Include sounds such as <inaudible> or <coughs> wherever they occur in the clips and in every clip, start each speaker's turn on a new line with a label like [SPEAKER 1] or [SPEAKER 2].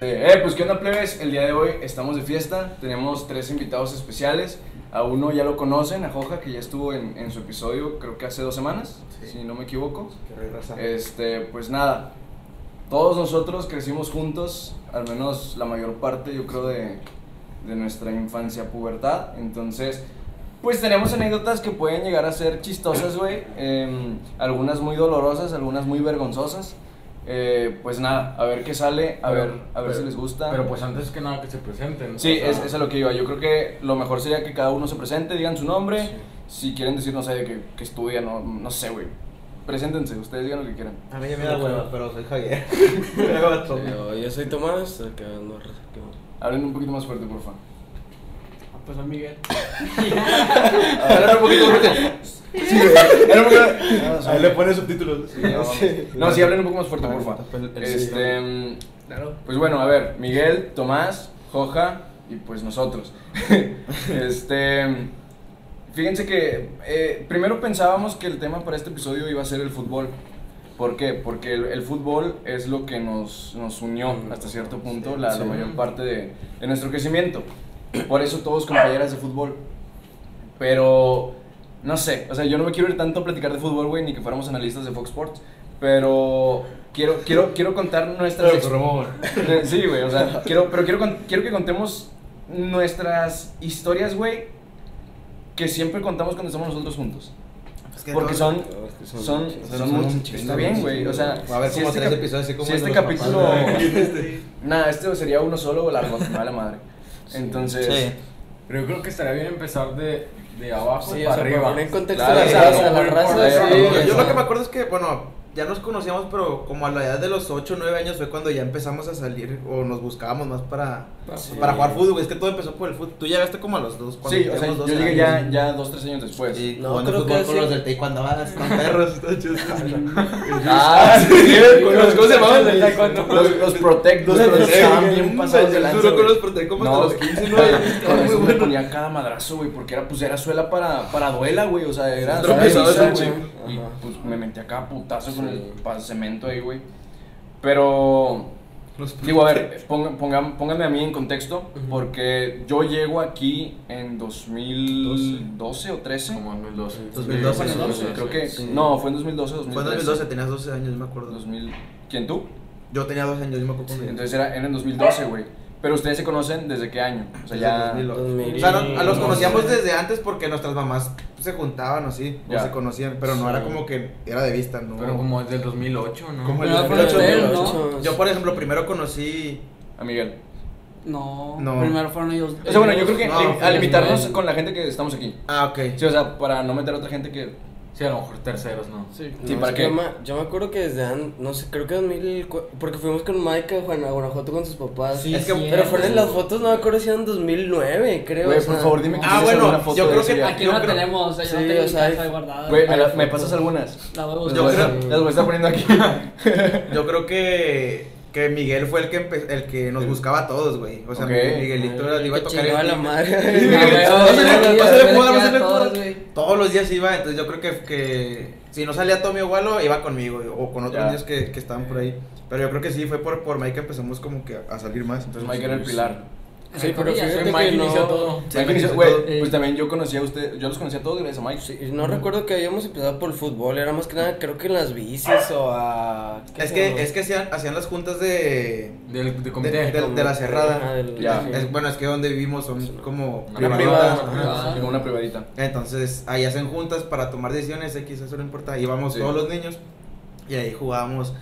[SPEAKER 1] Eh, pues qué onda plebes, el día de hoy estamos de fiesta, tenemos tres invitados especiales, a uno ya lo conocen, a Joja, que ya estuvo en, en su episodio creo que hace dos semanas,
[SPEAKER 2] Sí.
[SPEAKER 1] si no me equivoco.
[SPEAKER 2] Qué rey raza.
[SPEAKER 1] Este, pues nada, todos nosotros crecimos juntos, al menos la mayor parte, yo creo, de, de nuestra infancia, pubertad. Entonces, pues tenemos anécdotas que pueden llegar a ser chistosas, güey. em, algunas muy dolorosas, algunas muy vergonzosas. Eh, pues nada, a ver qué sale, a
[SPEAKER 3] Pero-
[SPEAKER 1] ver, a ver
[SPEAKER 3] pero-
[SPEAKER 1] si les gusta.
[SPEAKER 3] Pero pues antes que nada que se presenten.
[SPEAKER 1] Sí,
[SPEAKER 3] o sea,
[SPEAKER 1] es, es a lo que iba. Yo creo que lo mejor sería que cada uno se presente, digan su nombre.
[SPEAKER 3] Sí.
[SPEAKER 1] Si quieren decir, no sé, de que, que estudian, no, no sé, güey. Preséntense, ustedes digan lo que quieran.
[SPEAKER 2] A mí ya me da hueva, pero soy Javier. <laughs> Me hago otro.
[SPEAKER 4] Yo, yo soy Tomás, acá no raza, que-
[SPEAKER 1] Hablen un poquito más fuerte, por favor.
[SPEAKER 5] Pues soy Miguel.
[SPEAKER 1] <laughs> Hablen un poquito más fuerte.
[SPEAKER 2] <laughs> Ahí le pones subtítulos.
[SPEAKER 1] Sí, no, sí, hablen un poco más fuerte, por favor.
[SPEAKER 2] Pues, el-
[SPEAKER 1] Este, mm,
[SPEAKER 5] Claro.
[SPEAKER 1] pues bueno, a ver, Miguel, Tomás, Joja y pues nosotros. <laughs> Este, fíjense que eh, primero pensábamos que el tema para este episodio iba a ser el fútbol. ¿Por qué? Porque el, el fútbol es lo que nos, nos unió hasta cierto punto la, la
[SPEAKER 4] Sí.
[SPEAKER 1] mayor parte de, de nuestro crecimiento. Por eso todos compañeras de fútbol. Pero, no sé, o sea, yo no me quiero ir tanto a platicar de fútbol, güey, ni que fuéramos analistas de Fox Sports. Pero quiero, quiero, quiero contar nuestras...
[SPEAKER 3] Pero,
[SPEAKER 1] ex-
[SPEAKER 3] Ramón,
[SPEAKER 1] Sí, güey, o sea, quiero, pero quiero, con- quiero que contemos nuestras historias, güey, que siempre contamos cuando estamos nosotros juntos.
[SPEAKER 2] Es que
[SPEAKER 1] Porque son,
[SPEAKER 2] todos-
[SPEAKER 4] no, es que
[SPEAKER 1] son,
[SPEAKER 4] son-
[SPEAKER 1] son,
[SPEAKER 2] son
[SPEAKER 1] muy-
[SPEAKER 2] un chingo,
[SPEAKER 1] está bien,
[SPEAKER 2] un
[SPEAKER 1] güey,
[SPEAKER 2] chingo.
[SPEAKER 1] o sea,
[SPEAKER 2] Va a haber como tres
[SPEAKER 1] cap-
[SPEAKER 2] episodios así como
[SPEAKER 1] si
[SPEAKER 2] el de
[SPEAKER 1] este
[SPEAKER 2] los
[SPEAKER 1] capítulo,
[SPEAKER 2] papás,
[SPEAKER 1] <laughs> nada, este sería uno solo o largo, me vale madre. Entonces,
[SPEAKER 2] Sí.
[SPEAKER 3] <laughs> Pero yo creo que estaría bien empezar de, de abajo
[SPEAKER 4] Sí, o
[SPEAKER 3] para
[SPEAKER 4] sea,
[SPEAKER 3] arriba.
[SPEAKER 4] para poner en contexto
[SPEAKER 1] Claro,
[SPEAKER 4] la
[SPEAKER 1] sí,
[SPEAKER 4] raza,
[SPEAKER 3] como
[SPEAKER 4] la
[SPEAKER 3] ir por
[SPEAKER 4] raza,
[SPEAKER 1] ahí,
[SPEAKER 4] sí.
[SPEAKER 1] ¿no?
[SPEAKER 2] Yo, yo
[SPEAKER 4] o
[SPEAKER 2] lo
[SPEAKER 4] sea,
[SPEAKER 2] que me acuerdo es que, bueno, ya nos conocíamos, pero como a la edad de los 8 o 9 años fue cuando ya empezamos a salir o nos buscábamos más para,
[SPEAKER 4] sí.
[SPEAKER 2] para jugar fútbol. güey. Es que todo empezó por el fútbol. Tú llegaste como a los dos. cuando
[SPEAKER 1] sí, o sea,
[SPEAKER 2] teníamos
[SPEAKER 1] yo
[SPEAKER 2] 12
[SPEAKER 1] llegué
[SPEAKER 2] años.
[SPEAKER 1] ya, ya dos, tres años después.
[SPEAKER 2] Y
[SPEAKER 4] No,
[SPEAKER 2] jugando
[SPEAKER 4] creo
[SPEAKER 2] fútbol
[SPEAKER 4] que
[SPEAKER 2] con
[SPEAKER 4] sí.
[SPEAKER 2] los del taekwondo, vas <laughs> con perros. está chido.
[SPEAKER 1] Ah, <laughs> sí,
[SPEAKER 2] Con los- ¿cómo se llamaban?
[SPEAKER 1] Los- Los, los Protect, los
[SPEAKER 2] Los
[SPEAKER 1] Protect
[SPEAKER 2] Protect, <laughs>
[SPEAKER 1] estaban
[SPEAKER 2] güey.
[SPEAKER 1] bien pasados de
[SPEAKER 2] Yo
[SPEAKER 1] lanza,
[SPEAKER 2] juro con
[SPEAKER 1] güey.
[SPEAKER 2] los Protect como hasta los
[SPEAKER 1] <laughs> güey.
[SPEAKER 2] 15, ¿no? Estaban
[SPEAKER 1] Con
[SPEAKER 2] muy
[SPEAKER 1] eso me
[SPEAKER 2] buenos.
[SPEAKER 1] ponían cada madrazo, güey, porque era, pues, era suela para, para duela, güey, o sea, era
[SPEAKER 2] Otro pesado
[SPEAKER 1] suela
[SPEAKER 2] ese,
[SPEAKER 1] güey.
[SPEAKER 4] güey.
[SPEAKER 1] Y,
[SPEAKER 4] Ajá.
[SPEAKER 1] pues, me metí acá a putazo con el
[SPEAKER 4] Sí.
[SPEAKER 1] pa- cemento ahí, güey. Pero, digo, a ver, ponga- ponga- pónganme a mí en contexto,
[SPEAKER 4] Ujú.
[SPEAKER 1] porque yo llego aquí en 2012 o 13.
[SPEAKER 3] Como en 2012.
[SPEAKER 2] 2012,
[SPEAKER 1] Sí,
[SPEAKER 5] ¿no?
[SPEAKER 1] creo que,
[SPEAKER 4] Sí.
[SPEAKER 1] no, fue en 2012, 2013.
[SPEAKER 2] Fue en 2012, tenías 12 años, yo me acuerdo.
[SPEAKER 1] 2000, ¿Quién tú?
[SPEAKER 2] Yo tenía 12 años, yo me acuerdo. cuando llegué.
[SPEAKER 1] Entonces era, era en 2012, güey. Pero ustedes se conocen desde qué año? O sea,
[SPEAKER 2] Desde
[SPEAKER 1] ya.
[SPEAKER 2] 2008.
[SPEAKER 4] Dos
[SPEAKER 2] O sea, no-
[SPEAKER 4] mil-
[SPEAKER 2] a los
[SPEAKER 4] no
[SPEAKER 2] conocíamos
[SPEAKER 4] sé.
[SPEAKER 2] desde antes porque nuestras mamás se juntaban o así,
[SPEAKER 1] Ya.
[SPEAKER 2] o se conocían, pero no era como que era de vista, ¿no?
[SPEAKER 3] Pero como desde el 2008, ¿no?
[SPEAKER 2] Como el
[SPEAKER 5] Pero fue
[SPEAKER 2] 2008,
[SPEAKER 5] de él,
[SPEAKER 2] ¿no?
[SPEAKER 4] ¿no?
[SPEAKER 2] Yo, por ejemplo, primero conocí.
[SPEAKER 1] A ah, Miguel.
[SPEAKER 5] No,
[SPEAKER 2] No.
[SPEAKER 5] primero fueron ellos.
[SPEAKER 1] O sea, bueno, yo creo que
[SPEAKER 2] No,
[SPEAKER 1] lim-
[SPEAKER 2] fue
[SPEAKER 1] al limitarnos
[SPEAKER 5] Miguel.
[SPEAKER 1] con la gente que estamos aquí.
[SPEAKER 2] Ah, ok.
[SPEAKER 1] Sí, o sea, para no meter a otra gente que.
[SPEAKER 3] Sí, a lo mejor terceros, ¿no?
[SPEAKER 5] Sí.
[SPEAKER 4] No,
[SPEAKER 1] Sí,
[SPEAKER 4] es
[SPEAKER 1] ¿para
[SPEAKER 4] que
[SPEAKER 1] qué?
[SPEAKER 4] Yo me, yo me acuerdo que desde, an- no sé, creo que 2000, cu- porque fuimos con Mike a Juan- a Guanajuato con sus papás.
[SPEAKER 5] Sí,
[SPEAKER 2] Es que-
[SPEAKER 5] cierto.
[SPEAKER 4] Pero fueron las fotos, no me acuerdo si eran 2009, creo.
[SPEAKER 1] Güey,
[SPEAKER 4] o
[SPEAKER 1] por
[SPEAKER 4] sea.
[SPEAKER 1] favor, dime que
[SPEAKER 2] Ah,
[SPEAKER 1] tienes
[SPEAKER 2] bueno,
[SPEAKER 1] alguna foto
[SPEAKER 2] yo
[SPEAKER 1] de
[SPEAKER 2] creo
[SPEAKER 1] ese
[SPEAKER 2] que
[SPEAKER 1] día.
[SPEAKER 5] Aquí
[SPEAKER 2] Yo
[SPEAKER 5] no la
[SPEAKER 2] creo-
[SPEAKER 5] tenemos, o sea, yo
[SPEAKER 4] Sí,
[SPEAKER 5] no tengo
[SPEAKER 4] o
[SPEAKER 5] en
[SPEAKER 4] sea,
[SPEAKER 5] casa
[SPEAKER 4] hay-
[SPEAKER 5] guardada.
[SPEAKER 1] Güey, me, la- me pasas algunas.
[SPEAKER 5] La voy a
[SPEAKER 1] Las
[SPEAKER 5] buscar.
[SPEAKER 1] voy, a
[SPEAKER 2] creo-
[SPEAKER 1] estar, las voy a estar poniendo aquí.
[SPEAKER 2] <laughs> Yo creo que, que Miguel fue el que, empe- el que nos buscaba a todos, güey. O sea,
[SPEAKER 1] Ok.
[SPEAKER 2] Miguelito le iba a
[SPEAKER 4] Que
[SPEAKER 2] tocar.
[SPEAKER 4] chingaba
[SPEAKER 2] el-
[SPEAKER 4] la madre.
[SPEAKER 2] Sí,
[SPEAKER 4] <laughs>
[SPEAKER 5] Ah,
[SPEAKER 2] güey,
[SPEAKER 5] güey,
[SPEAKER 2] no, no,
[SPEAKER 5] sí, sí,
[SPEAKER 2] no,
[SPEAKER 5] sí,
[SPEAKER 2] no,
[SPEAKER 5] sí,
[SPEAKER 2] pásale
[SPEAKER 5] sí,
[SPEAKER 2] puro,
[SPEAKER 5] sí,
[SPEAKER 2] pásale
[SPEAKER 5] a todos,
[SPEAKER 2] puro.
[SPEAKER 5] güey.
[SPEAKER 2] Todos los días iba, entonces yo creo que, que si no salía Tommy o Walo, iba conmigo o con otros
[SPEAKER 1] Ya.
[SPEAKER 2] niños que, que estaban por ahí. Pero yo creo que sí, fue por, por Mike que empezamos como que a salir más. pues,
[SPEAKER 1] Entonces, Mike era el pilar.
[SPEAKER 4] Sí, pero
[SPEAKER 5] Corrías.
[SPEAKER 4] fíjate
[SPEAKER 3] Mike
[SPEAKER 4] que
[SPEAKER 3] inició
[SPEAKER 4] no-
[SPEAKER 3] todo.
[SPEAKER 1] Mike
[SPEAKER 2] Sí, Mike
[SPEAKER 1] inició-
[SPEAKER 2] hizo
[SPEAKER 1] güey,
[SPEAKER 2] todo.
[SPEAKER 1] pues también yo conocía a usted, yo los conocía a todos gracias a Mike.
[SPEAKER 4] Sí, y no recuerdo que habíamos empezado por el fútbol, era más que nada, creo que en las bicis o a. ¿qué
[SPEAKER 2] Es
[SPEAKER 4] se
[SPEAKER 2] que,
[SPEAKER 4] llama?
[SPEAKER 2] es que hacían, hacían las juntas de...
[SPEAKER 3] Del, de
[SPEAKER 2] De,
[SPEAKER 3] comité.
[SPEAKER 2] de- de la
[SPEAKER 4] Ajá,
[SPEAKER 2] cerrada.
[SPEAKER 4] del-
[SPEAKER 1] Ya.
[SPEAKER 4] sí.
[SPEAKER 2] Es- bueno, es que donde vivimos son como
[SPEAKER 3] Una
[SPEAKER 2] privadas.
[SPEAKER 4] privada,
[SPEAKER 2] Ajá.
[SPEAKER 5] Ah.
[SPEAKER 1] Como una privadita.
[SPEAKER 2] Entonces, ahí hacen juntas para tomar decisiones, X, eso no importa. Ahí vamos
[SPEAKER 1] Sí.
[SPEAKER 2] todos los niños y ahí jugábamos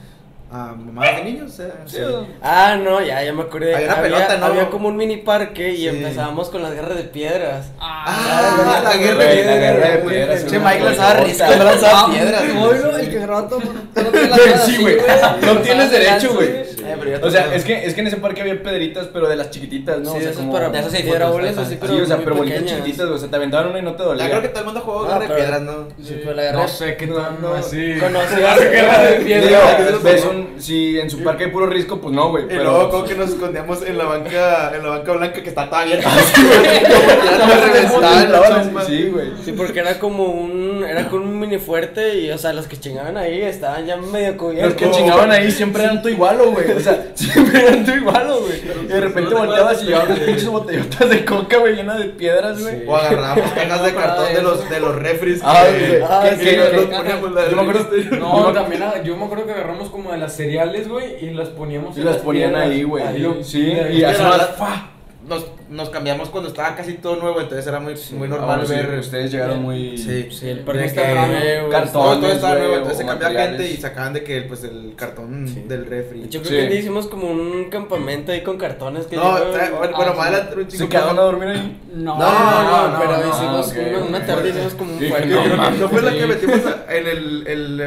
[SPEAKER 2] a mamás de niños. o sea, sí.
[SPEAKER 4] Ah, no, ya, ya me acordé.
[SPEAKER 2] Había una pelota, ¿no?
[SPEAKER 4] Había como un mini parque y
[SPEAKER 2] Sí.
[SPEAKER 4] empezábamos con las guerras de piedras.
[SPEAKER 2] Ah, la guerra de
[SPEAKER 1] Güey, la guerra de
[SPEAKER 2] güey.
[SPEAKER 1] piedras,
[SPEAKER 2] Che,
[SPEAKER 1] una
[SPEAKER 2] Mike lanzaba
[SPEAKER 1] pelota.
[SPEAKER 2] risco, no lanzaba piedras. güey.
[SPEAKER 4] Bueno, el que agarraba todo.
[SPEAKER 1] Sí, güey. No tienes derecho, güey.
[SPEAKER 2] Eh, pero yo
[SPEAKER 1] O sea,
[SPEAKER 2] también.
[SPEAKER 1] es que, es que en ese parque había piedritas, pero de las chiquititas, ¿no?
[SPEAKER 4] No,
[SPEAKER 1] o sea,
[SPEAKER 4] eso es
[SPEAKER 1] como-
[SPEAKER 4] para
[SPEAKER 2] de esas sí hay
[SPEAKER 4] piedra
[SPEAKER 2] fotos,
[SPEAKER 4] bolas,
[SPEAKER 2] ajá.
[SPEAKER 4] así, pero
[SPEAKER 1] Sí, o sea,
[SPEAKER 4] muy
[SPEAKER 1] pero bolitas
[SPEAKER 4] pequeñas.
[SPEAKER 1] chiquititas, güey, o sea, te aventaban una y no te
[SPEAKER 2] Ya
[SPEAKER 1] dolía.
[SPEAKER 2] creo que todo el mundo jugó
[SPEAKER 4] No,
[SPEAKER 2] guerra de
[SPEAKER 4] pero-
[SPEAKER 2] piedras, ¿no?
[SPEAKER 4] Sí, pero la guerra-
[SPEAKER 3] No sé qué tan
[SPEAKER 2] No, no.
[SPEAKER 3] así.
[SPEAKER 4] Conocías-
[SPEAKER 1] <laughs> Digo,
[SPEAKER 2] piedra.
[SPEAKER 1] ves un- si en su parque hay puro risco, pues no, güey.
[SPEAKER 2] Y
[SPEAKER 1] Pero <laughs>
[SPEAKER 2] luego como que nos escondíamos en la banca, en la banca blanca que está toda abierta. <laughs>
[SPEAKER 1] Estaban
[SPEAKER 2] Reventaban la
[SPEAKER 1] lavadas,
[SPEAKER 2] chamba.
[SPEAKER 1] Sí, güey.
[SPEAKER 4] Sí, porque era como un. Era con un mini fuerte y, o sea, los que chingaban ahí estaban ya medio
[SPEAKER 1] Los
[SPEAKER 4] cubiertos.
[SPEAKER 2] <laughs>
[SPEAKER 1] que chingaban ahí siempre eran todo igualo, güey. O sea, <laughs> siempre eran todo igual, güey. Y de
[SPEAKER 2] No
[SPEAKER 1] repente
[SPEAKER 2] te
[SPEAKER 1] volteabas
[SPEAKER 2] acuerdas,
[SPEAKER 1] y <laughs> llevaban unas
[SPEAKER 2] güey.
[SPEAKER 1] pinches botellotas de coca, güey, llenas de piedras, güey.
[SPEAKER 4] Sí.
[SPEAKER 2] O agarrábamos cajas de
[SPEAKER 5] No,
[SPEAKER 2] cartón
[SPEAKER 5] para
[SPEAKER 2] de los,
[SPEAKER 5] eso.
[SPEAKER 2] de los refris.
[SPEAKER 1] Ah,
[SPEAKER 2] que-
[SPEAKER 1] güey.
[SPEAKER 2] que-
[SPEAKER 1] Ah,
[SPEAKER 2] que
[SPEAKER 1] sí,
[SPEAKER 2] nos
[SPEAKER 1] güey.
[SPEAKER 2] poníamos la
[SPEAKER 1] Yo me acuerdo- <laughs>
[SPEAKER 2] refri.
[SPEAKER 3] No, también ah, yo me acuerdo que agarramos como de las cereales, güey, y las poníamos
[SPEAKER 1] Y las ponían
[SPEAKER 3] piedras.
[SPEAKER 1] ahí, güey.
[SPEAKER 3] lo-
[SPEAKER 1] Sí,
[SPEAKER 3] ahí.
[SPEAKER 1] y
[SPEAKER 2] Pero
[SPEAKER 1] así
[SPEAKER 2] la-
[SPEAKER 1] más, fa.
[SPEAKER 2] Nos, nos cambiamos cuando estaba casi todo nuevo, entonces era muy, muy
[SPEAKER 1] Ah,
[SPEAKER 2] normal
[SPEAKER 1] bueno, sí,
[SPEAKER 2] ver.
[SPEAKER 1] Ustedes llegaron muy.
[SPEAKER 2] Sí.
[SPEAKER 4] Sí, el parque
[SPEAKER 3] Está
[SPEAKER 4] que-
[SPEAKER 3] raro.
[SPEAKER 1] Cartón.
[SPEAKER 2] Todo, todo estaba
[SPEAKER 1] güey,
[SPEAKER 2] nuevo,
[SPEAKER 1] o
[SPEAKER 2] entonces se cambiaba gente
[SPEAKER 1] materiales.
[SPEAKER 2] y sacaban de que pues, el cartón
[SPEAKER 4] Sí.
[SPEAKER 2] del refri.
[SPEAKER 4] Yo creo
[SPEAKER 1] Sí.
[SPEAKER 4] que un día hicimos como un campamento ahí con cartones que
[SPEAKER 2] No,
[SPEAKER 4] yo-
[SPEAKER 2] tra- bueno, bueno,
[SPEAKER 5] Ah,
[SPEAKER 2] más
[SPEAKER 5] sí.
[SPEAKER 2] adelante un
[SPEAKER 1] ¿Se
[SPEAKER 2] chico
[SPEAKER 1] quedaron a
[SPEAKER 2] que-
[SPEAKER 1] dormir ahí?
[SPEAKER 4] No,
[SPEAKER 5] No,
[SPEAKER 4] no, no,
[SPEAKER 1] no,
[SPEAKER 4] pero
[SPEAKER 1] no,
[SPEAKER 4] hicimos
[SPEAKER 1] ok,
[SPEAKER 4] una, una
[SPEAKER 1] ok.
[SPEAKER 4] tarde hicimos como un
[SPEAKER 1] Dije,
[SPEAKER 4] fuego.
[SPEAKER 2] Yo creo
[SPEAKER 1] mames.
[SPEAKER 2] que No fue la que metimos a- en el, el,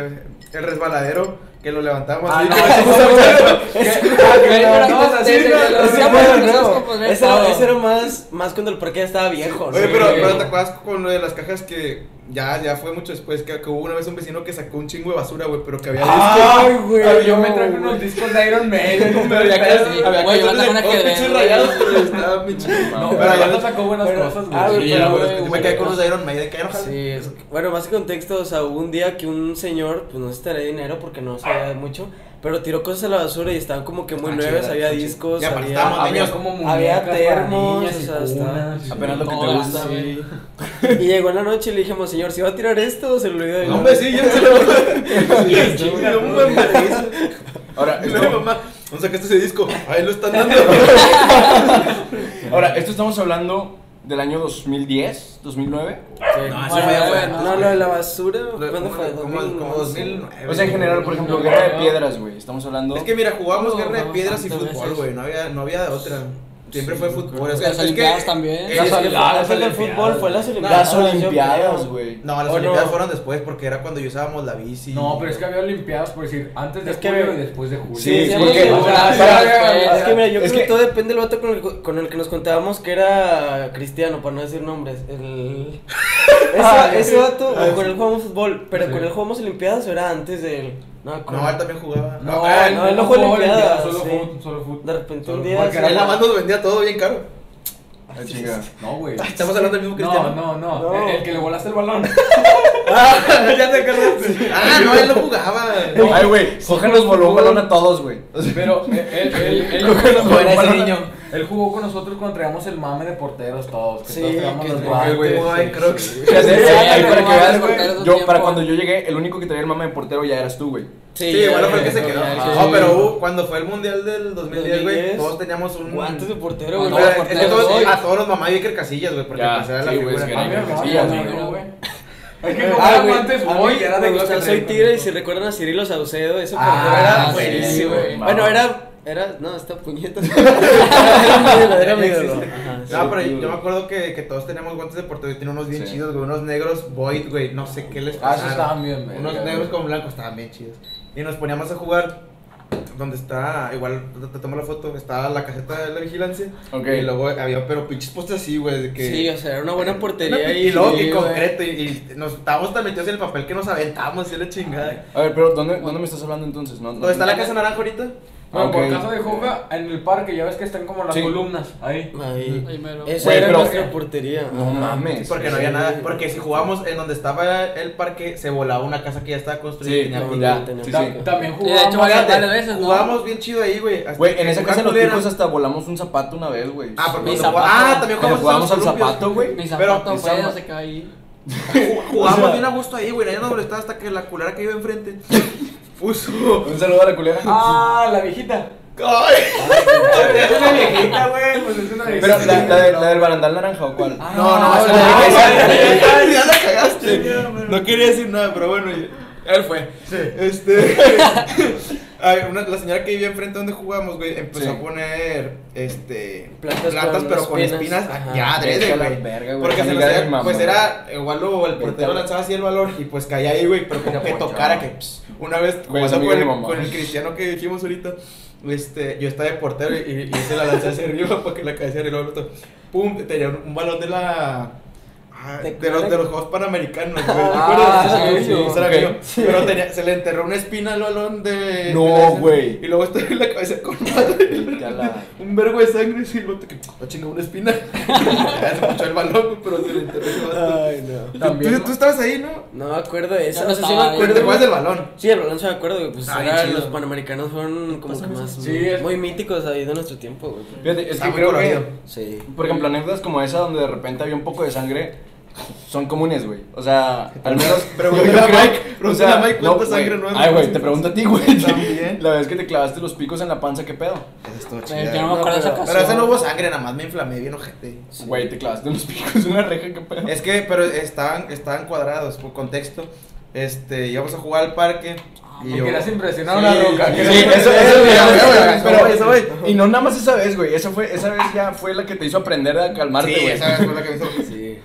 [SPEAKER 2] el resbaladero que lo levantamos.
[SPEAKER 3] Ah,
[SPEAKER 2] así. <laughs>
[SPEAKER 3] no,
[SPEAKER 4] Hacíamos-
[SPEAKER 1] bueno,
[SPEAKER 4] hacíamos
[SPEAKER 1] no.
[SPEAKER 4] componer
[SPEAKER 5] Ese
[SPEAKER 4] todo.
[SPEAKER 5] era- ese era
[SPEAKER 4] más, cuando el parque estaba viejo.
[SPEAKER 2] Oye,
[SPEAKER 3] Sí,
[SPEAKER 2] pero,
[SPEAKER 3] güey.
[SPEAKER 2] pero te acuerdas con lo de las cajas que ya, ya fue mucho después que, que hubo una vez un vecino que sacó un chingo de basura, güey, pero que había
[SPEAKER 3] Ay,
[SPEAKER 4] disco.
[SPEAKER 3] güey.
[SPEAKER 4] Ay,
[SPEAKER 3] Ah, Yo me
[SPEAKER 4] no,
[SPEAKER 3] traje
[SPEAKER 4] güey.
[SPEAKER 3] unos discos de Iron
[SPEAKER 4] <laughs>
[SPEAKER 3] Maiden.
[SPEAKER 2] Pero ya
[SPEAKER 3] pero-
[SPEAKER 2] que había
[SPEAKER 4] Güey, yo
[SPEAKER 2] cartones
[SPEAKER 4] la
[SPEAKER 2] de
[SPEAKER 4] tengo
[SPEAKER 2] todos
[SPEAKER 4] que
[SPEAKER 2] pinches
[SPEAKER 4] ver,
[SPEAKER 2] rayados,
[SPEAKER 4] güey.
[SPEAKER 2] <laughs> pero estaba pinche.
[SPEAKER 3] No,
[SPEAKER 2] Pero
[SPEAKER 3] pero
[SPEAKER 2] ya-
[SPEAKER 3] ya sacó buenas
[SPEAKER 4] pero-
[SPEAKER 3] cosas,
[SPEAKER 4] ah,
[SPEAKER 3] güey.
[SPEAKER 4] güey,
[SPEAKER 2] Sí,
[SPEAKER 4] pero,
[SPEAKER 2] güey,
[SPEAKER 4] güey,
[SPEAKER 2] yo me
[SPEAKER 4] güey.
[SPEAKER 2] quedé con los de Iron Maiden, que eran
[SPEAKER 4] Sí, es- bueno, más que contexto, o sea, hubo un día que un señor, pues no se traía dinero porque no sabía mucho, pero tiró cosas a la basura y estaban como que muy
[SPEAKER 1] Ah,
[SPEAKER 4] nuevas,
[SPEAKER 1] chingada,
[SPEAKER 4] había
[SPEAKER 1] sí, sí.
[SPEAKER 4] discos,
[SPEAKER 2] Y aparte
[SPEAKER 4] había...
[SPEAKER 2] estábamos
[SPEAKER 3] Había
[SPEAKER 2] niños.
[SPEAKER 3] como
[SPEAKER 4] Había
[SPEAKER 3] muñecas para
[SPEAKER 4] termos,
[SPEAKER 3] niñas y
[SPEAKER 4] o sea,
[SPEAKER 3] cunas,
[SPEAKER 4] estaba-
[SPEAKER 3] sí.
[SPEAKER 1] Apenas lo que te
[SPEAKER 5] Todas,
[SPEAKER 1] gusta.
[SPEAKER 5] sí.
[SPEAKER 4] <laughs> Y llegó en la noche y le dijimos, señor, si va a tirar esto o se lo olvidó. Y
[SPEAKER 2] No, hombre, sí, ya se lo
[SPEAKER 4] chinga,
[SPEAKER 2] un buen maíz.
[SPEAKER 1] Ahora,
[SPEAKER 2] Y
[SPEAKER 1] esto-
[SPEAKER 2] luego, mamá, ¿dónde sacaste ese disco? Ahí lo están dando.
[SPEAKER 1] ahora, esto estamos hablando del año 2010, 2009.
[SPEAKER 4] Sí.
[SPEAKER 2] No, eso
[SPEAKER 4] Bueno,
[SPEAKER 2] fue-
[SPEAKER 4] bueno,
[SPEAKER 5] no,
[SPEAKER 4] Ah, no, lo de la basura,
[SPEAKER 2] Como-
[SPEAKER 4] ¿cuándo fue?
[SPEAKER 2] como- como 2009.
[SPEAKER 1] O sea, en general, por ejemplo,
[SPEAKER 5] No,
[SPEAKER 1] guerra de
[SPEAKER 5] no.
[SPEAKER 1] piedras, güey. Estamos hablando.
[SPEAKER 2] Es que mira, jugábamos
[SPEAKER 5] No,
[SPEAKER 2] guerra de
[SPEAKER 5] no,
[SPEAKER 2] piedras y
[SPEAKER 5] tantas
[SPEAKER 2] fútbol,
[SPEAKER 5] veces.
[SPEAKER 2] güey. No había, no había de otra. Siempre
[SPEAKER 4] Sí,
[SPEAKER 2] fue
[SPEAKER 4] no
[SPEAKER 2] fútbol.
[SPEAKER 4] creo.
[SPEAKER 2] o sea,
[SPEAKER 5] Las
[SPEAKER 2] es que-
[SPEAKER 5] Olimpiadas también.
[SPEAKER 2] es
[SPEAKER 4] Las
[SPEAKER 2] que-
[SPEAKER 4] olimpiadas,
[SPEAKER 3] las
[SPEAKER 4] fue el del
[SPEAKER 3] olimpiadas.
[SPEAKER 4] fútbol, fue las olimpiadas.
[SPEAKER 1] Las
[SPEAKER 4] yo creo.
[SPEAKER 1] Olimpiadas, güey.
[SPEAKER 2] No, las
[SPEAKER 4] ¿O no?
[SPEAKER 2] olimpiadas fueron después porque era cuando yo usábamos la bici.
[SPEAKER 3] No, pero es que había olimpiadas, por decir, antes de
[SPEAKER 4] Es que
[SPEAKER 3] julio
[SPEAKER 4] había-
[SPEAKER 3] y después de julio.
[SPEAKER 1] Sí,
[SPEAKER 4] Sí,
[SPEAKER 1] porque-
[SPEAKER 4] sí,
[SPEAKER 1] o sea,
[SPEAKER 4] sí,
[SPEAKER 1] para-
[SPEAKER 4] sí,
[SPEAKER 1] para-
[SPEAKER 4] es que mira, yo
[SPEAKER 1] es
[SPEAKER 4] creo que
[SPEAKER 1] que-
[SPEAKER 4] todo depende del vato con el, cu- con el que nos contábamos que era cristiano, para no decir nombres. El... Ese, ese vato, o con él jugamos fútbol, pero
[SPEAKER 3] Sí.
[SPEAKER 4] con él jugamos Olimpiadas o era antes de él. No, con-
[SPEAKER 2] No, él también jugaba.
[SPEAKER 3] No,
[SPEAKER 4] ah,
[SPEAKER 3] él
[SPEAKER 4] no, él no
[SPEAKER 3] jugó
[SPEAKER 4] juega olimpiadas,
[SPEAKER 3] solo
[SPEAKER 4] sí.
[SPEAKER 3] fútbol, solo fútbol.
[SPEAKER 4] De repente un
[SPEAKER 3] Solo-
[SPEAKER 4] día
[SPEAKER 3] porque
[SPEAKER 2] <laughs>
[SPEAKER 3] era
[SPEAKER 2] Él
[SPEAKER 3] la-
[SPEAKER 2] nada más nos vendía todo bien caro.
[SPEAKER 1] Ah, chinga.
[SPEAKER 3] <laughs> No, güey.
[SPEAKER 2] Estamos hablando del mismo
[SPEAKER 3] No,
[SPEAKER 2] cristiano.
[SPEAKER 3] no, no.
[SPEAKER 4] No.
[SPEAKER 3] El, el que le volaste el
[SPEAKER 4] <laughs>
[SPEAKER 3] balón.
[SPEAKER 2] Ah, ya te acordaste. Ah, no, él no jugaba.
[SPEAKER 1] Ay, güey, Jorge nos voló un balón a todos, <laughs> güey.
[SPEAKER 3] Pero él, él, él, él,
[SPEAKER 1] Jorge nos voló un
[SPEAKER 2] ese
[SPEAKER 1] balón a-
[SPEAKER 2] niño.
[SPEAKER 3] él jugó con nosotros cuando traíamos el mame de porteros todos. Que
[SPEAKER 4] Sí,
[SPEAKER 3] todos traíamos
[SPEAKER 4] que
[SPEAKER 3] los
[SPEAKER 4] sí.
[SPEAKER 3] guantes,
[SPEAKER 2] güey, jugaba en
[SPEAKER 3] sí,
[SPEAKER 2] Crocs.
[SPEAKER 3] sí.
[SPEAKER 1] Ya sé,
[SPEAKER 4] Sí,
[SPEAKER 1] güey,
[SPEAKER 4] ya
[SPEAKER 1] ahí
[SPEAKER 4] me
[SPEAKER 1] para que
[SPEAKER 4] robaron
[SPEAKER 1] veas,
[SPEAKER 4] los
[SPEAKER 1] güey,
[SPEAKER 5] porteros de
[SPEAKER 1] Yo,
[SPEAKER 5] tiempo.
[SPEAKER 1] para cuando yo llegué, el único que traía el mame de portero ya eras tú, güey.
[SPEAKER 2] Sí, bueno, fue el que se
[SPEAKER 4] ya,
[SPEAKER 2] quedó.
[SPEAKER 4] ya,
[SPEAKER 1] sí.
[SPEAKER 2] No, pero hubo- cuando fue el mundial del 2010, güey,
[SPEAKER 4] 2010,
[SPEAKER 2] todos teníamos un.
[SPEAKER 4] Guantes de portero,
[SPEAKER 2] Pero
[SPEAKER 4] güey.
[SPEAKER 5] Guantes No,
[SPEAKER 2] es que
[SPEAKER 5] porteros,
[SPEAKER 2] todos-
[SPEAKER 5] güey.
[SPEAKER 2] a todos los mamá Iker Casillas, güey, porque
[SPEAKER 1] Ya,
[SPEAKER 2] pues era
[SPEAKER 1] sí,
[SPEAKER 2] la
[SPEAKER 1] güey,
[SPEAKER 2] figura.
[SPEAKER 1] es que
[SPEAKER 3] A mí me
[SPEAKER 1] Sí,
[SPEAKER 3] robaron,
[SPEAKER 1] ya,
[SPEAKER 3] a mí
[SPEAKER 1] sí,
[SPEAKER 3] me
[SPEAKER 1] no.
[SPEAKER 3] robaron. Es que
[SPEAKER 4] Ah,
[SPEAKER 3] compraba
[SPEAKER 4] güey,
[SPEAKER 3] guantes
[SPEAKER 4] a mí
[SPEAKER 3] voy, era de
[SPEAKER 4] me
[SPEAKER 3] los que
[SPEAKER 4] gusta, soy
[SPEAKER 3] traían.
[SPEAKER 4] tigre y si recuerdan a Cirilo Saucedo, ese
[SPEAKER 3] Ah,
[SPEAKER 4] portero era
[SPEAKER 1] sí,
[SPEAKER 4] buenísimo.
[SPEAKER 1] güey.
[SPEAKER 4] bueno, era, era, no, esta puñeta. <laughs> era mi ídolo, era mi ídolo. Ajá, sí.
[SPEAKER 2] No, pero
[SPEAKER 1] Sí,
[SPEAKER 2] yo,
[SPEAKER 1] güey.
[SPEAKER 2] me acuerdo que, que todos teníamos guantes de portero y tiene unos bien
[SPEAKER 1] Sí.
[SPEAKER 2] chidos, güey, unos negros Void, güey, no sé qué les
[SPEAKER 3] Ah,
[SPEAKER 2] pasaron.
[SPEAKER 3] esos estaban bien, güey.
[SPEAKER 2] Unos
[SPEAKER 3] Ya,
[SPEAKER 2] negros
[SPEAKER 3] güey.
[SPEAKER 2] con blancos estaban bien chidos. Y nos poníamos a jugar donde está, igual te, te tomo la foto, estaba la caseta de la vigilancia.
[SPEAKER 1] Ok.
[SPEAKER 2] Y luego había, pero pinches postes así, güey, de que...
[SPEAKER 4] Sí, o sea, era una buena portería
[SPEAKER 2] Una-
[SPEAKER 4] y,
[SPEAKER 2] y luego,
[SPEAKER 4] sí,
[SPEAKER 2] que
[SPEAKER 4] güey.
[SPEAKER 2] concreto, y, y nos estábamos tan metidos en el papel que nos aventamos, y la chingada.
[SPEAKER 1] A ver, pero ¿dónde, dónde me estás hablando entonces? No, no-
[SPEAKER 2] ¿Dónde está la casa naranja ahorita?
[SPEAKER 3] Bueno,
[SPEAKER 1] Ok.
[SPEAKER 3] Ah, por caso de Joga, en el parque, ya ves que están como las
[SPEAKER 1] Sí.
[SPEAKER 3] columnas. Ahí.
[SPEAKER 4] Ahí.
[SPEAKER 5] Ahí mero.
[SPEAKER 4] Esa
[SPEAKER 1] Güey,
[SPEAKER 4] era
[SPEAKER 1] pero-
[SPEAKER 4] nuestra portería.
[SPEAKER 1] No mames.
[SPEAKER 2] Porque no había nada. Porque si jugábamos en donde estaba el parque, se volaba una casa que ya estaba construida. y
[SPEAKER 1] Sí,
[SPEAKER 2] tenía
[SPEAKER 1] no,
[SPEAKER 2] pinta.
[SPEAKER 1] ya,
[SPEAKER 4] tenía
[SPEAKER 1] sí,
[SPEAKER 3] Ta-
[SPEAKER 1] sí.
[SPEAKER 3] También
[SPEAKER 5] Y de hecho,
[SPEAKER 2] <laughs>
[SPEAKER 3] jugábamos.
[SPEAKER 5] varias,
[SPEAKER 2] Fíjate,
[SPEAKER 5] varias veces, ¿no?
[SPEAKER 2] Jugábamos bien chido ahí, güey. hasta
[SPEAKER 1] Güey,
[SPEAKER 2] que
[SPEAKER 1] en esa
[SPEAKER 2] una
[SPEAKER 1] casa los
[SPEAKER 2] culera-
[SPEAKER 1] ticos hasta volamos un zapato una vez, güey.
[SPEAKER 2] Ah, porque
[SPEAKER 5] Mi
[SPEAKER 2] cuando jugaba-
[SPEAKER 5] zapato.
[SPEAKER 2] Ah, también
[SPEAKER 1] Cuando
[SPEAKER 2] jugábamos
[SPEAKER 1] jugábamos al
[SPEAKER 2] en los columpios.
[SPEAKER 1] zapato, güey.
[SPEAKER 5] Mi
[SPEAKER 2] Pero-
[SPEAKER 5] zapato
[SPEAKER 1] esa ma-
[SPEAKER 5] fue, se cae ahí.
[SPEAKER 2] Jugábamos
[SPEAKER 1] O sea-
[SPEAKER 2] bien a gusto ahí, güey. Nadie nos molestaba hasta que la culera que iba <laughs> enfrente. Puso.
[SPEAKER 1] Un saludo a la culera.
[SPEAKER 3] Ah, la viejita.
[SPEAKER 2] ¡Ay! Es una viejita, güey. Pues es una viejita.
[SPEAKER 1] Pero la, la de- la del barandal naranja o cuál?
[SPEAKER 3] Ah,
[SPEAKER 2] No, no,
[SPEAKER 3] Ah,
[SPEAKER 2] esa
[SPEAKER 3] la-
[SPEAKER 2] es la
[SPEAKER 1] ah,
[SPEAKER 2] viejita. Ya la cagaste. No quería decir nada, pero bueno. y- Él fue. Este. <laughs> ay, una- la señora que vivía enfrente donde jugábamos, güey, empezó
[SPEAKER 1] Sí.
[SPEAKER 2] a poner este plantas,
[SPEAKER 4] Plantas con
[SPEAKER 2] pero con espinas,
[SPEAKER 4] espinas.
[SPEAKER 2] ah,
[SPEAKER 4] Ajá.
[SPEAKER 2] ya adrede,
[SPEAKER 1] Vete a la
[SPEAKER 2] güey.
[SPEAKER 1] verga, güey.
[SPEAKER 2] Porque se
[SPEAKER 1] Amiga
[SPEAKER 2] las
[SPEAKER 1] de
[SPEAKER 2] era-
[SPEAKER 1] mi mamá.
[SPEAKER 2] pues era igual o el
[SPEAKER 1] Vete
[SPEAKER 2] portero
[SPEAKER 1] a la-
[SPEAKER 2] lanzaba así el valor y pues caía ahí, güey, pero como
[SPEAKER 3] Mira,
[SPEAKER 2] que
[SPEAKER 3] ponchado.
[SPEAKER 2] tocara que pss, una vez
[SPEAKER 1] Güey, es
[SPEAKER 2] jugando
[SPEAKER 1] amiga
[SPEAKER 2] con
[SPEAKER 1] de mi
[SPEAKER 2] el,
[SPEAKER 1] mamá.
[SPEAKER 2] con el cristiano que dijimos ahorita, este, yo estaba de portero y, <laughs> y- y se la lancé hacia arriba para que la cabeza arriba el otro. Pum, tenía un, un balón de la Ah,
[SPEAKER 4] Te-
[SPEAKER 2] de, los, de los Juegos Panamericanos, güey. ¿Te
[SPEAKER 1] Ah,
[SPEAKER 2] acuerdas?
[SPEAKER 1] sí, sí,
[SPEAKER 2] Ese era
[SPEAKER 1] ok.
[SPEAKER 2] mío. Pero tenía- se le enterró una espina al balón de.
[SPEAKER 1] No,
[SPEAKER 2] de la-
[SPEAKER 1] güey.
[SPEAKER 2] Y luego está en la cabeza
[SPEAKER 1] <laughs>
[SPEAKER 2] con madre.
[SPEAKER 1] Ya
[SPEAKER 2] <laughs>
[SPEAKER 1] la-
[SPEAKER 2] Un vergo de sangre. Y el vato que. No chinga una espina. <laughs> Ya se escuchó el balón, güey, pero se le enterró ese vato.
[SPEAKER 4] Ay, no.
[SPEAKER 2] Tú-
[SPEAKER 3] También,
[SPEAKER 2] tú,
[SPEAKER 3] ¿no?
[SPEAKER 2] tú estabas ahí, ¿no?
[SPEAKER 4] No me acuerdo de eso.
[SPEAKER 5] Ya no
[SPEAKER 4] o sea, sí me
[SPEAKER 5] estaba,
[SPEAKER 2] Pero
[SPEAKER 4] acuerdo.
[SPEAKER 2] te acuerdas del balón.
[SPEAKER 4] Sí, el balón se me acuerdo, güey. Pues
[SPEAKER 2] Ah,
[SPEAKER 4] era-
[SPEAKER 2] bien chido.
[SPEAKER 4] los panamericanos fueron como que más
[SPEAKER 3] Sí, es-
[SPEAKER 4] muy míticos ahí de nuestro tiempo, güey.
[SPEAKER 1] Fíjate, es
[SPEAKER 2] Está
[SPEAKER 1] que
[SPEAKER 2] muy
[SPEAKER 1] creo
[SPEAKER 2] colorido.
[SPEAKER 1] que,
[SPEAKER 4] Sí.
[SPEAKER 1] por ejemplo, anécdotas como esa donde de repente había un poco de sangre son comunes, güey. O sea, al menos.
[SPEAKER 2] Pregúntale
[SPEAKER 1] yo
[SPEAKER 2] a
[SPEAKER 1] creo-
[SPEAKER 2] Mike, pregúntale a Mike cuánta
[SPEAKER 1] güey.
[SPEAKER 2] sangre no es.
[SPEAKER 1] Ay, güey, te pregunto a ti, güey.
[SPEAKER 2] También.
[SPEAKER 1] La vez que te clavaste los picos en la panza, ¿qué pedo?
[SPEAKER 2] Eso estuvo
[SPEAKER 5] Eh,
[SPEAKER 2] chido.
[SPEAKER 5] yo no me acuerdo de esa
[SPEAKER 4] pero-
[SPEAKER 5] ocasión.
[SPEAKER 2] Pero ese no hubo sangre, nada más me inflamé bien ojete.
[SPEAKER 1] Güey, te clavaste los picos en una reja, ¿qué pedo?
[SPEAKER 2] Es que, pero estaban, estaban cuadrados, por contexto. Este, íbamos a jugar al parque. Y
[SPEAKER 3] Y
[SPEAKER 2] yo...
[SPEAKER 3] querías impresionar a
[SPEAKER 2] Sí,
[SPEAKER 3] una roca.
[SPEAKER 2] sí,
[SPEAKER 1] Sí,
[SPEAKER 3] querías-
[SPEAKER 1] eso, eso,
[SPEAKER 2] Eso,
[SPEAKER 1] güey,
[SPEAKER 2] eso,
[SPEAKER 1] güey,
[SPEAKER 2] eso,
[SPEAKER 1] pero-
[SPEAKER 2] güey, eso, güey.
[SPEAKER 1] Y no nada más esa vez, güey. Esa fue, esa vez ya fue la que te hizo aprender a calmarte,
[SPEAKER 2] Sí,
[SPEAKER 1] güey.
[SPEAKER 2] esa fue la que me hizo.
[SPEAKER 4] Sí.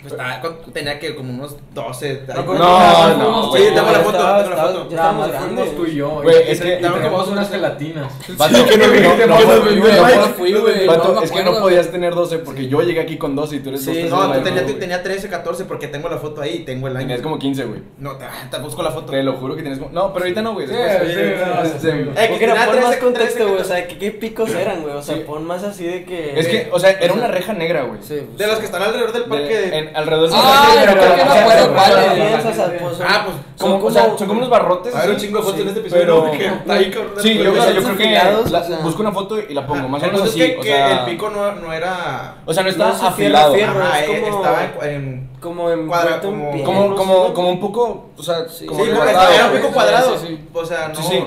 [SPEAKER 2] Pues estaba con- tenía que como unos 12. ahí.
[SPEAKER 1] No, no, güey.
[SPEAKER 2] Sí, tengo la
[SPEAKER 4] ya
[SPEAKER 2] foto,
[SPEAKER 4] estabas-
[SPEAKER 2] tengo la foto.
[SPEAKER 4] estabas- ya
[SPEAKER 3] Nada
[SPEAKER 4] estábamos
[SPEAKER 3] más
[SPEAKER 4] grandes.
[SPEAKER 3] fuimos tú y yo.
[SPEAKER 1] Güey,
[SPEAKER 3] y-
[SPEAKER 1] es que-
[SPEAKER 3] y tenemos unas gelatinas.
[SPEAKER 1] Vato,
[SPEAKER 2] Sí, que no
[SPEAKER 1] no,
[SPEAKER 2] viniste,
[SPEAKER 1] no, no,
[SPEAKER 2] pues, güey,
[SPEAKER 1] no,
[SPEAKER 2] güey.
[SPEAKER 1] no,
[SPEAKER 3] Yo fui, güey,
[SPEAKER 1] vato,
[SPEAKER 3] no me
[SPEAKER 1] es que no
[SPEAKER 3] acuerdo.
[SPEAKER 1] podías tener 12 porque yo llegué aquí con 12 y tú eres
[SPEAKER 4] Sí,
[SPEAKER 1] 12.
[SPEAKER 4] no,
[SPEAKER 2] No,
[SPEAKER 4] Ay,
[SPEAKER 2] tú tenía,
[SPEAKER 4] güey.
[SPEAKER 2] tenía 13, 14 porque tengo la foto ahí y tengo el año.
[SPEAKER 1] Tenías como 15, güey.
[SPEAKER 2] No, te, <laughs> te busco la foto.
[SPEAKER 1] Te lo juro que tienes como... No, pero ahorita no, güey. después.
[SPEAKER 3] Sí, sí, no,
[SPEAKER 1] Este,
[SPEAKER 3] sí, güey.
[SPEAKER 2] Eh,
[SPEAKER 4] Porque era
[SPEAKER 2] tenía
[SPEAKER 4] pon
[SPEAKER 2] 13,
[SPEAKER 4] más contexto,
[SPEAKER 2] 13,
[SPEAKER 4] güey. O sea, ¿qué, qué picos eran, güey? O sea,
[SPEAKER 1] Sí.
[SPEAKER 4] pon más así de que.
[SPEAKER 1] Es que, o sea, era una reja negra, güey.
[SPEAKER 4] Sí, pues,
[SPEAKER 2] De los que están alrededor del parque.
[SPEAKER 1] De- en- alrededor de
[SPEAKER 5] Ah,
[SPEAKER 1] esa reja,
[SPEAKER 5] pero creo que no
[SPEAKER 1] o sea,
[SPEAKER 5] acuerdo
[SPEAKER 1] son
[SPEAKER 5] cuál
[SPEAKER 1] como-
[SPEAKER 5] es.
[SPEAKER 4] piedras, o sea, pues, son-
[SPEAKER 2] Ah, pues,
[SPEAKER 1] Son como, o sea, son como unos barrotes.
[SPEAKER 2] A ver, un
[SPEAKER 1] así.
[SPEAKER 2] chingo de fotos
[SPEAKER 4] sí,
[SPEAKER 2] en este episodio.
[SPEAKER 1] pero-
[SPEAKER 2] ¿no? Porque está ahí con unas
[SPEAKER 1] Sí, yo, o
[SPEAKER 2] fotos.
[SPEAKER 1] sea, yo
[SPEAKER 4] Son
[SPEAKER 1] creo
[SPEAKER 4] afilados,
[SPEAKER 1] que la-
[SPEAKER 4] o sea.
[SPEAKER 1] busco una foto y la pongo más o
[SPEAKER 2] El
[SPEAKER 1] menos
[SPEAKER 2] punto es
[SPEAKER 1] así.
[SPEAKER 2] que,
[SPEAKER 1] o
[SPEAKER 2] que
[SPEAKER 1] sea,
[SPEAKER 2] el pico no, no era.
[SPEAKER 1] o sea, no
[SPEAKER 4] no
[SPEAKER 1] estaba
[SPEAKER 4] se fierra,
[SPEAKER 1] afilado.
[SPEAKER 4] fierra. Pero
[SPEAKER 2] Ajá,
[SPEAKER 4] es
[SPEAKER 2] eh,
[SPEAKER 4] como-
[SPEAKER 2] estaba en- en
[SPEAKER 4] Como en
[SPEAKER 2] Cuadra-
[SPEAKER 4] vuelto en
[SPEAKER 2] como-
[SPEAKER 4] pie,
[SPEAKER 1] Como,
[SPEAKER 4] ¿no?
[SPEAKER 1] como, como un poco, o sea,
[SPEAKER 4] Sí.
[SPEAKER 1] como
[SPEAKER 2] sí,
[SPEAKER 4] no,
[SPEAKER 2] porque
[SPEAKER 1] cuadrado,
[SPEAKER 2] era un
[SPEAKER 1] güey.
[SPEAKER 2] pico cuadrado.
[SPEAKER 5] Sí, sí.
[SPEAKER 2] O sea, no.
[SPEAKER 1] Sí, sí.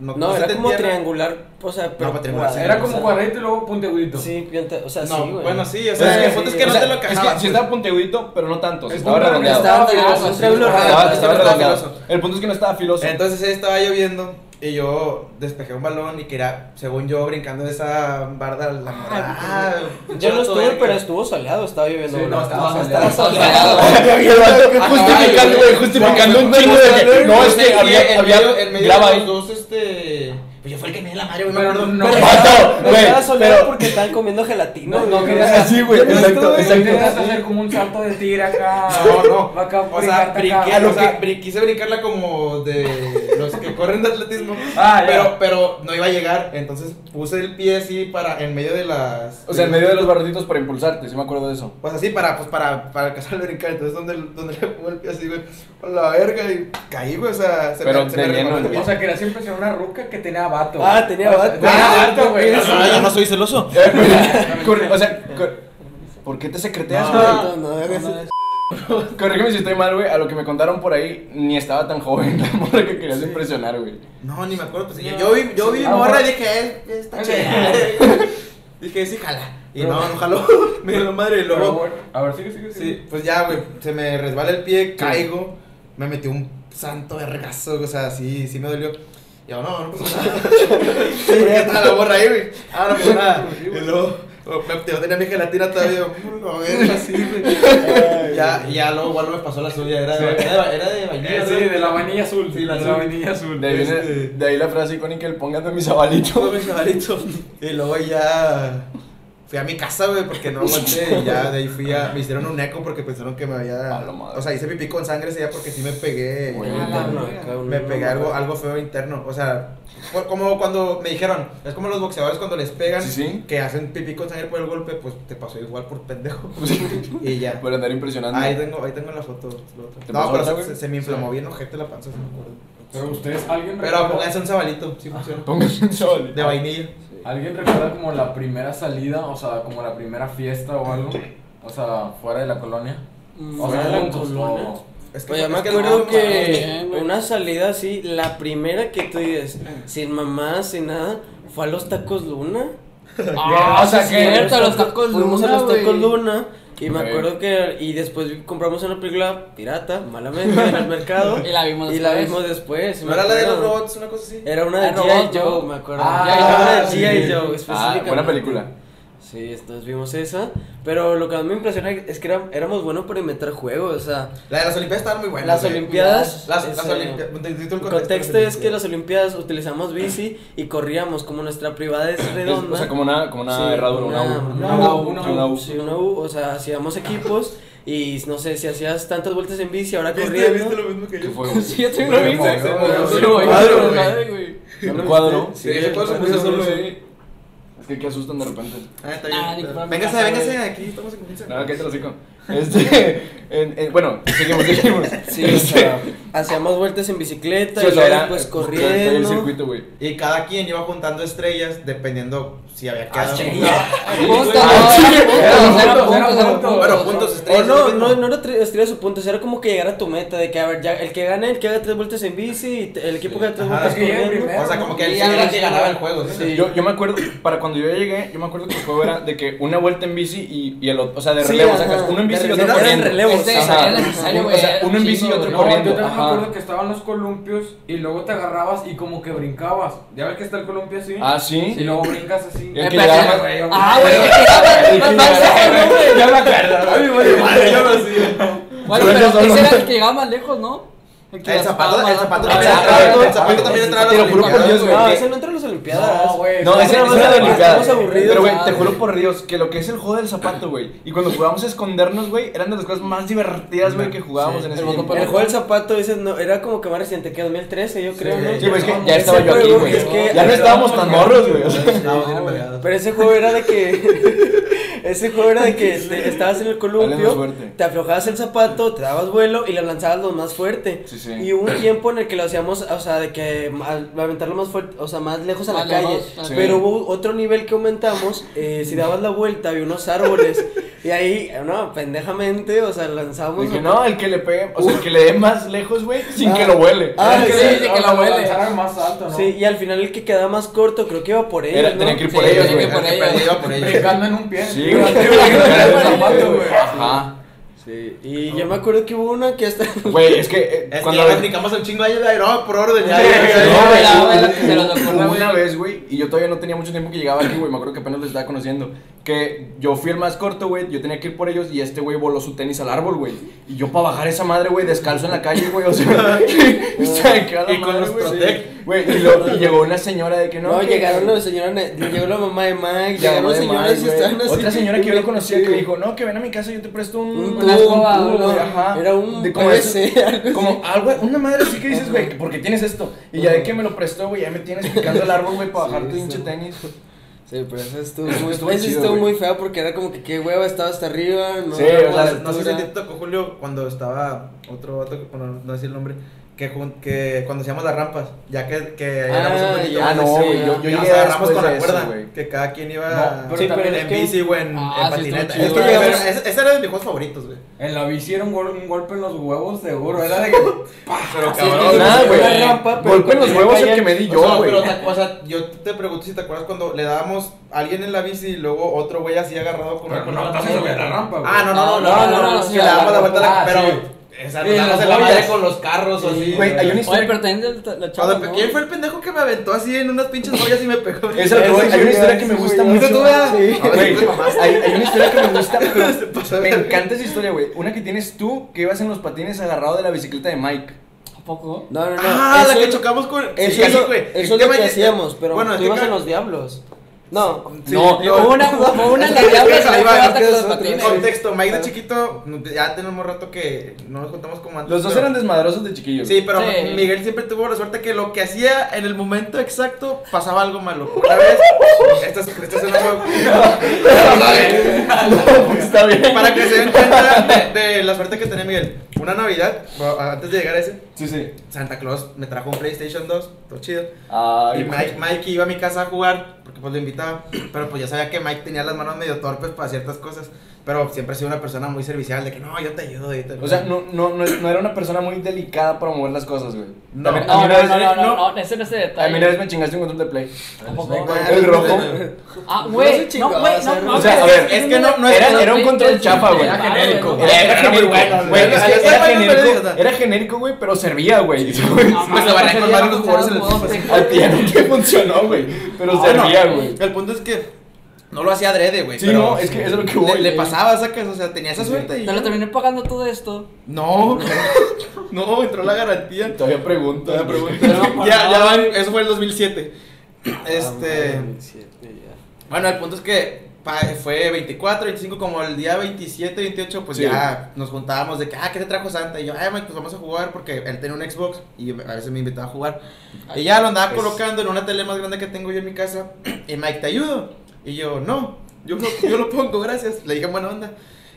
[SPEAKER 2] No,
[SPEAKER 4] No,
[SPEAKER 2] se
[SPEAKER 4] era
[SPEAKER 2] te
[SPEAKER 4] como
[SPEAKER 2] entierra.
[SPEAKER 4] triangular. O sea, pero.
[SPEAKER 2] para triangular, sí.
[SPEAKER 4] cuadrado,
[SPEAKER 3] Era
[SPEAKER 4] o
[SPEAKER 3] como
[SPEAKER 4] sea,
[SPEAKER 3] cuadrito y luego puntegudito.
[SPEAKER 4] Sí, pianta- o sea,
[SPEAKER 2] No,
[SPEAKER 4] sí, güey.
[SPEAKER 2] bueno, sí, o sea,
[SPEAKER 4] Sí,
[SPEAKER 2] es que
[SPEAKER 4] sí,
[SPEAKER 2] foto es
[SPEAKER 4] sí.
[SPEAKER 2] que no
[SPEAKER 1] O sea,
[SPEAKER 2] te lo pues.
[SPEAKER 1] Es
[SPEAKER 2] cajabas.
[SPEAKER 1] que sí estaba punteudito, pero no tanto.
[SPEAKER 3] Es
[SPEAKER 1] Estaba
[SPEAKER 3] un
[SPEAKER 1] redondeado.
[SPEAKER 4] Estaba
[SPEAKER 3] Estaba
[SPEAKER 4] filoso,
[SPEAKER 3] filoso,
[SPEAKER 4] un triángulo
[SPEAKER 3] sí.
[SPEAKER 4] raro.
[SPEAKER 1] Estaba,
[SPEAKER 4] así
[SPEAKER 1] estaba
[SPEAKER 4] que estaba
[SPEAKER 1] redondeado.
[SPEAKER 4] filoso.
[SPEAKER 1] El punto es que no estaba filoso.
[SPEAKER 2] Entonces estaba lloviendo y yo despejé un balón y quería, según yo, brincando de esa barda a la Ah,
[SPEAKER 4] Yo no
[SPEAKER 2] chato,
[SPEAKER 4] estuve,
[SPEAKER 2] verga.
[SPEAKER 4] pero estuvo soleado, estaba lloviendo.
[SPEAKER 3] Sí,
[SPEAKER 4] güey.
[SPEAKER 3] no, estaba
[SPEAKER 4] Ah,
[SPEAKER 3] soleado.
[SPEAKER 1] Y el vato que justificando, güey, justificando un chingo de que- No, es que
[SPEAKER 2] en medio- en
[SPEAKER 1] había,
[SPEAKER 2] medio- en
[SPEAKER 1] había,
[SPEAKER 2] medio
[SPEAKER 1] graba
[SPEAKER 2] de los
[SPEAKER 1] ahí.
[SPEAKER 2] dos, este. Pues yo fue el que me dio la madre, güey, me
[SPEAKER 3] Pero
[SPEAKER 2] acuerdo.
[SPEAKER 3] no-
[SPEAKER 4] Pero
[SPEAKER 1] Vato,
[SPEAKER 4] estaba-
[SPEAKER 1] güey,
[SPEAKER 4] estaba soleado
[SPEAKER 1] pero-
[SPEAKER 4] porque estaban comiendo gelatina.
[SPEAKER 3] No, no
[SPEAKER 4] güey.
[SPEAKER 3] querías-
[SPEAKER 1] Así, güey, exacto,
[SPEAKER 3] Querías
[SPEAKER 1] exacto.
[SPEAKER 3] hacer como un salto de tira acá.
[SPEAKER 2] No, <laughs> no.
[SPEAKER 3] Acá,
[SPEAKER 2] o sea,
[SPEAKER 3] brincarte acá.
[SPEAKER 2] brinqué,
[SPEAKER 3] A lo
[SPEAKER 2] o sea,
[SPEAKER 3] que-
[SPEAKER 2] brin- quise brincarla como de los que corren de atletismo.
[SPEAKER 3] Ah, ya.
[SPEAKER 2] pero, pero no iba a llegar. Entonces puse el pie así para en medio de las.
[SPEAKER 1] O sea, en medio de los barrotitos para impulsarte, sí me acuerdo de eso.
[SPEAKER 2] <laughs> Pues así para, pues para, para alcanzarlo a brincar. Entonces, donde, donde le pongo el pie así, güey. A la verga. Y caí, güey. O sea, se
[SPEAKER 1] Pero
[SPEAKER 2] me, se
[SPEAKER 1] de
[SPEAKER 2] me
[SPEAKER 1] lleno,
[SPEAKER 2] resbaló
[SPEAKER 1] güey.
[SPEAKER 2] bien.
[SPEAKER 3] O sea, querías impresionar una ruca que tenía vato.
[SPEAKER 4] Ah, tenía
[SPEAKER 3] O sea,
[SPEAKER 4] vato.
[SPEAKER 3] <laughs> Tenía
[SPEAKER 2] Ah,
[SPEAKER 3] vato, güey.
[SPEAKER 2] Ah, ya no
[SPEAKER 1] soy <laughs> celoso. o sea, cor- ¿por qué te secreteas, güey?
[SPEAKER 4] No, no, no, no, no.
[SPEAKER 1] Corrígeme si estoy mal, güey. A lo que me contaron por ahí, ni estaba tan joven <laughs> la morra que querías impresionar, güey.
[SPEAKER 2] No, ni me acuerdo. Pues, yo, yo vi, yo vi
[SPEAKER 3] Sí, a lo
[SPEAKER 2] morra y
[SPEAKER 3] mejor-
[SPEAKER 2] dije, eh, está
[SPEAKER 3] Ah, Ok.
[SPEAKER 2] chida. <laughs> dije, sí, jala. Y
[SPEAKER 3] Pero-
[SPEAKER 2] no, no jaló. <laughs> Me dio la madre y
[SPEAKER 3] Pero
[SPEAKER 2] luego.
[SPEAKER 3] bueno, A ver, sigue, sigue, sigue.
[SPEAKER 2] Sí, pues ya, güey, se me resbala el pie, caigo, me metí un santo vergazo, o sea, sí, sí me dolió. Y yo, no, no pasó nada.
[SPEAKER 3] <laughs>
[SPEAKER 2] <laughs> Porque estaba la borra ahí, güey. Ah, no pasó nada. Y luego, oh, me- yo tenía mi gelatina todavía, yo, no, verga, así, güey. Ya, ya luego igual me pasó la suya, era de, era de, era de vainilla,
[SPEAKER 3] Eh, Sí,
[SPEAKER 2] ¿no?
[SPEAKER 3] de la vainilla azul.
[SPEAKER 2] Sí, la
[SPEAKER 3] de
[SPEAKER 2] azul.
[SPEAKER 3] la vainilla azul.
[SPEAKER 1] De ahí, viene-
[SPEAKER 2] Este-
[SPEAKER 1] de ahí la frase icónica, el póngame mis <laughs> abalitos.
[SPEAKER 2] Todo mi chavalito. Y luego ya fui a mi casa, güey, porque no aguanté. Y ya de ahí fui a. Me hicieron un eco porque pensaron que me había.
[SPEAKER 1] A la madre.
[SPEAKER 2] O sea, hice pipí con sangre ese día porque sí me pegué.
[SPEAKER 1] Güey,
[SPEAKER 4] Ah,
[SPEAKER 5] la
[SPEAKER 4] no,
[SPEAKER 5] verga.
[SPEAKER 4] acá uno-
[SPEAKER 2] Me pegué algo, algo feo interno. O sea, fue como cuando me dijeron, es como los boxeadores cuando les pegan,
[SPEAKER 1] Sí, sí.
[SPEAKER 2] que hacen pipí con sangre por el golpe, pues te pasó igual
[SPEAKER 1] <laughs>
[SPEAKER 2] por pendejo. Y ya.
[SPEAKER 1] Por andar impresionando.
[SPEAKER 2] Ahí tengo, ahí tengo la foto. la otra.
[SPEAKER 1] ¿Te pasó
[SPEAKER 2] No,
[SPEAKER 1] ahorita,
[SPEAKER 2] pero se,
[SPEAKER 1] güey?
[SPEAKER 2] se- se me inflamó bien ojete la panza, se me acuerdo.
[SPEAKER 3] Pero ustedes, ¿alguien
[SPEAKER 2] Pero
[SPEAKER 3] recuerda,
[SPEAKER 2] pónganse un sabalito,
[SPEAKER 1] <laughs>
[SPEAKER 2] sí funciona.
[SPEAKER 1] Póngase un chaval.
[SPEAKER 2] De vainilla.
[SPEAKER 3] ¿alguien recuerda como la primera salida? O sea, como la primera fiesta o algo. O sea, fuera de la colonia.
[SPEAKER 4] Mm,
[SPEAKER 3] O sea,
[SPEAKER 4] fuera de la
[SPEAKER 3] juntos,
[SPEAKER 4] colonia.
[SPEAKER 3] o-
[SPEAKER 2] Es
[SPEAKER 4] Oye, me
[SPEAKER 2] es no,
[SPEAKER 4] acuerdo
[SPEAKER 2] no,
[SPEAKER 4] que
[SPEAKER 5] güey.
[SPEAKER 4] una salida así, la primera que tú dices, sin mamá, sin nada, fue a los tacos Luna.
[SPEAKER 5] Ah, o sea,
[SPEAKER 4] Sí,
[SPEAKER 5] que
[SPEAKER 4] cierto,
[SPEAKER 5] los tacos
[SPEAKER 4] Fuimos a los
[SPEAKER 5] Luna,
[SPEAKER 4] tacos
[SPEAKER 5] güey.
[SPEAKER 4] Luna. Y me
[SPEAKER 1] Ok.
[SPEAKER 4] acuerdo que. Y después compramos una película pirata, malamente, en el mercado.
[SPEAKER 5] <laughs> Y la vimos
[SPEAKER 4] Y la
[SPEAKER 5] después.
[SPEAKER 4] vimos después.
[SPEAKER 2] ¿No
[SPEAKER 4] me
[SPEAKER 2] era la de los
[SPEAKER 4] acuerdo.
[SPEAKER 2] robots, una cosa así?
[SPEAKER 4] Era una de
[SPEAKER 5] Ah, robot,
[SPEAKER 4] G.I. Joe,
[SPEAKER 5] ¿no?
[SPEAKER 4] me acuerdo.
[SPEAKER 3] Ah,
[SPEAKER 4] era una de
[SPEAKER 3] sí.
[SPEAKER 4] G.I. Joe,
[SPEAKER 1] Ah,
[SPEAKER 4] específicamente.
[SPEAKER 1] buena película.
[SPEAKER 4] Sí, entonces vimos esa. Pero lo que más me impresiona es que era- éramos buenos para inventar juegos. O sea,
[SPEAKER 2] La de las Olimpiadas estaban muy buenas.
[SPEAKER 4] Las
[SPEAKER 2] güey.
[SPEAKER 4] Olimpiadas,
[SPEAKER 2] Las,
[SPEAKER 4] es,
[SPEAKER 2] las
[SPEAKER 4] eh,
[SPEAKER 2] Olimpiadas. te- te- te- te-
[SPEAKER 4] el contexto es que las Olimpiadas utilizamos bici y corríamos. Como nuestra privada
[SPEAKER 1] <clears throat>
[SPEAKER 4] es
[SPEAKER 1] Es-
[SPEAKER 4] redonda.
[SPEAKER 1] o sea, como una, como una
[SPEAKER 4] Sí,
[SPEAKER 1] herradura, una
[SPEAKER 4] una-
[SPEAKER 1] U.
[SPEAKER 5] una U, una
[SPEAKER 1] Una
[SPEAKER 5] U.
[SPEAKER 1] U.
[SPEAKER 4] Sí, una U, o sea, hacíamos equipos y no sé si hacías tantas vueltas en bici, ahora
[SPEAKER 2] ¿Viste,
[SPEAKER 4] corriendo.
[SPEAKER 2] ¿Viste lo mismo que
[SPEAKER 1] ¿Qué
[SPEAKER 2] yo?
[SPEAKER 1] fue? <laughs>
[SPEAKER 5] <laughs> Sí, yo tengo una
[SPEAKER 3] Me
[SPEAKER 5] vista.
[SPEAKER 3] movió, me movió.
[SPEAKER 5] Sí, lo voy a
[SPEAKER 2] Cuadro,
[SPEAKER 5] hacer,
[SPEAKER 2] güey.
[SPEAKER 5] madre, güey.
[SPEAKER 1] ¿Un cuadro?
[SPEAKER 2] Sí, el cuadro se
[SPEAKER 1] Yo
[SPEAKER 2] puso solo.
[SPEAKER 1] solo vi. Es que qué asustan de repente.
[SPEAKER 2] Ah, está
[SPEAKER 5] Ah, ni
[SPEAKER 2] bien.
[SPEAKER 5] para mi
[SPEAKER 2] Véngase,
[SPEAKER 5] casa,
[SPEAKER 2] véngase,
[SPEAKER 5] güey.
[SPEAKER 2] aquí estamos en confianza.
[SPEAKER 1] No, que te lo digo. Este, en- en- bueno, seguimos, seguimos.
[SPEAKER 4] Sí, o
[SPEAKER 1] Este,
[SPEAKER 4] sea, hacíamos vueltas en bicicleta
[SPEAKER 1] sí, o
[SPEAKER 4] y
[SPEAKER 1] sea,
[SPEAKER 4] luego
[SPEAKER 1] era-
[SPEAKER 4] pues
[SPEAKER 1] era el
[SPEAKER 4] corriendo.
[SPEAKER 1] circuito, güey.
[SPEAKER 2] Y cada quien iba juntando estrellas dependiendo si había quedado.
[SPEAKER 5] Puntos,
[SPEAKER 1] Era
[SPEAKER 5] no,
[SPEAKER 1] puntos,
[SPEAKER 5] era
[SPEAKER 1] era
[SPEAKER 5] puntos.
[SPEAKER 2] Bueno, puntos,
[SPEAKER 4] O
[SPEAKER 2] estrellas.
[SPEAKER 4] Oh, no, no, no era tres- estrellas o puntos, era como que llegar a tu meta, de que a ver, ya, el que gane, el que haga tres vueltas en bici, y te- el equipo que haga tres
[SPEAKER 2] Ajá,
[SPEAKER 4] vueltas
[SPEAKER 2] el que
[SPEAKER 5] llegue
[SPEAKER 4] corriendo.
[SPEAKER 5] primero.
[SPEAKER 2] O sea, como que
[SPEAKER 5] Y
[SPEAKER 2] él
[SPEAKER 5] algo
[SPEAKER 2] era el
[SPEAKER 5] así,
[SPEAKER 2] que ganaba
[SPEAKER 5] güey.
[SPEAKER 2] el juego. ¿sí?
[SPEAKER 5] Sí.
[SPEAKER 1] Yo, yo me acuerdo, para cuando yo llegué, yo me acuerdo que el juego era de que una vuelta en bici y, y el otro, o sea, de
[SPEAKER 4] Sí,
[SPEAKER 1] relevo,
[SPEAKER 4] ajá.
[SPEAKER 1] sacas uno en bici y
[SPEAKER 4] De
[SPEAKER 1] otro
[SPEAKER 4] relevo,
[SPEAKER 1] corriendo.
[SPEAKER 4] eran relevos.
[SPEAKER 1] Ajá.
[SPEAKER 4] Este,
[SPEAKER 5] era necesario,
[SPEAKER 1] O sea,
[SPEAKER 5] güey,
[SPEAKER 1] uno en bici y
[SPEAKER 5] era
[SPEAKER 1] otro
[SPEAKER 5] un
[SPEAKER 3] No, yo
[SPEAKER 1] corriendo.
[SPEAKER 3] también me
[SPEAKER 1] Ajá.
[SPEAKER 3] acuerdo que estaban los columpios y luego te agarrabas y como que brincabas. Ya ves que está el columpio así.
[SPEAKER 1] Ah, sí.
[SPEAKER 3] Y luego brincas así. Eh,
[SPEAKER 1] El que
[SPEAKER 3] Espérate,
[SPEAKER 1] llegaba-
[SPEAKER 3] güey,
[SPEAKER 5] Ah, güey, el que llegaba-
[SPEAKER 1] El que
[SPEAKER 5] más
[SPEAKER 1] llegaba-
[SPEAKER 5] lejos, güey.
[SPEAKER 1] Ya me acuerdo. Ay, güey.
[SPEAKER 2] Madre, yo lo hacía.
[SPEAKER 5] Bueno,
[SPEAKER 1] Pero
[SPEAKER 5] pero
[SPEAKER 1] esos son
[SPEAKER 5] ese era
[SPEAKER 1] los-
[SPEAKER 5] el que llegaba más lejos, ¿no? que
[SPEAKER 2] El
[SPEAKER 5] raspaba
[SPEAKER 2] zapato,
[SPEAKER 5] más
[SPEAKER 2] el zapato
[SPEAKER 5] la-
[SPEAKER 2] también
[SPEAKER 5] Ah,
[SPEAKER 2] entraba. El
[SPEAKER 5] zapato.
[SPEAKER 2] zapato también entraba. a
[SPEAKER 1] Te
[SPEAKER 2] las
[SPEAKER 1] lo juro por
[SPEAKER 2] Olimpiadas,
[SPEAKER 1] Dios,
[SPEAKER 2] güey.
[SPEAKER 4] No,
[SPEAKER 1] güey.
[SPEAKER 4] ese no entra en las Olimpiadas.
[SPEAKER 3] No, güey.
[SPEAKER 1] No, ese
[SPEAKER 4] Esa
[SPEAKER 1] ese
[SPEAKER 4] no
[SPEAKER 1] era
[SPEAKER 4] era
[SPEAKER 1] de
[SPEAKER 4] la que
[SPEAKER 1] Olimpiadas.
[SPEAKER 4] estamos aburridos,
[SPEAKER 1] Pero, güey,
[SPEAKER 4] madre.
[SPEAKER 1] te juro por Dios que lo que es el juego del zapato, güey. Y cuando jugábamos a escondernos, güey, eran de las cosas más divertidas, güey, que jugábamos
[SPEAKER 4] Sí,
[SPEAKER 1] en ese
[SPEAKER 5] el botón
[SPEAKER 1] tiempo.
[SPEAKER 5] para
[SPEAKER 4] El juego del zapato ese no, era como que más reciente, que 2013, yo creo, ¿no?
[SPEAKER 1] Sí, güey, es que ya
[SPEAKER 4] Ese
[SPEAKER 1] estaba yo aquí,
[SPEAKER 4] juego
[SPEAKER 1] güey.
[SPEAKER 4] es que-
[SPEAKER 1] Ya no estábamos tan morros, güey. o sea.
[SPEAKER 2] Estábamos bien embeleados.
[SPEAKER 4] Pero ese juego era de que. <laughs> ese juego era de que
[SPEAKER 1] <laughs>
[SPEAKER 4] te- estabas en el
[SPEAKER 1] Hablemos
[SPEAKER 4] columpio,
[SPEAKER 1] fuerte.
[SPEAKER 4] te aflojabas el zapato, te dabas vuelo y lo lanzabas lo más fuerte.
[SPEAKER 1] Sí, sí.
[SPEAKER 4] Y hubo un tiempo en el que lo hacíamos, o sea, de que al aventarlo más fuerte, o sea, más lejos a la
[SPEAKER 5] Más
[SPEAKER 4] calle.
[SPEAKER 5] lejos, más
[SPEAKER 4] Pero
[SPEAKER 1] lejos.
[SPEAKER 4] hubo otro nivel que aumentamos, eh, si dabas la vuelta había unos árboles. y ahí, no, pendejamente, o sea, lanzábamos.
[SPEAKER 1] De que no, el que le pegue, o sea, el que le dé más lejos, güey, sin
[SPEAKER 4] Ah.
[SPEAKER 1] que lo vuele.
[SPEAKER 4] Ah,
[SPEAKER 3] Es
[SPEAKER 4] sí,
[SPEAKER 5] de que la
[SPEAKER 3] o sea,
[SPEAKER 5] huele.
[SPEAKER 3] lanzaran más alto, ¿no?
[SPEAKER 4] Sí, y al final el que quedaba más corto creo que iba por él.
[SPEAKER 1] Era- tenía que ir por
[SPEAKER 5] Sí,
[SPEAKER 1] ellos,
[SPEAKER 5] tenía
[SPEAKER 1] güey.
[SPEAKER 5] que ir por
[SPEAKER 2] El que
[SPEAKER 5] ellos.
[SPEAKER 2] perdía iba por ellos. <laughs>
[SPEAKER 3] Brincando en un pie.
[SPEAKER 1] Sí, güey. Ajá.
[SPEAKER 4] Sí, y yo me acuerdo que hubo una que hasta...
[SPEAKER 1] Güey, es que eh,
[SPEAKER 2] Es que
[SPEAKER 1] cuando
[SPEAKER 2] ya
[SPEAKER 1] la-
[SPEAKER 2] nos brincamos un chingo ahí, güey, no, por orden. ya,
[SPEAKER 1] No,
[SPEAKER 2] ya, ya, ya.
[SPEAKER 5] güey, la-
[SPEAKER 1] güey,
[SPEAKER 5] la- la- se los ocurra,
[SPEAKER 1] hubo
[SPEAKER 5] güey.
[SPEAKER 1] una vez, güey, y yo todavía no tenía mucho tiempo que llegaba aquí, güey, me acuerdo que apenas los estaba conociendo, que yo fui el más corto, güey, yo tenía que ir por ellos y este güey voló su tenis al árbol, güey, y yo para bajar esa madre, güey, descalzo en la calle, güey, o
[SPEAKER 2] <laughs>
[SPEAKER 1] sea, <laughs> o sea, que a la
[SPEAKER 2] Y con
[SPEAKER 1] madre,
[SPEAKER 2] los
[SPEAKER 1] güey,
[SPEAKER 2] Protec.
[SPEAKER 1] sí. güey, y, lo- y llegó una señora de que no,
[SPEAKER 4] No,
[SPEAKER 1] que-
[SPEAKER 4] llegaron los señores, llegó la mamá de Mike,
[SPEAKER 1] Ya,
[SPEAKER 4] llegaron los
[SPEAKER 1] güey,
[SPEAKER 4] señores y
[SPEAKER 1] güey.
[SPEAKER 4] estaban así.
[SPEAKER 1] Otra señora que yo no conocía que
[SPEAKER 4] Sí.
[SPEAKER 1] me dijo, no, que ven a mi casa, yo te presto un...
[SPEAKER 4] Un
[SPEAKER 5] Una
[SPEAKER 4] tubo,
[SPEAKER 5] escoba,
[SPEAKER 4] un tubo,
[SPEAKER 5] una-
[SPEAKER 1] Ajá.
[SPEAKER 4] Era un
[SPEAKER 1] de como
[SPEAKER 4] PVC,
[SPEAKER 1] eso,
[SPEAKER 4] algo así.
[SPEAKER 1] como ah, güey, una madre así que dices, güey, ¿por qué tienes esto? Y ya de que me lo prestó, güey, ya me tienes picando el árbol, güey, para
[SPEAKER 4] Sí,
[SPEAKER 1] bajar tu
[SPEAKER 4] sí.
[SPEAKER 1] hinche tenis.
[SPEAKER 4] Sí, pero eso estuvo
[SPEAKER 1] Eso
[SPEAKER 4] muy,
[SPEAKER 1] estuvo
[SPEAKER 4] eso
[SPEAKER 1] chido,
[SPEAKER 4] estuvo
[SPEAKER 1] güey.
[SPEAKER 4] muy feo porque era como que qué hueva, estaba hasta arriba, no.
[SPEAKER 1] Sí, o sea,
[SPEAKER 4] la
[SPEAKER 2] No sé si
[SPEAKER 4] altura.
[SPEAKER 2] a ti te tocó, Julio, cuando estaba otro vato, que, bueno, no sé el nombre, que, jun- que cuando hacíamos las rampas, ya que, que
[SPEAKER 4] Ah,
[SPEAKER 2] éramos un poquito
[SPEAKER 4] ya,
[SPEAKER 2] más
[SPEAKER 4] no,
[SPEAKER 2] así,
[SPEAKER 4] güey,
[SPEAKER 1] yo
[SPEAKER 2] que
[SPEAKER 4] yo-
[SPEAKER 2] nos
[SPEAKER 1] llegué
[SPEAKER 2] agarramos
[SPEAKER 1] después
[SPEAKER 2] con la
[SPEAKER 1] de eso,
[SPEAKER 2] cuerda,
[SPEAKER 1] güey.
[SPEAKER 2] que cada quien iba
[SPEAKER 3] No, pero también
[SPEAKER 4] Sí, pero
[SPEAKER 2] en
[SPEAKER 4] es que-
[SPEAKER 2] bici o en,
[SPEAKER 5] Ah,
[SPEAKER 2] en
[SPEAKER 5] sí, estuvo
[SPEAKER 2] patineta.
[SPEAKER 5] chido.
[SPEAKER 2] Es que
[SPEAKER 4] Ah,
[SPEAKER 2] llegamos-
[SPEAKER 4] sí.
[SPEAKER 2] ese, ese era de mis juegos favoritos, güey.
[SPEAKER 3] En la bici era un, gol- un golpe en los huevos, seguro. Era de que.
[SPEAKER 2] Pero
[SPEAKER 4] Sí, es que
[SPEAKER 1] nada,
[SPEAKER 4] es
[SPEAKER 1] güey.
[SPEAKER 4] una rampa, pero
[SPEAKER 1] Golpe en los
[SPEAKER 4] cuando
[SPEAKER 1] huevos
[SPEAKER 4] caía-
[SPEAKER 1] el que me di
[SPEAKER 2] o sea,
[SPEAKER 1] yo, güey.
[SPEAKER 2] pero te- o sea, yo te pregunto si te acuerdas cuando le dábamos a alguien en la bici y luego otro güey así agarrado con
[SPEAKER 3] Pero
[SPEAKER 2] con
[SPEAKER 3] no
[SPEAKER 2] una
[SPEAKER 3] estás
[SPEAKER 2] pata,
[SPEAKER 3] en
[SPEAKER 2] güey.
[SPEAKER 3] la rampa, güey.
[SPEAKER 2] Ah, no, no, no, no, no, no, no,
[SPEAKER 5] sí,
[SPEAKER 2] que le
[SPEAKER 5] la
[SPEAKER 2] damos la
[SPEAKER 5] rampa.
[SPEAKER 2] vuelta a la
[SPEAKER 3] Ah,
[SPEAKER 2] pero
[SPEAKER 3] sí.
[SPEAKER 2] esa
[SPEAKER 3] Y
[SPEAKER 2] nos damos
[SPEAKER 3] las
[SPEAKER 2] en la madre
[SPEAKER 3] boyas.
[SPEAKER 2] con los carros o así.
[SPEAKER 1] Güey, hay una
[SPEAKER 5] Oye,
[SPEAKER 1] historia.
[SPEAKER 5] pero también de la- la chava,
[SPEAKER 2] Cuando-
[SPEAKER 5] ¿no?
[SPEAKER 2] ¿Quién fue el pendejo que me aventó así en unas pinches joyas y me
[SPEAKER 1] <laughs>
[SPEAKER 2] pegó?
[SPEAKER 1] Esa es la que voy, hay una historia que me gusta
[SPEAKER 2] ¿Esa
[SPEAKER 1] mucho.
[SPEAKER 2] tú, verdad?
[SPEAKER 1] Sí.
[SPEAKER 2] A ver,
[SPEAKER 1] Güey,
[SPEAKER 2] tú te mamaste.
[SPEAKER 1] hay, hay una historia que me gusta,
[SPEAKER 2] Se pasó
[SPEAKER 1] pero
[SPEAKER 2] de
[SPEAKER 1] me
[SPEAKER 2] verga.
[SPEAKER 1] encanta esa historia, güey. Una que tienes tú que ibas en los patines agarrado de la bicicleta de Mike.
[SPEAKER 5] ¿A poco?
[SPEAKER 4] No, no, no.
[SPEAKER 2] Ah, la
[SPEAKER 4] eso-
[SPEAKER 2] que chocamos con.
[SPEAKER 4] Eso,
[SPEAKER 2] sí,
[SPEAKER 4] eso-
[SPEAKER 2] güey.
[SPEAKER 4] eso
[SPEAKER 2] El
[SPEAKER 4] es lo
[SPEAKER 2] tema
[SPEAKER 4] que
[SPEAKER 2] es-
[SPEAKER 4] hacíamos, pero
[SPEAKER 2] Bueno,
[SPEAKER 4] tú
[SPEAKER 2] es que
[SPEAKER 4] ibas
[SPEAKER 2] ca-
[SPEAKER 4] en los diablos. No,
[SPEAKER 2] Sí,
[SPEAKER 1] No,
[SPEAKER 2] yo-
[SPEAKER 5] Hubo una, hubo una en la
[SPEAKER 2] Ahí va,
[SPEAKER 5] llave,
[SPEAKER 2] ahí
[SPEAKER 5] se
[SPEAKER 2] va,
[SPEAKER 5] fue hasta
[SPEAKER 2] es
[SPEAKER 5] con los
[SPEAKER 2] otro.
[SPEAKER 5] patines.
[SPEAKER 2] Contexto, Mike de chiquito, ya tenemos rato que no nos juntamos como antes.
[SPEAKER 1] Los dos
[SPEAKER 2] pero-
[SPEAKER 1] eran desmadrosos de chiquillos. <laughs>
[SPEAKER 2] Sí, pero
[SPEAKER 5] Sí.
[SPEAKER 2] Miguel siempre tuvo la suerte que lo que hacía en el momento exacto pasaba algo malo. Una vez, esta es, esta es una
[SPEAKER 1] pues, está bien.
[SPEAKER 2] Para que se den cuenta
[SPEAKER 1] <laughs>
[SPEAKER 2] de, de la suerte que tenía Miguel. Una Navidad, bueno, antes de llegar a ese,
[SPEAKER 1] Sí, sí.
[SPEAKER 2] Santa Claus me trajo un PlayStation 2, todo chido.
[SPEAKER 1] Ay,
[SPEAKER 2] Y Mike, Mike iba a mi casa a jugar, porque pues lo invitaba, pero pues yo sabía que Mike tenía las manos medio torpes para ciertas cosas, pero siempre ha sido una persona muy servicial, de que no, yo te ayudo, yo te ayudo".
[SPEAKER 1] O sea, no, no, no, no era una persona muy delicada para mover las cosas, güey.
[SPEAKER 2] No.
[SPEAKER 1] También- a mí
[SPEAKER 5] No,
[SPEAKER 1] una
[SPEAKER 5] no,
[SPEAKER 1] vez-
[SPEAKER 5] no, no, no, no, ese no es el
[SPEAKER 1] A mí una
[SPEAKER 5] detalle.
[SPEAKER 1] vez me chingaste un control de play.
[SPEAKER 5] ¿A poco?
[SPEAKER 1] El rojo.
[SPEAKER 5] Ah,
[SPEAKER 4] No
[SPEAKER 5] güey,
[SPEAKER 4] se
[SPEAKER 5] no,
[SPEAKER 4] chingaba,
[SPEAKER 5] güey, no,
[SPEAKER 4] ¿sabes?
[SPEAKER 5] no,
[SPEAKER 1] O sea,
[SPEAKER 5] güey,
[SPEAKER 1] a ver,
[SPEAKER 2] es que no- no
[SPEAKER 1] Era,
[SPEAKER 5] los
[SPEAKER 1] era un control
[SPEAKER 5] pinches
[SPEAKER 1] chafa, güey.
[SPEAKER 5] era genérico.
[SPEAKER 1] Era, era
[SPEAKER 2] Era muy
[SPEAKER 1] genérico. Güey,
[SPEAKER 2] bueno, güey.
[SPEAKER 1] es que era
[SPEAKER 2] Era
[SPEAKER 1] genérico,
[SPEAKER 2] bueno, pero-
[SPEAKER 1] era genérico, güey, pero servía, güey. <laughs>
[SPEAKER 5] No,
[SPEAKER 2] Pues la
[SPEAKER 5] mames,
[SPEAKER 2] barré con
[SPEAKER 5] ya
[SPEAKER 2] varios
[SPEAKER 5] no
[SPEAKER 2] jugadores en el
[SPEAKER 5] jugamos,
[SPEAKER 2] fútbol.
[SPEAKER 5] pendejo.
[SPEAKER 1] Al piano que funcionó, güey. Pero
[SPEAKER 2] Ah,
[SPEAKER 1] servía,
[SPEAKER 2] bueno,
[SPEAKER 1] güey.
[SPEAKER 2] El punto es que No lo hacía adrede, güey.
[SPEAKER 1] Sí,
[SPEAKER 2] pero
[SPEAKER 1] no, es que es lo que voy, eh.
[SPEAKER 2] Le, le
[SPEAKER 1] güey.
[SPEAKER 2] pasaba, sacas, o sea, tenía esa suerte
[SPEAKER 1] <laughs>
[SPEAKER 2] y.
[SPEAKER 5] Te lo terminé pagando todo esto.
[SPEAKER 2] No, <laughs> no, entró la garantía.
[SPEAKER 1] Todavía pregunto.
[SPEAKER 2] Todavía pregunto. <laughs> ya, ya van, eso fue el 2007. Este. Bueno, el punto es que pa- fue 24, 25, como el día 27, 28, pues
[SPEAKER 1] Sí.
[SPEAKER 2] ya nos juntábamos de que, ah, ¿qué te trajo Santa? Y yo, ay, Mike, pues vamos a jugar porque él tenía un Xbox y a veces me invitaba a jugar. Y ya lo andaba colocando en una tele más grande que tengo yo en mi casa. <clears throat> Y Mike, ¿te ayudo? Y yo, no, yo lo, yo lo pongo, gracias. Le dije, buena onda.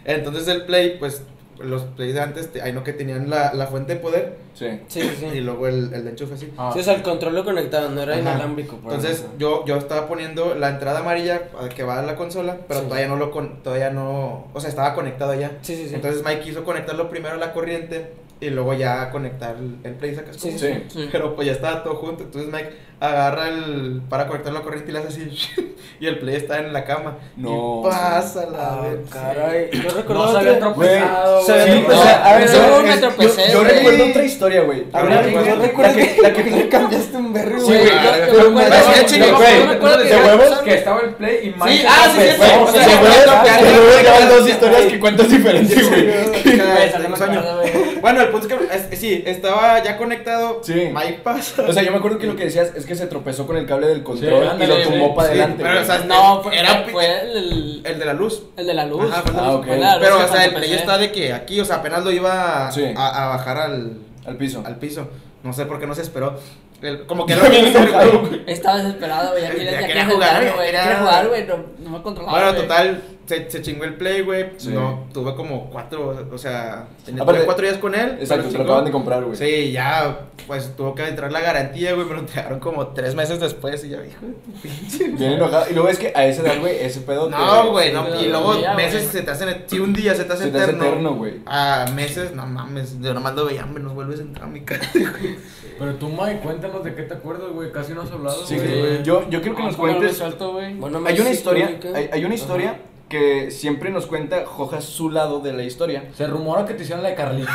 [SPEAKER 2] Entonces el Play, pues los Plays de antes, te- ahí no que tenían la, la fuente de poder
[SPEAKER 1] Sí.
[SPEAKER 4] Sí, sí,
[SPEAKER 2] y
[SPEAKER 4] sí.
[SPEAKER 2] luego el, el de enchufe así.
[SPEAKER 3] Ah,
[SPEAKER 4] Sí, o sea, el control lo conectaba, no era
[SPEAKER 2] Ajá.
[SPEAKER 4] inalámbrico. por
[SPEAKER 2] Entonces
[SPEAKER 4] ejemplo.
[SPEAKER 2] yo, yo estaba poniendo la entrada amarilla a- que va a la consola, pero
[SPEAKER 4] Sí.
[SPEAKER 2] todavía no lo con, todavía no, o sea, estaba conectado ya.
[SPEAKER 4] Sí, sí, sí.
[SPEAKER 2] Entonces Mike quiso conectarlo primero a la corriente y luego ya conectar el, el play sacas
[SPEAKER 4] Sí,
[SPEAKER 1] Sí.
[SPEAKER 2] como-
[SPEAKER 1] Sí.
[SPEAKER 5] Sí.
[SPEAKER 2] <laughs> Pero pues ya estaba todo junto, entonces Mike agarra el para conectar la corriente y le hace así <laughs> y el play está en la cama.
[SPEAKER 1] No.
[SPEAKER 2] Y pásala.
[SPEAKER 4] Ah,
[SPEAKER 2] güey.
[SPEAKER 4] caray. Yo
[SPEAKER 5] No
[SPEAKER 4] recordaba
[SPEAKER 5] se había
[SPEAKER 4] otra-
[SPEAKER 5] tropezado,
[SPEAKER 4] se
[SPEAKER 5] güey.
[SPEAKER 4] había
[SPEAKER 1] Sí,
[SPEAKER 4] o
[SPEAKER 1] no,
[SPEAKER 4] sea, a ver,
[SPEAKER 1] yo-
[SPEAKER 4] <laughs> a ver,
[SPEAKER 5] me
[SPEAKER 1] es-
[SPEAKER 5] tropecé,
[SPEAKER 1] Yo, yo
[SPEAKER 5] güey.
[SPEAKER 1] recuerdo otra historia, güey.
[SPEAKER 4] a
[SPEAKER 2] Ahora
[SPEAKER 4] ver,
[SPEAKER 2] recuerdo-
[SPEAKER 4] yo
[SPEAKER 2] recuerdo-
[SPEAKER 4] recuerdo que la que le cambiaste un berrio,
[SPEAKER 5] Sí,
[SPEAKER 4] güey.
[SPEAKER 5] yo- yo
[SPEAKER 4] Pero
[SPEAKER 5] me
[SPEAKER 4] me-
[SPEAKER 5] acuerdo-
[SPEAKER 2] decía, "Chinga,
[SPEAKER 5] yo
[SPEAKER 2] güey,
[SPEAKER 5] me acuerdo
[SPEAKER 2] ¿de
[SPEAKER 5] que-
[SPEAKER 1] ¿De huevos?
[SPEAKER 3] que estaba el play y Mike.
[SPEAKER 5] Sí, ah, sí, sí,
[SPEAKER 3] empezó,
[SPEAKER 5] sí,
[SPEAKER 3] o
[SPEAKER 5] sí,
[SPEAKER 3] sea,
[SPEAKER 5] sí,
[SPEAKER 1] Se
[SPEAKER 5] güey.
[SPEAKER 1] pueden
[SPEAKER 5] claro,
[SPEAKER 1] tocar
[SPEAKER 5] claro,
[SPEAKER 1] dos historias que cuentas diferentes, güey.
[SPEAKER 5] Güey,
[SPEAKER 2] Caray,
[SPEAKER 5] salió
[SPEAKER 2] tengo
[SPEAKER 5] más
[SPEAKER 2] sueño.
[SPEAKER 5] caro, güey.
[SPEAKER 2] Bueno, el punto es que es- sí, estaba ya conectado.
[SPEAKER 1] Sí.
[SPEAKER 2] Mike pasa.
[SPEAKER 1] O sea, yo me acuerdo que lo que decías es que se tropezó con el cable del control
[SPEAKER 3] Sí,
[SPEAKER 1] y
[SPEAKER 3] ándale,
[SPEAKER 1] lo tumbó
[SPEAKER 3] sí,
[SPEAKER 1] para
[SPEAKER 2] sí,
[SPEAKER 1] adelante.
[SPEAKER 2] pero,
[SPEAKER 1] güey.
[SPEAKER 2] o sea,
[SPEAKER 5] No, fue,
[SPEAKER 2] Era-
[SPEAKER 5] fue el,
[SPEAKER 2] El de la luz.
[SPEAKER 5] el de la luz.
[SPEAKER 2] Ajá, fue el de la
[SPEAKER 1] Ah,
[SPEAKER 2] luz.
[SPEAKER 1] ok.
[SPEAKER 5] Fue el de la luz
[SPEAKER 2] Pero,
[SPEAKER 5] que
[SPEAKER 2] o sea, el
[SPEAKER 5] cuando
[SPEAKER 2] play
[SPEAKER 5] empecé.
[SPEAKER 2] está de que aquí, o sea, apenas lo iba a,
[SPEAKER 1] Sí.
[SPEAKER 2] a- a bajar al,
[SPEAKER 1] Al piso.
[SPEAKER 2] al piso. No sé por qué no se esperó. El- como que era lo que iba a hacer, güey.
[SPEAKER 5] Estaba desesperado, güey. Ya
[SPEAKER 2] Ya
[SPEAKER 5] quería, ya
[SPEAKER 2] quería
[SPEAKER 5] quería
[SPEAKER 2] jugar,
[SPEAKER 5] sentarme,
[SPEAKER 2] ya
[SPEAKER 5] güey.
[SPEAKER 2] quería-
[SPEAKER 5] Quería jugar, güey. No, no me controlaba.
[SPEAKER 2] Bueno,
[SPEAKER 5] güey.
[SPEAKER 2] total, se, se chingó el play, güey.
[SPEAKER 1] Sí.
[SPEAKER 2] No, tuve como cuatro, o sea, tenía
[SPEAKER 1] Aparte-
[SPEAKER 2] tuve cuatro días con él.
[SPEAKER 1] Exacto,
[SPEAKER 2] pero
[SPEAKER 1] te lo
[SPEAKER 2] se chingó.
[SPEAKER 1] acaban de comprar, güey.
[SPEAKER 2] Sí, ya, pues tuvo que entrar la garantía, güey, pero entregaron como tres meses después y ya, hijo de tu pinche.
[SPEAKER 1] Bien enojado. Y luego es que a esa edad, güey, ese pedo. te-
[SPEAKER 2] No, güey, no,
[SPEAKER 5] sí,
[SPEAKER 2] y luego
[SPEAKER 5] ya, güey.
[SPEAKER 2] meses se te hacen, si un día se te hace
[SPEAKER 1] Se te hace
[SPEAKER 2] eterno.
[SPEAKER 1] eterno, güey.
[SPEAKER 2] Ah, meses, no mames, yo nomás lo veía, hombre, nos vuelves a entrar a mi casa, güey.
[SPEAKER 3] Pero tú, Mike, cuéntanos de qué te acuerdas, güey. Casi no has hablado,
[SPEAKER 1] Sí,
[SPEAKER 3] güey.
[SPEAKER 1] güey. Yo, yo quiero que
[SPEAKER 5] Ah, No,
[SPEAKER 1] nos
[SPEAKER 5] fue algo
[SPEAKER 1] cuentes.
[SPEAKER 5] suelto, güey.
[SPEAKER 4] Bueno,
[SPEAKER 1] Hay
[SPEAKER 4] más
[SPEAKER 1] una historia,
[SPEAKER 4] psicológica.
[SPEAKER 1] hay, hay una historia que siempre nos cuenta Joja su lado de la historia.
[SPEAKER 3] Se rumora que te hicieron la de Carlitos.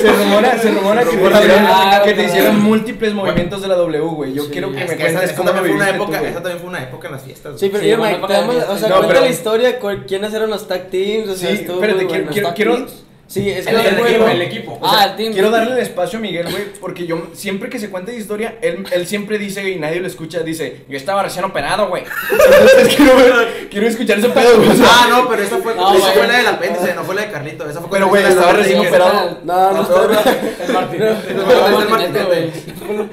[SPEAKER 1] Se rumora, se rumora que, te
[SPEAKER 2] Rumora,
[SPEAKER 1] hicieron,
[SPEAKER 5] claro,
[SPEAKER 1] que te
[SPEAKER 5] claro.
[SPEAKER 1] hicieron múltiple movimientos de la W, güey. Yo quiero que
[SPEAKER 2] Es
[SPEAKER 1] me
[SPEAKER 2] que esa,
[SPEAKER 1] cuentes
[SPEAKER 2] esa
[SPEAKER 1] cómo lo
[SPEAKER 2] también fue una
[SPEAKER 1] viviste tú,
[SPEAKER 2] época,
[SPEAKER 1] güey.
[SPEAKER 2] esa también fue una época en las fiestas.
[SPEAKER 4] Sí, pero
[SPEAKER 5] Sí,
[SPEAKER 4] yo,
[SPEAKER 5] bueno,
[SPEAKER 4] Mike,
[SPEAKER 5] no
[SPEAKER 4] te damos la-
[SPEAKER 5] pagarías,
[SPEAKER 4] o sea,
[SPEAKER 1] no,
[SPEAKER 4] cuenta
[SPEAKER 1] pero-
[SPEAKER 4] la historia, cuál- quiénes eran los tag teams, o sea,
[SPEAKER 1] Sí,
[SPEAKER 4] estuvo
[SPEAKER 1] espérate,
[SPEAKER 4] muy
[SPEAKER 1] quiero-
[SPEAKER 4] bueno.
[SPEAKER 1] quiero-
[SPEAKER 4] Los tag
[SPEAKER 1] quiero-
[SPEAKER 4] teams. Sí, es que
[SPEAKER 2] El
[SPEAKER 4] no
[SPEAKER 2] del
[SPEAKER 4] me
[SPEAKER 2] equipo,
[SPEAKER 4] acuerdo.
[SPEAKER 2] el
[SPEAKER 3] equipo.
[SPEAKER 5] Ah, el team.
[SPEAKER 1] Quiero darle el espacio a Miguel, güey, porque yo siempre que se cuenta historia, él, él siempre dice y nadie lo escucha, dice, yo estaba recién operado, güey. Entonces <laughs> quiero, ver- quiero escuchar ese pedo, güey. o sea,
[SPEAKER 2] Ah, no, pero esa fue,
[SPEAKER 5] No,
[SPEAKER 2] esa
[SPEAKER 5] güey.
[SPEAKER 2] fue la del apéndice, no fue la de Carlito, esa fue
[SPEAKER 1] Pero, güey,
[SPEAKER 2] cuando hice la
[SPEAKER 1] estaba
[SPEAKER 2] de
[SPEAKER 1] recién
[SPEAKER 2] Enrique.
[SPEAKER 1] operado.
[SPEAKER 4] No, no,
[SPEAKER 2] No,
[SPEAKER 4] estaba-
[SPEAKER 3] El Martinete.
[SPEAKER 2] No,
[SPEAKER 5] No,
[SPEAKER 2] no,
[SPEAKER 5] no,
[SPEAKER 2] Martinete,
[SPEAKER 5] no,
[SPEAKER 2] güey.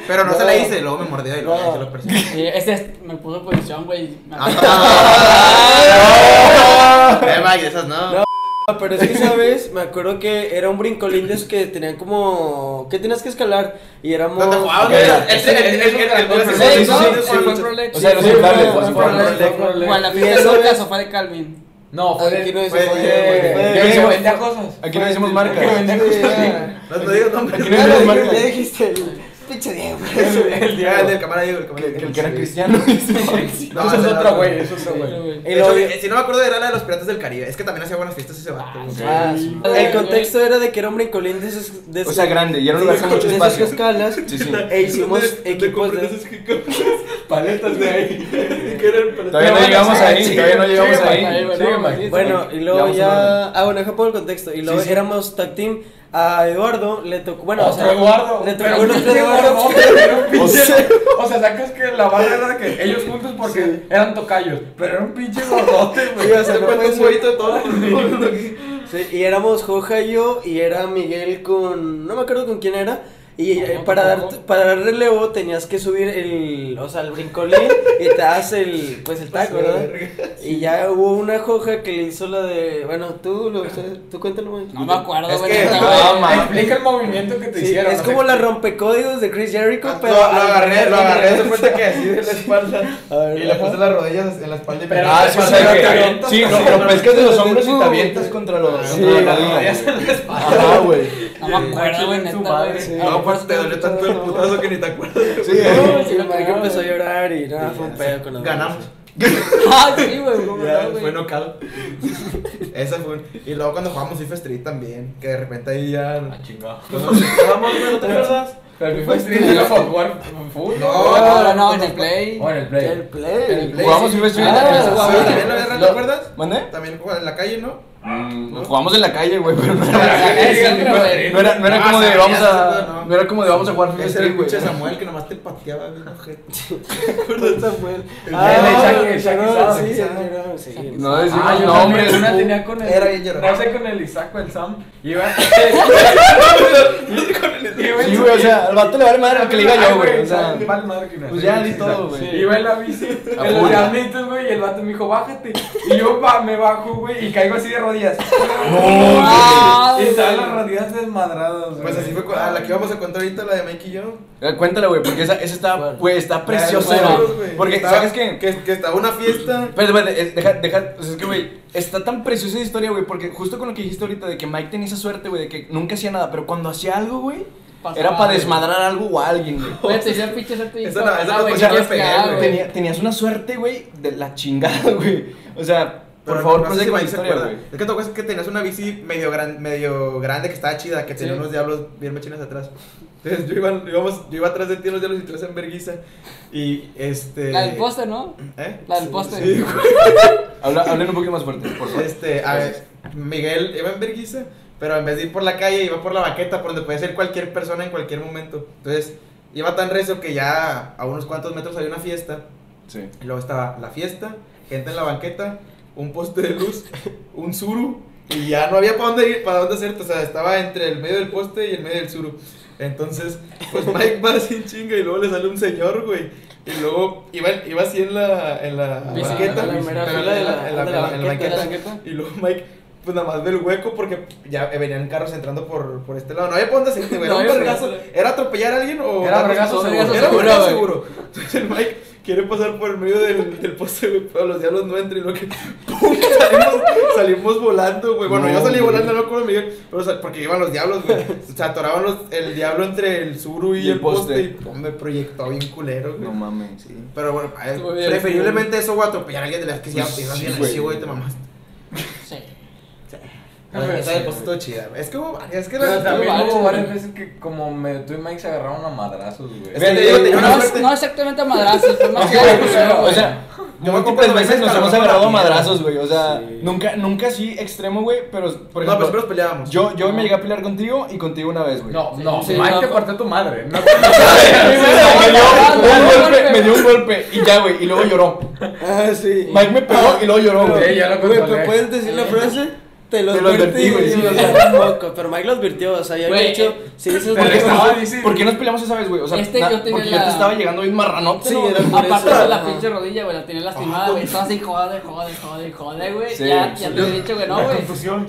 [SPEAKER 2] Pero no, se la
[SPEAKER 4] No.
[SPEAKER 2] hice, luego me mordió y luego
[SPEAKER 4] No.
[SPEAKER 2] ya se lo perseguí.
[SPEAKER 5] Sí, ese es- me puso en posición, güey. Me-
[SPEAKER 2] Ah, Eh, Mike, esas no.
[SPEAKER 4] No. Ah, Pero es que esa vez me acuerdo que era un brincolín de esos que tenían como. que tenías que escalar. Y éramos.
[SPEAKER 2] ¿Dónde jugaban?
[SPEAKER 1] Ok.
[SPEAKER 2] El- el- el- el- el- el-
[SPEAKER 1] Sí, sí,
[SPEAKER 2] el-
[SPEAKER 1] sí,
[SPEAKER 5] no,
[SPEAKER 1] sí.
[SPEAKER 5] fue Pro League.
[SPEAKER 1] O sea, los
[SPEAKER 4] Sí,
[SPEAKER 1] inflables,
[SPEAKER 4] fue-
[SPEAKER 1] los
[SPEAKER 4] fue-
[SPEAKER 1] inflables.
[SPEAKER 4] fue-
[SPEAKER 5] Bueno, la
[SPEAKER 4] Y
[SPEAKER 5] fiesta de
[SPEAKER 4] eso
[SPEAKER 5] Lucas
[SPEAKER 4] es-
[SPEAKER 5] o fue de Calvin.
[SPEAKER 3] No, fue
[SPEAKER 4] Aquí no
[SPEAKER 3] de...
[SPEAKER 4] dice-
[SPEAKER 2] fue-
[SPEAKER 4] fue-
[SPEAKER 1] fue-
[SPEAKER 3] Que se
[SPEAKER 1] fue-
[SPEAKER 3] vendía cosas.
[SPEAKER 1] <laughs> Aquí no decimos marcas. <laughs>
[SPEAKER 4] que vendía cosas.
[SPEAKER 2] No te digo nombres.
[SPEAKER 1] Aquí no
[SPEAKER 4] Claro,
[SPEAKER 1] decimos
[SPEAKER 4] ya-
[SPEAKER 1] marcas.
[SPEAKER 4] ya dijiste el pinche Diego.
[SPEAKER 2] El día del camarada Diego, el camarada
[SPEAKER 1] Que, que
[SPEAKER 2] Diego.
[SPEAKER 1] el que era cristiano. <laughs>
[SPEAKER 2] No,
[SPEAKER 3] Eso es
[SPEAKER 2] ese no,
[SPEAKER 3] otro,
[SPEAKER 2] no.
[SPEAKER 3] güey. Eso es otro,
[SPEAKER 5] Sí,
[SPEAKER 3] güey.
[SPEAKER 5] güey.
[SPEAKER 4] Y
[SPEAKER 2] De hecho,
[SPEAKER 4] luego-
[SPEAKER 2] eh, si no me acuerdo era la de los piratas del Caribe. Es que también hacía buenas fiestas ese vato. güey.
[SPEAKER 4] Ah,
[SPEAKER 1] sí.
[SPEAKER 4] el contexto era de que era un brincolín de esos. De
[SPEAKER 1] O sea, grande, y era un
[SPEAKER 4] de
[SPEAKER 1] lugar
[SPEAKER 4] esos-
[SPEAKER 1] con mucho
[SPEAKER 4] de esos que
[SPEAKER 1] espacio.
[SPEAKER 4] escalas.
[SPEAKER 1] Sí,
[SPEAKER 4] <laughs>
[SPEAKER 1] sí.
[SPEAKER 4] E hicimos
[SPEAKER 2] ¿Dónde- dónde
[SPEAKER 4] equipos
[SPEAKER 2] compras
[SPEAKER 4] de.
[SPEAKER 2] esas que compras?
[SPEAKER 3] Paletas, güey.
[SPEAKER 2] Que eran para-
[SPEAKER 1] Todavía no
[SPEAKER 3] Pero
[SPEAKER 1] llegamos
[SPEAKER 3] bueno,
[SPEAKER 1] ahí,
[SPEAKER 3] sí,
[SPEAKER 1] todavía no
[SPEAKER 3] sí,
[SPEAKER 1] llegamos
[SPEAKER 3] sí,
[SPEAKER 1] ahí.
[SPEAKER 3] sí,
[SPEAKER 5] bueno,
[SPEAKER 3] sí,
[SPEAKER 5] vamos,
[SPEAKER 3] Mike.
[SPEAKER 4] Bueno, y luego
[SPEAKER 1] Llevamos una
[SPEAKER 4] ya. Ah, bueno, deja por el contexto. Y luego
[SPEAKER 1] Sí, sí.
[SPEAKER 4] éramos tag team. A Eduardo le tocó. Bueno, o
[SPEAKER 3] Otro
[SPEAKER 4] sea.
[SPEAKER 3] Eduardo.
[SPEAKER 4] le tocó
[SPEAKER 3] Pero
[SPEAKER 4] el otro
[SPEAKER 3] pinche
[SPEAKER 4] Eduardo.
[SPEAKER 3] Eduardo, pero un
[SPEAKER 1] O
[SPEAKER 3] pinche-
[SPEAKER 1] sea-
[SPEAKER 3] O sea, sacas que la barra era de que ellos juntos porque eran tocayos. Pero era un pinche gordote, güey.
[SPEAKER 4] Sí, o
[SPEAKER 2] Se
[SPEAKER 4] sea, no
[SPEAKER 2] cuenta
[SPEAKER 4] puede
[SPEAKER 2] un
[SPEAKER 4] ser.
[SPEAKER 2] huevito de
[SPEAKER 4] <laughs>
[SPEAKER 2] todo.
[SPEAKER 4] Sí, y éramos Joja y yo, y era Miguel con. No me acuerdo con quién era. Y eh,
[SPEAKER 5] Ojo,
[SPEAKER 4] para
[SPEAKER 5] ojo.
[SPEAKER 4] dar, para dar relevo tenías que subir el, o sea, el brincolín y te das el, pues el taco, ¿verdad? Y ya hubo una joja que le hizo la de, bueno, tú, lo, tú cuéntalo, güey.
[SPEAKER 5] No me acuerdo,
[SPEAKER 2] Es
[SPEAKER 5] güey.
[SPEAKER 2] que-
[SPEAKER 5] neta,
[SPEAKER 2] no,
[SPEAKER 1] Ah,
[SPEAKER 5] güey.
[SPEAKER 2] mames.
[SPEAKER 3] Explica el movimiento que te
[SPEAKER 4] Sí,
[SPEAKER 3] hicieron.
[SPEAKER 4] es
[SPEAKER 3] o sea,
[SPEAKER 4] como la rompecódigos de Chris Jericho,
[SPEAKER 2] Ah, Lo
[SPEAKER 4] pero...
[SPEAKER 2] lo
[SPEAKER 4] al
[SPEAKER 2] agarré,
[SPEAKER 4] revés,
[SPEAKER 2] lo
[SPEAKER 4] al
[SPEAKER 2] agarré.
[SPEAKER 4] revés.
[SPEAKER 2] Se cuenta que así de la espalda.
[SPEAKER 4] A ver,
[SPEAKER 2] Y le
[SPEAKER 4] ajá.
[SPEAKER 2] puse las rodillas en la espalda y me
[SPEAKER 3] Pero-
[SPEAKER 1] Ah, sí, o sea, que- sí, no, pero pues pescas de los hombros y te avientas contra los.
[SPEAKER 4] Sí,
[SPEAKER 1] contra la
[SPEAKER 4] no,
[SPEAKER 1] liga,
[SPEAKER 3] ya se
[SPEAKER 1] güey. Ajá, güey.
[SPEAKER 5] No me acuerdo, güey,
[SPEAKER 3] Su
[SPEAKER 5] neta,
[SPEAKER 3] madre,
[SPEAKER 5] güey.
[SPEAKER 3] sí.
[SPEAKER 5] A lo
[SPEAKER 2] No,
[SPEAKER 5] mejor
[SPEAKER 2] pues te dolió tanto el putazo que ni te acuerdas.
[SPEAKER 1] Sí,
[SPEAKER 4] No,
[SPEAKER 1] eh.
[SPEAKER 4] sí, me acuerdo que empezó a llorar y nada, fue un pedo con los
[SPEAKER 2] Ganamos.
[SPEAKER 5] Ah, sí, güey, cómo no,
[SPEAKER 2] Ya,
[SPEAKER 5] güey.
[SPEAKER 2] fue <laughs> nocaut. Esa fue. un- Y luego cuando jugamos FIFA Street también, que de repente ahí ya.
[SPEAKER 3] Ah, chingado.
[SPEAKER 2] <laughs> Cuando nos jugábamos, güey, ¿no te acuerdas?
[SPEAKER 3] Pero el FIFA Street era para jugar fútbol.
[SPEAKER 5] No, no, no, en el play.
[SPEAKER 3] O en el Play.
[SPEAKER 4] El play.
[SPEAKER 5] El play.
[SPEAKER 1] Jugamos
[SPEAKER 5] sí.
[SPEAKER 1] FIFA Street en la
[SPEAKER 5] Ah,
[SPEAKER 1] casa.
[SPEAKER 5] jugamos.
[SPEAKER 2] Sí, también lo agarran, ¿te acuerdas?
[SPEAKER 1] ¿Mande?
[SPEAKER 2] También jugaba en la calle, ¿no?
[SPEAKER 1] Mm, Jugamos en la calle, güey, pero no era-
[SPEAKER 5] <laughs> Sí,
[SPEAKER 1] no era, no era
[SPEAKER 2] No,
[SPEAKER 1] como de
[SPEAKER 2] sabías,
[SPEAKER 1] vamos a.
[SPEAKER 2] no.
[SPEAKER 1] No era como de vamos a jugar FIFA
[SPEAKER 2] Ese era
[SPEAKER 1] Street,
[SPEAKER 2] el
[SPEAKER 1] güey.
[SPEAKER 2] pinche Samuel que nomás te pateaba bien ojete.
[SPEAKER 3] Shaq- Shaq
[SPEAKER 4] Ah, no,
[SPEAKER 3] Isaac,
[SPEAKER 4] sí,
[SPEAKER 3] Isaac.
[SPEAKER 4] no, sí, sí.
[SPEAKER 1] No decimos
[SPEAKER 3] Ah, yo también
[SPEAKER 1] nombres.
[SPEAKER 3] una tenía con el.
[SPEAKER 2] Era bien llorón.
[SPEAKER 3] No sé, con el Isaac o el Sam.
[SPEAKER 1] <laughs>
[SPEAKER 3] Y iba.
[SPEAKER 1] Sí, güey, o sea, al vato le vale madre lo que le diga yo, güey. O sea,
[SPEAKER 3] Mal madre que me
[SPEAKER 1] pues ya
[SPEAKER 3] hace.
[SPEAKER 1] di todo,
[SPEAKER 5] Sí.
[SPEAKER 1] güey.
[SPEAKER 3] Iba en la bici,
[SPEAKER 1] A
[SPEAKER 3] en los
[SPEAKER 1] full.
[SPEAKER 3] llanitos, güey, y el vato me dijo, bájate. Y yo pa, me bajo, güey, y caigo así de rodillas.
[SPEAKER 5] Ah,
[SPEAKER 3] <laughs> y
[SPEAKER 5] güey.
[SPEAKER 3] estaban las rodillas desmadradas, güey.
[SPEAKER 2] Pues así fue con- ah, la que vamos a contar ahorita, la de Mike y yo.
[SPEAKER 1] Eh, Cuéntala, güey, porque esa, esa está,
[SPEAKER 4] ¿Cuál?
[SPEAKER 1] güey, está preciosa,
[SPEAKER 5] Bueno,
[SPEAKER 1] Ah, güey.
[SPEAKER 2] güey.
[SPEAKER 1] Porque,
[SPEAKER 2] Estaba-
[SPEAKER 1] ¿sabes qué?
[SPEAKER 2] Que, que estaba una fiesta.
[SPEAKER 1] Espérate, espérate, eh, deja, deja, o sea, es que, güey, está tan preciosa esa historia, güey, porque justo con lo que dijiste ahorita de que Mike tenía esa suerte, güey, de que nunca hacía nada, pero cuando hacía algo, güey,
[SPEAKER 5] Pasaba,
[SPEAKER 1] era para
[SPEAKER 5] güey.
[SPEAKER 1] desmadrar algo o a alguien, güey.
[SPEAKER 5] Güey, te hicieron pinche ese
[SPEAKER 2] Esa no- esa no
[SPEAKER 5] güey,
[SPEAKER 2] te la
[SPEAKER 5] ¿qué quieres
[SPEAKER 2] pegué,
[SPEAKER 5] que haga,
[SPEAKER 2] güey.
[SPEAKER 5] güey?
[SPEAKER 1] Pues Tenía- tenías una suerte, güey, de la chingada, <laughs> güey. O sea, por
[SPEAKER 2] Pero
[SPEAKER 1] favor,
[SPEAKER 2] no sé si
[SPEAKER 1] prosigue con la
[SPEAKER 2] Mike se
[SPEAKER 1] historia,
[SPEAKER 2] acuerda.
[SPEAKER 1] güey.
[SPEAKER 2] Es que te acuerdas que tenías una bici medio, gran, medio grande que estaba chida, que tenía
[SPEAKER 5] Sí.
[SPEAKER 2] unos diablos bien machines atrás. Entonces yo iba, íbamos- yo iba atrás de ti, los diablos y tú eras en vergüenza. Y este.
[SPEAKER 5] La del póster, ¿no?
[SPEAKER 2] ¿Eh?
[SPEAKER 5] La del póster.
[SPEAKER 2] Sí, güey.
[SPEAKER 1] Habla, hablen un poquito más fuerte, por favor.
[SPEAKER 2] Este, a ver, Miguel iba en vergüenza, pero en vez de ir por la calle, iba por la baqueta, por donde puede ser cualquier persona en cualquier momento. Entonces, iba tan recio que ya a unos cuantos metros había una fiesta.
[SPEAKER 1] Sí.
[SPEAKER 2] Y luego estaba la fiesta, gente en la banqueta, un poste de luz, <laughs> un suru. Y ya no había para dónde ir, para dónde hacerte. O sea, estaba entre el medio del poste y el medio del suru. Entonces,
[SPEAKER 1] <laughs>
[SPEAKER 2] pues Mike va sin chinga y luego le sale un señor, güey. Y luego iba, iba así en la, en la
[SPEAKER 5] Bici,
[SPEAKER 2] banqueta.
[SPEAKER 5] en la mera
[SPEAKER 2] pero
[SPEAKER 5] fila de la-
[SPEAKER 2] en la-
[SPEAKER 5] de la
[SPEAKER 2] en la
[SPEAKER 5] banqueta, de la
[SPEAKER 2] banqueta.
[SPEAKER 5] banqueta.
[SPEAKER 2] Y luego Mike, pues nada más ve el hueco porque ya eh, venían carros entrando por, por este lado. No había para dónde hacerte, güey.
[SPEAKER 5] <laughs> No
[SPEAKER 2] era un
[SPEAKER 5] había
[SPEAKER 2] vergazo.
[SPEAKER 5] vergazo.
[SPEAKER 2] ¿Era atropellar a alguien o.?
[SPEAKER 3] Era vergazo
[SPEAKER 5] seguro.
[SPEAKER 2] Era
[SPEAKER 5] seguro,
[SPEAKER 2] vergazo
[SPEAKER 5] güey.
[SPEAKER 2] seguro. Entonces el Mike quiere pasar por el medio del, del poste, güey, pero los diablos no entran y lo que ¡pum! <laughs> Salimos, salimos volando, güey. Bueno,
[SPEAKER 1] No,
[SPEAKER 2] yo salí
[SPEAKER 1] güey.
[SPEAKER 2] volando, no con Miguel, pero sal- porque iban los diablos, güey. Se atoraban los, el diablo entre el suru y, el, poste. y pum, me proyectó bien culero, güey.
[SPEAKER 1] No mames.
[SPEAKER 2] Sí, pero bueno, a ver,
[SPEAKER 5] Estuvo bien,
[SPEAKER 2] preferiblemente eso, güey, atropellar a alguien de las que se
[SPEAKER 1] Pues
[SPEAKER 2] llaman
[SPEAKER 1] sí,
[SPEAKER 2] bien
[SPEAKER 1] güey.
[SPEAKER 2] así, güey, te mamaste.
[SPEAKER 5] Sí.
[SPEAKER 2] La neta del poste pues, estuvo chida, güey. Es que hubo varias, es que
[SPEAKER 3] Pero
[SPEAKER 2] las-
[SPEAKER 3] también
[SPEAKER 5] Bache,
[SPEAKER 3] hubo varias
[SPEAKER 5] güey.
[SPEAKER 3] veces que como me, tú y Mike se agarraron a madrazos, güey.
[SPEAKER 2] Es que te digo, tenía una
[SPEAKER 5] No,
[SPEAKER 2] suerte.
[SPEAKER 5] no exactamente a madrazos, fue más que
[SPEAKER 1] pues, O sea,
[SPEAKER 2] Yo me
[SPEAKER 1] múltiples
[SPEAKER 2] acuerdo de
[SPEAKER 1] veces
[SPEAKER 2] veces
[SPEAKER 1] nos hemos
[SPEAKER 2] que a lo mejor
[SPEAKER 1] agarrado a
[SPEAKER 2] la mierda.
[SPEAKER 1] madrazos, güey. O sea,
[SPEAKER 3] Sí.
[SPEAKER 1] nunca, nunca así extremo, güey. Pero, por
[SPEAKER 2] No, pues, pero
[SPEAKER 1] ejemplo,
[SPEAKER 2] siempre nos peleábamos.
[SPEAKER 1] yo, yo me llegué a pelear contigo y contigo una vez, güey.
[SPEAKER 3] No, no,
[SPEAKER 5] Sí,
[SPEAKER 3] Mike
[SPEAKER 5] no,
[SPEAKER 3] te
[SPEAKER 5] no.
[SPEAKER 3] partió tu madre.
[SPEAKER 1] <laughs>
[SPEAKER 3] No,
[SPEAKER 1] Sí, güey, me dio un
[SPEAKER 5] no,
[SPEAKER 1] golpe,
[SPEAKER 5] no,
[SPEAKER 1] me dio un golpe y ya, güey. Y luego lloró.
[SPEAKER 4] Ah, sí.
[SPEAKER 1] Mike me pegó y luego lloró,
[SPEAKER 3] Sí,
[SPEAKER 1] güey.
[SPEAKER 3] ya lo
[SPEAKER 4] Güey,
[SPEAKER 3] controlé.
[SPEAKER 4] pero puedes decir la frase. Te lo
[SPEAKER 1] Te lo advertí,
[SPEAKER 4] advertí,
[SPEAKER 1] güey,
[SPEAKER 4] güey.
[SPEAKER 1] sí.
[SPEAKER 4] o sea, tampoco, Pero Mike lo advirtió, o sea, ya había
[SPEAKER 5] Güey,
[SPEAKER 4] dicho. Sí, eso es
[SPEAKER 3] Pero
[SPEAKER 1] ¿Por qué-
[SPEAKER 3] estaba
[SPEAKER 1] por qué-
[SPEAKER 3] diciendo-
[SPEAKER 1] ¿Por qué nos peleamos esa vez, güey? O sea,
[SPEAKER 5] Este,
[SPEAKER 1] na-
[SPEAKER 5] yo tenía
[SPEAKER 1] porque yo
[SPEAKER 5] la-
[SPEAKER 1] te estaba llegando bien marranote,
[SPEAKER 4] Sí,
[SPEAKER 1] ¿no?
[SPEAKER 4] era por eso.
[SPEAKER 5] Aparte de la
[SPEAKER 4] Ajá.
[SPEAKER 5] pinche rodilla, güey, la tenía lastimada, güey. Estaba así, jode, jode, jode, jode, güey.
[SPEAKER 1] Sí,
[SPEAKER 5] ya
[SPEAKER 1] sí.
[SPEAKER 5] ya te he dicho que no, güey.
[SPEAKER 3] confusión.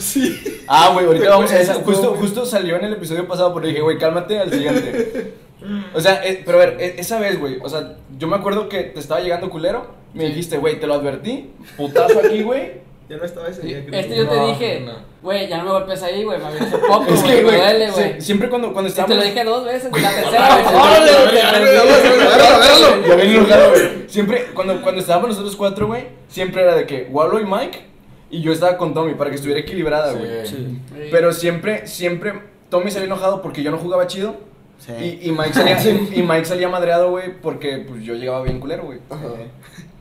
[SPEAKER 1] Ah, güey, ahorita vamos a esa.
[SPEAKER 2] Tú,
[SPEAKER 1] Justo,
[SPEAKER 2] güey.
[SPEAKER 1] justo salió en el episodio pasado, pero dije, güey, cálmate al siguiente. O sea, eh, pero a ver, eh, esa vez, güey, o sea, yo me acuerdo que te estaba llegando culero, me
[SPEAKER 5] Sí.
[SPEAKER 1] dijiste, güey, te lo advertí, putazo aquí, güey.
[SPEAKER 2] Ya no estaba ese día. creo.
[SPEAKER 5] Este yo te
[SPEAKER 3] No,
[SPEAKER 5] dije,
[SPEAKER 3] no.
[SPEAKER 5] güey, ya no me golpes ahí, güey, me abrió un <laughs> poco,
[SPEAKER 1] Es que,
[SPEAKER 5] güey, me duele,
[SPEAKER 1] güey, sí,
[SPEAKER 5] güey.
[SPEAKER 1] siempre cuando, cuando
[SPEAKER 5] Y
[SPEAKER 1] estábamos...
[SPEAKER 5] te lo
[SPEAKER 1] <laughs>
[SPEAKER 5] dije dos veces, y la tercera vez.
[SPEAKER 2] Ah, <laughs>
[SPEAKER 1] Ya ven enojado, güey. Siempre, cuando, cuando estábamos nosotros cuatro, güey, siempre era de que Wallo y Mike, y yo estaba con Tommy para que estuviera equilibrada, güey.
[SPEAKER 4] Sí.
[SPEAKER 1] Pero siempre, siempre Tommy salía enojado porque yo no jugaba chido. Y, y Mike
[SPEAKER 2] <laughs>
[SPEAKER 1] salía, y Mike salía madreado, güey, porque pues yo llegaba bien culero, güey.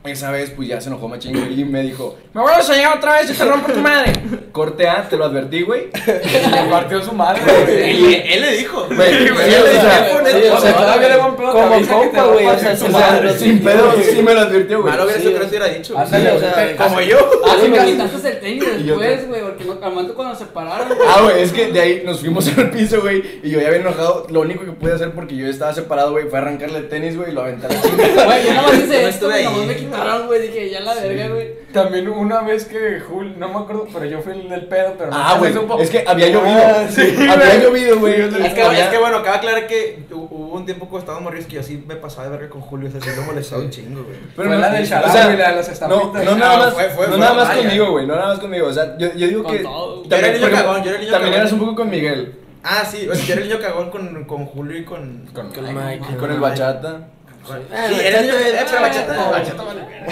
[SPEAKER 1] Esa vez, pues ya se enojó machín güey, y me dijo, me voy a soñar otra vez y te rompo tu madre. Corte A, te lo advertí,
[SPEAKER 2] <laughs>
[SPEAKER 1] güey.
[SPEAKER 3] Le partió su madre, güey.
[SPEAKER 2] Él le dijo.
[SPEAKER 1] Güey, sí,
[SPEAKER 2] güey,
[SPEAKER 1] o
[SPEAKER 2] él le
[SPEAKER 1] sea,
[SPEAKER 2] dijo,
[SPEAKER 1] sí,
[SPEAKER 2] neta,
[SPEAKER 1] o sea,
[SPEAKER 2] güey.
[SPEAKER 3] todavía le van pedo
[SPEAKER 4] como
[SPEAKER 3] cabeza que te
[SPEAKER 4] compa,
[SPEAKER 3] va a
[SPEAKER 4] güey, o
[SPEAKER 3] partir
[SPEAKER 4] sea,
[SPEAKER 3] tu
[SPEAKER 1] O
[SPEAKER 4] se
[SPEAKER 1] sea,
[SPEAKER 3] madre.
[SPEAKER 4] lo
[SPEAKER 1] sin pedo,
[SPEAKER 4] advirtió,
[SPEAKER 1] sí me lo advirtió, güey.
[SPEAKER 2] Malo hubiera
[SPEAKER 4] Sí,
[SPEAKER 2] sido que no
[SPEAKER 4] o
[SPEAKER 2] te
[SPEAKER 4] sea,
[SPEAKER 2] hubiera dicho. güey.
[SPEAKER 3] Ándale,
[SPEAKER 4] Sí, o
[SPEAKER 3] güey,
[SPEAKER 4] sea,
[SPEAKER 3] te-
[SPEAKER 2] Como yo.
[SPEAKER 5] Así
[SPEAKER 4] Yo
[SPEAKER 5] Ah, me
[SPEAKER 4] me-
[SPEAKER 5] quitaste el tenis
[SPEAKER 1] Y yo
[SPEAKER 5] después,
[SPEAKER 1] te-
[SPEAKER 5] güey, porque no- al momento cuando se separaron,
[SPEAKER 1] Ah, güey, es que de ahí nos fuimos <laughs> al piso, güey, y yo ya había enojado. Lo único que pude hacer porque yo estaba separado, güey, fue arrancarle el tenis, güey, y lo aventar a chingar.
[SPEAKER 5] güey, yo nada más
[SPEAKER 2] Yo no
[SPEAKER 5] hice esto,
[SPEAKER 2] estuve
[SPEAKER 5] güey, nada más
[SPEAKER 2] ahí.
[SPEAKER 5] me quitaron, güey, dije, ya la verga, güey.
[SPEAKER 3] También una vez que Jul, no me acuerdo, pero yo fui el del pedo, pero
[SPEAKER 1] Ah, <laughs>
[SPEAKER 3] no
[SPEAKER 1] güey, es que había
[SPEAKER 2] Ah,
[SPEAKER 1] llovido.
[SPEAKER 2] sí,
[SPEAKER 1] había
[SPEAKER 2] güey.
[SPEAKER 1] llovido, güey.
[SPEAKER 2] Es que,
[SPEAKER 1] Había-
[SPEAKER 2] es que bueno, acaba aclarar que hu- hubo un tiempo cuando estábamos morridos que yo sí me pasaba de verga con Julio, o sea, sí lo molestaba un chingo, güey.
[SPEAKER 1] Pero
[SPEAKER 3] Fue
[SPEAKER 1] no-
[SPEAKER 3] la del Sharab,
[SPEAKER 1] o sea,
[SPEAKER 3] güey, la de las
[SPEAKER 1] No,
[SPEAKER 3] estampitas.
[SPEAKER 1] no nada
[SPEAKER 2] Ah,
[SPEAKER 1] más,
[SPEAKER 2] fue- fue-
[SPEAKER 1] no
[SPEAKER 2] fue
[SPEAKER 1] nada
[SPEAKER 2] una
[SPEAKER 1] más
[SPEAKER 2] raya.
[SPEAKER 1] conmigo, güey, no nada más conmigo, o sea, yo, yo digo
[SPEAKER 5] Con
[SPEAKER 1] que
[SPEAKER 5] todo.
[SPEAKER 2] Yo era el niño
[SPEAKER 1] porque
[SPEAKER 2] cagón, yo era el niño
[SPEAKER 1] también
[SPEAKER 2] cagón.
[SPEAKER 1] eras un poco con Miguel,
[SPEAKER 2] Ah, sí, o sea, yo era el niño cagón con, con Julio y con.
[SPEAKER 3] Con-
[SPEAKER 4] Con Mike.
[SPEAKER 1] con el bachata.
[SPEAKER 4] Sí, eres- eh, pero
[SPEAKER 3] Ah,
[SPEAKER 2] Ah,
[SPEAKER 4] bachata-
[SPEAKER 5] bachata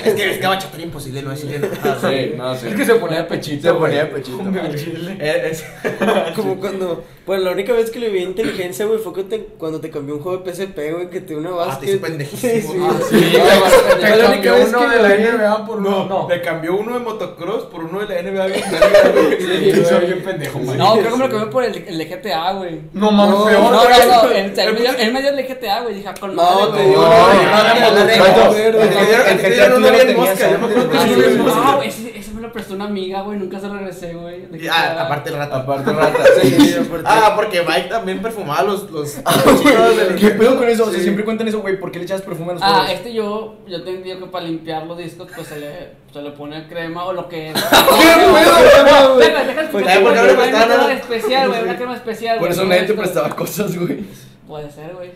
[SPEAKER 2] Es que es que bachata era imposible, no es chileno.
[SPEAKER 1] Ah, Sí, no, sí.
[SPEAKER 3] Es que se ponía
[SPEAKER 2] <laughs>
[SPEAKER 3] pechito.
[SPEAKER 1] Se ponía
[SPEAKER 3] güey.
[SPEAKER 1] pechito.
[SPEAKER 3] Con
[SPEAKER 1] madre.
[SPEAKER 3] el chile.
[SPEAKER 1] Eh, es-
[SPEAKER 4] <laughs> Como cuando. Bueno, la única vez que le vi inteligencia, güey, fue cuando te, cuando te cambió un juego de PSP, güey, que te una
[SPEAKER 2] Ah,
[SPEAKER 4] básquet.
[SPEAKER 2] te hizo pendejísimo.
[SPEAKER 4] Sí,
[SPEAKER 2] Ah,
[SPEAKER 4] sí.
[SPEAKER 3] Sí, güey,
[SPEAKER 4] Fue
[SPEAKER 3] te
[SPEAKER 4] la única
[SPEAKER 3] cambió
[SPEAKER 4] vez
[SPEAKER 3] uno
[SPEAKER 4] que
[SPEAKER 3] de la
[SPEAKER 4] vi.
[SPEAKER 3] NBA por uno. No.
[SPEAKER 2] Le cambió uno de motocross por uno de la NBA. bien verga, güey.
[SPEAKER 3] Sí, soy bien pendejo, man.
[SPEAKER 5] No, creo que me lo cambió por el, el de GTA, güey.
[SPEAKER 3] No mames,
[SPEAKER 4] No,
[SPEAKER 3] peor.
[SPEAKER 5] No, no,
[SPEAKER 3] güey.
[SPEAKER 5] no, él, él me dio, él me dio el de GTA, güey. Dije, ah, con
[SPEAKER 4] No, te
[SPEAKER 5] madre,
[SPEAKER 4] dio
[SPEAKER 5] güey.
[SPEAKER 1] No,
[SPEAKER 4] una de-
[SPEAKER 1] no,
[SPEAKER 4] una
[SPEAKER 1] no,
[SPEAKER 4] de-
[SPEAKER 1] no,
[SPEAKER 4] una
[SPEAKER 1] no,
[SPEAKER 4] de-
[SPEAKER 1] no,
[SPEAKER 4] una
[SPEAKER 2] El que
[SPEAKER 4] de-
[SPEAKER 2] dieron- el que dieron uno bien mosca, yo me acuerdo que
[SPEAKER 5] Ah,
[SPEAKER 2] sí,
[SPEAKER 5] güey,
[SPEAKER 2] bien mosca.
[SPEAKER 5] No, ese, ese me lo prestó una amiga, güey. Nunca se lo regresé, güey. el de
[SPEAKER 2] Y, ah,
[SPEAKER 5] GTA.
[SPEAKER 2] aparte el rato. <laughs>
[SPEAKER 1] Aparte rata.
[SPEAKER 4] Sí, aparte.
[SPEAKER 2] Ah, porque Mike también perfumaba los. los
[SPEAKER 1] pues, ¿Qué pedo con eso? O sea,
[SPEAKER 2] Sí.
[SPEAKER 1] siempre cuentan eso, güey. ¿Por qué le echas perfume a los
[SPEAKER 5] Ah,
[SPEAKER 1] juegos?
[SPEAKER 5] este yo, yo te entiendo que para limpiar los discos, pues se le, se le pone crema o lo que
[SPEAKER 1] <laughs>
[SPEAKER 5] es.
[SPEAKER 1] pedo, güey?
[SPEAKER 5] <laughs> Deja, deja
[SPEAKER 4] Pues,
[SPEAKER 5] el picante,
[SPEAKER 2] ¿por qué no
[SPEAKER 5] güey,
[SPEAKER 2] le
[SPEAKER 5] una
[SPEAKER 2] prestaba
[SPEAKER 5] crema
[SPEAKER 2] nada?
[SPEAKER 5] especial, güey, una crema especial,
[SPEAKER 1] Por
[SPEAKER 5] güey,
[SPEAKER 1] eso
[SPEAKER 5] no,
[SPEAKER 1] nadie te
[SPEAKER 5] esto-
[SPEAKER 1] prestaba cosas, güey.
[SPEAKER 5] Puede ser, güey.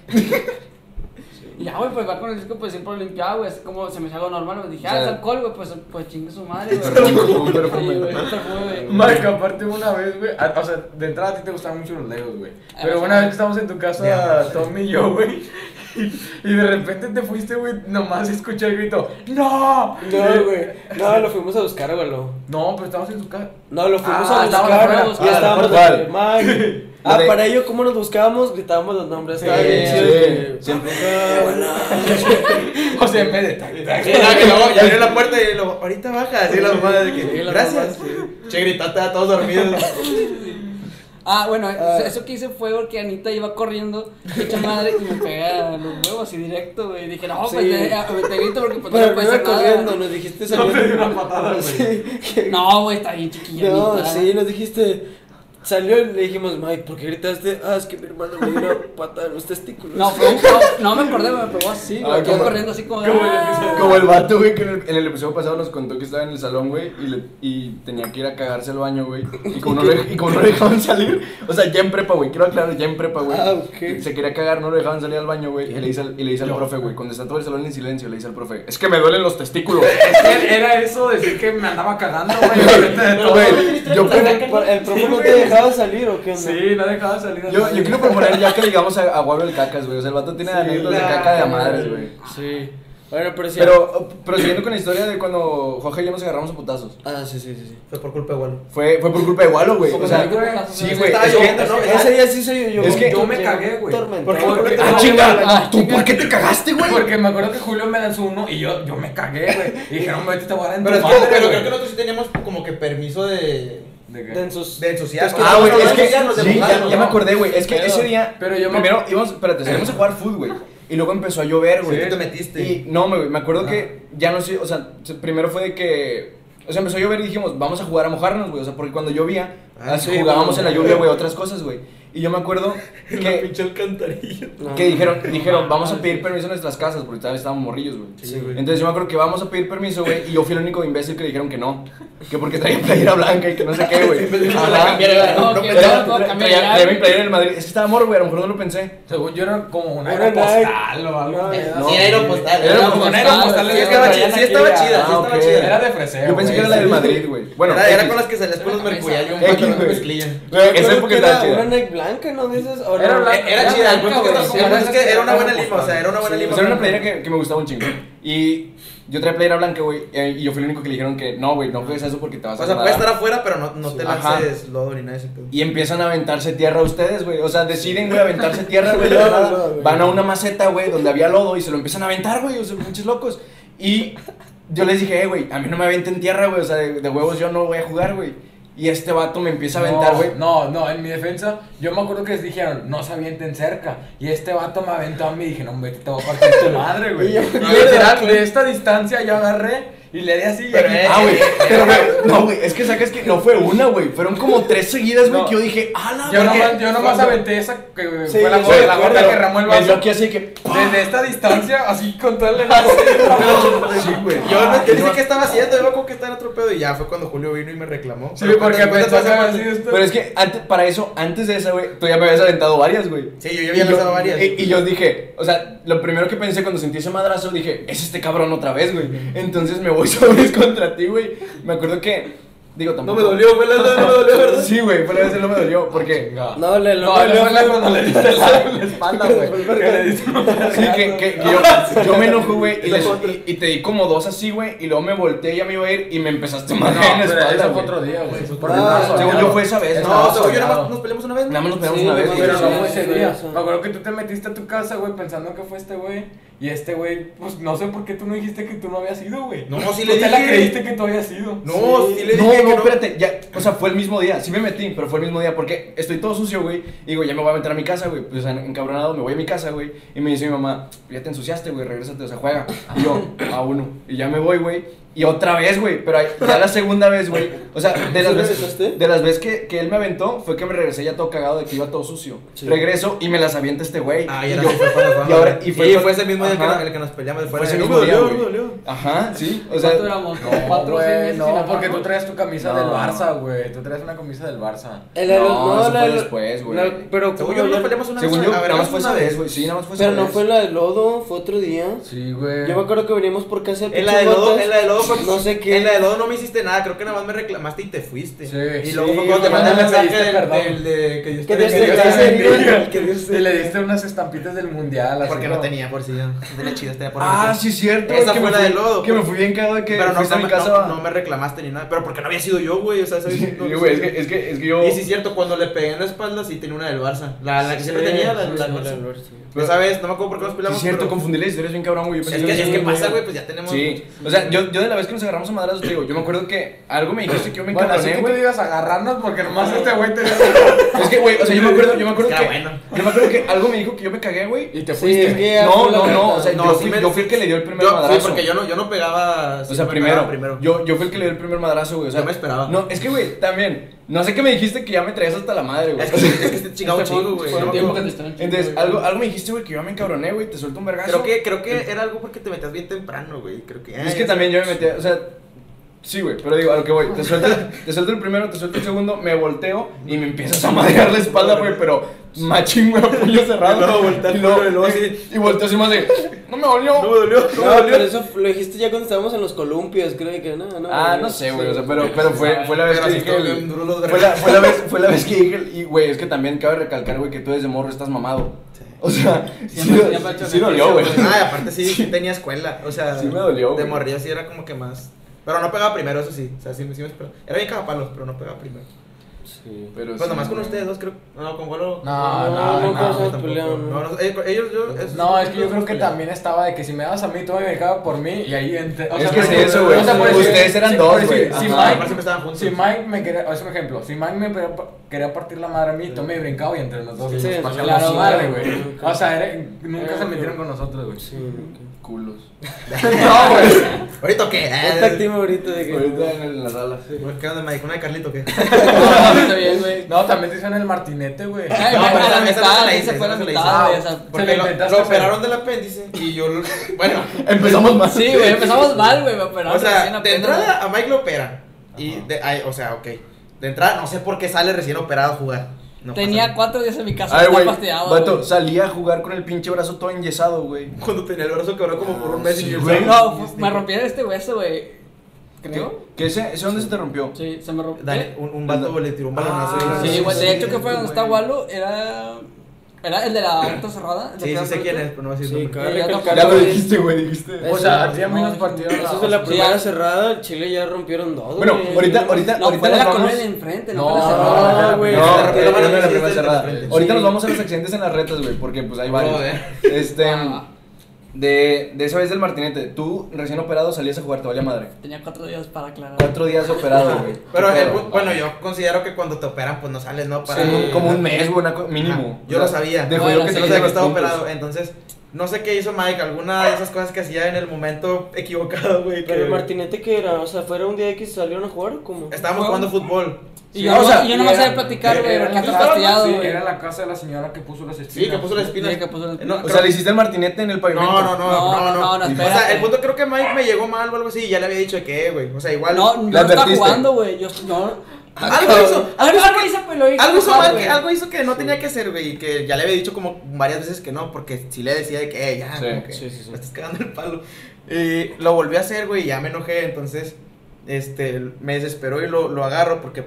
[SPEAKER 5] Y Ya, güey, pues va con el disco, pues siempre lo limpiaba, güey. Es como se me hizo algo normal, güey. Dije,
[SPEAKER 1] O sea,
[SPEAKER 5] ah, es alcohol, güey, pues, pues chingue su
[SPEAKER 1] <laughs>
[SPEAKER 5] madre, güey.
[SPEAKER 1] Perfume, un perfume.
[SPEAKER 5] Sí, güey, un perfume, güey.
[SPEAKER 3] Marco, aparte una vez, güey, a- o sea, de entrada a ti te gustaban mucho los Legos, güey. Pero una vez que estábamos en tu casa, Tommy y yo, güey, <laughs> y, y de repente te fuiste, güey, nomás escuché el grito, ¡No!
[SPEAKER 4] No, güey. No, lo fuimos a buscar, güey. lo-
[SPEAKER 3] No, pero estábamos en tu casa.
[SPEAKER 4] No, lo fuimos
[SPEAKER 3] Ah,
[SPEAKER 4] a
[SPEAKER 3] estábamos
[SPEAKER 4] buscar.
[SPEAKER 3] afuera,
[SPEAKER 4] güey,
[SPEAKER 3] ah,
[SPEAKER 4] Ya estábamos
[SPEAKER 1] ¿cuál?
[SPEAKER 4] de Mike.
[SPEAKER 1] La
[SPEAKER 4] Ah,
[SPEAKER 1] de-
[SPEAKER 4] para ello, ¿cómo nos buscábamos? Gritábamos los nombres. Estaba
[SPEAKER 1] Sí,
[SPEAKER 4] bien chido.
[SPEAKER 1] sí.
[SPEAKER 4] güey.
[SPEAKER 1] Siempre.
[SPEAKER 4] Ah, bueno.
[SPEAKER 3] O sea, en vez de... tac, tac,
[SPEAKER 2] Sí, no, que luego ya abrió la puerta y luego, ahorita baja. Así la mamá de que,
[SPEAKER 4] Sí, la
[SPEAKER 2] gracias.
[SPEAKER 4] mamá,
[SPEAKER 2] Che, gritata, todos dormidos.
[SPEAKER 5] Ah, bueno,
[SPEAKER 4] Ah.
[SPEAKER 5] eso que hice fue porque Anita iba corriendo, hecha madre, y me pega los huevos así directo, güey. Dije, no,
[SPEAKER 4] Sí.
[SPEAKER 5] pues te, te grito porque pues,
[SPEAKER 4] Pero
[SPEAKER 5] no
[SPEAKER 4] me
[SPEAKER 5] puede ser
[SPEAKER 4] iba corriendo,
[SPEAKER 5] corriendo.
[SPEAKER 4] nos dijiste
[SPEAKER 3] No
[SPEAKER 4] salir.
[SPEAKER 3] te dio una patada, güey.
[SPEAKER 4] Sí, que-
[SPEAKER 5] No, güey, está bien chiquilla.
[SPEAKER 4] No,
[SPEAKER 5] Anita.
[SPEAKER 4] sí, nos dijiste. Salió y le dijimos, Mike, ¿por qué gritaste? Ah, es que mi hermano me dio una pata en los testículos. <laughs>
[SPEAKER 5] No, fue un- no, no me acordé, güey, me pegó así,
[SPEAKER 1] Ah,
[SPEAKER 5] güey. yo
[SPEAKER 1] como-
[SPEAKER 5] corriendo así como.
[SPEAKER 3] como el
[SPEAKER 5] "Ah".
[SPEAKER 3] episodio-
[SPEAKER 1] Como el vato, güey, que en el, en el episodio pasado nos contó que estaba en el salón, güey, y, le- y tenía que ir a cagarse al baño, güey. Y como, no le, y como no le dejaban salir, o sea, ya en prepa, güey, quiero aclarar, ya en prepa, güey.
[SPEAKER 4] Ah, ok.
[SPEAKER 1] Se quería cagar, no lo dejaban salir al baño, güey. Y le dice al, y le dice al
[SPEAKER 3] Yo.
[SPEAKER 1] profe, güey, cuando está todo el salón en silencio, le dice al profe, es que me duelen los testículos.
[SPEAKER 3] Era eso, decir que me andaba cagando, güey. <laughs> enfrente de
[SPEAKER 1] <laughs>
[SPEAKER 3] todo.
[SPEAKER 1] Güey, yo,
[SPEAKER 4] O sea, por- ¿El profe no te dejaba salir o qué onda?
[SPEAKER 3] Sí, no dejaba salir. a
[SPEAKER 1] yo,
[SPEAKER 3] nadie.
[SPEAKER 1] yo quiero proponer ya que digamos a, a Guaro el cacas, güey. O sea, el vato tiene
[SPEAKER 2] Sí,
[SPEAKER 1] anécdotas
[SPEAKER 2] la-
[SPEAKER 1] de caca de a madres, güey.
[SPEAKER 4] Sí. Bueno, pero sí.
[SPEAKER 1] Pero eh, prosiguiendo con la historia de cuando Jorge y yo nos agarramos a putazos.
[SPEAKER 4] Ah, sí, sí, sí. sí.
[SPEAKER 2] Fue por culpa de Waldo.
[SPEAKER 1] Fue, fue por culpa de Walo, güey. O sea, sí, güey.
[SPEAKER 2] Estaba
[SPEAKER 1] es que-
[SPEAKER 2] lloviendo, ¿no?
[SPEAKER 4] Ese día sí soy yo.
[SPEAKER 1] Pues, Es que-
[SPEAKER 3] Yo me cagué, güey.
[SPEAKER 4] Tormenta.
[SPEAKER 2] ¿Por qué?
[SPEAKER 4] Porque-
[SPEAKER 2] Porque-
[SPEAKER 1] Ah,
[SPEAKER 5] Ah,
[SPEAKER 1] chinga, ¿tú por qué te cagaste, güey?
[SPEAKER 3] Porque me acuerdo que Julio me lanzó uno y yo, yo me cagué, güey. Y dije, no, hombre, ahorita te voy a dar en tu
[SPEAKER 2] Pero es que,
[SPEAKER 3] madre,
[SPEAKER 2] pero
[SPEAKER 3] güey".
[SPEAKER 2] creo que nosotros sí teníamos como que permiso de.
[SPEAKER 3] ¿De qué?
[SPEAKER 4] De ensus-
[SPEAKER 2] de ensuciarnos.
[SPEAKER 1] Ah, güey, es que.
[SPEAKER 2] Ensuciarnos, de
[SPEAKER 1] Sí, ya,
[SPEAKER 2] mojarnos,
[SPEAKER 1] ya me
[SPEAKER 2] ¿no?
[SPEAKER 1] acordé, güey. Es que
[SPEAKER 4] Pero-
[SPEAKER 1] ese día.
[SPEAKER 3] pero yo me-
[SPEAKER 1] Primero íbamos. <clears throat> Espérate, salimos a jugar fútbol, güey. Y luego empezó a llover, güey.
[SPEAKER 2] Sí, tú te metiste.
[SPEAKER 1] Y no, me, me acuerdo que ya no sé. O sea, se- primero fue de que. O sea, empezó a llover y dijimos, vamos a jugar a mojarnos, güey. O sea, porque cuando llovía,
[SPEAKER 2] Ah,
[SPEAKER 1] así
[SPEAKER 2] sí,
[SPEAKER 1] jugábamos
[SPEAKER 2] bueno.
[SPEAKER 1] en la lluvia, güey, otras cosas, güey. Y yo me acuerdo
[SPEAKER 2] En <laughs> la
[SPEAKER 1] que,
[SPEAKER 2] pinche alcantarilla.
[SPEAKER 4] No. Ah,
[SPEAKER 1] que dijeron, dijeron, vamos a pedir permiso a nuestras casas, porque tal vez estábamos morrillos, güey.
[SPEAKER 4] Sí, güey.
[SPEAKER 1] Entonces yo me acuerdo que vamos a pedir permiso, güey, y yo fui el único imbécil que le dijeron que no, que porque traía playera blanca y que no sé qué, güey.
[SPEAKER 2] Siempre decimos,
[SPEAKER 1] Ajá.
[SPEAKER 2] "La cambiaré, la
[SPEAKER 5] No,
[SPEAKER 2] no,
[SPEAKER 5] que
[SPEAKER 2] pero-
[SPEAKER 5] no.
[SPEAKER 1] Traía,
[SPEAKER 5] puedo
[SPEAKER 1] tra-
[SPEAKER 5] cambiar.
[SPEAKER 1] traía- traía mi playera del Madrid. Es que estaba morro, güey, a lo mejor no lo pensé.
[SPEAKER 3] Según yo era como un
[SPEAKER 4] Una
[SPEAKER 3] aeropostal o algo.
[SPEAKER 4] no,
[SPEAKER 3] ¿verdad?
[SPEAKER 1] no.
[SPEAKER 2] Sí, era aeropostal.
[SPEAKER 1] Era
[SPEAKER 2] como-
[SPEAKER 1] aeropostal,
[SPEAKER 3] aeropostal,
[SPEAKER 2] Sí,
[SPEAKER 3] era
[SPEAKER 2] estaba chida,
[SPEAKER 3] que traían
[SPEAKER 2] sí estaba
[SPEAKER 3] aquella-
[SPEAKER 2] chida, sí
[SPEAKER 1] Ah,
[SPEAKER 2] estaba
[SPEAKER 1] ok.
[SPEAKER 2] chida.
[SPEAKER 3] Era de freseo.
[SPEAKER 1] Yo pensé que era
[SPEAKER 3] güey.
[SPEAKER 1] la del Madrid, güey. Bueno,
[SPEAKER 2] Era era
[SPEAKER 1] X.
[SPEAKER 2] con las que salías con los
[SPEAKER 5] Era la
[SPEAKER 2] mercurial y un
[SPEAKER 1] cabeza.
[SPEAKER 2] pantalón
[SPEAKER 1] X,
[SPEAKER 2] de
[SPEAKER 1] güey.
[SPEAKER 2] mezclilla.
[SPEAKER 1] Güey,
[SPEAKER 4] Yo
[SPEAKER 1] Esa
[SPEAKER 4] creo
[SPEAKER 1] época
[SPEAKER 4] que
[SPEAKER 1] estaba
[SPEAKER 4] Era
[SPEAKER 1] chida.
[SPEAKER 4] una Nike blanca, ¿no dices? O
[SPEAKER 3] Era
[SPEAKER 4] no.
[SPEAKER 3] blanca.
[SPEAKER 2] Eh, Era chida, el
[SPEAKER 3] blanca,
[SPEAKER 2] punto que
[SPEAKER 3] güey,
[SPEAKER 2] estaba-
[SPEAKER 3] sí,
[SPEAKER 2] el punto
[SPEAKER 3] era
[SPEAKER 2] es que era una buena
[SPEAKER 3] aeropostal.
[SPEAKER 2] lima, o sea, era una buena
[SPEAKER 4] Sí,
[SPEAKER 2] lima.
[SPEAKER 1] O sea, Pues era una playera que, que me gustaba un chingo. Y yo traía playera blanca, güey, eh, y yo fui el único que le dijeron que no, güey, no juegues a eso porque te vas a
[SPEAKER 2] O sea,
[SPEAKER 1] embarazar".
[SPEAKER 2] puedes estar afuera, pero no, no te
[SPEAKER 1] Ajá.
[SPEAKER 2] lances lodo ni nada de ese pedo.
[SPEAKER 1] Y empiezan a aventarse tierra ustedes, güey. O sea, deciden, güey, aventarse tierra,
[SPEAKER 3] <laughs>
[SPEAKER 1] güey. de
[SPEAKER 4] No,
[SPEAKER 1] la nada.
[SPEAKER 4] no, güey.
[SPEAKER 1] Van a una maceta, güey, donde había lodo y se lo empiezan a aventar, güey. O sea, pinches locos. Y yo les dije, eh, güey, a mí no me aventen tierra, güey. O sea, de, de huevos yo no voy a jugar, güey. Y este vato me empieza a aventar,
[SPEAKER 3] No,
[SPEAKER 1] güey.
[SPEAKER 3] No, no, en mi defensa, yo me acuerdo que les dijeron, no se avienten cerca. Y este vato me aventó a mí y dije, no, vete, te voy a partir tu madre, güey.
[SPEAKER 4] Y yo-
[SPEAKER 3] Y literal, de esta distancia yo agarré y le di así. y
[SPEAKER 2] Pero,
[SPEAKER 3] aquí-
[SPEAKER 2] eh,
[SPEAKER 1] Ah, güey, pero güey, no, güey, es que sacas que no fue una, güey, fueron como tres seguidas, güey,
[SPEAKER 3] No.
[SPEAKER 1] que yo dije, ah, la
[SPEAKER 3] yo
[SPEAKER 1] verga".
[SPEAKER 3] nomás, yo nomás
[SPEAKER 1] Cuando-
[SPEAKER 3] aventé esa que
[SPEAKER 4] Sí,
[SPEAKER 3] fue la,
[SPEAKER 4] sí,
[SPEAKER 3] gota-
[SPEAKER 1] Güey,
[SPEAKER 3] la gota
[SPEAKER 1] pero
[SPEAKER 3] que ramó el
[SPEAKER 1] me dio
[SPEAKER 3] vaso.
[SPEAKER 1] aquí así que,
[SPEAKER 3] Desde esta distancia, así con todo el enlace.
[SPEAKER 1] sí, güey.
[SPEAKER 2] Yo no yo ni sé qué estaba haciendo, yo como que estaba en otro pedo y ya fue cuando Julio vino y me reclamó.
[SPEAKER 3] Sí,
[SPEAKER 2] Pero
[SPEAKER 3] porque
[SPEAKER 2] cuando-
[SPEAKER 3] pensó
[SPEAKER 2] cuando
[SPEAKER 3] que
[SPEAKER 2] te vas a-
[SPEAKER 3] había sido esto.
[SPEAKER 1] Pero es que antes, para eso, antes de esa, güey, tú ya me habías aventado varias, güey.
[SPEAKER 2] Sí, yo ya había
[SPEAKER 1] Y
[SPEAKER 2] lanzado varias.
[SPEAKER 1] Y, y yo dije, o sea, lo primero que pensé cuando sentí ese madrazo, <laughs> dije, es este cabrón otra vez, güey. Entonces me voy sobre contra ti, güey. Me acuerdo que Digo,
[SPEAKER 2] No
[SPEAKER 1] tampoco.
[SPEAKER 2] me dolió, güey, la neta, no me dolió, <laughs> ¿verdad?
[SPEAKER 1] Sí, güey, pero a veces no me dolió. Porque.
[SPEAKER 4] No, le lo
[SPEAKER 3] No, le fue la cuando le diste la, la espalda, güey. Que le diste una
[SPEAKER 1] Sí, que, que- que yo, yo me enojo, güey, y, les- y- y te di como dos así, güey, y luego me volteé y ya me iba a ir y me empezaste a
[SPEAKER 3] No,
[SPEAKER 1] marcar en la
[SPEAKER 3] pero
[SPEAKER 1] espalda,
[SPEAKER 3] eso fue
[SPEAKER 1] güey.
[SPEAKER 3] otro día, güey.
[SPEAKER 4] Ah,
[SPEAKER 3] estaba
[SPEAKER 1] Según
[SPEAKER 3] soñado.
[SPEAKER 1] yo fue esa vez,
[SPEAKER 3] Estaba
[SPEAKER 1] no,
[SPEAKER 2] No, según yo nada
[SPEAKER 3] soñado.
[SPEAKER 2] más nos peleamos una vez.
[SPEAKER 1] nada más nos pegamos
[SPEAKER 4] Sí,
[SPEAKER 1] una
[SPEAKER 4] nada
[SPEAKER 1] vez,
[SPEAKER 4] más
[SPEAKER 1] güey.
[SPEAKER 3] Pero no fue ese
[SPEAKER 4] Sí,
[SPEAKER 3] día.
[SPEAKER 4] sí.
[SPEAKER 3] Me acuerdo que tú te metiste a tu casa, güey, pensando que fue este güey. Y este güey, pues no sé por qué tú no dijiste que tú no habías ido, güey. Pues,
[SPEAKER 2] No, sí
[SPEAKER 3] Tú
[SPEAKER 2] le
[SPEAKER 3] te la
[SPEAKER 2] dije.
[SPEAKER 3] creíste que tú habías ido.
[SPEAKER 2] No,
[SPEAKER 4] Sí.
[SPEAKER 2] sí le dije
[SPEAKER 1] no,
[SPEAKER 2] que
[SPEAKER 1] no, espérate, ya, o sea, fue el mismo día, sí me metí, pero fue el mismo día porque estoy todo sucio, güey, y digo, ya me voy a meter a mi casa, güey, pues o sea, encabronado, me voy a mi casa, güey, y me dice mi mamá, ya te ensuciaste, güey, regrésate, o sea, juega, y yo, a uno, y ya me voy, güey, y otra vez, güey, pero ahí- ya la segunda vez, güey, o sea, de las
[SPEAKER 4] ¿Sí
[SPEAKER 1] veces,
[SPEAKER 4] regresaste?
[SPEAKER 1] de las veces que, que él me aventó, fue que me regresé ya todo cagado de que iba todo sucio,
[SPEAKER 4] Sí.
[SPEAKER 1] regreso y me las avienta este güey,
[SPEAKER 2] Ah,
[SPEAKER 1] y
[SPEAKER 2] ya
[SPEAKER 1] yo-
[SPEAKER 2] no fue para la fama.
[SPEAKER 1] y ahora- y
[SPEAKER 2] Sí,
[SPEAKER 1] fue-
[SPEAKER 2] fue, ese mismo día el que,
[SPEAKER 1] Ajá.
[SPEAKER 2] nos- el que nos peleamos.
[SPEAKER 1] Fue ese
[SPEAKER 2] el-
[SPEAKER 1] mismo
[SPEAKER 2] No me
[SPEAKER 1] día,
[SPEAKER 2] dolió,
[SPEAKER 1] güey.
[SPEAKER 2] no me dolió.
[SPEAKER 1] ajá, sí, o
[SPEAKER 5] O
[SPEAKER 1] sea,
[SPEAKER 5] sea, éramos?
[SPEAKER 3] No,
[SPEAKER 5] ¿Cuatro o seis
[SPEAKER 3] güey,
[SPEAKER 5] meses sin
[SPEAKER 3] no,
[SPEAKER 5] la
[SPEAKER 3] porque
[SPEAKER 5] mano?
[SPEAKER 3] tú traes tu camisa
[SPEAKER 1] No.
[SPEAKER 3] del Barça, güey. Tú traes una camisa del Barça.
[SPEAKER 4] El, el-
[SPEAKER 1] No,
[SPEAKER 4] no,
[SPEAKER 1] eso
[SPEAKER 4] la-
[SPEAKER 1] fue
[SPEAKER 4] la-
[SPEAKER 1] después, güey.
[SPEAKER 4] la- Pero
[SPEAKER 2] Según
[SPEAKER 4] como
[SPEAKER 2] yo,
[SPEAKER 4] yo-
[SPEAKER 2] nos peleamos una
[SPEAKER 1] según
[SPEAKER 2] vez.
[SPEAKER 1] yo,
[SPEAKER 2] A ver,
[SPEAKER 1] nada más fue
[SPEAKER 2] una
[SPEAKER 1] esa vez, güey, sí, nada más fue esa
[SPEAKER 4] Pero no
[SPEAKER 1] vez.
[SPEAKER 4] fue la de lodo, fue otro día.
[SPEAKER 3] Sí, güey.
[SPEAKER 4] Yo me acuerdo que veníamos por casa de
[SPEAKER 2] En la de lodo,
[SPEAKER 4] Pichogotas,
[SPEAKER 2] en la de lodo fue-
[SPEAKER 4] No sé qué.
[SPEAKER 2] En la de lodo no me hiciste nada, creo que nada más me reclamaste y te fuiste.
[SPEAKER 3] Sí,
[SPEAKER 2] y luego
[SPEAKER 4] sí,
[SPEAKER 2] fue cuando te mandé
[SPEAKER 4] güey,
[SPEAKER 2] el
[SPEAKER 3] no me
[SPEAKER 2] mensaje
[SPEAKER 3] pediste
[SPEAKER 2] del,
[SPEAKER 3] perdón.
[SPEAKER 2] del- de que Dios
[SPEAKER 4] Que
[SPEAKER 2] te
[SPEAKER 4] Dios te
[SPEAKER 2] bendiga.
[SPEAKER 4] bendiga.
[SPEAKER 2] Que Dios te
[SPEAKER 3] Y le
[SPEAKER 2] bendiga.
[SPEAKER 3] diste unas estampitas del mundial. así,
[SPEAKER 2] Porque no tenía por si no tenía chidas, tenía por
[SPEAKER 1] Ah,
[SPEAKER 2] meter.
[SPEAKER 1] sí, cierto.
[SPEAKER 2] Esa
[SPEAKER 1] que
[SPEAKER 2] fue
[SPEAKER 1] me
[SPEAKER 2] la
[SPEAKER 1] fui-
[SPEAKER 2] de lodo,
[SPEAKER 1] Que
[SPEAKER 2] güey.
[SPEAKER 1] me fui bien cagado de que
[SPEAKER 2] Pero no,
[SPEAKER 1] fuiste a
[SPEAKER 2] no,
[SPEAKER 1] mi
[SPEAKER 2] me-
[SPEAKER 1] casa.
[SPEAKER 2] no, no me reclamaste ni nada, pero porque no había sido yo, güey, o sea, ¿sabes?
[SPEAKER 1] Sí,
[SPEAKER 2] No,
[SPEAKER 1] güey,
[SPEAKER 2] no
[SPEAKER 1] es,
[SPEAKER 2] sé.
[SPEAKER 1] que, es, que, es que yo.
[SPEAKER 2] Y sí es cierto, cuando le pegué en la espalda sí tenía una del Barça, la, la que siempre tenía, la,
[SPEAKER 4] Sí,
[SPEAKER 2] la,
[SPEAKER 4] sí,
[SPEAKER 2] la-
[SPEAKER 4] la- sí.
[SPEAKER 1] pero-
[SPEAKER 2] Esa vez, no me acuerdo por qué nos
[SPEAKER 1] Sí,
[SPEAKER 2] peleamos.
[SPEAKER 1] es cierto,
[SPEAKER 2] pero-
[SPEAKER 1] confundí las historias bien cabrón, güey. Yo
[SPEAKER 2] Es
[SPEAKER 1] pensé
[SPEAKER 2] que, es que
[SPEAKER 1] sí,
[SPEAKER 2] pasa, güey, pues ya tenemos.
[SPEAKER 1] Sí, o sea, yo, yo de la vez que nos agarramos a madrazos, te digo, yo me acuerdo que algo me dijiste que yo me
[SPEAKER 3] Bueno, así
[SPEAKER 1] encabroné,
[SPEAKER 3] que tú
[SPEAKER 1] güey.
[SPEAKER 3] ibas a agarrarnos porque nomás este güey tenía.
[SPEAKER 1] Es que, güey, o sea, yo me acuerdo, yo me acuerdo
[SPEAKER 2] Está
[SPEAKER 1] que.
[SPEAKER 2] bueno.
[SPEAKER 1] Yo me acuerdo que algo me dijo que yo me cagué, güey.
[SPEAKER 3] Y te
[SPEAKER 4] Sí,
[SPEAKER 3] fuiste.
[SPEAKER 4] es que-
[SPEAKER 1] No,
[SPEAKER 4] fue la
[SPEAKER 1] no, no,
[SPEAKER 4] neta.
[SPEAKER 1] o sea,
[SPEAKER 2] No,
[SPEAKER 1] yo,
[SPEAKER 2] sí
[SPEAKER 1] fui,
[SPEAKER 2] me-
[SPEAKER 1] yo fui el que le dio el primer
[SPEAKER 2] Yo, sí,
[SPEAKER 1] madrazo.
[SPEAKER 2] porque yo no, yo no pegaba. sí,
[SPEAKER 1] O sea,
[SPEAKER 2] me
[SPEAKER 1] primero,
[SPEAKER 2] pegaba
[SPEAKER 1] Yo, yo fui el que le dio el primer madrazo, güey. O sea,
[SPEAKER 2] Yo me esperaba.
[SPEAKER 1] No, es que, güey, también. No sé qué me dijiste que ya me traías hasta la madre, güey.
[SPEAKER 2] Es que, es que este chingado
[SPEAKER 5] Este fue-
[SPEAKER 2] chico,
[SPEAKER 1] Pues,
[SPEAKER 2] güey.
[SPEAKER 5] fue
[SPEAKER 2] no
[SPEAKER 5] un
[SPEAKER 2] me
[SPEAKER 5] tiempo que
[SPEAKER 2] acuerdo.
[SPEAKER 5] te están chingando,
[SPEAKER 1] Entonces,
[SPEAKER 5] güey.
[SPEAKER 1] algo, algo me dijiste, güey, que yo me encabroné, güey, te suelto un vergazo. Eh,
[SPEAKER 2] Creo que, creo que era algo porque te metías bien temprano, güey. Creo que.
[SPEAKER 1] Es que también yo me metí, o sea, sí, güey, pero digo, a lo que voy, te suelto, te suelto el primero, te suelto el segundo, me volteo y me empiezas a madrear la espalda, güey, pero machín, güey, a puño cerrado.
[SPEAKER 2] Y luego voltear,
[SPEAKER 1] y, luego, eh,
[SPEAKER 2] y luego así.
[SPEAKER 1] y, y volteo así más de, no me dolió.
[SPEAKER 2] No me dolió, no me
[SPEAKER 4] No, pero
[SPEAKER 2] dolió.
[SPEAKER 4] eso lo dijiste ya cuando estábamos en los columpios, creo que no, no.
[SPEAKER 1] Ah, no sé, güey, o sea, pero, pero fue, fue la vez
[SPEAKER 2] Pero
[SPEAKER 1] que
[SPEAKER 2] así
[SPEAKER 1] dije,
[SPEAKER 2] todo
[SPEAKER 1] el-
[SPEAKER 2] bien duro los
[SPEAKER 1] fue la, fue la vez, fue la vez que dije, el- y güey, es que también cabe recalcar, güey, que tú desde morro estás mamado. O sea, sí,
[SPEAKER 5] Siempre- siempre ha
[SPEAKER 1] sí,
[SPEAKER 5] hecho
[SPEAKER 1] dolió, güey.
[SPEAKER 2] Ah, y
[SPEAKER 1] <laughs>
[SPEAKER 2] aparte sí, sí tenía escuela. O sea,
[SPEAKER 1] Pues, Sí me dolió,
[SPEAKER 2] de
[SPEAKER 1] güey.
[SPEAKER 2] morría sí era como que más. Pero no pegaba primero, eso sí. O sea, sí, me- sí me esperaba. Era bien cagapalos, pero no pegaba primero.
[SPEAKER 1] Pero
[SPEAKER 2] Pues
[SPEAKER 1] sí,
[SPEAKER 2] nomás con
[SPEAKER 1] güey.
[SPEAKER 2] ustedes dos, creo. No, no, con Golo.
[SPEAKER 3] No, no,
[SPEAKER 4] no, nunca
[SPEAKER 3] no. pues,
[SPEAKER 4] se
[SPEAKER 2] tampoco.
[SPEAKER 4] pelearon,
[SPEAKER 2] No,
[SPEAKER 4] no.
[SPEAKER 2] no, eh, ellos, yo. esos-
[SPEAKER 3] No, es que yo creo que
[SPEAKER 2] pelearon.
[SPEAKER 3] también estaba de que si me dabas a mí, tú me dejabas por mí y ahí entre.
[SPEAKER 1] Es que es eso,
[SPEAKER 2] güey.
[SPEAKER 3] por
[SPEAKER 1] Ustedes eran
[SPEAKER 3] si-
[SPEAKER 1] dos,
[SPEAKER 3] por decir,
[SPEAKER 1] güey.
[SPEAKER 3] Si
[SPEAKER 1] Ajá.
[SPEAKER 2] Aparte siempre estaban
[SPEAKER 3] Mike,
[SPEAKER 2] juntos.
[SPEAKER 3] si Mike me quería, es un ejemplo, si Mike me quería, quería partir la madre a mí, tú me brincaba y entre los dos
[SPEAKER 4] Sí,
[SPEAKER 3] nos
[SPEAKER 4] sí,
[SPEAKER 3] pasamos
[SPEAKER 5] claro,
[SPEAKER 3] la madre,
[SPEAKER 5] güey.
[SPEAKER 3] güey. O sea, era- nunca
[SPEAKER 5] Era
[SPEAKER 3] se
[SPEAKER 5] un-
[SPEAKER 3] metieron con nosotros, güey.
[SPEAKER 1] Culos.
[SPEAKER 3] No, güey.
[SPEAKER 2] ¿Ahorita qué?
[SPEAKER 4] Está Ah, activo ahorita de que.
[SPEAKER 1] Ahorita en, la sala.
[SPEAKER 2] ¿Qué onda, Mike? ¿Una de Carlito
[SPEAKER 3] <laughs>
[SPEAKER 2] o qué?
[SPEAKER 5] <laughs> No, está bien, güey.
[SPEAKER 3] No, también te hicieron el
[SPEAKER 1] <laughs>
[SPEAKER 3] martinete, güey.
[SPEAKER 5] Ay,
[SPEAKER 2] No, pero
[SPEAKER 5] güey, a la
[SPEAKER 2] esa- esa no
[SPEAKER 5] mitad,
[SPEAKER 2] la hice,
[SPEAKER 5] se fue a la
[SPEAKER 2] esa no la
[SPEAKER 5] mitad,
[SPEAKER 2] hice.
[SPEAKER 5] o sea,
[SPEAKER 2] Porque
[SPEAKER 3] Se la
[SPEAKER 2] lo,
[SPEAKER 3] inventaste,
[SPEAKER 2] lo
[SPEAKER 3] pero-
[SPEAKER 2] operaron del apéndice y yo lo. <laughs> Bueno,
[SPEAKER 1] Empezamos más.
[SPEAKER 5] Sí, güey, empezamos mal, güey, me operaron
[SPEAKER 2] o sea,
[SPEAKER 5] recién
[SPEAKER 2] de
[SPEAKER 5] apenas.
[SPEAKER 2] entrada a Mike lo operan. Y de, ay, o sea, ok. De entrada, no sé por qué sale recién operado a jugar. No pasa
[SPEAKER 5] Tenía
[SPEAKER 2] nada.
[SPEAKER 5] cuatro días en mi casa,
[SPEAKER 1] Ay,
[SPEAKER 5] estaba
[SPEAKER 1] güey,
[SPEAKER 5] pastillado,
[SPEAKER 1] vato,
[SPEAKER 5] güey.
[SPEAKER 1] salí a jugar con el pinche brazo todo enyesado, güey.
[SPEAKER 2] Cuando tenía el brazo quebró como por un mes
[SPEAKER 1] Sí,
[SPEAKER 2] y
[SPEAKER 1] güey.
[SPEAKER 5] No, fu- me rompieron este hueso, güey. Creo.
[SPEAKER 1] ¿Qué ese, ese dónde se te rompió?
[SPEAKER 5] Sí, se me rompió.
[SPEAKER 2] Dale, un, un vato le tiró un balonazo.
[SPEAKER 1] Ah,
[SPEAKER 5] Sí, güey,
[SPEAKER 1] sí,
[SPEAKER 5] de hecho que fue donde está Walo, era... Era el de la puerta cerrada. el de
[SPEAKER 2] Sí, sí
[SPEAKER 5] Plaza
[SPEAKER 2] sé quién es,
[SPEAKER 5] Norte.
[SPEAKER 2] pero no voy a decir
[SPEAKER 4] Sí,
[SPEAKER 2] nombre.
[SPEAKER 4] cabe
[SPEAKER 5] Ya
[SPEAKER 4] recalcar.
[SPEAKER 1] Ya lo
[SPEAKER 4] güey.
[SPEAKER 1] dijiste, güey, dijiste.
[SPEAKER 3] O sea, a ti a mí nos partieron la-
[SPEAKER 4] Eso es la
[SPEAKER 5] Sí,
[SPEAKER 4] primera
[SPEAKER 5] ya.
[SPEAKER 4] cerrada, al Chile ya rompieron dos.
[SPEAKER 1] Bueno,
[SPEAKER 4] güey.
[SPEAKER 1] ahorita, ahorita,
[SPEAKER 5] No,
[SPEAKER 1] ahorita
[SPEAKER 5] fue la
[SPEAKER 1] nos vamos.
[SPEAKER 5] colonia de enfrente, no
[SPEAKER 3] No,
[SPEAKER 5] fue la
[SPEAKER 3] no,
[SPEAKER 5] cerrada.
[SPEAKER 4] no, güey.
[SPEAKER 1] No,
[SPEAKER 2] La
[SPEAKER 1] eh,
[SPEAKER 2] primera
[SPEAKER 1] no, no, la
[SPEAKER 2] sí,
[SPEAKER 1] primera
[SPEAKER 2] sí,
[SPEAKER 1] cerrada.
[SPEAKER 2] sí, sí. eh.
[SPEAKER 1] Ahorita
[SPEAKER 4] Sí.
[SPEAKER 1] nos vamos a los accidentes en las retas, güey, porque pues hay varios.
[SPEAKER 5] eh.
[SPEAKER 2] Joder.
[SPEAKER 1] Este,
[SPEAKER 5] Ah.
[SPEAKER 1] de, de esa vez del martinete, tú recién operado salías a jugar, te valía madre.
[SPEAKER 5] Tenía cuatro días para aclarar.
[SPEAKER 1] Cuatro días operado, güey.
[SPEAKER 2] Pero,
[SPEAKER 1] Qué
[SPEAKER 2] el-
[SPEAKER 1] pedo.
[SPEAKER 2] bueno, yo considero que cuando te operan, pues no sales, ¿no? Para.
[SPEAKER 1] Como un- como un mes, güey, una co-
[SPEAKER 2] Ajá,
[SPEAKER 1] mínimo.
[SPEAKER 2] Yo lo sabía.
[SPEAKER 1] Dejó
[SPEAKER 5] Bueno,
[SPEAKER 1] yo que
[SPEAKER 5] sí,
[SPEAKER 1] te
[SPEAKER 2] Yo
[SPEAKER 1] lo
[SPEAKER 2] no sabía
[SPEAKER 1] sabía
[SPEAKER 2] que estaba operado. Entonces, no sé qué hizo Mike. Alguna de esas cosas que hacía en el momento equivocado, güey. que-
[SPEAKER 4] Pero el Martinete que era, o sea, fuera un día X salieron a jugar o cómo?
[SPEAKER 2] Estábamos jugando fútbol.
[SPEAKER 5] Y yo,
[SPEAKER 3] o sea,
[SPEAKER 5] y yo no me
[SPEAKER 3] era-
[SPEAKER 5] sabía platicar, güey,
[SPEAKER 3] era-
[SPEAKER 5] porque
[SPEAKER 3] era-
[SPEAKER 5] estaba pastillado,
[SPEAKER 3] sí,
[SPEAKER 5] güey.
[SPEAKER 3] Era en la casa de la señora que puso las espinas.
[SPEAKER 2] Sí, que puso la espina.
[SPEAKER 5] Sí, que puso la espina.
[SPEAKER 2] No,
[SPEAKER 1] O
[SPEAKER 2] creo-
[SPEAKER 1] sea, le hiciste el martinete en el
[SPEAKER 2] No,
[SPEAKER 1] pavimento.
[SPEAKER 2] no, no, no, no,
[SPEAKER 5] no, no,
[SPEAKER 2] O sea,
[SPEAKER 5] espérate.
[SPEAKER 2] el punto creo que Mike me llegó mal o algo así y ya le había dicho de qué, güey. O sea, igual.
[SPEAKER 5] No, yo
[SPEAKER 1] ¿La
[SPEAKER 5] no estaba
[SPEAKER 1] advertiste?
[SPEAKER 5] jugando, güey. Yo no.
[SPEAKER 2] algo hizo.
[SPEAKER 5] Algo algo hice, pero lo hice.
[SPEAKER 2] Algo hizo
[SPEAKER 5] mal,
[SPEAKER 2] mal,
[SPEAKER 5] güey.
[SPEAKER 2] que, algo hizo que no tenía que ser, güey, y que ya le había dicho como varias veces que no, porque si le decía de que, eh, ya,
[SPEAKER 1] Sí,
[SPEAKER 2] como que
[SPEAKER 4] sí, sí, sí.
[SPEAKER 2] me estás cagando el palo. Y lo volví a hacer, güey, y ya me enojé, entonces este, me desesperó y lo, lo agarro porque,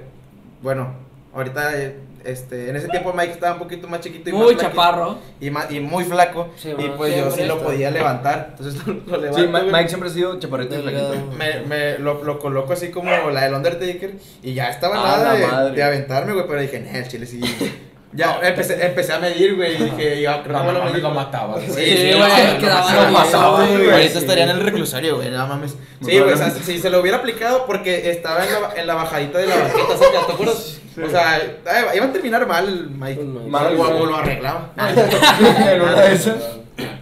[SPEAKER 2] bueno, ahorita, eh, este, en ese tiempo Mike estaba un poquito más chiquito y más
[SPEAKER 5] Muy
[SPEAKER 2] flaquito,
[SPEAKER 5] chaparro.
[SPEAKER 2] Y, ma- y muy flaco,
[SPEAKER 4] Sí,
[SPEAKER 2] y
[SPEAKER 4] bueno,
[SPEAKER 2] pues yo
[SPEAKER 4] siempre
[SPEAKER 2] sí lo
[SPEAKER 4] está.
[SPEAKER 2] podía levantar, entonces <laughs> lo, lo levanto.
[SPEAKER 1] Sí, Ma-
[SPEAKER 2] güey.
[SPEAKER 1] Mike siempre ha sido chaparrito y
[SPEAKER 4] Delgado.
[SPEAKER 1] flaquito.
[SPEAKER 2] Me, me lo, lo coloco así como la del Undertaker y ya estaba
[SPEAKER 1] A
[SPEAKER 2] nada
[SPEAKER 1] la
[SPEAKER 2] de,
[SPEAKER 1] madre.
[SPEAKER 2] de aventarme, güey, pero dije, "Nah, el chile sí. Ya empecé, empecé a medir, güey, y dije, yo creo
[SPEAKER 3] No,
[SPEAKER 2] que lo
[SPEAKER 3] no,
[SPEAKER 2] medí.
[SPEAKER 3] lo matabas.
[SPEAKER 2] Sí,
[SPEAKER 3] güey.
[SPEAKER 2] sí,
[SPEAKER 5] Sí,
[SPEAKER 2] güey,
[SPEAKER 5] güey,
[SPEAKER 2] lo
[SPEAKER 5] quedaba
[SPEAKER 2] pasaba,
[SPEAKER 5] lo
[SPEAKER 2] lo pasaba,
[SPEAKER 5] mismo,
[SPEAKER 2] güey.
[SPEAKER 5] güey.
[SPEAKER 2] Sí.
[SPEAKER 6] estaría en el reclusorio, güey, no mames.
[SPEAKER 2] Sí, güey, o sea, si se lo hubiera aplicado porque estaba en la, en la bajadita de la banqueta, ¿sabes? ¿Te acuerdas? O sea, eh, iba a terminar mal el Mike.
[SPEAKER 4] Mal,
[SPEAKER 2] Mal,
[SPEAKER 1] sí.
[SPEAKER 2] o, o lo arreglaba.
[SPEAKER 1] <laughs>
[SPEAKER 6] Ah,
[SPEAKER 1] En una de esas.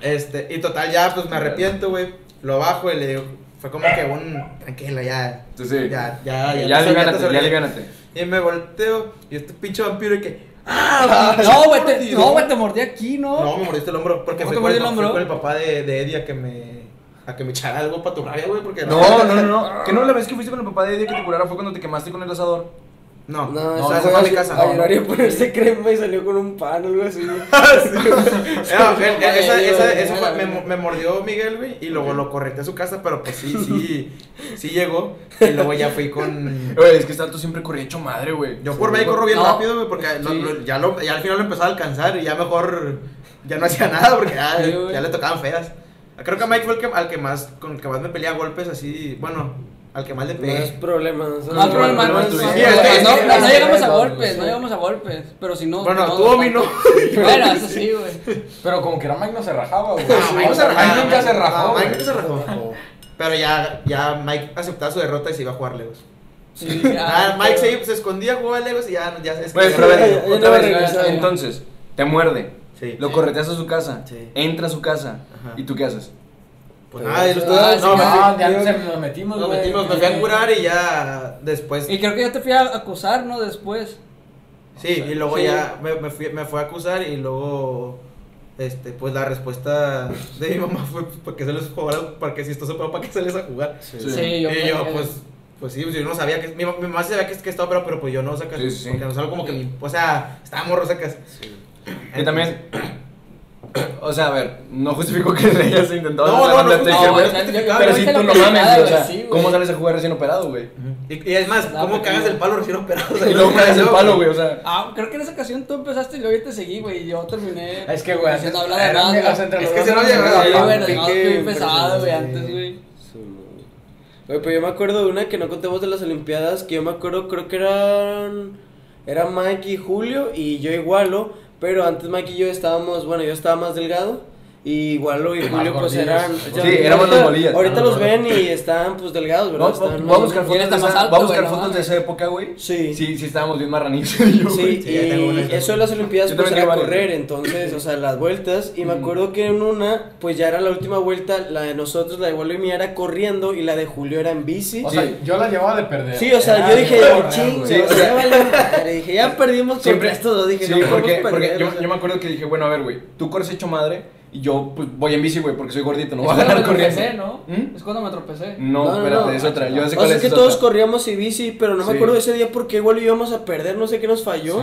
[SPEAKER 2] Este, y total, ya pues me arrepiento, güey. Lo bajo y le digo, fue como que un tranquilo, ya.
[SPEAKER 1] Sí, sí.
[SPEAKER 2] Ya, ya, ya.
[SPEAKER 1] Ya
[SPEAKER 2] te
[SPEAKER 1] le
[SPEAKER 2] soltaste,
[SPEAKER 1] gánate, ya le gánate.
[SPEAKER 2] Y me volteo y este pinche vampiro y que.
[SPEAKER 5] No, güey, te, no, güey, te mordí aquí, ¿no?
[SPEAKER 2] No, me mordiste el hombro. Porque
[SPEAKER 5] ¿Cómo
[SPEAKER 2] fue con el,
[SPEAKER 5] te mordió el
[SPEAKER 2] fui
[SPEAKER 5] hombro?
[SPEAKER 2] con el papá de, de Eddie a que me. a que me echara algo para tu rabia, güey. Porque
[SPEAKER 1] No, no, no, no. Que no la vez que fuiste con el papá de Eddie que te curara fue cuando te quemaste con el asador.
[SPEAKER 2] No, no,
[SPEAKER 4] No, esa
[SPEAKER 2] esa
[SPEAKER 4] fue
[SPEAKER 2] fue a
[SPEAKER 4] a
[SPEAKER 2] mi casa. <laughs>
[SPEAKER 4] A llorar y a ponerse crema y salió con un pan o algo así.
[SPEAKER 1] <laughs>
[SPEAKER 2] No, él- él- <laughs> esa,
[SPEAKER 4] Ay,
[SPEAKER 2] esa,
[SPEAKER 4] Dios,
[SPEAKER 2] esa fue- me,
[SPEAKER 4] Dios.
[SPEAKER 2] me mordió Miguel, güey, y luego lo correcté a su casa, pero pues sí, <laughs> sí, sí llegó, y luego ya fui <laughs> con...
[SPEAKER 1] Güey, es que Santos siempre corría hecho madre, güey.
[SPEAKER 2] Yo por México corro bien
[SPEAKER 5] No.
[SPEAKER 2] rápido, güey, porque lo-
[SPEAKER 5] Sí.
[SPEAKER 2] lo- ya, lo, ya al final lo empezaba a alcanzar, y ya mejor, ya no <laughs> hacía nada, porque ya,
[SPEAKER 5] Sí, güey.
[SPEAKER 2] ya le tocaban feas. Creo que Mike fue el que, al que más, con el que más me pelea a golpes, así, bueno, al que más le
[SPEAKER 4] No es
[SPEAKER 2] pegué.
[SPEAKER 4] problema. No,
[SPEAKER 5] No hay problema, no,
[SPEAKER 1] Problemas
[SPEAKER 5] no,
[SPEAKER 1] tuyos.
[SPEAKER 5] no,
[SPEAKER 2] Sí, es que-
[SPEAKER 5] no,
[SPEAKER 2] es que-
[SPEAKER 5] no, no llegamos a
[SPEAKER 4] Sí.
[SPEAKER 5] golpes, no llegamos a golpes. Pero si no.
[SPEAKER 2] Bueno,
[SPEAKER 5] no,
[SPEAKER 2] tú a mí no.
[SPEAKER 5] Bueno, eso sí, güey.
[SPEAKER 3] Pero como que era Mike no se
[SPEAKER 1] <laughs>
[SPEAKER 3] rajaba, güey.
[SPEAKER 2] Ah, Mike no se rajaba,
[SPEAKER 3] pues, Mike nunca se rajó.
[SPEAKER 2] Ah, Mike
[SPEAKER 3] güey.
[SPEAKER 2] nunca se rajó. Pero ya, ya Mike aceptaba su derrota y se iba a jugar Legos.
[SPEAKER 5] Sí,
[SPEAKER 2] Ah,
[SPEAKER 5] ah,
[SPEAKER 2] Mike se, iba- se escondía, jugaba Legos y ya, ya se
[SPEAKER 1] Güey,
[SPEAKER 2] escondía.
[SPEAKER 1] Pues, pero a
[SPEAKER 4] Ya,
[SPEAKER 1] ver,
[SPEAKER 4] ya
[SPEAKER 1] otra
[SPEAKER 4] no
[SPEAKER 1] vez,
[SPEAKER 4] regresa,
[SPEAKER 1] güey,
[SPEAKER 5] ya.
[SPEAKER 1] Entonces, te muerde.
[SPEAKER 2] Sí.
[SPEAKER 1] Lo correteas a su casa.
[SPEAKER 4] Sí.
[SPEAKER 1] Entra a su casa.
[SPEAKER 2] Ajá.
[SPEAKER 1] ¿Y tú qué haces?
[SPEAKER 2] Pues nada, y los dos-
[SPEAKER 5] Ah, sí,
[SPEAKER 2] no, me fui-
[SPEAKER 3] No, ya no se nos metimos,
[SPEAKER 2] nos
[SPEAKER 3] güey.
[SPEAKER 2] metimos, me fui a curar y ya después.
[SPEAKER 5] Y creo que yo te fui a acusar, ¿no? Después.
[SPEAKER 2] sí, y luego
[SPEAKER 5] sí.
[SPEAKER 2] ya me, me, fui, me fue a acusar y luego. Este, pues la respuesta de mi mamá fue: pues, ¿Para qué sales a jugar? ¿Para qué si estás ocupado, para qué sales a jugar?
[SPEAKER 1] Sí.
[SPEAKER 5] Sí, yo.
[SPEAKER 2] y yo, pues. Pues sí, pues yo no sabía que. Mi, ma- mi mamá sí sabía que, que estaba, pero, pero pues yo no, sacas.
[SPEAKER 1] Sí, sí, sí.
[SPEAKER 2] Porque no es algo como que. mi- O sea, estaba morro, sacas.
[SPEAKER 1] Que también. <clears throat> O sea, a ver, no justifico que le hayas intentado.
[SPEAKER 2] No, no,
[SPEAKER 1] hacer
[SPEAKER 2] no,
[SPEAKER 1] mandarte
[SPEAKER 2] no,
[SPEAKER 1] que,
[SPEAKER 2] güey,
[SPEAKER 1] güey,
[SPEAKER 2] no,
[SPEAKER 1] Pero si
[SPEAKER 5] sí
[SPEAKER 1] tú no mames, güey, o sea,
[SPEAKER 5] sí, güey.
[SPEAKER 1] ¿cómo sales a jugar recién operado,
[SPEAKER 4] <laughs>
[SPEAKER 1] güey?
[SPEAKER 2] Y, y es más,
[SPEAKER 5] No,
[SPEAKER 2] ¿cómo
[SPEAKER 5] porque-
[SPEAKER 2] cagas el palo recién operado?
[SPEAKER 1] <laughs> Y luego caes el palo, güey, o sea.
[SPEAKER 5] Ah, creo que en esa ocasión tú empezaste y luego yo te seguí, güey. Y yo terminé.
[SPEAKER 3] Es que, güey,
[SPEAKER 5] antes no hablaba de
[SPEAKER 3] era
[SPEAKER 5] nada.
[SPEAKER 3] mi- o sea, entre
[SPEAKER 2] Es
[SPEAKER 3] los
[SPEAKER 2] que
[SPEAKER 3] dos
[SPEAKER 2] se
[SPEAKER 3] nos
[SPEAKER 2] nos llegaba,
[SPEAKER 5] Sí,
[SPEAKER 3] llegábamos.
[SPEAKER 5] güey,
[SPEAKER 4] Qué-
[SPEAKER 5] no,
[SPEAKER 4] qué
[SPEAKER 5] estuve pesado,
[SPEAKER 4] impresionante.
[SPEAKER 5] güey, antes, güey.
[SPEAKER 4] Sí, no. Güey, pues yo me acuerdo de una que no contamos de las Olimpiadas, que yo me acuerdo, creo que eran. Era Mike y Julio y yo igualo, pero antes Mike y yo estábamos, bueno, yo estaba más delgado. Y Igualo y Julio pues
[SPEAKER 3] gordillos.
[SPEAKER 4] eran.
[SPEAKER 3] Sí,
[SPEAKER 1] éramos
[SPEAKER 4] ahorita-
[SPEAKER 1] los bolillas.
[SPEAKER 4] Ahorita
[SPEAKER 1] Ah,
[SPEAKER 4] los
[SPEAKER 1] no.
[SPEAKER 4] ven y están pues delgados, ¿verdad?
[SPEAKER 1] Vamos
[SPEAKER 4] Están
[SPEAKER 1] vamos a buscar
[SPEAKER 4] más-
[SPEAKER 1] fotos, de
[SPEAKER 5] está más
[SPEAKER 1] esa,
[SPEAKER 5] alto,
[SPEAKER 1] vamos a buscar
[SPEAKER 5] güey, no
[SPEAKER 1] fotos de
[SPEAKER 5] mames.
[SPEAKER 1] esa época, güey.
[SPEAKER 4] Sí.
[SPEAKER 1] Sí, sí, estábamos bien marranitos. <laughs> yo, güey.
[SPEAKER 4] Sí,
[SPEAKER 2] Sí, ya tengo una
[SPEAKER 4] y
[SPEAKER 2] idea.
[SPEAKER 4] eso de las Olimpiadas
[SPEAKER 1] Yo
[SPEAKER 4] pues
[SPEAKER 1] también
[SPEAKER 4] era
[SPEAKER 1] tengo Mm. varias.
[SPEAKER 4] correr, entonces, o sea, las vueltas. Y me acuerdo que en una, pues ya era la última vuelta, la de nosotros, la de Wallo y mía era corriendo y la de Julio era en bici.
[SPEAKER 3] O sea,
[SPEAKER 1] Sí.
[SPEAKER 3] yo la llevaba de perder.
[SPEAKER 4] Sí, o sea,
[SPEAKER 3] Era
[SPEAKER 4] yo
[SPEAKER 3] mi
[SPEAKER 4] dije,
[SPEAKER 3] perra,
[SPEAKER 4] ching,
[SPEAKER 1] Sí,
[SPEAKER 4] o sea,
[SPEAKER 1] o sea,
[SPEAKER 4] ya valió madre", dije, ya perdimos siempre
[SPEAKER 1] Siempre
[SPEAKER 4] esto, dos, dije,
[SPEAKER 1] Sí,
[SPEAKER 4] no podemos
[SPEAKER 1] porque, porque
[SPEAKER 4] perder, o
[SPEAKER 1] yo,
[SPEAKER 4] sea.
[SPEAKER 1] yo me acuerdo que dije, bueno, a ver, güey, tú corres hecho madre y yo pues voy en bici, güey, porque soy gordito, no
[SPEAKER 5] Es
[SPEAKER 1] voy a
[SPEAKER 5] cuando me
[SPEAKER 1] ganar
[SPEAKER 5] tropecé,
[SPEAKER 1] corriendo.
[SPEAKER 5] ¿no?
[SPEAKER 1] ¿Mm?
[SPEAKER 5] Es cuando me tropecé.
[SPEAKER 1] No,
[SPEAKER 4] No, no,
[SPEAKER 1] espérate,
[SPEAKER 4] no.
[SPEAKER 1] es otra. Yo
[SPEAKER 4] O
[SPEAKER 1] sé
[SPEAKER 4] sea,
[SPEAKER 1] cuál
[SPEAKER 4] es
[SPEAKER 1] es
[SPEAKER 4] que
[SPEAKER 1] esa
[SPEAKER 4] todos
[SPEAKER 1] otra.
[SPEAKER 4] corríamos y bici, pero no me
[SPEAKER 1] Sí.
[SPEAKER 4] acuerdo ese día porque igual íbamos a perder, no sé qué nos falló.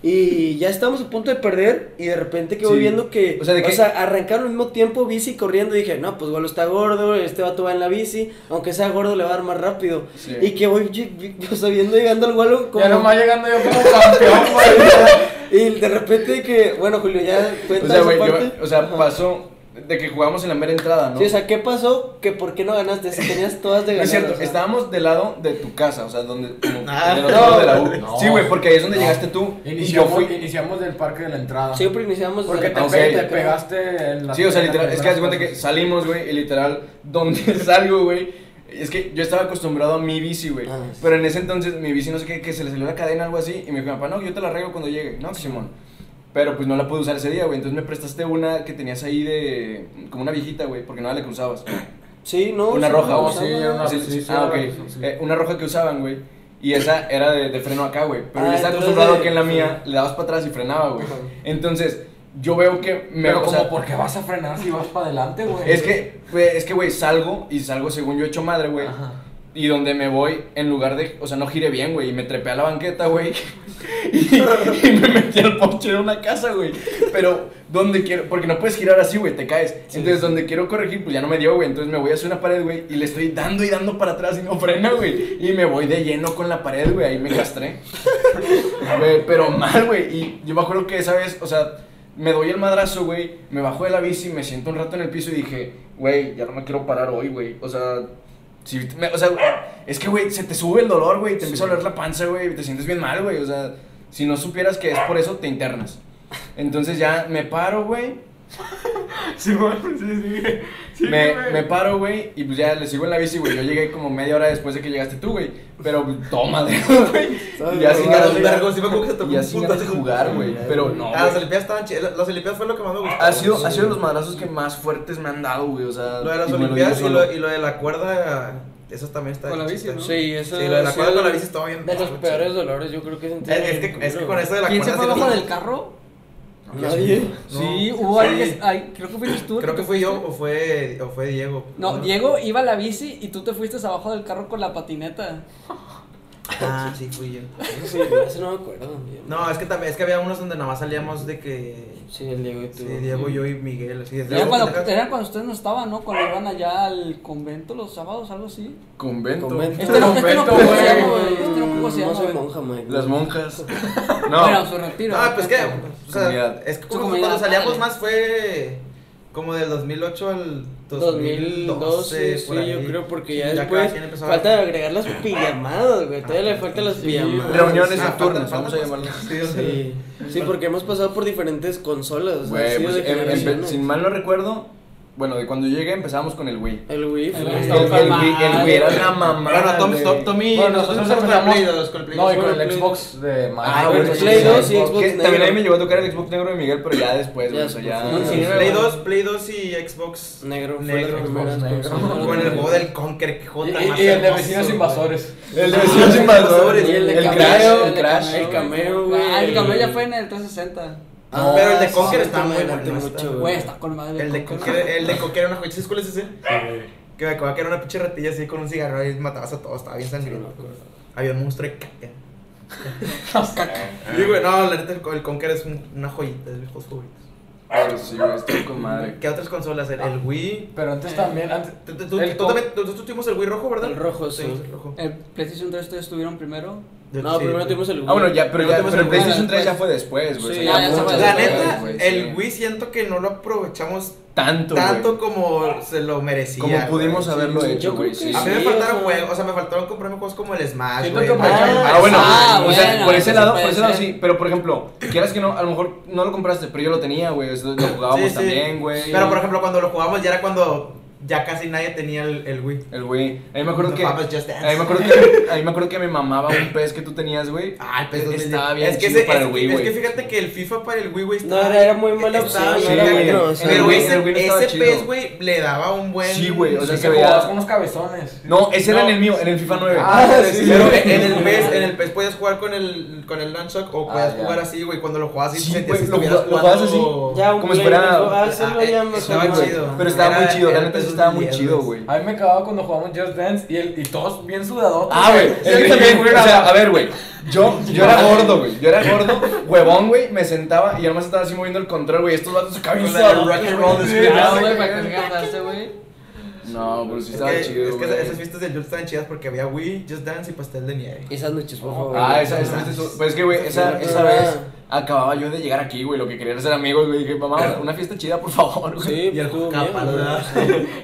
[SPEAKER 4] Y ya estábamos a punto de perder y de repente que voy
[SPEAKER 1] Sí.
[SPEAKER 4] viendo que, o
[SPEAKER 1] O sea,
[SPEAKER 4] sea,
[SPEAKER 1] de que-
[SPEAKER 4] arrancaron al mismo tiempo bici corriendo y dije, no, pues Golo está gordo, este vato va en la bici, aunque sea gordo le va a dar más rápido.
[SPEAKER 1] Sí.
[SPEAKER 4] Y que voy, yo, yo sabiendo llegando al Golo como...
[SPEAKER 3] Ya
[SPEAKER 4] <laughs>
[SPEAKER 3] nomás llegando yo como
[SPEAKER 1] <laughs>
[SPEAKER 3] campeón, güey.
[SPEAKER 4] Y de repente que, bueno Julio, ya cuenta
[SPEAKER 1] O sea,
[SPEAKER 4] esa
[SPEAKER 1] güey,
[SPEAKER 4] parte.
[SPEAKER 1] yo, o sea,
[SPEAKER 4] Ajá.
[SPEAKER 1] pasó de que jugamos en la mera entrada, ¿no?
[SPEAKER 4] Sí, o sea, ¿qué pasó? Que por qué no ganaste, si tenías todas de
[SPEAKER 1] No
[SPEAKER 4] ganar.
[SPEAKER 1] es cierto,
[SPEAKER 4] o sea.
[SPEAKER 1] estábamos del lado de tu casa, o sea, donde como
[SPEAKER 2] Ah,
[SPEAKER 1] del otro lado de la U.
[SPEAKER 3] no.
[SPEAKER 1] sí, güey, porque ahí es donde
[SPEAKER 3] No.
[SPEAKER 1] llegaste tú y yo
[SPEAKER 3] Iniciamos,
[SPEAKER 1] fui.
[SPEAKER 3] iniciamos del parque de la entrada.
[SPEAKER 4] Siempre iniciamos desde
[SPEAKER 3] Porque
[SPEAKER 4] la
[SPEAKER 3] te,
[SPEAKER 1] Ah, Ok.
[SPEAKER 4] parte
[SPEAKER 3] pe-
[SPEAKER 4] de
[SPEAKER 3] te
[SPEAKER 4] acá.
[SPEAKER 3] pegaste en la.
[SPEAKER 1] Sí, o sea,
[SPEAKER 3] en la
[SPEAKER 1] literal, es que
[SPEAKER 3] primera
[SPEAKER 1] haz cuenta
[SPEAKER 3] cosa.
[SPEAKER 1] que salimos, güey, y literal, donde <laughs> salgo, güey, es que yo estaba acostumbrado a mi bici, güey,
[SPEAKER 4] Ah, sí.
[SPEAKER 1] pero en ese entonces mi bici, no sé qué, que se le salió la cadena algo así, y me dijo, mi papá, no, yo te la arreglo cuando llegue, no, Simón, pero pues no la pude usar ese día, güey, entonces me prestaste una que tenías ahí de, como una viejita, güey, porque no era la que usabas,
[SPEAKER 4] Sí, no.
[SPEAKER 1] una
[SPEAKER 4] sí,
[SPEAKER 1] roja,
[SPEAKER 4] no,
[SPEAKER 1] güey.
[SPEAKER 4] no,
[SPEAKER 3] sí,
[SPEAKER 4] no,
[SPEAKER 3] era
[SPEAKER 4] no.
[SPEAKER 3] una-
[SPEAKER 1] Sí,
[SPEAKER 3] sí,
[SPEAKER 1] sí,
[SPEAKER 3] sí,
[SPEAKER 1] ah,
[SPEAKER 3] era
[SPEAKER 1] ok.
[SPEAKER 3] la roja, sí.
[SPEAKER 1] Eh, una roja que usaban, güey. Y esa era de, de freno acá, güey. Pero
[SPEAKER 4] Ah,
[SPEAKER 1] yo estaba
[SPEAKER 4] entonces
[SPEAKER 1] acostumbrado
[SPEAKER 4] de-
[SPEAKER 1] a que en la
[SPEAKER 4] sí.
[SPEAKER 1] mía le dabas para atrás y frenaba, güey.
[SPEAKER 4] Ajá.
[SPEAKER 1] Entonces, yo veo que me.
[SPEAKER 3] Pero
[SPEAKER 1] o
[SPEAKER 3] como,
[SPEAKER 1] sea,
[SPEAKER 3] ¿por qué vas a frenar si vas para adelante, güey?
[SPEAKER 1] es que, güey, es que, güey, salgo y salgo según yo hecho madre, güey.
[SPEAKER 3] Ajá.
[SPEAKER 1] Y donde me voy, en lugar de. O sea, no giré bien, güey. Y me trepé a la banqueta, güey. <laughs> Y, y me metí al ponche de una casa, güey. Pero donde quiero. Porque no puedes girar así, güey. Te caes. Entonces, donde quiero corregir, pues ya no me dio, güey. Entonces me voy hacia una pared, güey. Y le estoy dando y dando para atrás y no frena, güey. Y me voy de lleno con la pared, güey. Ahí me castré. Güey, pero mal, güey. Y yo me acuerdo que esa vez, o sea, me doy el madrazo, güey. Me bajo de la bici, me siento un rato en el piso y dije, güey, ya no me quiero parar hoy, güey. O sea, si me- o sea, es que, güey, se te sube el dolor, güey. Te empieza a doler la panza, güey. Te sientes bien mal, güey. O sea, si no supieras que es por eso, te internas. Entonces ya me paro, güey.
[SPEAKER 3] Sí, bueno, sí, sí. sí
[SPEAKER 1] me,
[SPEAKER 3] güey.
[SPEAKER 1] me paro, güey, y pues ya le sigo en la bici, güey. Yo llegué como media hora después de que llegaste tú, güey. Pero toma, <laughs> güey. Y ya sin
[SPEAKER 2] A
[SPEAKER 1] ganas
[SPEAKER 2] los
[SPEAKER 1] de-
[SPEAKER 2] vergos, sí me acuerdo que se tocó
[SPEAKER 1] y
[SPEAKER 2] un
[SPEAKER 1] así sin ganas
[SPEAKER 2] putazo.
[SPEAKER 1] de jugar, güey. Pero no.
[SPEAKER 2] Ah, las
[SPEAKER 1] güey.
[SPEAKER 2] Olimpiadas estaban chidas. Las Olimpiadas fue lo que más me gustó.
[SPEAKER 1] Ha sido, ha sido los madrazos que más fuertes me han dado, güey. O sea,
[SPEAKER 2] Lo de las
[SPEAKER 1] y me lo
[SPEAKER 2] Olimpiadas
[SPEAKER 1] digo
[SPEAKER 2] y
[SPEAKER 1] solo.
[SPEAKER 2] lo, y lo de la cuerda, eso también está
[SPEAKER 5] Con la bici,
[SPEAKER 2] está
[SPEAKER 5] ¿no?
[SPEAKER 2] chido.
[SPEAKER 4] Sí, eso
[SPEAKER 2] Sí, lo de la
[SPEAKER 4] ha
[SPEAKER 2] cuerda
[SPEAKER 4] sido
[SPEAKER 2] con la bici estaba bien.
[SPEAKER 4] De los
[SPEAKER 2] estaba
[SPEAKER 4] peores
[SPEAKER 2] chido.
[SPEAKER 4] dolores, yo creo que sentí.
[SPEAKER 2] Es, es que, es que con eso de la
[SPEAKER 5] ¿Quién
[SPEAKER 2] cuerda.
[SPEAKER 5] se fue
[SPEAKER 2] sí
[SPEAKER 5] abajo
[SPEAKER 2] lo-
[SPEAKER 5] del carro?
[SPEAKER 4] Nadie.
[SPEAKER 5] Sí,
[SPEAKER 2] No.
[SPEAKER 5] hubo alguien
[SPEAKER 2] Sí.
[SPEAKER 5] que. ay, creo que fuiste tú.
[SPEAKER 2] Creo que fui yo o fue, o fue Diego.
[SPEAKER 5] No, Diego iba a la bici y tú te fuiste abajo del carro con la patineta.
[SPEAKER 2] Ah, sí, fui yo.
[SPEAKER 4] Sí, eso no me acuerdo. yo-
[SPEAKER 2] No, es que también, es que había unos donde nada más salíamos de que.
[SPEAKER 4] Sí, el Diego y tú.
[SPEAKER 2] Sí, Diego, yo y Miguel. Así de
[SPEAKER 5] Era cuando, era cuando ustedes no estaban, ¿no? Cuando iban allá al convento los sábados, algo así.
[SPEAKER 1] Convento.
[SPEAKER 4] Convento.
[SPEAKER 5] Este no, este
[SPEAKER 3] Convento,
[SPEAKER 5] no, ¿cómo se
[SPEAKER 3] güey.
[SPEAKER 5] llama, güey? Este no, ¿cómo se
[SPEAKER 4] No
[SPEAKER 5] llama,
[SPEAKER 4] soy
[SPEAKER 5] güey?
[SPEAKER 4] monja, Mike.
[SPEAKER 1] Las monjas. No.
[SPEAKER 5] Bueno, su retiro.
[SPEAKER 2] Ah, pues que. O sea,
[SPEAKER 1] Comunidad.
[SPEAKER 2] es que
[SPEAKER 5] Su
[SPEAKER 2] como
[SPEAKER 5] comunidad,
[SPEAKER 2] cuando salíamos
[SPEAKER 5] dale.
[SPEAKER 2] más fue. Como del 2008 al
[SPEAKER 4] 2012,
[SPEAKER 2] 2012.
[SPEAKER 4] sí,
[SPEAKER 2] por ahí.
[SPEAKER 4] yo creo, porque ya,
[SPEAKER 2] cada
[SPEAKER 4] después
[SPEAKER 2] quien empezó a-
[SPEAKER 4] falta agregar las pijamadas, güey. Todavía le faltan las pijamadas.
[SPEAKER 1] Reuniones
[SPEAKER 2] Ah, falta-
[SPEAKER 1] nocturnas,
[SPEAKER 2] falta
[SPEAKER 1] vamos a
[SPEAKER 2] más-
[SPEAKER 1] llamarlas.
[SPEAKER 2] Sí, o sea,
[SPEAKER 4] Sí. sí, porque hemos pasado por diferentes consolas. o sea, ha
[SPEAKER 1] Güey,
[SPEAKER 4] sido
[SPEAKER 1] pues,
[SPEAKER 4] de
[SPEAKER 1] em- em-
[SPEAKER 4] generaciones.
[SPEAKER 1] sin mal no recuerdo, bueno, de cuando llegué empezamos con el Wii.
[SPEAKER 4] El Wii. fue-
[SPEAKER 5] El
[SPEAKER 1] El,
[SPEAKER 5] Wii
[SPEAKER 1] el,
[SPEAKER 5] estaba
[SPEAKER 1] el Wii,
[SPEAKER 5] mal.
[SPEAKER 1] el Wii era la mamá.
[SPEAKER 2] Bueno, Tom, Tom, Tommy.
[SPEAKER 3] Bueno, nosotros
[SPEAKER 2] empezamos
[SPEAKER 3] empezamos-
[SPEAKER 2] Play 2, con el Play
[SPEAKER 3] No, y
[SPEAKER 2] 2.
[SPEAKER 3] con el Xbox de Mike.
[SPEAKER 1] Ah,
[SPEAKER 4] güey,
[SPEAKER 1] bueno, sí,
[SPEAKER 4] Play
[SPEAKER 1] sí,
[SPEAKER 4] 2
[SPEAKER 1] sí.
[SPEAKER 4] y
[SPEAKER 1] Que
[SPEAKER 4] Xbox
[SPEAKER 1] También ahí
[SPEAKER 4] negro.
[SPEAKER 1] me llegó a tocar el Xbox negro de Miguel, pero ya después, güey.
[SPEAKER 4] Ya
[SPEAKER 1] o sea,
[SPEAKER 4] después.
[SPEAKER 1] ya.
[SPEAKER 4] No, sí,
[SPEAKER 2] ah, Play 2, Play 2 y Xbox.
[SPEAKER 4] Negro. fue la
[SPEAKER 2] Negro,
[SPEAKER 4] primera
[SPEAKER 3] Xbox negro.
[SPEAKER 4] consola.
[SPEAKER 2] Con el juego del Conker que
[SPEAKER 3] Y,
[SPEAKER 2] jota
[SPEAKER 3] y-
[SPEAKER 2] más
[SPEAKER 3] y el de
[SPEAKER 2] hermoso,
[SPEAKER 3] vecinos
[SPEAKER 2] güey.
[SPEAKER 3] invasores.
[SPEAKER 1] El de vecinos invasores.
[SPEAKER 4] Y el de
[SPEAKER 1] El
[SPEAKER 4] Cameo,
[SPEAKER 1] Crash,
[SPEAKER 4] el
[SPEAKER 1] el
[SPEAKER 4] de
[SPEAKER 1] Crash.
[SPEAKER 4] Cameo, el Cameo, güey.
[SPEAKER 5] Ah, el cameo ya fue en el 360.
[SPEAKER 4] Ah,
[SPEAKER 2] Pero el de
[SPEAKER 4] sí,
[SPEAKER 2] Conker
[SPEAKER 4] me
[SPEAKER 2] está muy
[SPEAKER 4] adelanté
[SPEAKER 2] bueno, está-
[SPEAKER 4] mucho,
[SPEAKER 5] Güey, está con madre.
[SPEAKER 2] El de Conker, el de Conker era una joya. ¿Sabes cuál es ese? Que me acababa que era una pinche ratilla así con un cigarro y matabas a todos. Estaba bien sangriento. Había un monstruo de
[SPEAKER 3] <laughs>
[SPEAKER 2] caca. Y güey, no, la neta, el, el Conker es un- una joyita de mis juegos favoritos.
[SPEAKER 1] Pero sí, güey, estoy con madre.
[SPEAKER 2] ¿Qué otras consolas? El,
[SPEAKER 4] Ah.
[SPEAKER 2] el Wii.
[SPEAKER 3] Pero antes también, antes,
[SPEAKER 2] Tú- tú- tú-
[SPEAKER 3] El
[SPEAKER 2] tú
[SPEAKER 3] Con-
[SPEAKER 2] también- tú- tú tuvimos el Wii rojo, ¿verdad?
[SPEAKER 4] El rojo, sí.
[SPEAKER 2] el rojo.
[SPEAKER 5] El PlayStation 3 ustedes estuvieron primero.
[SPEAKER 4] No, primero tuvimos el Wii.
[SPEAKER 1] Ah, bueno, ya, pero
[SPEAKER 2] Pero
[SPEAKER 1] ya,
[SPEAKER 2] tenemos
[SPEAKER 1] pero
[SPEAKER 2] el
[SPEAKER 1] el
[SPEAKER 2] Wii
[SPEAKER 1] PlayStation 3 ya
[SPEAKER 5] después.
[SPEAKER 1] fue después, güey.
[SPEAKER 4] Sí,
[SPEAKER 1] o sea,
[SPEAKER 4] ya, ya
[SPEAKER 1] mucho
[SPEAKER 4] se fue
[SPEAKER 2] La
[SPEAKER 4] después,
[SPEAKER 2] neta,
[SPEAKER 1] güey, sí.
[SPEAKER 2] el Wii siento que no lo aprovechamos
[SPEAKER 1] Tanto, güey.
[SPEAKER 2] tanto como se lo merecía.
[SPEAKER 1] Como pudimos
[SPEAKER 2] güey.
[SPEAKER 1] haberlo
[SPEAKER 4] sí, yo
[SPEAKER 1] hecho,
[SPEAKER 4] creo
[SPEAKER 1] güey.
[SPEAKER 4] que
[SPEAKER 1] sí. Ah,
[SPEAKER 2] A mí me
[SPEAKER 4] Sí,
[SPEAKER 2] faltaron
[SPEAKER 4] o sea.
[SPEAKER 2] juegos, o sea, me faltaron comprarme juegos como el Smash,
[SPEAKER 3] Siento
[SPEAKER 2] güey.
[SPEAKER 3] que
[SPEAKER 2] Mario-
[SPEAKER 1] Ah, bueno,
[SPEAKER 5] Ah,
[SPEAKER 1] o sea,
[SPEAKER 5] bueno,
[SPEAKER 1] por ese
[SPEAKER 5] eso
[SPEAKER 1] lado,
[SPEAKER 5] puede
[SPEAKER 1] por ese lado
[SPEAKER 5] ser.
[SPEAKER 1] sí, pero por ejemplo, quieras que no, a lo mejor no lo compraste, pero yo lo tenía, güey, eso lo jugábamos
[SPEAKER 2] Sí, sí.
[SPEAKER 1] también, güey.
[SPEAKER 2] Pero por ejemplo, cuando lo jugábamos ya era cuando ya casi nadie tenía el, el Wii.
[SPEAKER 1] el güey, a mí me acuerdo
[SPEAKER 2] Los
[SPEAKER 1] que a mí
[SPEAKER 2] papás Just Dance.
[SPEAKER 1] me acuerdo que a mí me acuerdo que me mamaba un pez que tú tenías, güey.
[SPEAKER 2] Ah, el PS
[SPEAKER 1] Estaba
[SPEAKER 2] 2010.
[SPEAKER 1] bien
[SPEAKER 2] es que
[SPEAKER 1] chido
[SPEAKER 2] ese-
[SPEAKER 1] para
[SPEAKER 2] es
[SPEAKER 1] el
[SPEAKER 2] que-
[SPEAKER 1] Wii,
[SPEAKER 2] Es que
[SPEAKER 1] güey.
[SPEAKER 2] fíjate que el FIFA para el Wii, güey,
[SPEAKER 4] No,
[SPEAKER 2] estaba...
[SPEAKER 4] era, era muy mala
[SPEAKER 2] estaba
[SPEAKER 4] opción.
[SPEAKER 2] bien
[SPEAKER 4] era
[SPEAKER 1] sí,
[SPEAKER 2] cagado.
[SPEAKER 4] bueno, o sea,
[SPEAKER 1] el
[SPEAKER 2] Pero
[SPEAKER 1] güey,
[SPEAKER 2] ese,
[SPEAKER 1] el Wii no estaba
[SPEAKER 2] ese
[SPEAKER 1] chido.
[SPEAKER 2] pez, güey, le daba un buen...
[SPEAKER 1] Sí, güey, o sea,
[SPEAKER 3] que
[SPEAKER 1] se veía
[SPEAKER 3] jugabas con unos cabezones.
[SPEAKER 1] No, ese era en el mío, en el FIFA 9.
[SPEAKER 3] Ah, sí,
[SPEAKER 2] Pero en
[SPEAKER 1] <laughs>
[SPEAKER 2] el PES, en el PES podías jugar con el con el nunchuck o podías
[SPEAKER 3] Ah, ya.
[SPEAKER 2] jugar así, güey, cuando lo jugabas así
[SPEAKER 1] Sí,
[SPEAKER 2] sentías
[SPEAKER 1] güey,
[SPEAKER 2] que
[SPEAKER 1] lo
[SPEAKER 2] estuvieras
[SPEAKER 1] jugabas- lo jugabas así.
[SPEAKER 2] jugando-
[SPEAKER 4] Ya, un
[SPEAKER 1] Como
[SPEAKER 4] Play,
[SPEAKER 1] esperaba.
[SPEAKER 4] eso, ah, eso
[SPEAKER 2] Ah,
[SPEAKER 4] lo
[SPEAKER 2] eh,
[SPEAKER 4] llamo,
[SPEAKER 2] estaba
[SPEAKER 4] sí, güey.
[SPEAKER 2] chido.
[SPEAKER 1] pero estaba
[SPEAKER 2] Era-
[SPEAKER 1] muy chido,
[SPEAKER 2] era
[SPEAKER 1] la neta sí
[SPEAKER 2] PES
[SPEAKER 1] estaba muy
[SPEAKER 2] 2010,
[SPEAKER 1] chido,
[SPEAKER 2] güey.
[SPEAKER 1] güey.
[SPEAKER 3] A mí me cagaba cuando jugábamos Just Dance y, el, y todos bien sudados.
[SPEAKER 1] Ah, güey.
[SPEAKER 3] Sí,
[SPEAKER 1] Es que también, güey, o sea, a ver, güey. Yo, yo era gordo, güey. Yo era gordo, huevón, güey. Me sentaba y yo nomás estaba así moviendo el control, güey. Estos vatos sacaban
[SPEAKER 2] Con la de
[SPEAKER 1] cabeza rock and roll
[SPEAKER 2] Sí,
[SPEAKER 5] Cuidado,
[SPEAKER 1] descuidado,
[SPEAKER 5] güey,
[SPEAKER 1] güey.
[SPEAKER 5] para que gastarse, güey.
[SPEAKER 1] No, pero sí
[SPEAKER 2] Es
[SPEAKER 1] estaba
[SPEAKER 2] que,
[SPEAKER 1] chido,
[SPEAKER 2] es que
[SPEAKER 1] güey.
[SPEAKER 2] esas fiestas del Jult estaban chidas porque había Wii, Just Dance y pues pastel de nieve.
[SPEAKER 4] Y sándwiches, por favor.
[SPEAKER 1] Ah, esa, esa,
[SPEAKER 2] Ajá.
[SPEAKER 1] esa- esa- pues es que, güey,
[SPEAKER 2] Ah.
[SPEAKER 1] esa, esa vez acababa yo de llegar aquí, güey, lo que quería era ser amigos, güey, dije, mamá, una fiesta chida, por favor, güey.
[SPEAKER 4] Sí,
[SPEAKER 2] Y el
[SPEAKER 4] estuvo bien,
[SPEAKER 2] capa,
[SPEAKER 4] güey.
[SPEAKER 2] ¿verdad?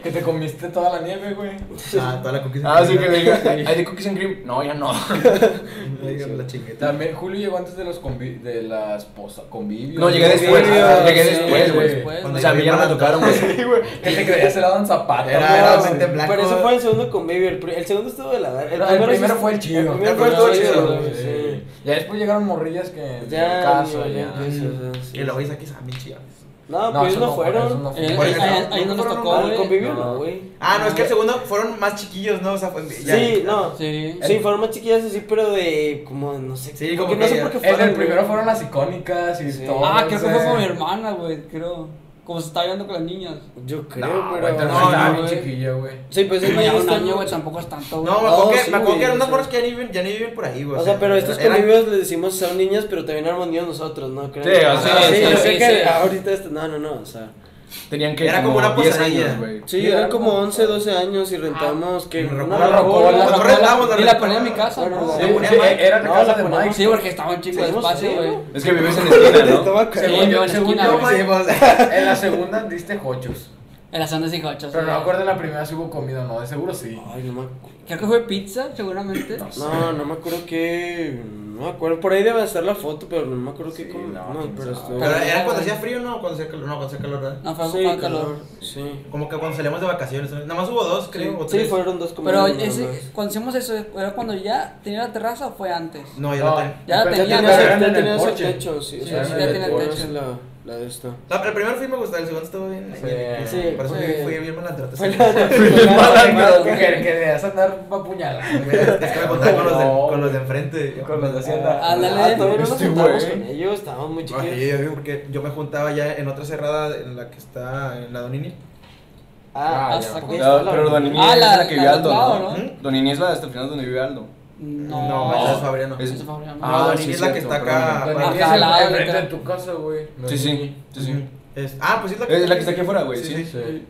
[SPEAKER 3] Que te comiste toda la nieve, güey.
[SPEAKER 2] <laughs> Ah, toda la conquista.
[SPEAKER 1] Ah, sí, que me diga, ¿hay de cookies and cream? No, ya no.
[SPEAKER 2] La chingueta.
[SPEAKER 3] También Julio llegó antes de los convi- de las posa convivios.
[SPEAKER 1] No, llegué después, llegué después,
[SPEAKER 5] güey.
[SPEAKER 1] güey. O sea, a mí ya no me tocaron, güey.
[SPEAKER 3] Sí, güey. Que te creías helado en zapato.
[SPEAKER 2] Era-
[SPEAKER 3] güey.
[SPEAKER 2] era mente blanca.
[SPEAKER 4] Pero eso fue el segundo convivio. El, pri- el segundo estuvo de la verga.
[SPEAKER 3] El primero,
[SPEAKER 4] sí-
[SPEAKER 3] fue el chido.
[SPEAKER 4] El primero fue el
[SPEAKER 2] primero
[SPEAKER 4] chido,
[SPEAKER 2] chido,
[SPEAKER 4] güey, sí.
[SPEAKER 3] Ya después llegaron morrillas que.
[SPEAKER 4] Ya,
[SPEAKER 3] Caso,
[SPEAKER 4] ni-
[SPEAKER 3] ya.
[SPEAKER 4] ya, sí, sí, sí.
[SPEAKER 2] Y luego Isaac y Sammy chidas.
[SPEAKER 4] No, pues
[SPEAKER 3] eso no, eso
[SPEAKER 4] ellos no
[SPEAKER 3] no
[SPEAKER 4] fueron.
[SPEAKER 3] fue.
[SPEAKER 5] Eh,
[SPEAKER 2] Por eso,
[SPEAKER 5] ahí- Ahí no nos
[SPEAKER 2] fueron
[SPEAKER 5] tocó,
[SPEAKER 4] Al
[SPEAKER 5] güey.
[SPEAKER 4] convivio
[SPEAKER 3] No.
[SPEAKER 4] no, güey.
[SPEAKER 2] Ah, no, es que el segundo fueron más chiquillos, ¿no? O sea, fue. ya-
[SPEAKER 4] Sí, no. Sí,
[SPEAKER 5] Sí.
[SPEAKER 4] fueron más chiquillas así, pero de como, no sé.
[SPEAKER 2] Sí,
[SPEAKER 4] porque
[SPEAKER 2] como
[SPEAKER 4] no
[SPEAKER 2] que
[SPEAKER 4] sé
[SPEAKER 2] ya-
[SPEAKER 4] por qué
[SPEAKER 3] El
[SPEAKER 4] fueron.
[SPEAKER 3] del
[SPEAKER 4] güey.
[SPEAKER 3] primero fueron las icónicas y
[SPEAKER 4] Sí.
[SPEAKER 3] todo.
[SPEAKER 5] Ah, creo que
[SPEAKER 3] ese-
[SPEAKER 5] fue con mi hermana, güey, creo. Como se está viendo con las niñas.
[SPEAKER 4] Yo creo,
[SPEAKER 3] No,
[SPEAKER 4] pero.
[SPEAKER 3] güey, te
[SPEAKER 4] No,
[SPEAKER 3] estaba bien
[SPEAKER 4] güey.
[SPEAKER 3] chiquilla, güey.
[SPEAKER 4] Sí, pues es
[SPEAKER 5] Pero ya un
[SPEAKER 4] está-
[SPEAKER 5] año, güey, tampoco es tanto, güey.
[SPEAKER 2] No, me
[SPEAKER 4] No,
[SPEAKER 2] acuerdo que,
[SPEAKER 4] sí,
[SPEAKER 2] me acuerdo
[SPEAKER 4] güey,
[SPEAKER 2] que eran unas
[SPEAKER 4] sí.
[SPEAKER 2] morras que ya ni viven, ya ni viven por ahí, güey.
[SPEAKER 4] O sea, pero estos
[SPEAKER 2] eran-
[SPEAKER 4] convivios le decimos son niñas, pero también eran niños nosotros, ¿no? Creo.
[SPEAKER 3] Sí, o sea,
[SPEAKER 4] Ah, sí,
[SPEAKER 5] sí,
[SPEAKER 4] yo
[SPEAKER 5] sí,
[SPEAKER 4] creo que
[SPEAKER 5] sí.
[SPEAKER 4] ahorita esto- No, no, no, o sea.
[SPEAKER 1] Tenían que
[SPEAKER 2] Era como una
[SPEAKER 1] 10
[SPEAKER 2] posadilla.
[SPEAKER 1] años, güey.
[SPEAKER 4] Sí,
[SPEAKER 3] Sí,
[SPEAKER 4] eran
[SPEAKER 3] eran
[SPEAKER 4] como
[SPEAKER 3] como-
[SPEAKER 4] 11, 12 años y rentamos que
[SPEAKER 2] Una
[SPEAKER 4] una
[SPEAKER 2] rocola.
[SPEAKER 4] rocola.
[SPEAKER 2] Nosotros rentábamos la
[SPEAKER 5] Y la
[SPEAKER 2] ropa.
[SPEAKER 5] ponía en mi casa,
[SPEAKER 4] Bueno,
[SPEAKER 5] ¿no?
[SPEAKER 3] Sí,
[SPEAKER 2] la ponía
[SPEAKER 3] sí,
[SPEAKER 2] Mike.
[SPEAKER 3] era la
[SPEAKER 4] No,
[SPEAKER 3] casa
[SPEAKER 4] la
[SPEAKER 3] de
[SPEAKER 4] ponía-
[SPEAKER 3] Mike.
[SPEAKER 5] Sí, porque estaba un chingo de
[SPEAKER 4] Seguimos
[SPEAKER 5] espacio,
[SPEAKER 4] así,
[SPEAKER 5] güey.
[SPEAKER 4] ¿no?
[SPEAKER 1] Es que vives en esquina, <laughs> ¿no?
[SPEAKER 4] Estaba
[SPEAKER 5] Sí,
[SPEAKER 3] Según
[SPEAKER 5] yo
[SPEAKER 3] yo,
[SPEAKER 5] en la
[SPEAKER 3] según
[SPEAKER 5] esquina,
[SPEAKER 3] yo,
[SPEAKER 5] güey.
[SPEAKER 3] Mike,
[SPEAKER 2] Sí,
[SPEAKER 3] en la segunda diste jochos.
[SPEAKER 5] En las andas y cochas.
[SPEAKER 3] Pero no me
[SPEAKER 5] güey.
[SPEAKER 3] acuerdo en la primera si hubo comida o no, de seguro sí.
[SPEAKER 4] Ay, no me acuerdo.
[SPEAKER 5] Creo que fue pizza, seguramente.
[SPEAKER 4] No, no me acuerdo qué. No me acuerdo. Por ahí debe estar la foto, pero no me acuerdo qué.
[SPEAKER 3] Sí,
[SPEAKER 4] com-
[SPEAKER 3] no,
[SPEAKER 4] No,
[SPEAKER 3] quién
[SPEAKER 4] pero
[SPEAKER 3] sabe.
[SPEAKER 4] estuvo.
[SPEAKER 2] Pero era cuando hacía frío, ¿no? Cuando hacía calor, no, cuando hacía calor, ¿verdad?
[SPEAKER 5] No, fue
[SPEAKER 4] Sí,
[SPEAKER 5] con
[SPEAKER 4] calor.
[SPEAKER 5] calor.
[SPEAKER 4] Sí.
[SPEAKER 2] Como que cuando salíamos de vacaciones, ¿sabes? nada más hubo dos, creo, o
[SPEAKER 4] Sí,
[SPEAKER 2] tres.
[SPEAKER 4] fueron dos
[SPEAKER 5] Pero
[SPEAKER 4] comidas, nada
[SPEAKER 5] ese,
[SPEAKER 4] más.
[SPEAKER 5] cuando hicimos eso, ¿era cuando ya tenía la terraza o fue antes?
[SPEAKER 2] No, ya
[SPEAKER 3] No,
[SPEAKER 2] la tenía.
[SPEAKER 5] Ya la
[SPEAKER 3] pero
[SPEAKER 5] tenía,
[SPEAKER 3] pero
[SPEAKER 5] ya
[SPEAKER 3] eran
[SPEAKER 4] Ya
[SPEAKER 3] en
[SPEAKER 4] tenía
[SPEAKER 3] el
[SPEAKER 4] ese
[SPEAKER 3] porche.
[SPEAKER 4] techo, sí. o
[SPEAKER 5] Sí,
[SPEAKER 4] sea,
[SPEAKER 5] sí,
[SPEAKER 4] el
[SPEAKER 5] ya
[SPEAKER 4] de
[SPEAKER 5] tenía
[SPEAKER 4] Torres,
[SPEAKER 5] techo.
[SPEAKER 4] La, la de esta.
[SPEAKER 2] No, pero el primero sí me gustaba, el segundo estuvo bien.
[SPEAKER 3] Sí.
[SPEAKER 2] Sí. Por eso
[SPEAKER 4] Sí.
[SPEAKER 2] fui- fui bien malandrote.
[SPEAKER 4] Fue
[SPEAKER 2] sí.
[SPEAKER 4] la-
[SPEAKER 1] <laughs>
[SPEAKER 3] Pues <laughs>
[SPEAKER 4] la-
[SPEAKER 3] más
[SPEAKER 4] la-
[SPEAKER 3] animado que,
[SPEAKER 4] la-
[SPEAKER 3] que debías andar apuñalando.
[SPEAKER 2] Es que me contaba con los de,
[SPEAKER 3] No.
[SPEAKER 2] con los de enfrente.
[SPEAKER 3] Con los de Hacienda.
[SPEAKER 5] Ándale.
[SPEAKER 4] Ah, todavía no nos
[SPEAKER 3] Este
[SPEAKER 4] juntábamos
[SPEAKER 3] güey.
[SPEAKER 4] con ellos, estábamos muy
[SPEAKER 2] Ah,
[SPEAKER 4] chiquitos.
[SPEAKER 2] sí, yo digo, porque yo me juntaba ya en otra cerrada en la que está en la Donini.
[SPEAKER 4] Ah,
[SPEAKER 3] Ah,
[SPEAKER 4] hasta
[SPEAKER 3] ya.
[SPEAKER 4] que
[SPEAKER 1] Ah,
[SPEAKER 4] estaba la-
[SPEAKER 1] Pero Don Inés
[SPEAKER 5] Ah,
[SPEAKER 1] es
[SPEAKER 5] la-
[SPEAKER 1] la que vive
[SPEAKER 5] la del
[SPEAKER 1] Aldo,
[SPEAKER 5] lado,
[SPEAKER 1] ¿no?
[SPEAKER 2] ¿no?
[SPEAKER 1] Don Inés es la de hasta el final donde vive Aldo.
[SPEAKER 5] No.
[SPEAKER 2] ¿Mm? esa es Fabriano.
[SPEAKER 1] Es-
[SPEAKER 5] Esa fue Fabriano.
[SPEAKER 2] Ah,
[SPEAKER 1] sí,
[SPEAKER 2] Don Inés es la que
[SPEAKER 1] cierto,
[SPEAKER 2] está acá.
[SPEAKER 3] Bueno,
[SPEAKER 5] Ah,
[SPEAKER 2] para-
[SPEAKER 3] es
[SPEAKER 5] al lado,
[SPEAKER 3] enfrente
[SPEAKER 5] literal.
[SPEAKER 3] de tu casa, güey.
[SPEAKER 1] Sí, sí, sí, sí.
[SPEAKER 2] Es- ah, pues sí, es la
[SPEAKER 1] Es la que está aquí afuera, güey, sí.
[SPEAKER 3] Sí.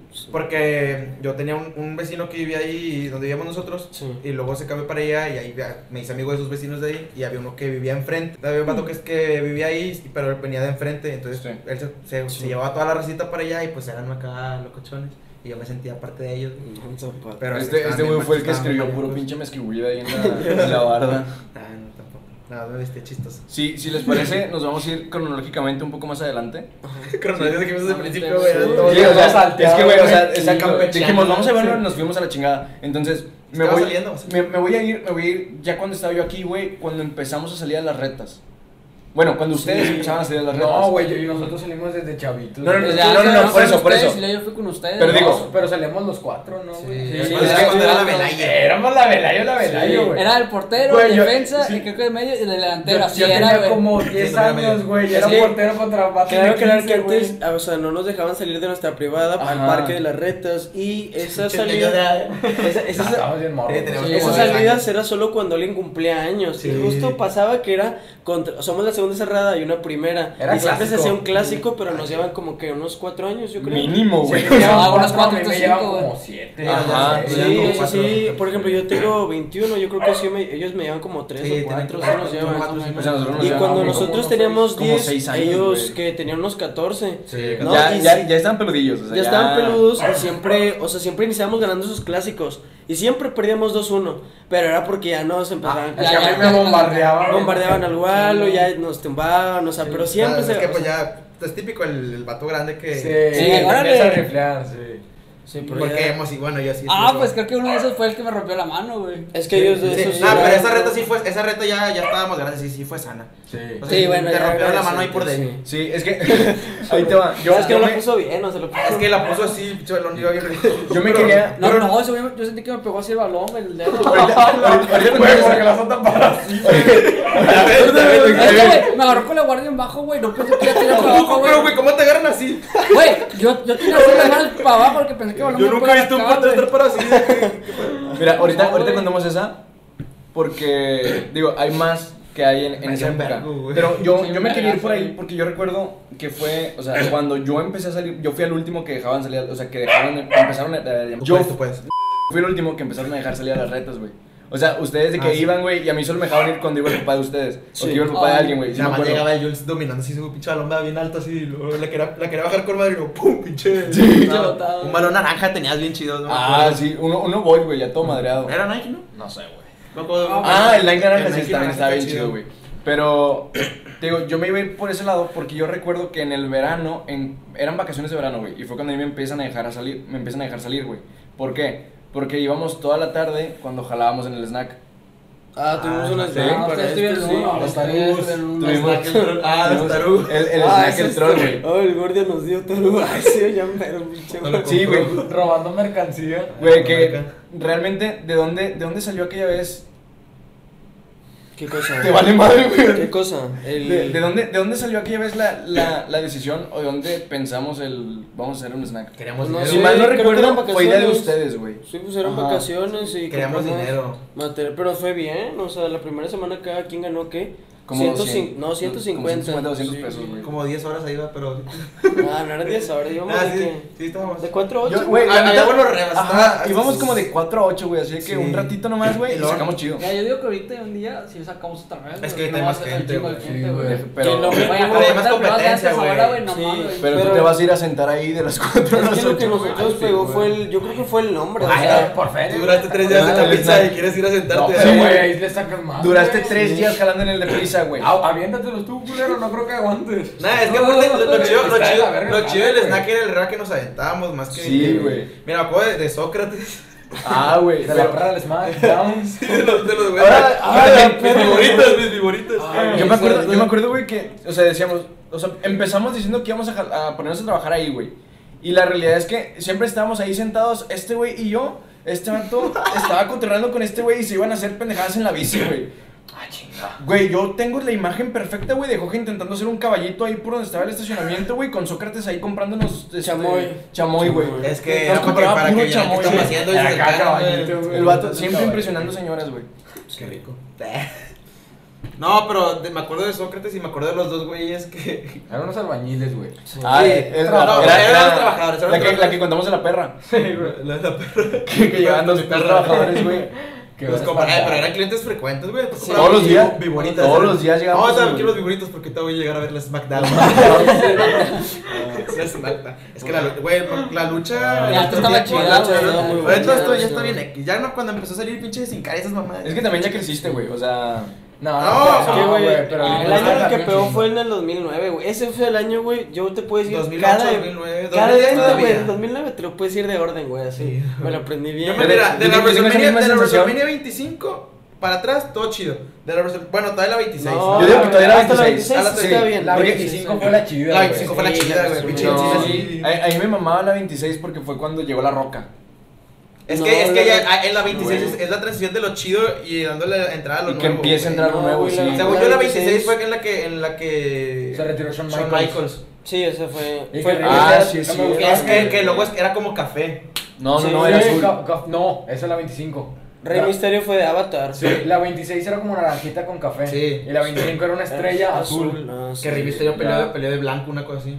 [SPEAKER 2] Porque yo tenía un, un vecino que vivía ahí donde vivíamos nosotros.
[SPEAKER 4] Sí.
[SPEAKER 2] Y luego se cambió para allá y ahí ya me hice amigo de sus vecinos de ahí. Y había uno que vivía enfrente. Había un vato que, es que vivía ahí, pero él venía de enfrente. Entonces
[SPEAKER 1] Mm. Sí.
[SPEAKER 2] él se, se- se llevaba toda la recita para allá y pues eran acá locochones. Y yo me sentía parte de ellos. güey. Pero
[SPEAKER 1] Este
[SPEAKER 2] estaban
[SPEAKER 1] este
[SPEAKER 2] bien
[SPEAKER 1] güey fue el que
[SPEAKER 2] machos, estaban
[SPEAKER 1] escribió
[SPEAKER 2] bien
[SPEAKER 1] puro
[SPEAKER 2] machos.
[SPEAKER 1] pinche mezquiguida ahí en la- en la barda.
[SPEAKER 2] Ah, no, tampoco. Nada, me vestía chistoso. <laughs>
[SPEAKER 1] Sí, si les parece, nos vamos a ir cronológicamente un poco más adelante.
[SPEAKER 2] Cronológicamente que vimos desde el principio,
[SPEAKER 5] Sí,
[SPEAKER 2] güey. todo
[SPEAKER 3] Todos
[SPEAKER 1] Sí, o
[SPEAKER 2] bien.
[SPEAKER 1] sea,
[SPEAKER 3] salteados,
[SPEAKER 1] es que, güey, o sea,
[SPEAKER 3] güey.
[SPEAKER 1] es acá,
[SPEAKER 3] Sí, güey.
[SPEAKER 1] dijimos, vamos a verlo y nos fuimos a la chingada. Entonces, me
[SPEAKER 2] Estaba
[SPEAKER 1] voy,
[SPEAKER 2] saliendo, o sea.
[SPEAKER 1] me, me voy a ir, me voy a ir ya cuando estaba yo aquí, güey, cuando empezamos a salir a las retas. Bueno, cuando ustedes empezaban a salir a las retas.
[SPEAKER 3] No, güey, yo y nosotros salimos desde chavitos.
[SPEAKER 1] No, no,
[SPEAKER 3] güey.
[SPEAKER 1] no,
[SPEAKER 5] Pues
[SPEAKER 1] no,
[SPEAKER 5] ya,
[SPEAKER 1] no,
[SPEAKER 5] se
[SPEAKER 1] no,
[SPEAKER 5] van
[SPEAKER 1] por
[SPEAKER 5] con
[SPEAKER 1] eso, por
[SPEAKER 5] ustedes
[SPEAKER 1] eso.
[SPEAKER 5] y luego yo fui con ustedes.
[SPEAKER 1] Pero
[SPEAKER 5] ¿no?
[SPEAKER 1] digo-
[SPEAKER 3] pero salimos los cuatro, ¿no,
[SPEAKER 2] Sí,
[SPEAKER 3] güey?
[SPEAKER 1] Sí,
[SPEAKER 2] pues, es
[SPEAKER 1] sí,
[SPEAKER 2] que cuando era la
[SPEAKER 5] sí,
[SPEAKER 2] Belaya.
[SPEAKER 3] Éramos la Velayo, la Velayo, güey.
[SPEAKER 5] Era el portero,
[SPEAKER 3] Güey,
[SPEAKER 5] el
[SPEAKER 3] yo-
[SPEAKER 5] defensa,
[SPEAKER 3] sí.
[SPEAKER 5] y creo que el medio y el delantero.
[SPEAKER 3] Yo,
[SPEAKER 5] así
[SPEAKER 3] yo
[SPEAKER 5] era,
[SPEAKER 3] tenía
[SPEAKER 5] güey.
[SPEAKER 3] como
[SPEAKER 2] Sí,
[SPEAKER 3] 10
[SPEAKER 2] no era medio.
[SPEAKER 3] años, güey. y Era
[SPEAKER 4] Sí.
[SPEAKER 3] portero contra vato de
[SPEAKER 4] Claro, claro, que
[SPEAKER 3] 15, güey.
[SPEAKER 4] antes, ah, o sea, no nos dejaban salir de nuestra privada al
[SPEAKER 1] Ajá.
[SPEAKER 4] parque de las retas y esas
[SPEAKER 2] Yo tenía-
[SPEAKER 4] salidas,
[SPEAKER 1] <laughs>
[SPEAKER 4] esa-
[SPEAKER 3] Ah,
[SPEAKER 4] esas,
[SPEAKER 3] Estábamos bien morros.
[SPEAKER 2] Sí, teníamos
[SPEAKER 5] como
[SPEAKER 4] esas
[SPEAKER 5] diez
[SPEAKER 4] salidas era solo cuando alguien cumplía años
[SPEAKER 2] Sí.
[SPEAKER 4] y justo pasaba que era contra, somos la segunda cerrada y una primera
[SPEAKER 3] Era
[SPEAKER 4] y siempre se
[SPEAKER 3] clásico.
[SPEAKER 4] hacía un clásico, pero nos llevan como que unos cuatro años, yo creo.
[SPEAKER 1] Mínimo, güey.
[SPEAKER 3] Me llevan
[SPEAKER 5] Ah, unos
[SPEAKER 3] cuatro,
[SPEAKER 5] cuatro,
[SPEAKER 3] a mí me
[SPEAKER 5] cinco,
[SPEAKER 3] llevan
[SPEAKER 5] güey.
[SPEAKER 3] como siete.
[SPEAKER 1] Ajá,
[SPEAKER 3] no
[SPEAKER 4] Sí,
[SPEAKER 3] sé.
[SPEAKER 2] Eran como
[SPEAKER 4] sí,
[SPEAKER 2] cuatro,
[SPEAKER 4] sí,
[SPEAKER 2] ¿no?
[SPEAKER 4] por ejemplo, yo tengo 21, yo creo que sí me- ellos me llevan como 3
[SPEAKER 2] Sí,
[SPEAKER 4] o
[SPEAKER 2] tienen
[SPEAKER 4] 4,
[SPEAKER 2] cuatro,
[SPEAKER 4] nos
[SPEAKER 2] tienen
[SPEAKER 4] llevan.
[SPEAKER 2] cuatro, sí,
[SPEAKER 1] O sea, nosotros nos
[SPEAKER 4] Y
[SPEAKER 1] llevamos
[SPEAKER 4] cuando
[SPEAKER 1] como-
[SPEAKER 4] nosotros
[SPEAKER 3] unos
[SPEAKER 4] teníamos
[SPEAKER 1] seis- como
[SPEAKER 4] 10,
[SPEAKER 1] seis años,
[SPEAKER 4] ellos
[SPEAKER 1] güey.
[SPEAKER 4] que tenían unos 14.
[SPEAKER 3] Sí,
[SPEAKER 4] No,
[SPEAKER 1] ya,
[SPEAKER 4] y
[SPEAKER 1] ya,
[SPEAKER 4] sí.
[SPEAKER 1] Pues ya están peludillos. O sea,
[SPEAKER 4] ya estaban peludos y siempre, o sea, siempre iniciamos ganando esos clásicos y siempre perdíamos 2-1, pero era porque ya nos empezaban
[SPEAKER 3] Ah,
[SPEAKER 4] a
[SPEAKER 3] es que a mí me bombardeaban.
[SPEAKER 4] bombardeaban al gualo, ya nos tumbaban, o sea, pero siempre
[SPEAKER 2] Ah, es
[SPEAKER 4] se
[SPEAKER 2] que
[SPEAKER 4] o
[SPEAKER 2] pues
[SPEAKER 4] sea,
[SPEAKER 2] ya es típico el, el vato grande que
[SPEAKER 3] Sí,
[SPEAKER 5] Sí,
[SPEAKER 3] sí,
[SPEAKER 5] órale.
[SPEAKER 3] órale. riflean, sí.
[SPEAKER 4] sí, pero
[SPEAKER 2] porque
[SPEAKER 4] ya-
[SPEAKER 2] hemos y bueno yo sí
[SPEAKER 5] Ah,
[SPEAKER 2] sí,
[SPEAKER 5] pues
[SPEAKER 2] sí.
[SPEAKER 5] creo que uno de esos fue el que me rompió la mano, güey.
[SPEAKER 4] es pues, que ellos de
[SPEAKER 2] Sí,
[SPEAKER 4] esos
[SPEAKER 2] no,
[SPEAKER 4] eran-
[SPEAKER 2] pero esa reta sí fue esa reta ya ya estábamos grandes sí sí fue sana
[SPEAKER 3] Sí.
[SPEAKER 2] O sea,
[SPEAKER 4] Sí, bueno,
[SPEAKER 2] te
[SPEAKER 4] ya
[SPEAKER 2] rompieron la
[SPEAKER 4] agradecido,
[SPEAKER 2] mano ahí por
[SPEAKER 4] sí.
[SPEAKER 2] dentro
[SPEAKER 1] Sí, es que. <laughs> ahí te va. Yo,
[SPEAKER 4] es que no
[SPEAKER 1] yo
[SPEAKER 4] la
[SPEAKER 1] me,
[SPEAKER 4] puso bien, o sea, lo puso
[SPEAKER 2] es que la puso así cholón yo,
[SPEAKER 1] yo me quería.
[SPEAKER 5] No, no, ese güey, yo sentí que me pegó así el balón, güey, el dedo.
[SPEAKER 3] Güey, porque las
[SPEAKER 1] <laughs>
[SPEAKER 2] <laughs>
[SPEAKER 3] otras para así.
[SPEAKER 5] Es que, güey, me agarró con la guardia en bajo, güey. No pensé que iba a tirar para abajo,
[SPEAKER 2] pero
[SPEAKER 5] güey.
[SPEAKER 2] güey cómo te agarran así
[SPEAKER 5] Güey, yo, yo tenía así la mano para abajo porque pensé que el balón
[SPEAKER 2] yo
[SPEAKER 5] me
[SPEAKER 2] nunca he
[SPEAKER 5] pegaba
[SPEAKER 2] visto un
[SPEAKER 5] acá,
[SPEAKER 2] pato
[SPEAKER 5] güey.
[SPEAKER 2] estar parado así
[SPEAKER 1] Mira, ahorita,
[SPEAKER 5] No,
[SPEAKER 1] ahorita
[SPEAKER 5] güey.
[SPEAKER 1] contamos esa porque, digo, hay más que hay en, en
[SPEAKER 2] Me
[SPEAKER 1] esa
[SPEAKER 2] dio un
[SPEAKER 1] época.
[SPEAKER 2] vergo, güey.
[SPEAKER 1] Pero yo,
[SPEAKER 5] Sí,
[SPEAKER 1] yo
[SPEAKER 5] un
[SPEAKER 1] me quería ir
[SPEAKER 5] vergazo,
[SPEAKER 1] por ahí
[SPEAKER 5] güey.
[SPEAKER 1] porque yo recuerdo que fue, o sea, cuando yo empecé a salir, yo fui el último que dejaban salir, o sea, que dejaron, que empezaron a... eh, yo
[SPEAKER 2] tú puedes
[SPEAKER 1] fui el último que empezaron a dejar salir a las retas, güey. O sea, ustedes de que
[SPEAKER 2] Ah, sí.
[SPEAKER 1] iban, güey, y a mí solo me dejaban ir cuando iba el papá de ustedes. O
[SPEAKER 4] Sí.
[SPEAKER 1] que iba el papá de
[SPEAKER 5] Ay.
[SPEAKER 1] alguien, güey. sí
[SPEAKER 2] nada
[SPEAKER 1] me
[SPEAKER 2] más
[SPEAKER 1] acuerdo.
[SPEAKER 2] llegaba el Jules dominando así su pinche balón va bien alto así y luego la quería la quería bajar con madre y luego pum pinche No, Ah,
[SPEAKER 5] botado.
[SPEAKER 2] un balón naranja tenías bien chido no me
[SPEAKER 1] Ah,
[SPEAKER 2] acuerdo.
[SPEAKER 1] sí, uno, uno voy, güey, ya todo madreado.
[SPEAKER 2] era Nike no
[SPEAKER 3] No sé, güey.
[SPEAKER 2] No me acuerdo.
[SPEAKER 1] Ah, el Line Naranja
[SPEAKER 2] El
[SPEAKER 1] sí
[SPEAKER 2] Nike
[SPEAKER 1] también
[SPEAKER 2] naranja
[SPEAKER 1] estaba bien
[SPEAKER 2] está
[SPEAKER 1] chido, güey. Pero, te digo, yo me iba a ir por ese lado porque yo recuerdo que en el verano, en, eran vacaciones de verano, güey. Y fue cuando a mí me empiezan a dejar a salir, me empiezan a dejar salir, güey. ¿Por qué? Porque íbamos toda la tarde cuando jalábamos en el snack.
[SPEAKER 4] Ah, tuvimos
[SPEAKER 2] Ah,
[SPEAKER 4] unas
[SPEAKER 2] sí.
[SPEAKER 4] de
[SPEAKER 5] Ah, ustedes
[SPEAKER 4] esto,
[SPEAKER 5] tuvieron uno,
[SPEAKER 4] sí.
[SPEAKER 5] ustedes tuvieron uno.
[SPEAKER 1] Tuvimos-
[SPEAKER 2] Ah, los
[SPEAKER 1] tuvimos
[SPEAKER 2] tarugos.
[SPEAKER 1] El, el
[SPEAKER 4] Ah,
[SPEAKER 1] snack,
[SPEAKER 4] ese
[SPEAKER 1] el
[SPEAKER 4] es-
[SPEAKER 1] troll,
[SPEAKER 4] <laughs>
[SPEAKER 1] güey.
[SPEAKER 4] Oh, el gordo nos dio todo. <laughs> Ay, sí, ya me era un pinche
[SPEAKER 2] No lo
[SPEAKER 4] gordo.
[SPEAKER 1] Sí, güey.
[SPEAKER 3] <laughs> Robando mercancía.
[SPEAKER 1] Güey, que realmente, ¿de dónde, ¿de dónde salió aquella vez
[SPEAKER 4] ¿Qué cosa?
[SPEAKER 2] Te vale madre, güey.
[SPEAKER 4] ¿Qué cosa? El-
[SPEAKER 1] ¿De, de dónde, ¿De dónde salió aquella vez la, la, la decisión o de dónde pensamos el vamos a hacer un snack?
[SPEAKER 2] Queríamos
[SPEAKER 4] No
[SPEAKER 2] dinero.
[SPEAKER 1] Si
[SPEAKER 4] sé.
[SPEAKER 1] mal no
[SPEAKER 4] creo que eran
[SPEAKER 1] recuerdo, fue idea de
[SPEAKER 4] vacaciones.
[SPEAKER 1] ustedes, güey.
[SPEAKER 4] Sí, pues eran
[SPEAKER 1] Ajá.
[SPEAKER 4] vacaciones y
[SPEAKER 2] Queríamos
[SPEAKER 4] compramos
[SPEAKER 2] dinero.
[SPEAKER 4] material, pero fue bien, o sea, la primera semana cada quien ganó qué?
[SPEAKER 1] Como
[SPEAKER 4] 150,
[SPEAKER 1] cien-
[SPEAKER 4] no, 150.
[SPEAKER 1] Como 150, 200
[SPEAKER 4] Sí.
[SPEAKER 1] pesos, güey.
[SPEAKER 2] Como 10 horas ahí va, pero.
[SPEAKER 4] Ah, no eran 10 horas, íbamos
[SPEAKER 2] Ah,
[SPEAKER 4] de
[SPEAKER 2] sí,
[SPEAKER 4] que-
[SPEAKER 2] sí, estábamos.
[SPEAKER 4] de 4 a
[SPEAKER 1] <laughs>
[SPEAKER 4] 8.
[SPEAKER 1] Yo, güey,
[SPEAKER 2] Ah,
[SPEAKER 1] la
[SPEAKER 2] ya
[SPEAKER 1] neta-
[SPEAKER 2] vos lo rebas-
[SPEAKER 1] Ajá,
[SPEAKER 2] ah,
[SPEAKER 1] íbamos
[SPEAKER 2] sí.
[SPEAKER 1] como de 4 a 8, güey, así que
[SPEAKER 2] Sí.
[SPEAKER 1] un ratito nomás, güey,
[SPEAKER 2] Y
[SPEAKER 1] y
[SPEAKER 2] luego-
[SPEAKER 1] sacamos chido.
[SPEAKER 5] Ya, yo digo que ahorita un día si lo sacamos otra vez.
[SPEAKER 2] Es
[SPEAKER 5] güey,
[SPEAKER 2] que
[SPEAKER 5] no
[SPEAKER 2] hay
[SPEAKER 5] va a
[SPEAKER 2] más
[SPEAKER 5] ser
[SPEAKER 2] gente,
[SPEAKER 5] un chingo de
[SPEAKER 2] güey.
[SPEAKER 5] gente,
[SPEAKER 1] Sí,
[SPEAKER 5] güey.
[SPEAKER 1] güey. Pero,
[SPEAKER 4] Que no me-
[SPEAKER 5] Güey,
[SPEAKER 4] Hay
[SPEAKER 5] acuérdate,
[SPEAKER 2] más
[SPEAKER 5] pero vas de antes
[SPEAKER 2] competencia,
[SPEAKER 5] ahora, güey, no
[SPEAKER 4] Sí,
[SPEAKER 5] mames.
[SPEAKER 1] pero, tú
[SPEAKER 4] pero-
[SPEAKER 1] te vas a ir a sentar ahí de <laughs> las 4 a
[SPEAKER 4] Es
[SPEAKER 1] las
[SPEAKER 4] que lo que
[SPEAKER 1] 8.
[SPEAKER 4] nosotros pegó fue el, yo creo que fue el nombre, o sea,
[SPEAKER 5] por fe.
[SPEAKER 2] Tú duraste 3 días en la pizza y quieres ir a
[SPEAKER 3] Ah, No,
[SPEAKER 2] sentarte.
[SPEAKER 3] pero, güey, ahí le sacan más.
[SPEAKER 1] Duraste
[SPEAKER 3] güey.
[SPEAKER 1] 3 días jalando en el de prisa, güey.
[SPEAKER 3] Ah, aviéntatelos tú, culero, no creo que aguantes.
[SPEAKER 2] Nah, es que
[SPEAKER 3] No,
[SPEAKER 2] aparte,
[SPEAKER 3] no,
[SPEAKER 2] lo,
[SPEAKER 3] no,
[SPEAKER 2] lo
[SPEAKER 3] <laughs> no,
[SPEAKER 2] chido,
[SPEAKER 3] está
[SPEAKER 2] lo
[SPEAKER 3] de
[SPEAKER 2] chido,
[SPEAKER 3] la verga,
[SPEAKER 2] lo chido del
[SPEAKER 3] güey.
[SPEAKER 2] snack era el reba que nos aventábamos, más que.
[SPEAKER 1] Sí,
[SPEAKER 2] que-
[SPEAKER 1] güey.
[SPEAKER 2] Mira, me acuerdo de, de Sócrates.
[SPEAKER 1] Ah, güey.
[SPEAKER 3] De la
[SPEAKER 1] pero-
[SPEAKER 3] perra
[SPEAKER 2] <laughs>
[SPEAKER 3] del SmackDown.
[SPEAKER 2] de los de los güeyes.
[SPEAKER 1] Ahora- ahora
[SPEAKER 2] Mis-
[SPEAKER 1] la
[SPEAKER 2] mis
[SPEAKER 1] perra.
[SPEAKER 2] favoritos, mis favoritos.
[SPEAKER 3] Ay,
[SPEAKER 1] Yo me acuerdo, yo me acuerdo, güey, que, o sea, decíamos, o sea, empezamos diciendo que íbamos a, jal- a ponernos a trabajar ahí, güey. Y la realidad es que siempre estábamos ahí sentados, este güey y yo, este <laughs> vato estaba controlando con este güey y se iban a hacer pendejadas en la bici, güey.
[SPEAKER 3] Ah, chinga.
[SPEAKER 1] Güey, yo tengo la imagen perfecta, güey, de Jorge intentando hacer un caballito ahí por donde estaba el estacionamiento, güey, con Sócrates ahí comprándonos este,
[SPEAKER 4] Chamoy.
[SPEAKER 1] Chamoy, güey.
[SPEAKER 2] Es que
[SPEAKER 1] Nos
[SPEAKER 2] era porque
[SPEAKER 1] compraba
[SPEAKER 2] para que
[SPEAKER 1] puro
[SPEAKER 2] vieran qué
[SPEAKER 1] chamoy,
[SPEAKER 2] estamos
[SPEAKER 1] güey.
[SPEAKER 2] haciendo y se
[SPEAKER 3] Acá,
[SPEAKER 2] sentaran, güey.
[SPEAKER 3] caballito, güey.
[SPEAKER 1] El vato siempre impresionando señoras, güey.
[SPEAKER 2] Pues qué rico. <laughs> No, pero de- me acuerdo de Sócrates y me acuerdo de los dos güeyes que.
[SPEAKER 3] Eran unos albañiles, güey.
[SPEAKER 1] Ah,
[SPEAKER 2] Sí,
[SPEAKER 1] el-
[SPEAKER 2] no, no,
[SPEAKER 1] era-
[SPEAKER 2] eran
[SPEAKER 1] era-
[SPEAKER 2] los trabajadores,
[SPEAKER 1] la
[SPEAKER 2] eran los
[SPEAKER 1] que- La
[SPEAKER 2] trabajadores.
[SPEAKER 1] que contamos de la perra.
[SPEAKER 2] <laughs> La, la perra.
[SPEAKER 1] que, que
[SPEAKER 2] <laughs>
[SPEAKER 1] llevaban dos perros trabajadores, güey.
[SPEAKER 3] Que
[SPEAKER 2] Los
[SPEAKER 3] vas a
[SPEAKER 2] compra- eh,
[SPEAKER 3] espantar.
[SPEAKER 2] pero eran clientes frecuentes, güey. Tú comprabas
[SPEAKER 1] Todos los
[SPEAKER 2] vivo-
[SPEAKER 1] días.
[SPEAKER 2] Viboritas.
[SPEAKER 1] Todos
[SPEAKER 2] ¿no?
[SPEAKER 1] los días llegamos.
[SPEAKER 2] No, estaba
[SPEAKER 1] güey.
[SPEAKER 2] aquí los viboritos porque ahorita voy a llegar a ver
[SPEAKER 1] <laughs>
[SPEAKER 2] la SmackDown. La SmackDown. Es que la, lu- güey, por- la lucha.
[SPEAKER 5] Ya, esto estaba
[SPEAKER 2] tiempo,
[SPEAKER 5] chido,
[SPEAKER 2] la
[SPEAKER 5] la lucha estaba muy
[SPEAKER 2] Ahorita
[SPEAKER 4] buena,
[SPEAKER 2] esto
[SPEAKER 4] la
[SPEAKER 2] ya está
[SPEAKER 4] lucha.
[SPEAKER 2] bien X. Ya no, cuando empezó a salir pinche sin cara esas mamadas.
[SPEAKER 1] Es que también ya creciste, güey. O sea.
[SPEAKER 3] No,
[SPEAKER 2] No,
[SPEAKER 3] no,
[SPEAKER 4] Es que,
[SPEAKER 3] no,
[SPEAKER 4] güey,
[SPEAKER 3] güey, pero
[SPEAKER 4] el
[SPEAKER 3] la
[SPEAKER 4] año en el que
[SPEAKER 3] campeón
[SPEAKER 4] peor
[SPEAKER 3] chingón.
[SPEAKER 4] fue en el 2009, güey. Ese fue el año, güey. Yo te puedo decir
[SPEAKER 2] 2008,
[SPEAKER 4] cada,
[SPEAKER 2] 2009,
[SPEAKER 4] cada
[SPEAKER 2] 2010
[SPEAKER 4] año, güey.
[SPEAKER 2] todavía.
[SPEAKER 4] El 2009 te lo puedes ir de orden, güey, así. Me lo aprendí bien.
[SPEAKER 2] Yo me- mira, de la
[SPEAKER 1] Tengo esa
[SPEAKER 2] WrestleMania
[SPEAKER 1] misma
[SPEAKER 2] de la
[SPEAKER 1] sensación.
[SPEAKER 2] WrestleMania 25 para atrás, todo chido. De la Wrestle- bueno, todavía la 26.
[SPEAKER 4] No,
[SPEAKER 1] Yo digo que todavía era
[SPEAKER 4] hasta la
[SPEAKER 1] 26.
[SPEAKER 4] 26 está
[SPEAKER 1] Sí,
[SPEAKER 4] bien.
[SPEAKER 3] La
[SPEAKER 1] Porque-
[SPEAKER 3] 25 fue la chida,
[SPEAKER 2] La 25 fue la
[SPEAKER 4] Sí,
[SPEAKER 2] chida,
[SPEAKER 4] la
[SPEAKER 2] güey. pinche
[SPEAKER 4] Wrestlemania.
[SPEAKER 1] No,
[SPEAKER 2] chida,
[SPEAKER 1] a
[SPEAKER 2] sí.
[SPEAKER 1] a mí me mamaba la 26 porque fue cuando llegó la roca.
[SPEAKER 2] Es
[SPEAKER 4] No,
[SPEAKER 2] que, es que
[SPEAKER 4] la-
[SPEAKER 2] ya ah, en la 26 es,
[SPEAKER 4] Güey.
[SPEAKER 2] es la transición de lo chido y dándole entrada a lo
[SPEAKER 1] Y que
[SPEAKER 2] nuevo,
[SPEAKER 1] empiece a
[SPEAKER 2] güey.
[SPEAKER 1] entrar lo
[SPEAKER 4] No,
[SPEAKER 1] nuevo,
[SPEAKER 4] güey,
[SPEAKER 1] sí.
[SPEAKER 4] la-
[SPEAKER 2] Según yo, la 26
[SPEAKER 4] 26
[SPEAKER 2] fue en la que. En la que
[SPEAKER 3] Se retiró Shawn
[SPEAKER 2] Shawn
[SPEAKER 3] Michaels.
[SPEAKER 4] Sí, o sea, fue.
[SPEAKER 3] Y que
[SPEAKER 4] fue
[SPEAKER 1] Ah,
[SPEAKER 3] regresara-
[SPEAKER 1] sí, es
[SPEAKER 3] no me
[SPEAKER 1] cierto.
[SPEAKER 3] gustaba,
[SPEAKER 2] Es que,
[SPEAKER 3] güey.
[SPEAKER 2] que luego es- era como café.
[SPEAKER 1] No, no,
[SPEAKER 4] Sí,
[SPEAKER 1] no,
[SPEAKER 3] Sí,
[SPEAKER 1] era
[SPEAKER 4] sí,
[SPEAKER 1] azul.
[SPEAKER 3] ca- ca- No, esa es la 25.
[SPEAKER 4] Rey
[SPEAKER 1] Ah.
[SPEAKER 3] La-
[SPEAKER 4] Misterio fue de Avatar.
[SPEAKER 3] Sí, la 26 era como naranjita con café.
[SPEAKER 2] Sí.
[SPEAKER 3] Y la 25 era una estrella azul.
[SPEAKER 4] ah, sí.
[SPEAKER 2] Que Rey Mysterio peleó,
[SPEAKER 3] ya.
[SPEAKER 2] peleó de blanco, una cosa así.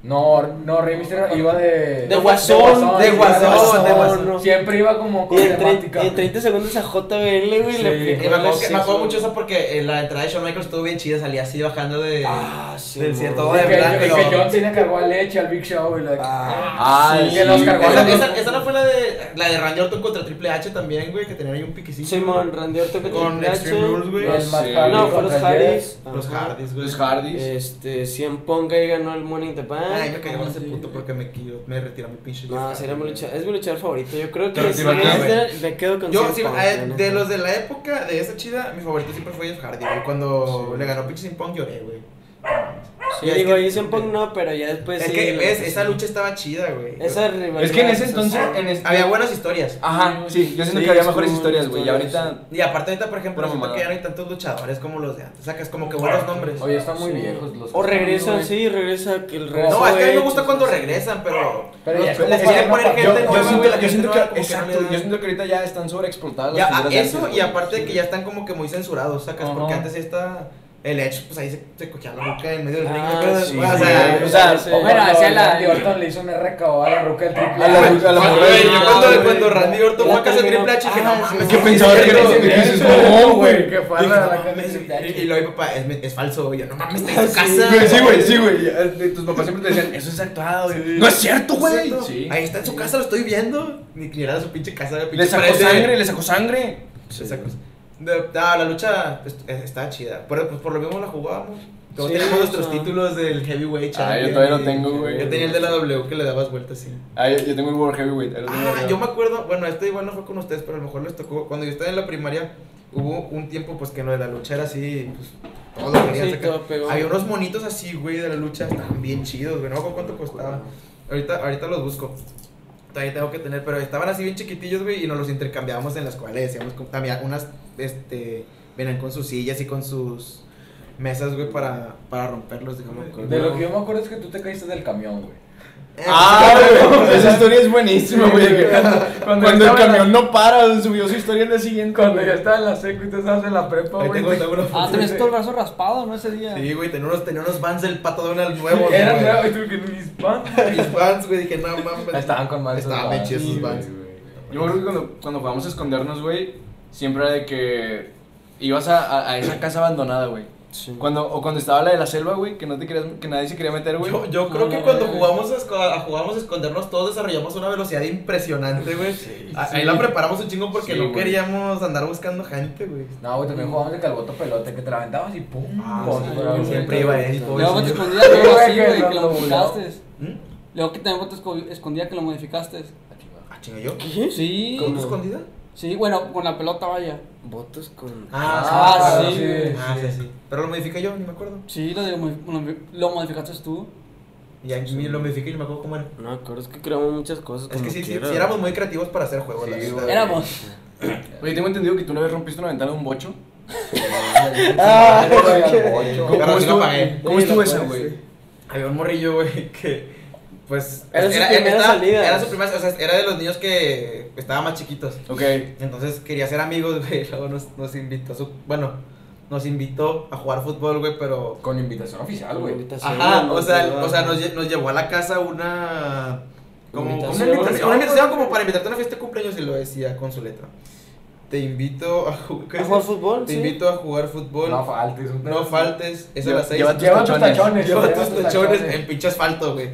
[SPEAKER 3] No, no, Rey Mysterio iba de.
[SPEAKER 4] De guasón,
[SPEAKER 2] de
[SPEAKER 3] sí,
[SPEAKER 2] guasón, de guasón.
[SPEAKER 4] no.
[SPEAKER 3] Siempre iba como con
[SPEAKER 4] Y en, tre-
[SPEAKER 3] temática.
[SPEAKER 4] y en 30 segundos a JBL, güey,
[SPEAKER 3] Sí.
[SPEAKER 4] le
[SPEAKER 2] Y me
[SPEAKER 4] aplicó
[SPEAKER 2] acuerdo,
[SPEAKER 4] los
[SPEAKER 2] que- me acuerdo
[SPEAKER 4] sexos.
[SPEAKER 2] mucho eso porque eh, la entrada de Shawn Michaels estuvo bien chida, salía así bajando de.
[SPEAKER 4] Ah, sí,
[SPEAKER 2] del
[SPEAKER 4] güey.
[SPEAKER 2] cierto
[SPEAKER 3] De
[SPEAKER 2] de
[SPEAKER 3] que,
[SPEAKER 2] blanco.
[SPEAKER 3] de
[SPEAKER 2] y
[SPEAKER 3] que
[SPEAKER 2] luego-
[SPEAKER 3] John Cena cargó a leche al Big Show y lo de.
[SPEAKER 1] Ah,
[SPEAKER 3] Sí, que los cargó a
[SPEAKER 2] Esa,
[SPEAKER 3] los-
[SPEAKER 2] esa- esa no fue la de, la de Randy Orton contra Triple H también, güey, que tenían ahí un piquecito.
[SPEAKER 4] Simón, Randy Orton que
[SPEAKER 2] Con
[SPEAKER 4] tenía
[SPEAKER 2] Extreme
[SPEAKER 4] H.
[SPEAKER 2] Rules, güey.
[SPEAKER 3] el
[SPEAKER 1] Sí.
[SPEAKER 3] Matt Hardy
[SPEAKER 4] No, fue los
[SPEAKER 3] contra
[SPEAKER 4] Hardys.
[SPEAKER 2] Los
[SPEAKER 4] Ajá.
[SPEAKER 2] Hardys, güey.
[SPEAKER 1] Los Hardys.
[SPEAKER 4] Este, Cien Pong ahí ganó el Money in the Bank.
[SPEAKER 2] Ay, me cagaba ese puto porque me, quillo- me retiró mi pinche.
[SPEAKER 4] No,
[SPEAKER 2] Jeff
[SPEAKER 4] sería mi
[SPEAKER 2] Hardy,
[SPEAKER 4] lucha- es mi luchador favorito. Yo creo
[SPEAKER 2] Pero
[SPEAKER 4] que
[SPEAKER 2] sí,
[SPEAKER 4] si
[SPEAKER 2] ¿verdad, güey?
[SPEAKER 4] es de- me quedo con
[SPEAKER 2] Yo,
[SPEAKER 4] Cien
[SPEAKER 2] sí,
[SPEAKER 4] Pong,
[SPEAKER 2] eh,
[SPEAKER 4] la neta.
[SPEAKER 2] de los de la época de esa chida, mi favorito siempre fue Jeff Hardy, güey. Cuando le ganó pinche Simpong lloré, güey.
[SPEAKER 4] Sí,
[SPEAKER 2] Y es
[SPEAKER 4] digo,
[SPEAKER 2] que-
[SPEAKER 4] ahí Cien Pong no, pero ya después.
[SPEAKER 2] es
[SPEAKER 4] Pues sí,
[SPEAKER 2] que
[SPEAKER 4] la
[SPEAKER 2] ves,
[SPEAKER 4] neta,
[SPEAKER 2] esa
[SPEAKER 4] sí.
[SPEAKER 2] lucha estaba chida, güey.
[SPEAKER 4] Esa rivalidad,
[SPEAKER 1] Es que en ese
[SPEAKER 4] o sea,
[SPEAKER 1] entonces.
[SPEAKER 4] sí.
[SPEAKER 1] en este-
[SPEAKER 2] Había buenas historias.
[SPEAKER 1] Ajá, sí, yo siento
[SPEAKER 4] Sí,
[SPEAKER 1] que había
[SPEAKER 4] es
[SPEAKER 1] mejores
[SPEAKER 4] como
[SPEAKER 1] historias, güey. Y
[SPEAKER 4] historias.
[SPEAKER 1] ahorita.
[SPEAKER 2] Y aparte ahorita, por ejemplo,
[SPEAKER 1] Pura
[SPEAKER 2] siento que
[SPEAKER 1] mamada.
[SPEAKER 2] ya no hay tantos luchadores como los de antes. Sacas como que buenos nombres.
[SPEAKER 3] Oye, están muy
[SPEAKER 4] Sí.
[SPEAKER 3] viejos los.
[SPEAKER 4] O regresan,
[SPEAKER 3] güey.
[SPEAKER 4] sí, regresa que el
[SPEAKER 2] No, es que a mí me
[SPEAKER 4] hecho,
[SPEAKER 2] gusta cuando
[SPEAKER 4] sí.
[SPEAKER 2] regresan, pero.
[SPEAKER 3] Pero ya es como
[SPEAKER 2] les
[SPEAKER 3] para
[SPEAKER 2] quieren
[SPEAKER 3] no
[SPEAKER 2] poner
[SPEAKER 3] pa-
[SPEAKER 1] Yo,
[SPEAKER 2] gente
[SPEAKER 1] yo
[SPEAKER 2] nueva, güey,
[SPEAKER 1] siento,
[SPEAKER 2] la
[SPEAKER 1] yo siento
[SPEAKER 2] gente
[SPEAKER 1] que.
[SPEAKER 2] nueva como que no le
[SPEAKER 1] Exacto,
[SPEAKER 2] da.
[SPEAKER 1] yo siento que ahorita ya están sobreexplotadas las
[SPEAKER 2] Ya, ah,
[SPEAKER 1] figuras de
[SPEAKER 2] eso
[SPEAKER 1] antes,
[SPEAKER 2] y
[SPEAKER 1] güey.
[SPEAKER 2] aparte que ya están como que muy censurados, sacas,
[SPEAKER 1] Ajá.
[SPEAKER 2] porque antes sí está el Edge, pues ahí se, se cogía la boca en medio del ring.
[SPEAKER 4] Ah,
[SPEAKER 2] pero-
[SPEAKER 4] sí,
[SPEAKER 2] o sea,
[SPEAKER 1] güey. O sea,
[SPEAKER 4] Sí.
[SPEAKER 3] O
[SPEAKER 5] Bueno,
[SPEAKER 3] cuando
[SPEAKER 5] hacía la-
[SPEAKER 3] Randy Orton le hizo un RKO a la ruca del triple.
[SPEAKER 1] A la
[SPEAKER 3] A.
[SPEAKER 1] ruca, a la
[SPEAKER 2] cuando,
[SPEAKER 1] morra.
[SPEAKER 2] yo cuando,
[SPEAKER 3] güey.
[SPEAKER 2] cuando Randy Orton fue a
[SPEAKER 4] Ya
[SPEAKER 2] casa de
[SPEAKER 4] terminó.
[SPEAKER 2] Triple H, dije, no
[SPEAKER 4] Ah,
[SPEAKER 2] mames.
[SPEAKER 4] sí,
[SPEAKER 1] Yo
[SPEAKER 2] sí,
[SPEAKER 1] pensaba
[SPEAKER 2] sí,
[SPEAKER 1] que era
[SPEAKER 2] sí,
[SPEAKER 1] lo que
[SPEAKER 2] sí,
[SPEAKER 1] dices,
[SPEAKER 2] sí,
[SPEAKER 1] no, güey.
[SPEAKER 3] Que fue a
[SPEAKER 2] Dije, no
[SPEAKER 3] la la
[SPEAKER 2] mames,
[SPEAKER 3] casa de
[SPEAKER 2] y, y luego mi papá, es, es falso, y yo, no mames, está en su casa.
[SPEAKER 1] Güey, Ah, Sí, güey, sí, güey. Eh, de- Tus papás siempre te decían, eso es actuado, güey. No es cierto, güey. Sí.
[SPEAKER 2] Ahí está en su casa, lo estoy viendo. Ni que era su pinche casa. la pinche
[SPEAKER 1] Le sacó
[SPEAKER 2] pared de-
[SPEAKER 1] sangre, le sacó sangre.
[SPEAKER 2] Le sacó- de- ah, la lucha pues, eh, está chida. Pero pues por lo mismo la jugábamos. Todos
[SPEAKER 4] Sí,
[SPEAKER 2] teníamos
[SPEAKER 4] o
[SPEAKER 2] nuestros
[SPEAKER 4] sea.
[SPEAKER 2] títulos del Heavyweight
[SPEAKER 1] Ah,
[SPEAKER 2] Champion
[SPEAKER 1] yo todavía lo
[SPEAKER 2] y-
[SPEAKER 1] tengo, güey.
[SPEAKER 2] Yo tenía el de la W que le dabas vueltas, sí.
[SPEAKER 1] Ah, yo, yo tengo el World Heavyweight. ahí lo tengo
[SPEAKER 2] Ah,
[SPEAKER 1] arriba.
[SPEAKER 2] yo me acuerdo, bueno, esto igual no fue con ustedes, pero a lo mejor les tocó. Cuando yo estaba en la primaria, hubo un tiempo pues que lo de la lucha era así, pues todo lo querían
[SPEAKER 4] Sí,
[SPEAKER 2] sacar.
[SPEAKER 4] todo pegó.
[SPEAKER 2] Había unos monitos así, güey, de la lucha, estaban bien chidos, güey. No me acuerdo cuánto costaba. Ahorita, ahorita los busco. Todavía tengo que tener, pero estaban así bien chiquitillos, güey, y nos los intercambiábamos en las cuales decíamos, como- había unas, este, venían con sus sillas y con sus mesas, güey, para, para romperlos, déjame acordar.
[SPEAKER 3] De lo que yo me acuerdo es que tú te caíste del camión, güey.
[SPEAKER 2] Eh,
[SPEAKER 1] Ah,
[SPEAKER 2] pues,
[SPEAKER 1] güey, esa historia es buenísima, güey. que Cuando,
[SPEAKER 3] Cuando
[SPEAKER 1] cuando el
[SPEAKER 3] estaba en la-
[SPEAKER 1] camión no para, subió su historia en la siguiente.
[SPEAKER 3] Cuando
[SPEAKER 1] güey.
[SPEAKER 3] yo estaba en la secu y tú estabas en la prepa,
[SPEAKER 2] Ahí
[SPEAKER 3] güey.
[SPEAKER 2] tengo otra, bro.
[SPEAKER 5] Ah, tenés todo el brazo raspado, ¿no? Ese día.
[SPEAKER 2] Sí, güey, tenía unos, tenía unos vans del pato Donald nuevos, güey.
[SPEAKER 3] Era nuevo y tú que mis pan.
[SPEAKER 2] <laughs> Mis vans, güey, dije, no mames.
[SPEAKER 3] Estaban con madre.
[SPEAKER 2] Estaban bien chidos esos
[SPEAKER 3] güey,
[SPEAKER 2] vans.
[SPEAKER 3] güey.
[SPEAKER 1] Yo creo que cuando, cuando vamos a escondernos, güey, siempre era de que ibas a, a- a esa casa abandonada, güey.
[SPEAKER 4] Sí.
[SPEAKER 1] Cuando, o cuando estaba la de la selva, güey, que, no te querías, que nadie se quería meter, güey.
[SPEAKER 2] Yo, yo creo que cuando jugamos a, esco- a jugamos a escondernos todos desarrollamos una velocidad impresionante, güey. A- Ahí la preparamos un chingo porque
[SPEAKER 1] Sí,
[SPEAKER 2] no
[SPEAKER 1] güey.
[SPEAKER 2] queríamos andar buscando gente, güey.
[SPEAKER 3] No, güey, también jugábamos de calboto pelote, que te la aventabas y pum.
[SPEAKER 2] Ah,
[SPEAKER 3] pum,
[SPEAKER 2] sí,
[SPEAKER 3] güey.
[SPEAKER 2] siempre iba él, pobre
[SPEAKER 5] Luego te
[SPEAKER 2] señor.
[SPEAKER 5] escondías luego <laughs>
[SPEAKER 3] Sí,
[SPEAKER 5] así,
[SPEAKER 3] güey,
[SPEAKER 5] güey,
[SPEAKER 3] que
[SPEAKER 5] que
[SPEAKER 3] lo
[SPEAKER 5] lo modificaste.
[SPEAKER 2] ¿Mm?
[SPEAKER 5] Luego que también te esco- escondía que lo modificaste.
[SPEAKER 2] Ah, chinga, ¿yo?
[SPEAKER 4] ¿Qué?
[SPEAKER 5] Sí.
[SPEAKER 2] ¿Con una escondida?
[SPEAKER 5] Sí, bueno, con la pelota, vaya.
[SPEAKER 4] Votos con.
[SPEAKER 5] Ah, sí,
[SPEAKER 3] güey.
[SPEAKER 2] Ah, sí, sí. Pero lo modifiqué yo, ni me acuerdo.
[SPEAKER 5] Sí, lo, de- lo- lo modificaste tú.
[SPEAKER 2] Y a mí lo modifiqué y no me acuerdo cómo era.
[SPEAKER 4] No me acuerdo, es que creamos muchas cosas.
[SPEAKER 2] Es que
[SPEAKER 4] como
[SPEAKER 2] sí, sí,
[SPEAKER 4] quiera.
[SPEAKER 2] sí, éramos muy creativos para hacer juegos, la
[SPEAKER 3] Sí,
[SPEAKER 2] neta,
[SPEAKER 3] güey.
[SPEAKER 2] güey.
[SPEAKER 5] Éramos.
[SPEAKER 1] Oye, tengo entendido que tú una vez rompiste una ventana de un bocho.
[SPEAKER 4] Ah,
[SPEAKER 2] Pero sí lo
[SPEAKER 1] estuvo,
[SPEAKER 2] pagué.
[SPEAKER 1] ¿cómo
[SPEAKER 4] Sí,
[SPEAKER 1] estuvo
[SPEAKER 4] lo
[SPEAKER 1] esa,
[SPEAKER 4] pagué,
[SPEAKER 1] güey?
[SPEAKER 2] Había un morrillo, güey, que pues
[SPEAKER 4] Era su primera salida.
[SPEAKER 2] era su primera, o sea, era de los niños que estaban más chiquitos.
[SPEAKER 1] Ok.
[SPEAKER 2] Entonces quería ser amigos, <laughs> güey, luego nos, nos invitó a su, bueno, nos invitó a jugar fútbol, güey, pero
[SPEAKER 3] Con invitación oficial,
[SPEAKER 4] Con
[SPEAKER 3] güey.
[SPEAKER 4] invitación,
[SPEAKER 2] ajá,
[SPEAKER 4] ¿no?
[SPEAKER 2] o sea,
[SPEAKER 4] Pero,
[SPEAKER 2] o sea, nos, lle- nos llevó a la casa una como una
[SPEAKER 4] Invitación.
[SPEAKER 2] invitación, una invitación como para invitarte a una fiesta de cumpleaños y lo decía con su letra. Te invito a, ju- ¿qué
[SPEAKER 4] ¿A jugar
[SPEAKER 2] dice?
[SPEAKER 4] fútbol?
[SPEAKER 2] Te
[SPEAKER 4] sí.
[SPEAKER 2] invito a jugar fútbol.
[SPEAKER 3] No faltes. un
[SPEAKER 2] No faltes, es a
[SPEAKER 1] Lleva-
[SPEAKER 2] las seis.
[SPEAKER 1] lleva tus
[SPEAKER 3] Lleva tus
[SPEAKER 1] tachones.
[SPEAKER 3] tachones.
[SPEAKER 2] Lleva tus tachones en pinche asfalto, güey.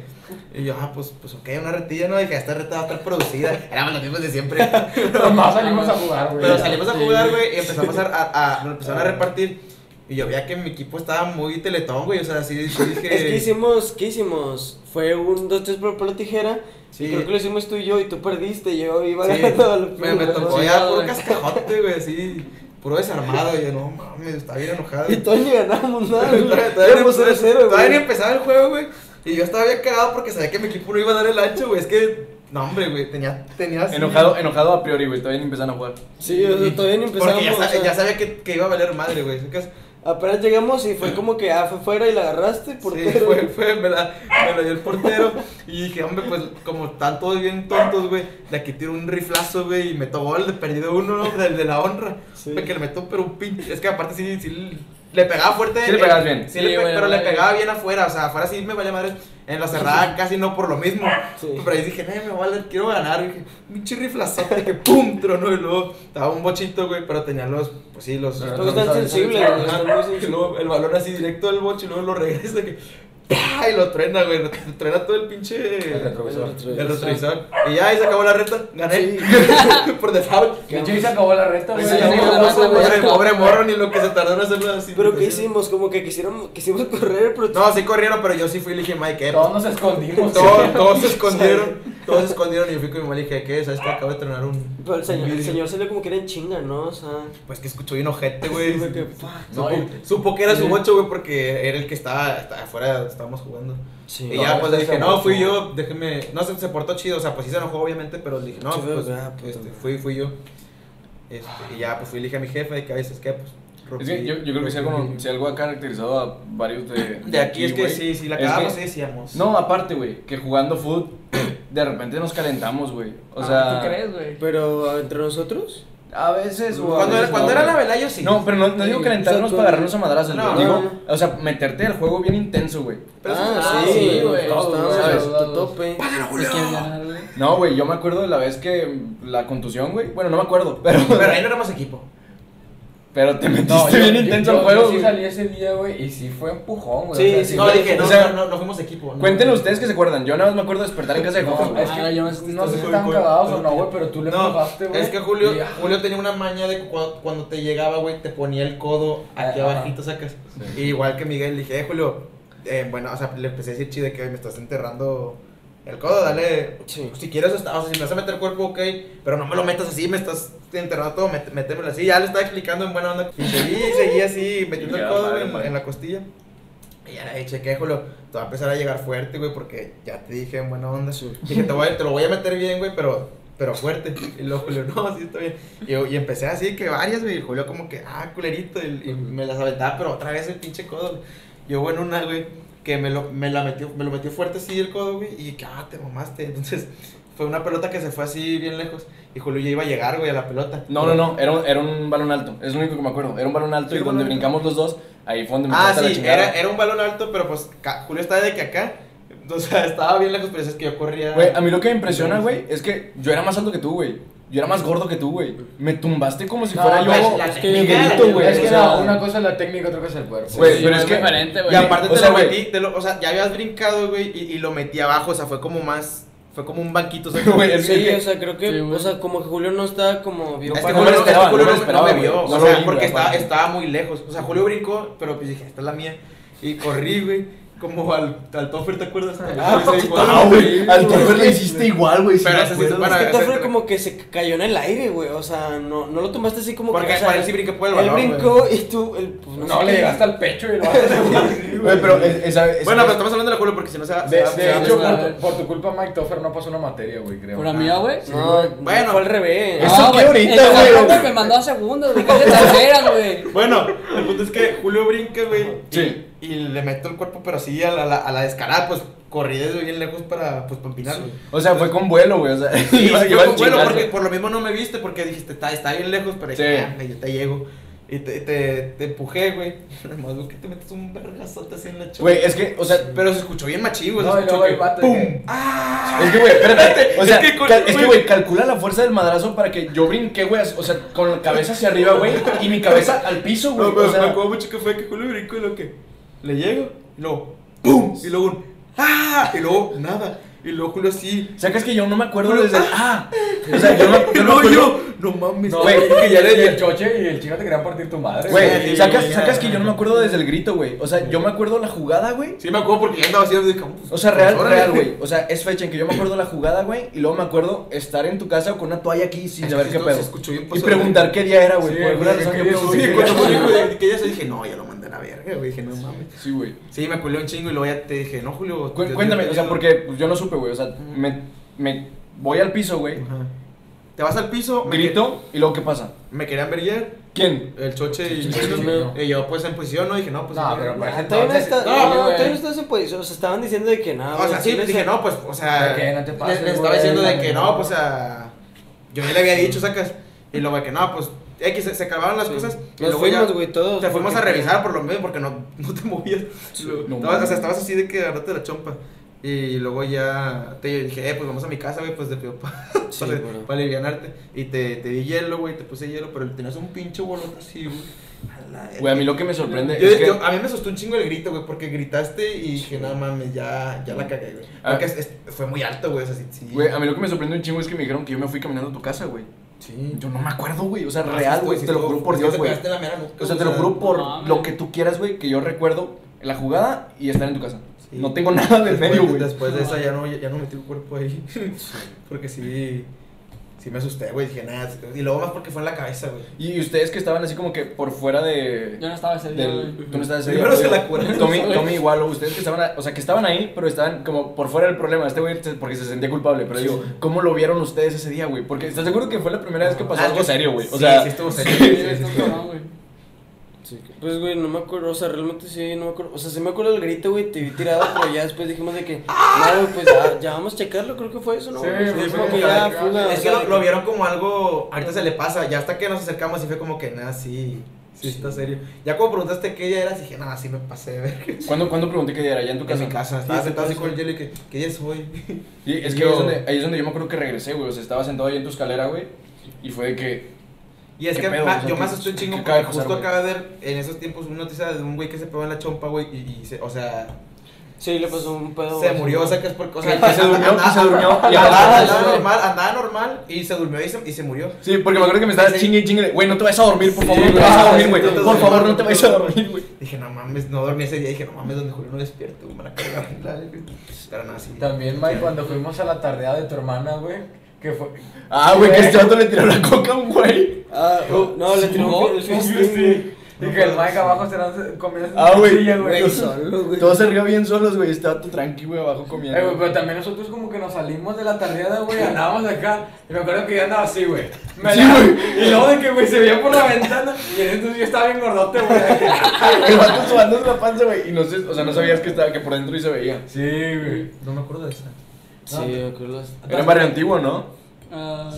[SPEAKER 2] Y yo, ah, pues, pues ok, una retilla, ¿no? Dije, esta reta va a estar
[SPEAKER 4] <laughs>
[SPEAKER 2] producida. Éramos los mismos de siempre.
[SPEAKER 3] Nomás salimos a jugar, güey.
[SPEAKER 2] Pero salimos a jugar, güey, y empezamos a, a, a- nos empezaron a
[SPEAKER 4] Ah.
[SPEAKER 2] repartir. Y yo veía que mi equipo estaba muy teletón, güey. O sea, así sí dije.
[SPEAKER 4] <laughs> Es que hicimos, ¿qué hicimos? Fue un 2, 3 por la tijera.
[SPEAKER 2] Sí.
[SPEAKER 4] Creo que lo hicimos tú y yo, y tú perdiste. Yo iba <laughs>
[SPEAKER 2] Sí,
[SPEAKER 4] ganando a lo
[SPEAKER 2] me, me tocó
[SPEAKER 4] Sí.
[SPEAKER 2] ya puro cascajote, güey, así. Puro desarmado. Y yo, no mames, estaba bien enojado. <laughs>
[SPEAKER 4] Y todos ni ganábamos nada. güey.
[SPEAKER 2] Todavía- todavía
[SPEAKER 4] Éramos
[SPEAKER 2] no-
[SPEAKER 4] 0-0,
[SPEAKER 2] Todavía ni
[SPEAKER 4] güey.
[SPEAKER 2] empezaba el juego, güey. Y yo estaba bien cagado porque sabía que mi equipo no iba a dar el ancho, güey. Es que, no, hombre, güey. Tenía, tenía así-
[SPEAKER 1] Enojado, enojado a priori, güey. Todavía ni empezaron a jugar.
[SPEAKER 4] Sí, o sea, todavía ni empezamos.
[SPEAKER 2] Porque ya,
[SPEAKER 4] o
[SPEAKER 2] sa-
[SPEAKER 4] sea,
[SPEAKER 2] ya sabía que, que iba a valer madre, güey. ¿sí que es?
[SPEAKER 4] Apenas llegamos y fue como que, ah, fue fuera y la agarraste. Por
[SPEAKER 2] Sí, fue, fue, me la, me la dio el portero. Y dije, hombre, pues como están todos bien tontos, güey. De aquí tiro un riflazo, güey. Y meto gol de perdido uno, ¿no? Del de la honra.
[SPEAKER 4] Sí.
[SPEAKER 2] Porque le meto, pero un pinche. Es que aparte sí, sí le pegaba fuerte. eh,
[SPEAKER 1] Sí le pegabas bien.
[SPEAKER 2] Sí,
[SPEAKER 5] Sí,
[SPEAKER 2] le pe-
[SPEAKER 5] bueno,
[SPEAKER 2] pero le
[SPEAKER 5] vale.
[SPEAKER 2] pegaba bien afuera. O sea, afuera sí me valía madre. En la cerrada casi no por lo mismo.
[SPEAKER 4] Sí.
[SPEAKER 2] Pero ahí dije, no, me vale, quiero ganar. Y dije, pinche riflazote. Que pum, tronó. Y luego estaba un bochito, güey. Pero tenía los, pues sí, los.
[SPEAKER 4] Todos están sensibles,
[SPEAKER 2] Ajá.
[SPEAKER 4] güey, están muy
[SPEAKER 2] Y
[SPEAKER 4] sensibles.
[SPEAKER 2] luego el balón así directo al boche y luego lo regresa que ¡pah! y lo truena, güey. lo Truena todo el
[SPEAKER 3] El
[SPEAKER 2] pinche.
[SPEAKER 3] retrovisor.
[SPEAKER 2] El retrovisor. Y ya, ahí se acabó la reta. Gané. <laughs> Por default.
[SPEAKER 3] De hecho, ahí se acabó la reta, güey.
[SPEAKER 5] Sí,
[SPEAKER 2] Se
[SPEAKER 5] ya
[SPEAKER 2] acabó
[SPEAKER 5] llegó
[SPEAKER 2] la
[SPEAKER 5] la
[SPEAKER 2] reta,
[SPEAKER 5] reta,
[SPEAKER 2] güey.
[SPEAKER 5] güey.
[SPEAKER 2] Pobre morro, ni lo que se tardó en hacerlo así.
[SPEAKER 4] Pero ¿qué hicimos? Como que quisieron, quisimos <laughs> correr, pero
[SPEAKER 2] No, sí corrieron, pero yo sí fui y le dije, Mike, eh.
[SPEAKER 3] Todos nos escondimos.
[SPEAKER 2] Todos, todos se escondieron. Todos se escondieron. Y yo fui con mi mamá y le dije, ¿qué? ¿Sabes que acabo de tronar un.
[SPEAKER 4] Pero el señor,
[SPEAKER 2] un
[SPEAKER 4] el
[SPEAKER 2] vidrio?"
[SPEAKER 4] señor salió como que era en chinga, ¿no? O sea.
[SPEAKER 2] Pues que escuchó bien ojete,
[SPEAKER 4] sí
[SPEAKER 2] güey.
[SPEAKER 4] fue que, pa.
[SPEAKER 3] No,
[SPEAKER 2] Supo,
[SPEAKER 3] y-
[SPEAKER 2] supo que era su
[SPEAKER 3] Sí.
[SPEAKER 2] bocho, güey, porque era el que estaba, estaba afuera, estábamos jugando.
[SPEAKER 4] Sí. Ah,
[SPEAKER 2] Y ya,
[SPEAKER 3] No,
[SPEAKER 2] pues le
[SPEAKER 3] ese
[SPEAKER 2] dije,
[SPEAKER 3] se
[SPEAKER 2] no,
[SPEAKER 3] enojó.
[SPEAKER 2] fui yo, déjeme. No, se, se portó chido, o sea, pues sí se enojó, obviamente, pero le dije, no,
[SPEAKER 4] Sí,
[SPEAKER 2] pues
[SPEAKER 4] verdad, puta
[SPEAKER 2] este,
[SPEAKER 4] madre.
[SPEAKER 2] fui, fui yo. Este, y ya, pues fui, le dije a mi jefe, de que a veces, ¿qué? Pues rompí.
[SPEAKER 1] Es que yo, yo creo que si algo, si algo ha caracterizado a varios de.
[SPEAKER 2] De aquí es que
[SPEAKER 1] güey,
[SPEAKER 2] sí, sí, la
[SPEAKER 1] es que-
[SPEAKER 2] cagamos, sí, decíamos.
[SPEAKER 1] No, aparte, güey, que jugando foot, <coughs> de repente nos calentamos, güey. O
[SPEAKER 5] Ah,
[SPEAKER 1] sea.
[SPEAKER 5] ¿Tú crees, güey?
[SPEAKER 4] Pero entre nosotros.
[SPEAKER 1] A veces, güey.
[SPEAKER 2] Cuando
[SPEAKER 1] a
[SPEAKER 2] era,
[SPEAKER 1] veces
[SPEAKER 2] cuando
[SPEAKER 1] no,
[SPEAKER 2] era
[SPEAKER 1] güey.
[SPEAKER 2] la vela, yo sí.
[SPEAKER 1] No, pero no, no digo
[SPEAKER 4] Sí,
[SPEAKER 1] calentarnos
[SPEAKER 4] exacto.
[SPEAKER 1] para agarrarnos a madrazos, güey.
[SPEAKER 2] No,
[SPEAKER 1] digo,
[SPEAKER 4] no,
[SPEAKER 1] o sea, meterte al juego bien intenso, güey.
[SPEAKER 2] Pero eso-
[SPEAKER 4] ah,
[SPEAKER 5] ah,
[SPEAKER 4] sí,
[SPEAKER 5] sí,
[SPEAKER 4] güey.
[SPEAKER 5] güey.
[SPEAKER 4] Estábamos
[SPEAKER 5] Todos,
[SPEAKER 4] a
[SPEAKER 5] todos,
[SPEAKER 4] a
[SPEAKER 5] todos.
[SPEAKER 4] tope.
[SPEAKER 5] ¿Te quieres ganar, güey?
[SPEAKER 1] No, güey, yo me acuerdo de la vez que la contusión, güey. Bueno, no me acuerdo, <laughs> pero,
[SPEAKER 2] Pero ahí no éramos equipo.
[SPEAKER 1] pero te metiste
[SPEAKER 3] No, yo-
[SPEAKER 1] bien
[SPEAKER 3] yo-
[SPEAKER 1] intenso
[SPEAKER 3] yo-
[SPEAKER 1] al juego,
[SPEAKER 3] Yo sí
[SPEAKER 1] güey.
[SPEAKER 3] salí ese día, güey, y sí fue empujón, güey.
[SPEAKER 4] Sí,
[SPEAKER 3] o sea,
[SPEAKER 4] sí,
[SPEAKER 2] No,
[SPEAKER 4] fue-
[SPEAKER 2] le dije, no,
[SPEAKER 1] o sea,
[SPEAKER 2] no, no, no fuimos equipo. no.
[SPEAKER 1] Cuéntenle ustedes que se acuerdan. Yo nada más me acuerdo de despertar en casa de
[SPEAKER 3] No,
[SPEAKER 1] Juan.
[SPEAKER 3] es que
[SPEAKER 5] Ah, yo me-
[SPEAKER 3] no sé si están cagados o no, güey, pero tú le
[SPEAKER 2] No,
[SPEAKER 3] empujaste, güey.
[SPEAKER 2] es que Julio,
[SPEAKER 3] y- ah,
[SPEAKER 2] Julio tenía una maña de cu- cuando, cuando te llegaba, güey, te ponía el codo aquí
[SPEAKER 3] Ajá.
[SPEAKER 2] abajito, sacas. Y igual que Miguel, le dije, eh, Julio, eh, bueno, o sea, le empecé a decir chido de que "Oye, me estás enterrando el codo, dale.
[SPEAKER 4] Sí.
[SPEAKER 2] Si quieres, hasta- o sea, si me vas a meter cuerpo, ok, pero no me lo metas así, me estás enterrando todo, met- métemelo así. Ya le estaba explicando en buena onda. Y seguí, seguí así, metiendo el
[SPEAKER 1] Ya,
[SPEAKER 2] codo
[SPEAKER 1] madre,
[SPEAKER 2] en,
[SPEAKER 1] madre.
[SPEAKER 2] en la costilla. Y ya le dije, "Eh, Julio, te va a empezar a llegar fuerte, güey, porque ya te dije en buena onda.
[SPEAKER 4] Sí.
[SPEAKER 2] Dije, te, voy, a- te lo voy a meter bien, güey, pero pero fuerte. Y luego Julio, no, sí, está bien. Y, yo- y empecé así que varias, güey. Y Julio, como que, ah, culerito. Y, y me las aventaba, pero otra vez el pinche codo. güey. Yo, bueno, una, güey, que me lo, me la metió, me lo metió fuerte así el codo, güey. Y que, ah, te mamaste. Entonces, fue una pelota que se fue así bien lejos. Y Julio ya iba a llegar, güey, a la pelota.
[SPEAKER 1] No, no, no, era un, era un balón alto, es lo único que me acuerdo. Era un balón alto
[SPEAKER 2] Sí,
[SPEAKER 1] y
[SPEAKER 2] un
[SPEAKER 1] donde
[SPEAKER 2] balón
[SPEAKER 1] brincamos los dos, ahí fue donde me
[SPEAKER 2] Ah,
[SPEAKER 1] corta la
[SPEAKER 2] sí,
[SPEAKER 1] chingada.
[SPEAKER 2] era, era un balón alto, pero pues ca- Julio estaba de que acá. O sea, estaba bien lejos, pero es que yo corría.
[SPEAKER 1] Güey, a mí lo que me impresiona, güey, es que yo era más alto que tú, güey. Yo era más gordo que tú, güey. Me tumbaste como si
[SPEAKER 5] No,
[SPEAKER 1] fuera
[SPEAKER 2] pues,
[SPEAKER 1] yo.
[SPEAKER 5] güey, la
[SPEAKER 1] es que
[SPEAKER 5] técnica,
[SPEAKER 1] Miguelito, güey.
[SPEAKER 3] Es
[SPEAKER 1] o
[SPEAKER 3] que
[SPEAKER 1] sea,
[SPEAKER 3] no, una cosa es la técnica, otra cosa es el cuerpo.
[SPEAKER 1] Güey,
[SPEAKER 5] Sí,
[SPEAKER 1] pero
[SPEAKER 5] es
[SPEAKER 1] es que.
[SPEAKER 5] diferente, güey.
[SPEAKER 2] Y aparte
[SPEAKER 1] o
[SPEAKER 2] te
[SPEAKER 1] sea,
[SPEAKER 2] lo
[SPEAKER 1] güey,
[SPEAKER 2] metí, te lo- o sea, ya habías brincado, güey, y, y lo metí abajo, o sea, fue como más, fue como un banquito,
[SPEAKER 1] <laughs>
[SPEAKER 2] o sea,
[SPEAKER 1] Güey,
[SPEAKER 2] es
[SPEAKER 1] es que-
[SPEAKER 4] Sí, o sea, creo que,
[SPEAKER 5] Sí, güey.
[SPEAKER 4] o sea, como que Julio no está como bien
[SPEAKER 2] que
[SPEAKER 1] no
[SPEAKER 4] parado.
[SPEAKER 1] me lo
[SPEAKER 2] Julio es que
[SPEAKER 1] esperaba, no
[SPEAKER 2] Julio
[SPEAKER 1] me
[SPEAKER 2] no,
[SPEAKER 1] lo esperaba,
[SPEAKER 2] me vio,
[SPEAKER 1] güey. No
[SPEAKER 2] o
[SPEAKER 1] lo
[SPEAKER 2] sea,
[SPEAKER 1] vi,
[SPEAKER 2] porque
[SPEAKER 1] güey,
[SPEAKER 2] estaba,
[SPEAKER 1] aparte.
[SPEAKER 2] estaba muy lejos, o sea, Julio brincó, pero pues dije, esta es la mía, y corrí, güey, como al, al Toffer, ¿te acuerdas? Ah,
[SPEAKER 1] Ah, güey. Al Toffer le hiciste igual, güey.
[SPEAKER 2] Pero
[SPEAKER 1] me
[SPEAKER 2] ese sí
[SPEAKER 1] acuerdo.
[SPEAKER 2] se para-
[SPEAKER 4] Es que
[SPEAKER 2] o sea,
[SPEAKER 4] Toffer
[SPEAKER 2] te-
[SPEAKER 4] como que se cayó en el aire, güey. O sea, no, no lo tomaste así como
[SPEAKER 2] Porque
[SPEAKER 4] que. o sea,
[SPEAKER 2] para él sí brinqué por el
[SPEAKER 4] Él
[SPEAKER 2] balón, güey.
[SPEAKER 4] brincó y tú. el- pues,
[SPEAKER 3] No,
[SPEAKER 4] sé
[SPEAKER 3] le
[SPEAKER 4] qué.
[SPEAKER 3] llegaste al pecho y lo haces.
[SPEAKER 1] Güey, pero es- esa- es-
[SPEAKER 2] Bueno, pero estamos hablando de Julio porque si no se va, se
[SPEAKER 3] De,
[SPEAKER 2] va- se
[SPEAKER 3] de
[SPEAKER 2] va a
[SPEAKER 3] hecho,
[SPEAKER 2] desmadrar.
[SPEAKER 3] por, por tu culpa, Mike Toffer no pasó una materia, güey, creo.
[SPEAKER 5] ¿Por la mía, güey?
[SPEAKER 4] No,
[SPEAKER 2] Bueno.
[SPEAKER 4] bueno, fue al revés.
[SPEAKER 1] Eso
[SPEAKER 5] No,
[SPEAKER 1] que
[SPEAKER 5] güey,
[SPEAKER 1] ahorita,
[SPEAKER 5] el
[SPEAKER 1] güey.
[SPEAKER 5] Toffer me mandó a segundos, güey. ¿Qué te terceras, güey?
[SPEAKER 2] Bueno, el punto es que Julio brinca, güey. y-
[SPEAKER 1] Sí.
[SPEAKER 2] Y, le meto el cuerpo, pero sí a la, a la, a la descarada, pues corrí desde bien lejos para, pues, para empinarlo.
[SPEAKER 1] O sea, fue con vuelo, güey. O sea,
[SPEAKER 2] Sí,
[SPEAKER 1] <laughs> iba-
[SPEAKER 2] sí,
[SPEAKER 1] iba
[SPEAKER 2] fue
[SPEAKER 1] al
[SPEAKER 2] con vuelo,
[SPEAKER 1] chingazo.
[SPEAKER 2] porque por lo mismo no me viste, porque dijiste, está, está bien lejos, pero dije,
[SPEAKER 1] Sí.
[SPEAKER 2] "Ah, güey, yo te llego. Y te, te, te empujé, güey. <laughs> Nada más veo que te metes un vergazote así en la chapa.
[SPEAKER 1] Güey, es que, o sea, pero.
[SPEAKER 2] Pero se escuchó bien machingo,
[SPEAKER 3] No,
[SPEAKER 2] se
[SPEAKER 3] y
[SPEAKER 2] escuchó
[SPEAKER 3] luego el
[SPEAKER 2] que-
[SPEAKER 3] vato de
[SPEAKER 2] ¡Pum! Ah,
[SPEAKER 3] que-
[SPEAKER 1] Es que, güey, espérate. O sea,
[SPEAKER 2] <laughs> Es que con-
[SPEAKER 1] cal- es que, güey, calcula la fuerza del madrazo para que yo brinqué, güey. O sea, con la cabeza hacia arriba, güey. Y mi cabeza al piso, güey.
[SPEAKER 2] No, pero
[SPEAKER 1] "Ah, o sea,
[SPEAKER 2] me acuerdo mucho que fue que Julio brincó y lo que le llego, y luego ¡pum! Y luego un ¡ah! Y luego nada. Y luego Julio así.
[SPEAKER 1] O sea, que es que yo no me acuerdo desde. ¡Ah! O sea, yo no,
[SPEAKER 2] <laughs>
[SPEAKER 1] yo no me
[SPEAKER 2] No,
[SPEAKER 1] acuerdo-
[SPEAKER 2] yo, no mames.
[SPEAKER 3] No,
[SPEAKER 1] Güey,
[SPEAKER 3] güey, que ya
[SPEAKER 1] y
[SPEAKER 3] le
[SPEAKER 1] el
[SPEAKER 3] el choche y el chino te querían partir tu madre.
[SPEAKER 1] Güey,
[SPEAKER 2] Sí,
[SPEAKER 1] sacas,
[SPEAKER 2] sí,
[SPEAKER 1] sacas
[SPEAKER 2] ya.
[SPEAKER 1] que yo no me acuerdo desde el grito, güey. O sea, yo me acuerdo la jugada, güey.
[SPEAKER 2] Sí, me acuerdo porque ya andaba haciendo de como.
[SPEAKER 1] O sea, real,
[SPEAKER 2] pues,
[SPEAKER 1] real,
[SPEAKER 2] órale.
[SPEAKER 1] güey. O sea, es fecha en que yo me acuerdo la jugada, güey. Y luego me acuerdo estar en tu casa con una toalla aquí sin
[SPEAKER 2] Es
[SPEAKER 1] saber
[SPEAKER 2] que
[SPEAKER 1] qué
[SPEAKER 2] no,
[SPEAKER 1] pedo.
[SPEAKER 2] se escuchó bien
[SPEAKER 1] Y
[SPEAKER 2] pasado,
[SPEAKER 1] preguntar qué día era, güey.
[SPEAKER 3] Sí,
[SPEAKER 1] por alguna
[SPEAKER 3] güey,
[SPEAKER 1] razón
[SPEAKER 3] que
[SPEAKER 1] yo
[SPEAKER 3] yo
[SPEAKER 1] pregunté
[SPEAKER 2] Sí,
[SPEAKER 3] Sí,
[SPEAKER 1] qué
[SPEAKER 2] cuando
[SPEAKER 1] día
[SPEAKER 2] me dijo
[SPEAKER 1] era.
[SPEAKER 2] de que ya se dije, no, ya lo mandé a la verga, güey. Dije, no mames.
[SPEAKER 1] Sí, güey.
[SPEAKER 2] Sí, me culé un chingo y luego ya te dije, no, Julio.
[SPEAKER 1] Cu-
[SPEAKER 2] te-
[SPEAKER 1] Cuéntame,
[SPEAKER 2] te-
[SPEAKER 1] o sea, porque pues, yo no supe, güey. O sea,
[SPEAKER 2] Ajá.
[SPEAKER 1] me, me voy al piso, güey.
[SPEAKER 2] Ajá. Te vas al piso, me-
[SPEAKER 1] Grito y luego qué pasa.
[SPEAKER 2] Me querían ver ayer,
[SPEAKER 1] ¿Quién?
[SPEAKER 2] el choche y
[SPEAKER 3] Sí,
[SPEAKER 2] Chino,
[SPEAKER 3] sí, no.
[SPEAKER 2] Y yo, pues en posición, no dije, no, pues.
[SPEAKER 3] No, pero, pues,
[SPEAKER 4] Ah, Todavía no
[SPEAKER 3] Entonces, no,
[SPEAKER 4] está- no, no,
[SPEAKER 3] güey.
[SPEAKER 4] todavía no estás en posición. O sea, estaban diciendo de que nada.
[SPEAKER 2] O sea, sí,
[SPEAKER 4] les
[SPEAKER 2] dije, no, pues, o sea,
[SPEAKER 3] De que no te
[SPEAKER 2] le-
[SPEAKER 3] pases,
[SPEAKER 2] le, estaba
[SPEAKER 3] güey,
[SPEAKER 2] diciendo de
[SPEAKER 3] no,
[SPEAKER 2] que
[SPEAKER 3] no.
[SPEAKER 2] no, pues, o sea, yo ya le había dicho, sacas, y luego de que no, pues, X, se, se acabaron las cosas, y
[SPEAKER 4] Nos
[SPEAKER 2] luego
[SPEAKER 4] fuimos,
[SPEAKER 2] ya
[SPEAKER 4] güey, todos.
[SPEAKER 2] te fuimos a
[SPEAKER 4] porque-
[SPEAKER 2] revisar por lo menos, porque no, <laughs> no te movías, Luego,
[SPEAKER 1] no
[SPEAKER 2] estabas- o
[SPEAKER 1] mames.
[SPEAKER 2] sea, estabas así de que agarrate la chompa, y luego ya te dije, eh, pues, vamos a mi casa, güey, pues, de <laughs> para
[SPEAKER 4] Sí, bueno.
[SPEAKER 2] alivianarte, y te, te di hielo, güey, te puse hielo, pero tenías un pinche bolote así, güey, a la
[SPEAKER 1] Güey, a mí lo que me sorprende
[SPEAKER 2] yo-
[SPEAKER 1] Eh, es que.
[SPEAKER 2] yo- a mí me asustó un chingo el grito, güey, porque gritaste y dije, no mames, ya, ya la cagué, güey.
[SPEAKER 1] Ah.
[SPEAKER 2] Porque es- es- fue muy alto, güey, o sea, sí. sí.
[SPEAKER 1] Güey, a mí lo que me sorprende un chingo es que me dijeron que yo me fui caminando a tu casa, güey.
[SPEAKER 2] Sí.
[SPEAKER 1] Yo no me acuerdo, güey. O sea, real, güey.
[SPEAKER 2] Ah, sí,
[SPEAKER 1] Te lo
[SPEAKER 2] sí,
[SPEAKER 1] juro por
[SPEAKER 2] sí,
[SPEAKER 1] Dios,
[SPEAKER 2] te
[SPEAKER 1] güey.
[SPEAKER 2] pegaste la mera nuca,
[SPEAKER 1] O sea, te lo juro por
[SPEAKER 5] no mames.
[SPEAKER 1] lo que tú quieras, güey, que yo recuerdo la jugada y estar en tu casa.
[SPEAKER 2] Sí.
[SPEAKER 1] No tengo <laughs> nada de
[SPEAKER 2] Después-
[SPEAKER 1] medio, güey.
[SPEAKER 2] Después de esa ya no, ya no metí el
[SPEAKER 1] <laughs>
[SPEAKER 2] cuerpo ahí. porque sí, sí me asusté, güey, dije, nada. Y luego más porque fue en la cabeza, güey.
[SPEAKER 1] Y ustedes que estaban así como que por fuera de...
[SPEAKER 5] Yo no estaba ese día,
[SPEAKER 1] del-
[SPEAKER 5] güey.
[SPEAKER 1] Tú no estabas ahí.
[SPEAKER 2] Primero se la curaron,
[SPEAKER 1] Tommy,
[SPEAKER 2] ¿sabes?
[SPEAKER 1] Tommy igual, o ustedes que estaban, a- o sea, que estaban ahí, pero estaban como por fuera del problema. Este güey, se- porque se sentía culpable. Pero digo, ¿cómo lo vieron ustedes ese día, güey? Porque estás seguro que fue la primera vez que pasó
[SPEAKER 2] Ah,
[SPEAKER 1] algo
[SPEAKER 2] es que-
[SPEAKER 1] serio, güey. O
[SPEAKER 2] sí,
[SPEAKER 1] sea, <laughs>
[SPEAKER 2] sí estuvo serio.
[SPEAKER 5] Sí,
[SPEAKER 2] sí, sí,
[SPEAKER 5] está
[SPEAKER 2] sí.
[SPEAKER 5] cabrón, güey.
[SPEAKER 4] Sí. Pues, güey, no me acuerdo. O sea, realmente sí, no me acuerdo. O sea, sí me acuerdo del grito, güey. Te vi tirado, pero ya después dijimos de <laughs> que. No, güey, pues ya, ya vamos a checarlo. Creo que fue eso, ¿no?
[SPEAKER 3] Sí,
[SPEAKER 4] güey?
[SPEAKER 3] sí,
[SPEAKER 4] como
[SPEAKER 3] fue
[SPEAKER 4] que
[SPEAKER 3] cada-
[SPEAKER 4] ya fuga.
[SPEAKER 2] Es
[SPEAKER 4] o
[SPEAKER 2] que
[SPEAKER 4] sea,
[SPEAKER 2] lo,
[SPEAKER 4] de
[SPEAKER 2] lo vieron como algo, ahorita se le pasa, ya hasta que nos acercamos y fue como que, nada, sí, sí, está serio. Ya como preguntaste qué día eras, dije, nada, sí me pasé de ver.
[SPEAKER 1] ¿cuándo, cuándo pregunté qué día era? ¿Ya en tu
[SPEAKER 2] En
[SPEAKER 1] casa?
[SPEAKER 2] mi casa, estaba sentado
[SPEAKER 1] pues,
[SPEAKER 2] así con el hielo y que, ¿qué día es hoy?
[SPEAKER 1] Y es
[SPEAKER 2] Y
[SPEAKER 1] que ahí es,
[SPEAKER 2] yo-
[SPEAKER 1] donde, ahí es donde yo me acuerdo que regresé, güey. O sea, estaba sentado ahí en tu escalera, güey. Y fue de que.
[SPEAKER 2] Y es
[SPEAKER 1] ¿Qué
[SPEAKER 2] que
[SPEAKER 1] pedo?
[SPEAKER 2] ma-
[SPEAKER 1] O sea,
[SPEAKER 2] yo
[SPEAKER 1] ¿qué-
[SPEAKER 2] me asusté un
[SPEAKER 1] qué
[SPEAKER 2] chingo
[SPEAKER 1] acaba
[SPEAKER 2] porque
[SPEAKER 1] de pasar,
[SPEAKER 2] justo acaba de ver en esos tiempos una noticia de un güey que se pegó en la chompa, güey, y, y se, o sea,
[SPEAKER 4] Sí, le pasó un pedo.
[SPEAKER 2] se
[SPEAKER 4] güey.
[SPEAKER 2] murió, o sea, que es porque, o
[SPEAKER 1] <laughs>
[SPEAKER 2] sea,
[SPEAKER 1] Que se durmió,
[SPEAKER 2] ah,
[SPEAKER 1] que se durmió. Y
[SPEAKER 2] <laughs>
[SPEAKER 1] abajo.
[SPEAKER 2] Andaba, andaba normal, andaba normal y se durmió y se, y se murió.
[SPEAKER 1] Sí, porque me acuerdo que me estabas
[SPEAKER 2] Sí.
[SPEAKER 1] chingue y chingue. de, Güey, no te vayas a dormir, por
[SPEAKER 2] Sí,
[SPEAKER 1] favor. No te
[SPEAKER 2] güey.
[SPEAKER 1] vayas a dormir,
[SPEAKER 2] Sí,
[SPEAKER 1] güey.
[SPEAKER 2] no te
[SPEAKER 1] Por
[SPEAKER 2] vayas a
[SPEAKER 1] favor, no
[SPEAKER 2] dormir,
[SPEAKER 1] te
[SPEAKER 2] no
[SPEAKER 1] vayas
[SPEAKER 2] te
[SPEAKER 1] a
[SPEAKER 2] vayas a
[SPEAKER 1] dormir, güey.
[SPEAKER 2] Dije, no mames, no dormí ese día, dije, no mames, donde Julio no despierto, güey, me van a cagar. en la- Pero nada, sí.
[SPEAKER 3] También, Mike, cuando fuimos a la tardeada de tu hermana, güey, que fue...
[SPEAKER 1] Ah, güey, que este vato le tiró la coca a un güey.
[SPEAKER 4] oh, Ah, no, le tiró un- el fisting, güey.
[SPEAKER 3] Y que el Mike abajo se dan comiendo
[SPEAKER 1] Ah, güey.
[SPEAKER 3] silla,
[SPEAKER 1] güey,
[SPEAKER 3] Eh,
[SPEAKER 4] solo, güey.
[SPEAKER 1] Todos se rió bien solos, güey. Estaba tú tranqui, güey, abajo comiendo.
[SPEAKER 3] Eh, güey,
[SPEAKER 1] <laughs>
[SPEAKER 3] pero también nosotros como que nos salimos de la tardeada, güey, andábamos acá. Y me acuerdo que yo andaba así, güey. Me
[SPEAKER 1] Sí,
[SPEAKER 3] la-
[SPEAKER 1] güey.
[SPEAKER 3] Y luego de que, güey, se veía por la ventana. Y en entonces yo estaba bien gordote, güey.
[SPEAKER 1] El vato subándose la panza, güey. Y no sé, o sea, no sabías que estaba que por dentro y se veía.
[SPEAKER 3] Sí, güey.
[SPEAKER 2] No me acuerdo de esa.
[SPEAKER 4] Sí, me acuerdo.
[SPEAKER 1] Era barrio antiguo, ¿no?
[SPEAKER 5] Ah,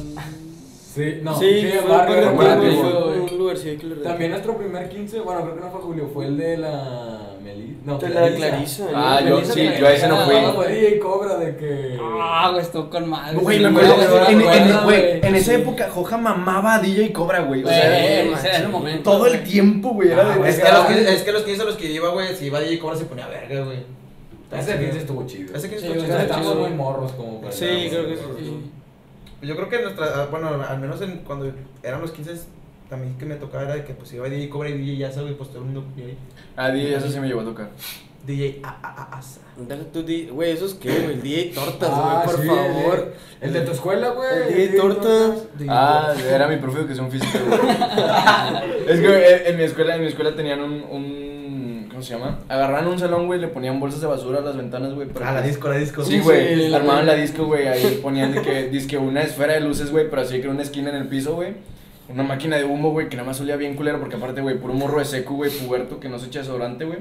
[SPEAKER 3] Sí, no.
[SPEAKER 4] sí,
[SPEAKER 3] el
[SPEAKER 4] fue un
[SPEAKER 3] barrio
[SPEAKER 4] barrio
[SPEAKER 3] era
[SPEAKER 1] antiguo,
[SPEAKER 3] muy
[SPEAKER 1] güey.
[SPEAKER 3] antiguo,
[SPEAKER 4] antiguo,
[SPEAKER 3] güey.
[SPEAKER 4] un lugarcillo ahí que lo
[SPEAKER 3] También nuestro primer 15, bueno, creo que no fue Julio, fue el de la Melissa. No,
[SPEAKER 4] De la Clarisa.
[SPEAKER 1] Ah, yo
[SPEAKER 3] Melissa
[SPEAKER 1] sí,
[SPEAKER 3] que-
[SPEAKER 1] yo a ese no
[SPEAKER 3] Ah,
[SPEAKER 1] fui.
[SPEAKER 3] güey, DJ Cobra de que.
[SPEAKER 5] Ah, güey, estuvo con madre.
[SPEAKER 1] Güey, me
[SPEAKER 5] Sí,
[SPEAKER 1] acuerdo.
[SPEAKER 5] güey,
[SPEAKER 1] En,
[SPEAKER 5] güey,
[SPEAKER 1] en-
[SPEAKER 5] güey.
[SPEAKER 1] güey, en esa época, Joja mamaba a DJ Cobra, güey. O
[SPEAKER 5] Güey,
[SPEAKER 1] sea,
[SPEAKER 5] ese era el momento.
[SPEAKER 1] todo el
[SPEAKER 5] güey.
[SPEAKER 1] tiempo, Ah, güey. Era de.
[SPEAKER 2] Ah, Es que, a los, que- es que a los 15 a los que iba, güey, si iba DJ Cobra se ponía verga, güey.
[SPEAKER 3] Ese 15 estuvo chido.
[SPEAKER 2] Ese 15
[SPEAKER 5] Sí,
[SPEAKER 2] estuvo
[SPEAKER 5] güey,
[SPEAKER 2] chido.
[SPEAKER 5] estaba
[SPEAKER 3] Estamos
[SPEAKER 5] chido.
[SPEAKER 3] muy morros como para.
[SPEAKER 4] Sí, creo que sí.
[SPEAKER 5] Sí.
[SPEAKER 2] Yo creo que nuestra, ah, bueno, al menos en, cuando eran los 15 también que me tocaba era de que pues iba DJ Cobra y DJ Yaza, güey, pues todo el mundo quería ir.
[SPEAKER 1] A DJ eso sí me llevó a tocar.
[SPEAKER 2] DJ a a a Asa.
[SPEAKER 4] Deja tú, di- güey, ¿esos qué, güey? El DJ Tortas,
[SPEAKER 3] Ah,
[SPEAKER 4] güey, por
[SPEAKER 3] sí, eh.
[SPEAKER 4] favor.
[SPEAKER 3] El de tu escuela, güey.
[SPEAKER 4] El DJ Tortas.
[SPEAKER 1] Ah, era mi profe de educación
[SPEAKER 5] <laughs>
[SPEAKER 1] física, güey. es que eh, en mi escuela, en mi escuela tenían un, un ¿cómo se llama? Agarraban un salón, güey, le ponían bolsas de basura a las ventanas, güey, para
[SPEAKER 2] Ah, la
[SPEAKER 1] que-
[SPEAKER 2] disco, la disco.
[SPEAKER 1] Sí, güey,
[SPEAKER 5] sí,
[SPEAKER 1] armaban
[SPEAKER 5] la-
[SPEAKER 1] la disco, güey, ahí ponían de que disque una esfera de luces, güey, pero así que una esquina en el piso, güey. Una máquina de humo, güey, que nada más olía bien culero porque aparte, güey, puro morro de seco, güey, puberto que no se echa desodorante, güey.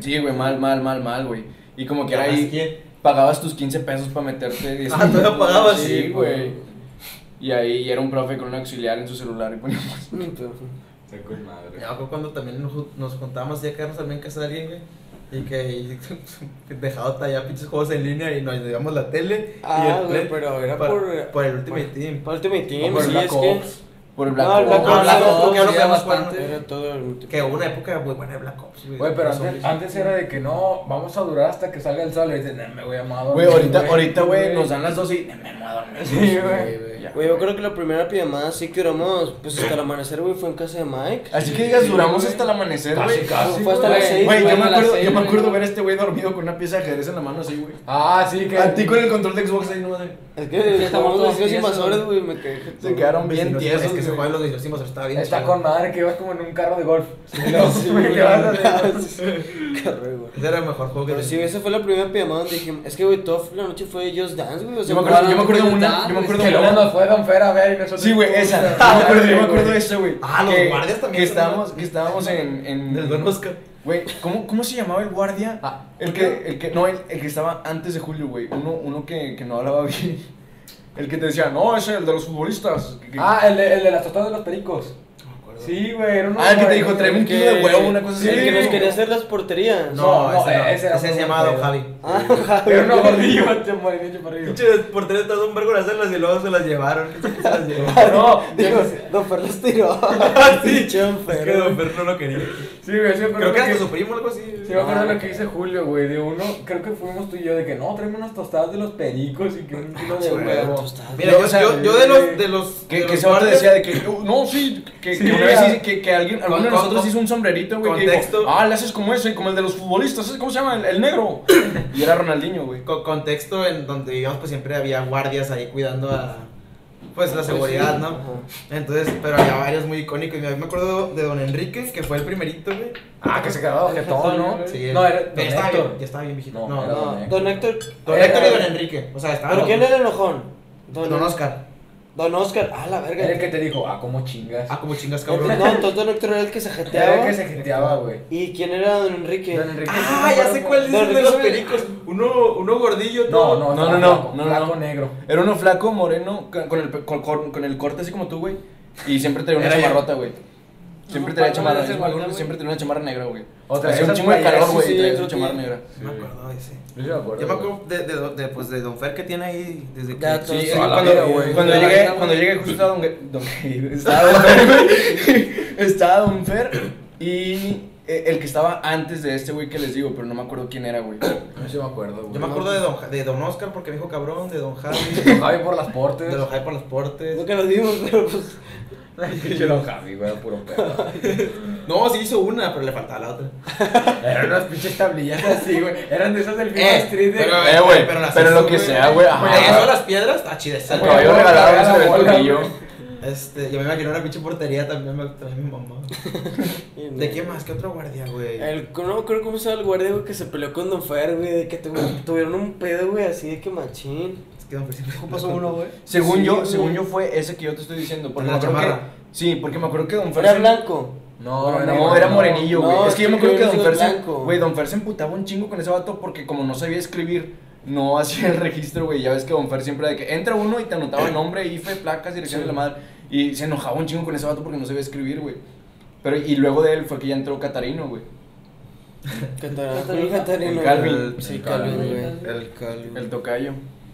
[SPEAKER 1] Sí, güey, mal, mal, mal, mal, güey. Y como que era ahí
[SPEAKER 2] ¿Quién?
[SPEAKER 1] pagabas tus 15 pesos para meterte.
[SPEAKER 2] Ah, todavía pagabas.
[SPEAKER 1] Sí, güey. Y ahí era un profe con un auxiliar en su celular y poníamos.
[SPEAKER 4] Mm, pues,
[SPEAKER 3] Está con madre.
[SPEAKER 2] Me acuerdo cuando también nos, nos juntábamos y a quedarnos también en casa de alguien, güey. Y <laughs> que y dejado talla pinches juegos en línea y nos llevamos la tele. y
[SPEAKER 4] Ah,
[SPEAKER 2] el
[SPEAKER 4] güey,
[SPEAKER 2] play
[SPEAKER 4] pero era
[SPEAKER 2] para,
[SPEAKER 4] por.
[SPEAKER 2] para el Ultimate Team.
[SPEAKER 4] Para Ultimate Team,
[SPEAKER 3] O por
[SPEAKER 4] sí,
[SPEAKER 3] Black
[SPEAKER 4] es que.
[SPEAKER 3] Ops.
[SPEAKER 1] Por el
[SPEAKER 4] No, el Black
[SPEAKER 1] Ops.
[SPEAKER 4] Ops,
[SPEAKER 2] Black Ops,
[SPEAKER 4] Ops,
[SPEAKER 2] que ahora
[SPEAKER 4] era
[SPEAKER 2] podemos jugar,
[SPEAKER 4] bastante,
[SPEAKER 2] ¿no?
[SPEAKER 4] Era todo el Ultimate
[SPEAKER 2] Que hubo una época muy buena de Black Ops, güey.
[SPEAKER 3] Güey, pero
[SPEAKER 2] Los
[SPEAKER 3] antes,
[SPEAKER 2] zombies.
[SPEAKER 3] antes era de que no, vamos a durar hasta que salga el sol. Y dicen, "Nah, me voy a amar.
[SPEAKER 1] Güey, ahorita, ahorita, güey, nos dan las dos y. Me voy a dormir.
[SPEAKER 3] Sí, güey.
[SPEAKER 1] Ya.
[SPEAKER 4] Güey, yo creo que la primera pijamada sí que duramos, pues hasta el amanecer, güey, fue en casa de Mike.
[SPEAKER 1] Así que digas, duramos hasta el amanecer, güey.
[SPEAKER 3] casi.
[SPEAKER 4] Fue hasta
[SPEAKER 3] güey.
[SPEAKER 4] las seis,
[SPEAKER 1] Güey, yo me
[SPEAKER 5] a las
[SPEAKER 1] acuerdo,
[SPEAKER 5] seis,
[SPEAKER 1] yo me
[SPEAKER 5] güey.
[SPEAKER 1] acuerdo ver a este güey dormido con una pieza de ajedrez en la mano así, güey.
[SPEAKER 3] Ah, sí, que.
[SPEAKER 1] A ti con el control de Xbox ahí nomás. de-
[SPEAKER 4] Es que
[SPEAKER 5] estamos
[SPEAKER 4] estamos los
[SPEAKER 5] todos tiesos,
[SPEAKER 4] invasores,
[SPEAKER 5] güey.
[SPEAKER 4] güey, me quedé.
[SPEAKER 1] Se quedaron bien
[SPEAKER 2] Los-
[SPEAKER 1] tiesos.
[SPEAKER 2] Es que se
[SPEAKER 1] güey.
[SPEAKER 2] juegan los 18 Invasores, estaba bien
[SPEAKER 3] Está
[SPEAKER 2] chido.
[SPEAKER 3] con madre que ibas como en un carro de golf. Y luego,
[SPEAKER 4] Sí,
[SPEAKER 3] güey,
[SPEAKER 4] güey.
[SPEAKER 3] te vas a
[SPEAKER 1] <laughs> Ah,
[SPEAKER 3] hacer-
[SPEAKER 4] Carré, güey.
[SPEAKER 2] Ese era el mejor juego que
[SPEAKER 4] Pero sí,
[SPEAKER 2] tenía.
[SPEAKER 4] güey, esa fue la primera pijamada donde dije, es que, güey, toda la noche fue Just Dance, güey. O sea,
[SPEAKER 1] Yo me acuerdo, yo me
[SPEAKER 4] jugaron-
[SPEAKER 1] acuerdo una, yo me acuerdo
[SPEAKER 3] Que luego
[SPEAKER 1] una.
[SPEAKER 3] nos fue Don Fer a ver y nosotros. "Ah,
[SPEAKER 1] Sí, güey, esa. Yo me acuerdo, yo me acuerdo de esa, güey.
[SPEAKER 2] Ah, los
[SPEAKER 1] Que-
[SPEAKER 2] guardias también
[SPEAKER 1] Que
[SPEAKER 2] son-
[SPEAKER 1] estábamos, que estábamos en.
[SPEAKER 2] Del
[SPEAKER 1] en
[SPEAKER 2] Don Oscar.
[SPEAKER 1] Güey, ¿cómo, ¿cómo se llamaba el guardia?
[SPEAKER 3] Ah.
[SPEAKER 1] el que, el que, no, el, el que estaba antes de Julio, güey. Uno, uno que, que no hablaba bien. El que te decía, no, ese es el de los futbolistas. Que- que-
[SPEAKER 3] Ah, el de, el de las tostadas de los pericos. Sí, güey, era uno
[SPEAKER 1] Ah, el que te dijo, tráeme un
[SPEAKER 4] que-
[SPEAKER 1] kilo de huevo, una cosa así.
[SPEAKER 4] El que nos quería
[SPEAKER 3] <laughs>
[SPEAKER 4] hacer las porterías.
[SPEAKER 2] No,
[SPEAKER 3] no,
[SPEAKER 2] ese no.
[SPEAKER 3] ese era
[SPEAKER 2] Ese se
[SPEAKER 3] muy
[SPEAKER 2] llamaba Don
[SPEAKER 3] bueno.
[SPEAKER 2] Javi.
[SPEAKER 4] Ah,
[SPEAKER 3] <laughs>
[SPEAKER 4] <laughs>
[SPEAKER 3] Era uno gordillo, te morí bien chaparrillo.
[SPEAKER 2] Pinches porteros tardó un vergo en hacerlas y luego se las llevaron. <laughs> Se las llevó.
[SPEAKER 3] No, <laughs>
[SPEAKER 4] Digo,
[SPEAKER 3] digo.
[SPEAKER 4] Don Fer los tiró.
[SPEAKER 2] Sí.
[SPEAKER 4] Pinche Don
[SPEAKER 2] Es
[SPEAKER 4] Fer,
[SPEAKER 2] que Don
[SPEAKER 4] güey.
[SPEAKER 2] Fer no lo quería.
[SPEAKER 3] Sí, güey, sí, me acuerdo
[SPEAKER 2] Creo que
[SPEAKER 3] que-
[SPEAKER 2] hasta su primo o algo así. Ah.
[SPEAKER 3] Sí, me acuerdo lo que dice Julio, güey, de uno, creo que fuimos tú y yo, de que no, tráeme unas tostadas de los pericos y que un kilo de
[SPEAKER 2] sí, güey,
[SPEAKER 3] huevo.
[SPEAKER 4] tostadas.
[SPEAKER 2] Mira,
[SPEAKER 1] Yo,
[SPEAKER 2] yo,
[SPEAKER 1] o sea,
[SPEAKER 2] yo, yo de los. De los de
[SPEAKER 1] Que, que
[SPEAKER 2] los
[SPEAKER 1] ese guardia
[SPEAKER 2] guardias-
[SPEAKER 1] decía de que, "Uh, no, sí, que,
[SPEAKER 3] Sí,
[SPEAKER 1] que una vez
[SPEAKER 3] ah.
[SPEAKER 1] hice- que, que alguien, alguno de
[SPEAKER 2] Con- con-
[SPEAKER 1] nosotros
[SPEAKER 2] con-
[SPEAKER 1] hizo un sombrerito, güey, que dijo,
[SPEAKER 2] contexto.
[SPEAKER 1] ah, le haces como ese, como el de los futbolistas, ese, ¿cómo se llama? El, el negro. Y era Ronaldinho, güey.
[SPEAKER 2] Con contexto en donde vivíamos, pues siempre había guardias ahí cuidando a. Pues la seguridad, ¿no? Entonces, pero había varios muy icónicos. Y me me acuerdo de Don Enrique, que fue el primerito, güey.
[SPEAKER 3] Ah, que se quedaba objetón, ¿no?
[SPEAKER 2] Sí,
[SPEAKER 3] no, era
[SPEAKER 2] ya
[SPEAKER 3] Don
[SPEAKER 2] estaba
[SPEAKER 3] Héctor.
[SPEAKER 2] bien, ya estaba bien viejito.
[SPEAKER 3] No,
[SPEAKER 2] No,
[SPEAKER 3] era-
[SPEAKER 4] No, Don Héctor.
[SPEAKER 2] Don
[SPEAKER 3] era-
[SPEAKER 2] Héctor y Don Enrique. O sea, estaban.
[SPEAKER 4] ¿Pero
[SPEAKER 2] los
[SPEAKER 4] quién
[SPEAKER 2] dos.
[SPEAKER 4] era el enojón?
[SPEAKER 2] Eh, Don Oscar.
[SPEAKER 4] Don Oscar. Ah, la verga. Este,
[SPEAKER 3] Era el que te dijo, ah, cómo chingas.
[SPEAKER 2] Ah, como chingas,
[SPEAKER 4] No,
[SPEAKER 2] cabrón.
[SPEAKER 4] entonces Don Héctor era el que se
[SPEAKER 3] era el
[SPEAKER 4] jeteaba.
[SPEAKER 3] que se jeteaba, güey.
[SPEAKER 4] ¿Y quién era Don Enrique?
[SPEAKER 3] Don Enrique.
[SPEAKER 2] <laughs> Ah, ya sé cuál es
[SPEAKER 4] Don
[SPEAKER 2] el de los
[SPEAKER 4] Enrique.
[SPEAKER 2] pericos. Uno, uno gordillo,
[SPEAKER 3] No, no,
[SPEAKER 1] No, no,
[SPEAKER 3] estaba
[SPEAKER 1] no,
[SPEAKER 3] flaco,
[SPEAKER 1] no, no.
[SPEAKER 3] Flaco negro.
[SPEAKER 1] Era uno flaco, moreno, con con el, pe- con, con- con el corte así como tú, güey. Y siempre traía una
[SPEAKER 2] Era yo.
[SPEAKER 1] chamarrota, güey. Siempre
[SPEAKER 5] No,
[SPEAKER 1] traía
[SPEAKER 5] ¿cuál
[SPEAKER 1] chamarra,
[SPEAKER 5] era ese
[SPEAKER 1] siempre-
[SPEAKER 5] guardia, güey?
[SPEAKER 1] siempre tenía una chamarra negra, güey.
[SPEAKER 3] O sea,
[SPEAKER 1] Hacía un
[SPEAKER 3] esas
[SPEAKER 1] chingo de
[SPEAKER 3] playeras,
[SPEAKER 1] calor,
[SPEAKER 3] sí,
[SPEAKER 1] güey,
[SPEAKER 4] sí,
[SPEAKER 1] y traía
[SPEAKER 4] yo
[SPEAKER 1] su
[SPEAKER 4] creo que-
[SPEAKER 1] chamarra negra.
[SPEAKER 2] No me acuerdo de ese.
[SPEAKER 3] Yo sí me acuerdo.
[SPEAKER 2] Yo me
[SPEAKER 3] güey.
[SPEAKER 2] acuerdo de, de, de, pues, de Don Fer que tiene ahí desde que.
[SPEAKER 4] Ya,
[SPEAKER 1] Sí,
[SPEAKER 4] Sí,
[SPEAKER 1] es que
[SPEAKER 4] a la
[SPEAKER 1] cuando,
[SPEAKER 4] verga, güey.
[SPEAKER 1] cuando
[SPEAKER 5] A la
[SPEAKER 1] llegué,
[SPEAKER 5] verga,
[SPEAKER 1] cuando
[SPEAKER 5] güey.
[SPEAKER 1] llegué justo a Don, Don <laughs> estaba Don Fer, güey. estaba Don Fer y eh, el que estaba antes de este güey que les digo, pero no me acuerdo quién era, güey.
[SPEAKER 3] Yo sí me acuerdo, güey.
[SPEAKER 2] Yo me acuerdo de Don, Ja- de don Oscar porque me dijo cabrón, de Don Javi,
[SPEAKER 3] <laughs> acuerdo. Javi por las portes.
[SPEAKER 2] de Don Javi por los portes.
[SPEAKER 4] Nunca lo dimos, pero pues.
[SPEAKER 3] <laughs> Pinche Don Javi, güey, era puro pedo.
[SPEAKER 2] No, sí hizo una, pero le faltaba la otra.
[SPEAKER 3] Eran unas pinches tablillas <laughs> así, güey. Eran de esas del Viva
[SPEAKER 2] Eh,
[SPEAKER 3] Street. de-
[SPEAKER 2] pero-
[SPEAKER 1] Eh, güey,
[SPEAKER 2] pero las
[SPEAKER 1] pero
[SPEAKER 2] hizo,
[SPEAKER 1] lo que
[SPEAKER 2] güey.
[SPEAKER 1] sea, güey.
[SPEAKER 2] Oye, eso de
[SPEAKER 1] ajá.
[SPEAKER 2] las piedras está chida esa.
[SPEAKER 1] El
[SPEAKER 3] Güey,
[SPEAKER 1] caballo
[SPEAKER 3] güey,
[SPEAKER 1] regalado
[SPEAKER 3] güey,
[SPEAKER 1] no se
[SPEAKER 3] la
[SPEAKER 1] ve el
[SPEAKER 3] bola,
[SPEAKER 1] tobillo.
[SPEAKER 3] güey.
[SPEAKER 2] Este, yo me imagino una pinche portería también, me- también mi mamá. ¿De qué más? ¿Qué otro guardia, güey?
[SPEAKER 4] El, no, creo que se llama el guardia, güey, que se peleó con Don Fer, güey, de que tuvi- tuvieron un pedo, güey, así de que machín.
[SPEAKER 2] Es que pues, don Fer siempre-
[SPEAKER 4] güey?
[SPEAKER 1] Según
[SPEAKER 4] Sí,
[SPEAKER 1] yo,
[SPEAKER 4] güey.
[SPEAKER 1] según yo fue ese que yo te estoy diciendo. Porque
[SPEAKER 2] ¿Con la
[SPEAKER 1] me acuerdo
[SPEAKER 2] chamarra?
[SPEAKER 1] que- sí, porque me acuerdo que Don Fer.
[SPEAKER 4] Era
[SPEAKER 1] se-
[SPEAKER 4] blanco.
[SPEAKER 1] No,
[SPEAKER 3] No,
[SPEAKER 1] era,
[SPEAKER 3] no,
[SPEAKER 1] era
[SPEAKER 3] no.
[SPEAKER 1] morenillo, güey.
[SPEAKER 4] No,
[SPEAKER 1] es que yo me
[SPEAKER 4] es que
[SPEAKER 1] acuerdo que Don
[SPEAKER 4] yo
[SPEAKER 1] Fer,
[SPEAKER 4] soy
[SPEAKER 1] se,
[SPEAKER 4] blanco.
[SPEAKER 1] güey, Don Fer se emputaba un chingo con ese vato porque como no sabía escribir, no <laughs> hacía el registro, güey. Ya ves que Don Fer siempre de que entra uno y te <clears throat> anotaba nombre, IFE, placas, dirección de la madre. Y se enojaba un chingo con ese vato porque no sabía escribir, güey. Pero, y luego de él fue que ya entró Catarino, güey.
[SPEAKER 4] Catarino. Catarino.
[SPEAKER 1] El Calvin.
[SPEAKER 4] güey. Sí,
[SPEAKER 1] El
[SPEAKER 4] Calvin,
[SPEAKER 1] Calvin.
[SPEAKER 4] güey.
[SPEAKER 2] El cal...
[SPEAKER 1] El tocayo.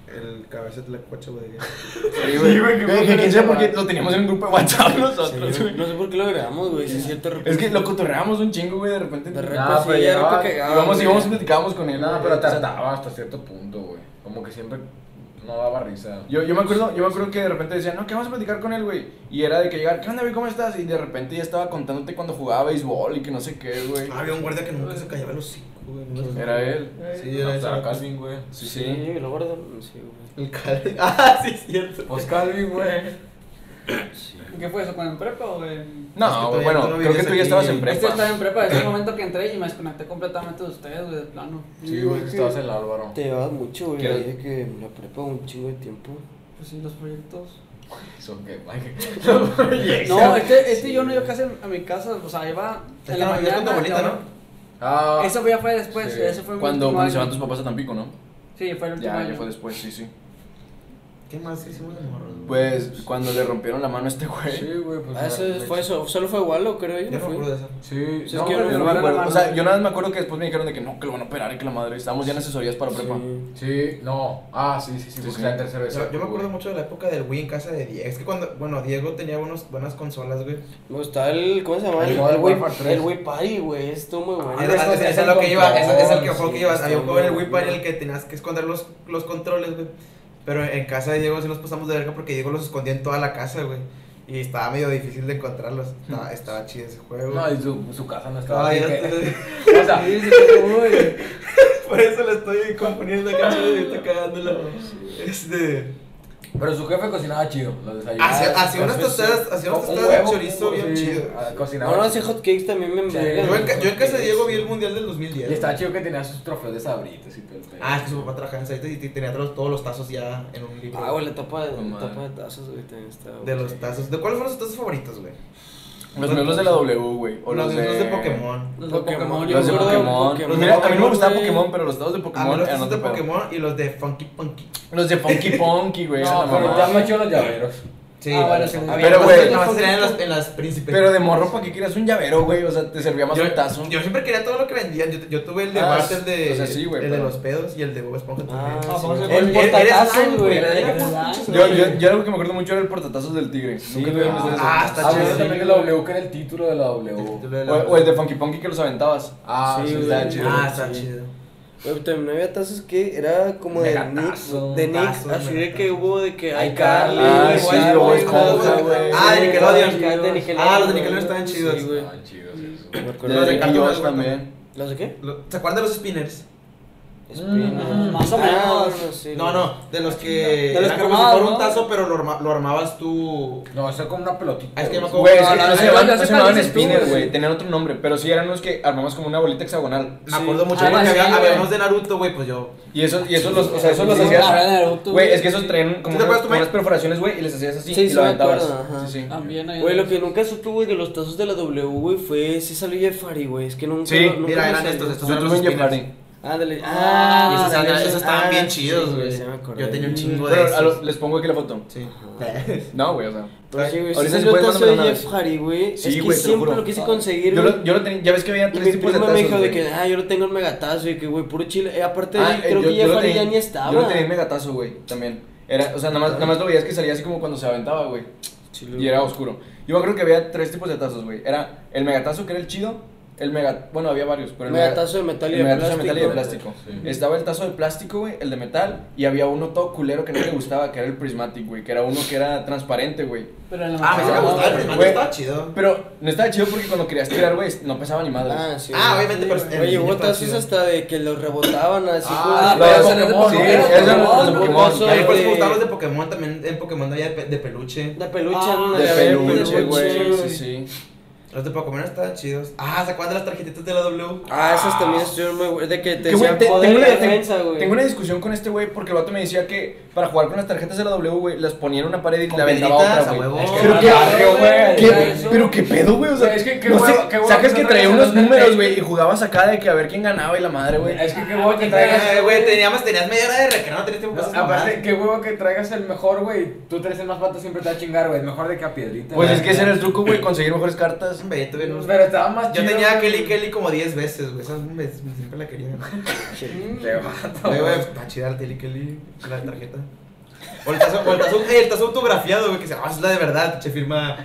[SPEAKER 2] El cabeza de la cocha, güey.
[SPEAKER 1] Sí, güey. que- que quién sabe por qué lo teníamos en un grupo de WhatsApp nosotros,
[SPEAKER 4] Sí,
[SPEAKER 1] güey.
[SPEAKER 4] güey. No sé por qué lo grabamos, güey, si es cierto. de
[SPEAKER 1] Es que
[SPEAKER 4] repente-
[SPEAKER 1] lo cotorreamos un chingo, güey, de repente. Pues
[SPEAKER 4] De
[SPEAKER 1] Y
[SPEAKER 4] repente
[SPEAKER 3] No,
[SPEAKER 4] sí,
[SPEAKER 3] pero
[SPEAKER 4] ya era
[SPEAKER 3] llegaba-
[SPEAKER 4] pa' cagar,
[SPEAKER 1] vamos y
[SPEAKER 4] güey.
[SPEAKER 1] vamos y platicábamos con él.
[SPEAKER 3] No,
[SPEAKER 1] güey.
[SPEAKER 3] pero
[SPEAKER 1] O sea,
[SPEAKER 3] tardaba hasta cierto punto, güey. Como que siempre no daba risa.
[SPEAKER 1] Yo, yo me acuerdo, yo me acuerdo que de repente decían, no, que vamos a platicar con él, güey. Y era de que llegar, ¿qué onda, güey? ¿Cómo estás? Y de repente ya estaba contándote cuando jugaba béisbol y que no sé qué, güey.
[SPEAKER 2] Ah, había un guardia que nunca se callaba los cinco, güey. no me-
[SPEAKER 1] Era él.
[SPEAKER 2] Sí, era
[SPEAKER 3] Hasta
[SPEAKER 2] ese.
[SPEAKER 3] Calvin, güey.
[SPEAKER 1] Sí, sí.
[SPEAKER 4] Sí, lo guardo. Sí, güey.
[SPEAKER 2] El cal... <laughs> Ah, sí, es cierto.
[SPEAKER 3] Pues Calvin, güey.
[SPEAKER 5] ¿Qué fue eso? ¿Con el prepa o en.?
[SPEAKER 1] No,
[SPEAKER 2] Es que todavía
[SPEAKER 1] bueno,
[SPEAKER 2] tú no
[SPEAKER 1] creo que
[SPEAKER 2] vivías
[SPEAKER 1] tú ya
[SPEAKER 2] aquí.
[SPEAKER 1] estabas en
[SPEAKER 5] Este estaba
[SPEAKER 1] prepa.
[SPEAKER 5] en prepa, es el momento que entré y me desconecté completamente de ustedes, güey, de plano.
[SPEAKER 3] Sí, güey, que estabas en el Álvaro.
[SPEAKER 4] Te llevabas mucho, güey.
[SPEAKER 1] ¿Qué era?
[SPEAKER 4] ahí de que la prepa un chingo de tiempo.
[SPEAKER 5] Pues sí, los proyectos.
[SPEAKER 3] Son que, Mike.
[SPEAKER 5] No, este, este yo no iba casi a mi casa, o sea, iba
[SPEAKER 2] Es
[SPEAKER 5] en
[SPEAKER 2] que
[SPEAKER 5] la
[SPEAKER 2] no vivías con tu
[SPEAKER 5] mañana.
[SPEAKER 2] abuelita,
[SPEAKER 5] ya-
[SPEAKER 2] ¿no?
[SPEAKER 3] Ah,
[SPEAKER 5] Eso ya fue después,
[SPEAKER 3] Sí.
[SPEAKER 5] ese fue mi
[SPEAKER 1] Cuando,
[SPEAKER 5] último
[SPEAKER 1] cuando se
[SPEAKER 5] año.
[SPEAKER 1] van tus papás a Tampico, ¿no?
[SPEAKER 5] Sí, fue el último
[SPEAKER 1] Ya,
[SPEAKER 5] año.
[SPEAKER 1] ya fue después, sí, sí.
[SPEAKER 2] ¿Qué más hicimos de morros? güey?
[SPEAKER 1] Pues cuando le rompieron la mano a este güey.
[SPEAKER 3] sí, güey, pues.
[SPEAKER 4] Ah, eso
[SPEAKER 3] de
[SPEAKER 4] fue
[SPEAKER 3] hecho-
[SPEAKER 4] eso. Solo fue Wallo, creo yo.
[SPEAKER 2] Yo
[SPEAKER 4] no
[SPEAKER 2] no me
[SPEAKER 4] fui.
[SPEAKER 2] acuerdo de eso.
[SPEAKER 3] Sí,
[SPEAKER 4] Sí, es
[SPEAKER 3] no,
[SPEAKER 4] que
[SPEAKER 3] pero
[SPEAKER 1] Yo no me
[SPEAKER 3] yo-
[SPEAKER 1] acuerdo. O sea, yo nada más me acuerdo que después me dijeron de que no, que lo van a operar y que la madre. Estábamos ya en asesorías para prepa.
[SPEAKER 4] Sí.
[SPEAKER 3] Sí, no. Ah, sí, sí, sí,
[SPEAKER 1] Sí,
[SPEAKER 3] porque
[SPEAKER 1] sí.
[SPEAKER 3] era en tercero de
[SPEAKER 2] Yo, yo me
[SPEAKER 3] seco,
[SPEAKER 2] acuerdo
[SPEAKER 3] güey.
[SPEAKER 2] mucho de la época del Wii en casa de Diego. Es que cuando, bueno, Diego tenía buenos, buenas consolas, güey.
[SPEAKER 4] Me gustaba el. ¿Cómo se llama?
[SPEAKER 3] El
[SPEAKER 4] El
[SPEAKER 3] Modern
[SPEAKER 4] güey.
[SPEAKER 3] Warfare 3.
[SPEAKER 4] El güey Party, güey. Estuvo muy bueno.
[SPEAKER 2] Ah, es-
[SPEAKER 3] estos
[SPEAKER 2] es-
[SPEAKER 3] que
[SPEAKER 2] es a
[SPEAKER 3] hacen
[SPEAKER 2] lo que iba, es, es el que
[SPEAKER 4] control,
[SPEAKER 2] juego que ibas.
[SPEAKER 4] sí,
[SPEAKER 2] Había un juego en el
[SPEAKER 4] está
[SPEAKER 2] Wii
[SPEAKER 4] muy
[SPEAKER 2] Party en
[SPEAKER 4] bueno.
[SPEAKER 2] el que tenías que esconder los, los controles, güey. Pero en casa de Diego sí los pasamos de verga porque Diego los escondía en toda la casa, güey. Y estaba medio difícil de encontrarlos. Estaba, estaba chido ese juego.
[SPEAKER 3] No, y su, su casa no estaba.
[SPEAKER 2] Ay,
[SPEAKER 3] así
[SPEAKER 2] ya
[SPEAKER 3] que-
[SPEAKER 2] sé. <laughs>
[SPEAKER 3] <laughs> o sea,
[SPEAKER 5] Sí, sí, sí, uy.
[SPEAKER 2] Por eso le estoy componiendo acá, güey, estoy cagándola. Este.
[SPEAKER 3] pero su jefe cocinaba chido. Los desayunos.
[SPEAKER 2] Hacía- hacía unas
[SPEAKER 3] Sí,
[SPEAKER 2] tostadas-
[SPEAKER 3] sí.
[SPEAKER 2] hacía
[SPEAKER 3] Con
[SPEAKER 2] unas
[SPEAKER 3] un
[SPEAKER 2] tostadas de
[SPEAKER 3] huevo,
[SPEAKER 2] chorizo
[SPEAKER 3] sí,
[SPEAKER 2] bien chido.
[SPEAKER 3] ah, Cocinaba.
[SPEAKER 4] No, no, ese
[SPEAKER 3] chido.
[SPEAKER 4] hot cakes también me
[SPEAKER 3] Sí.
[SPEAKER 4] envergan,
[SPEAKER 2] Yo en,
[SPEAKER 4] güey.
[SPEAKER 2] ca- yo en casa de Diego vi el mundial del 2010.
[SPEAKER 3] Y estaba chido que tenía sus trofeos de sabritos y todo el pedo.
[SPEAKER 2] Ah, es que su papá trabajaba en aceite y t- tenía todos, todos los tazos ya en un libro.
[SPEAKER 4] Ah, güey, la tapa de,
[SPEAKER 1] No,
[SPEAKER 4] la
[SPEAKER 1] madre.
[SPEAKER 4] tapa de tazos, güey, también estaba.
[SPEAKER 2] De
[SPEAKER 4] güey.
[SPEAKER 2] los tazos. ¿De cuáles fueron sus tazos favoritos, güey?
[SPEAKER 1] Los míos los de la W, güey. O
[SPEAKER 2] los
[SPEAKER 1] los de.
[SPEAKER 2] los de Pokémon. Ah,
[SPEAKER 5] Los de Pokémon, yo
[SPEAKER 1] Los de
[SPEAKER 5] me acuerdo.
[SPEAKER 1] Pokémon.
[SPEAKER 4] Pokémon,
[SPEAKER 1] Los míos- a mí no me gustaba
[SPEAKER 4] güey.
[SPEAKER 1] Pokémon, pero los estados de
[SPEAKER 2] A mí
[SPEAKER 1] Pokémon
[SPEAKER 2] los
[SPEAKER 1] eran
[SPEAKER 2] tazos de
[SPEAKER 1] otro pedo.
[SPEAKER 2] Pokémon y los de Funky Punky.
[SPEAKER 1] Los de Funky Punky, güey. esa
[SPEAKER 3] No, pero
[SPEAKER 1] mamada.
[SPEAKER 3] ya me echó los llaveros.
[SPEAKER 2] Sí,
[SPEAKER 5] Ah, bueno, sí.
[SPEAKER 2] pero,
[SPEAKER 1] Pero, güey,
[SPEAKER 2] güey. No, serían en las, en las príncipes.
[SPEAKER 1] Pero de morro, ¿para qué querías un llavero, güey? O sea, te servía más
[SPEAKER 2] yo,
[SPEAKER 1] un tazo.
[SPEAKER 2] yo siempre quería todo lo que vendían. Yo, yo tuve el de
[SPEAKER 1] Ah,
[SPEAKER 2] Bart, el de,
[SPEAKER 1] o sea, sí, güey,
[SPEAKER 2] el de
[SPEAKER 1] pero-
[SPEAKER 2] los pedos y el de Bob Esponja
[SPEAKER 4] Ah,
[SPEAKER 2] también.
[SPEAKER 4] sí,
[SPEAKER 5] vamos a
[SPEAKER 4] güey. El
[SPEAKER 5] ver.
[SPEAKER 4] portatazos,
[SPEAKER 2] Eres-
[SPEAKER 4] güey.
[SPEAKER 2] eres-
[SPEAKER 4] la
[SPEAKER 5] eres-
[SPEAKER 4] neta.
[SPEAKER 5] eres-
[SPEAKER 1] Yo, yo, yo algo que me acuerdo mucho era el portatazos del tigre. Nunca
[SPEAKER 3] güey.
[SPEAKER 1] tuvimos ese.
[SPEAKER 2] Ah, está
[SPEAKER 3] Ah,
[SPEAKER 2] chido.
[SPEAKER 3] bueno,
[SPEAKER 2] sí,
[SPEAKER 3] también que la W, que era el título de la W.
[SPEAKER 1] o, o el de Funky Punky que los aventabas.
[SPEAKER 3] Ah,
[SPEAKER 4] Sí,
[SPEAKER 3] sí,
[SPEAKER 4] güey.
[SPEAKER 3] está chido.
[SPEAKER 2] Ah, está
[SPEAKER 4] Sí.
[SPEAKER 2] chido.
[SPEAKER 4] Güey, también había tazos que era como de
[SPEAKER 3] Megatazo,
[SPEAKER 4] Nick. De Nick,
[SPEAKER 2] tazos,
[SPEAKER 4] así de que
[SPEAKER 2] megatazos.
[SPEAKER 4] hubo de que
[SPEAKER 3] Ay,
[SPEAKER 4] hay Carly.
[SPEAKER 1] Ah,
[SPEAKER 4] güey,
[SPEAKER 1] sí,
[SPEAKER 4] Wild
[SPEAKER 1] Bob
[SPEAKER 4] Boys,
[SPEAKER 1] Esponja,
[SPEAKER 4] tazos,
[SPEAKER 1] güey.
[SPEAKER 2] Ah, de Nickelodeon.
[SPEAKER 4] De Nickelodeon.
[SPEAKER 2] Ah, los de Nickelodeon estaban chidos.
[SPEAKER 4] Sí, güey.
[SPEAKER 3] Estaban chidos esos.
[SPEAKER 4] Me
[SPEAKER 1] De
[SPEAKER 4] acuerdo.
[SPEAKER 2] Los de
[SPEAKER 1] Drake y
[SPEAKER 2] Cartoon
[SPEAKER 1] Josh
[SPEAKER 2] Network
[SPEAKER 1] también.
[SPEAKER 4] ¿Los de qué?
[SPEAKER 2] Lo- ¿Se acuerdan de los spinners?
[SPEAKER 4] Espinas.
[SPEAKER 5] más o
[SPEAKER 4] Ah,
[SPEAKER 5] menos.
[SPEAKER 4] bueno, sí,
[SPEAKER 2] No,
[SPEAKER 4] güey.
[SPEAKER 2] no, de los que.
[SPEAKER 5] De los
[SPEAKER 2] eran
[SPEAKER 5] que
[SPEAKER 2] como si
[SPEAKER 5] armabas,
[SPEAKER 2] fuera un
[SPEAKER 5] ¿no?
[SPEAKER 2] tazo, pero lo, arma- lo armabas tú.
[SPEAKER 3] No, eso es como una pelotita.
[SPEAKER 2] Ah, es que me
[SPEAKER 3] güey.
[SPEAKER 2] acuerdo-
[SPEAKER 1] Güey, es
[SPEAKER 5] No,
[SPEAKER 1] que
[SPEAKER 5] no,
[SPEAKER 1] no
[SPEAKER 5] no,
[SPEAKER 1] se
[SPEAKER 5] no,
[SPEAKER 1] llamaban-
[SPEAKER 5] no
[SPEAKER 1] no
[SPEAKER 5] sé
[SPEAKER 1] se
[SPEAKER 5] cuál
[SPEAKER 1] llamaban
[SPEAKER 5] dices tú,
[SPEAKER 1] spinner,
[SPEAKER 5] güey.
[SPEAKER 1] güey. Tenían otro nombre. Pero sí eran los que armamos como una bolita hexagonal.
[SPEAKER 2] Me acuerdo mucho
[SPEAKER 5] Ah,
[SPEAKER 2] porque
[SPEAKER 5] sí,
[SPEAKER 2] había, había
[SPEAKER 5] güey.
[SPEAKER 2] unos de Naruto, güey, pues yo.
[SPEAKER 1] Y esos, y esos los, o sea, esos los
[SPEAKER 5] Sí, era
[SPEAKER 1] hacías.
[SPEAKER 5] Naruto,
[SPEAKER 1] Güey,
[SPEAKER 5] güey.
[SPEAKER 1] es que esos traían como,
[SPEAKER 2] ¿Tú te
[SPEAKER 1] unas-
[SPEAKER 2] acuerdas, tú,
[SPEAKER 1] como unas
[SPEAKER 2] Mike?
[SPEAKER 1] perforaciones, güey, y les hacías así
[SPEAKER 4] Sí,
[SPEAKER 1] y
[SPEAKER 4] sí
[SPEAKER 1] lo
[SPEAKER 4] me
[SPEAKER 1] aventabas.
[SPEAKER 4] acuerdo, ajá.
[SPEAKER 1] Sí, sí.
[SPEAKER 5] También hay-
[SPEAKER 4] Güey, lo que nunca sutuve de los tazos de la W, güey, fue si salió Jeffrey, güey. Es que nunca.
[SPEAKER 1] Sí,
[SPEAKER 4] nunca
[SPEAKER 2] mira,
[SPEAKER 4] me
[SPEAKER 2] eran
[SPEAKER 4] salió.
[SPEAKER 2] estos, estos.
[SPEAKER 1] Yo tuve un
[SPEAKER 2] Spinners.
[SPEAKER 1] Jeopardy.
[SPEAKER 4] Ándale.
[SPEAKER 5] Ah,
[SPEAKER 4] Ah,
[SPEAKER 2] y esos, eran-
[SPEAKER 4] sí, sí,
[SPEAKER 2] esos
[SPEAKER 4] sí.
[SPEAKER 2] estaban
[SPEAKER 4] Ah,
[SPEAKER 2] bien
[SPEAKER 4] sí,
[SPEAKER 2] chidos, güey.
[SPEAKER 4] sí me acordé.
[SPEAKER 2] yo tenía un chingo de.
[SPEAKER 1] Pero a lo-
[SPEAKER 2] Esos.
[SPEAKER 1] les pongo aquí la foto.
[SPEAKER 4] <laughs>
[SPEAKER 2] Sí.
[SPEAKER 1] No, güey, o sea.
[SPEAKER 4] Pero sí, güey,
[SPEAKER 1] Ahorita
[SPEAKER 4] sí
[SPEAKER 1] se
[SPEAKER 4] salió
[SPEAKER 1] puede
[SPEAKER 4] el tazo de
[SPEAKER 1] mandar una
[SPEAKER 4] Jeff Hardy, güey.
[SPEAKER 1] Sí,
[SPEAKER 4] es que
[SPEAKER 1] güey, te lo
[SPEAKER 4] siempre
[SPEAKER 1] juro.
[SPEAKER 4] lo, quise conseguir,
[SPEAKER 1] Yo
[SPEAKER 4] güey.
[SPEAKER 1] lo, yo lo tenía, ya ves que veían
[SPEAKER 4] Y
[SPEAKER 1] tres
[SPEAKER 4] mi
[SPEAKER 1] tipos de
[SPEAKER 4] prima
[SPEAKER 1] tazos.
[SPEAKER 4] me dijo de
[SPEAKER 1] güey.
[SPEAKER 4] que, ah, yo lo tengo en megatazo y que, güey, puro chile. Eh, aparte,
[SPEAKER 1] Ah, eh,
[SPEAKER 4] creo
[SPEAKER 1] yo-
[SPEAKER 4] que
[SPEAKER 1] yo
[SPEAKER 4] Jeff
[SPEAKER 1] lo
[SPEAKER 4] Hardy ya
[SPEAKER 1] tenía-
[SPEAKER 4] ni estaba.
[SPEAKER 1] Yo lo tenía en megatazo, güey, también. Era, o sea, nada más, nada más lo veías que salía así como cuando se aventaba, güey.
[SPEAKER 4] Chile,
[SPEAKER 1] Y
[SPEAKER 4] güey.
[SPEAKER 1] era oscuro. Yo creo que había tres tipos de tazos, güey. Era el megatazo, que era el chido. El mega. Bueno, había varios, pero el
[SPEAKER 4] Megatazo de metal y
[SPEAKER 1] el
[SPEAKER 4] de
[SPEAKER 1] megatazo de
[SPEAKER 4] plástico.
[SPEAKER 1] metal y de plástico.
[SPEAKER 3] Sí.
[SPEAKER 1] Estaba el tazo de plástico, güey, el de metal, y había uno todo culero que no le gustaba, que era el prismatic, güey, que era uno que era transparente, güey.
[SPEAKER 5] Pero en la
[SPEAKER 2] Ah, me
[SPEAKER 1] Ah,
[SPEAKER 2] saca gustar,
[SPEAKER 1] güey.
[SPEAKER 2] el prismático estaba chido.
[SPEAKER 1] Pero no estaba chido porque cuando querías tirar, güey, no pesaba ni madre.
[SPEAKER 4] Ah, sí.
[SPEAKER 2] Ah,
[SPEAKER 4] güey.
[SPEAKER 2] obviamente, pero.
[SPEAKER 4] Oye, hubo tazos hasta de que los rebotaban así.
[SPEAKER 2] Ah,
[SPEAKER 4] güey.
[SPEAKER 1] pero
[SPEAKER 4] Tazos
[SPEAKER 1] ese no es de
[SPEAKER 4] Pokémon,
[SPEAKER 1] Pokémon, ese no
[SPEAKER 4] güey.
[SPEAKER 1] es de
[SPEAKER 4] Tazos
[SPEAKER 1] Pokémon.
[SPEAKER 4] tazos
[SPEAKER 2] Ya después
[SPEAKER 4] de-
[SPEAKER 2] gustaban los de Pokémon también. En Pokémon había de, pe- de peluche.
[SPEAKER 4] De peluche,
[SPEAKER 5] Ah,
[SPEAKER 4] ¿no?
[SPEAKER 1] de
[SPEAKER 4] Ya había
[SPEAKER 1] peluche, güey.
[SPEAKER 4] peluche.
[SPEAKER 1] Sí, sí.
[SPEAKER 2] Los de Pokémon estaban chidos. Ah, ¿se acuerdan de las tarjetitas de la W?
[SPEAKER 4] Ah, esas también estuvieron muy buenas. De que te
[SPEAKER 1] Que, güey,
[SPEAKER 4] decían
[SPEAKER 1] te-
[SPEAKER 4] poder
[SPEAKER 1] tengo,
[SPEAKER 4] de
[SPEAKER 1] una,
[SPEAKER 4] defensa,
[SPEAKER 1] tengo-
[SPEAKER 4] güey.
[SPEAKER 1] tengo una discusión con este güey porque el vato me decía que para jugar con las tarjetas de la W, güey, las ponía en una pared y
[SPEAKER 2] Con
[SPEAKER 1] la aventaba
[SPEAKER 2] piedritas,
[SPEAKER 1] otra,
[SPEAKER 2] a
[SPEAKER 1] güey.
[SPEAKER 2] huevo.
[SPEAKER 1] Es que-
[SPEAKER 2] Pero
[SPEAKER 5] Ah,
[SPEAKER 1] qué-
[SPEAKER 3] barrio, güey.
[SPEAKER 1] ¿Qué-
[SPEAKER 3] Ya eso.
[SPEAKER 1] pero qué pedo, güey, o sea,
[SPEAKER 3] Es que qué
[SPEAKER 1] no
[SPEAKER 3] huevo-
[SPEAKER 1] sé,
[SPEAKER 3] qué huevo
[SPEAKER 1] sacas
[SPEAKER 3] que
[SPEAKER 1] que
[SPEAKER 3] no
[SPEAKER 1] traía
[SPEAKER 3] traigas
[SPEAKER 1] unos
[SPEAKER 3] el
[SPEAKER 1] números,
[SPEAKER 3] papel.
[SPEAKER 1] güey, y jugabas acá de que a ver quién ganaba y la madre, güey.
[SPEAKER 3] Es que qué huevo que
[SPEAKER 2] Eh,
[SPEAKER 3] traigas.
[SPEAKER 2] Güey, teníamos, tenías media hora de recreo, no tenías tiempo para esas
[SPEAKER 3] Aparte,
[SPEAKER 2] mamadas.
[SPEAKER 3] qué huevo que traigas el mejor, güey. Tú traes el más pato, siempre te va a chingar, güey. Mejor de que a piedrita.
[SPEAKER 1] Pues
[SPEAKER 3] güey.
[SPEAKER 1] es que ese era el truco, güey, conseguir mejores cartas.
[SPEAKER 2] Hombre, yo tuve unos-
[SPEAKER 3] Pero estaba más
[SPEAKER 2] Yo
[SPEAKER 3] chido,
[SPEAKER 2] tenía
[SPEAKER 3] güey.
[SPEAKER 2] Kelly Kelly como 10 veces, güey. Esa hombre, siempre la quería.
[SPEAKER 5] Mm.
[SPEAKER 3] Qué vato,
[SPEAKER 2] Oye, güey,
[SPEAKER 3] güey.
[SPEAKER 2] está chida la Kelly Kelly, la tarjeta. O el tazo, o el tazo, eh, el tazo autografiado, güey, que se ah, es la de verdad, che, firma.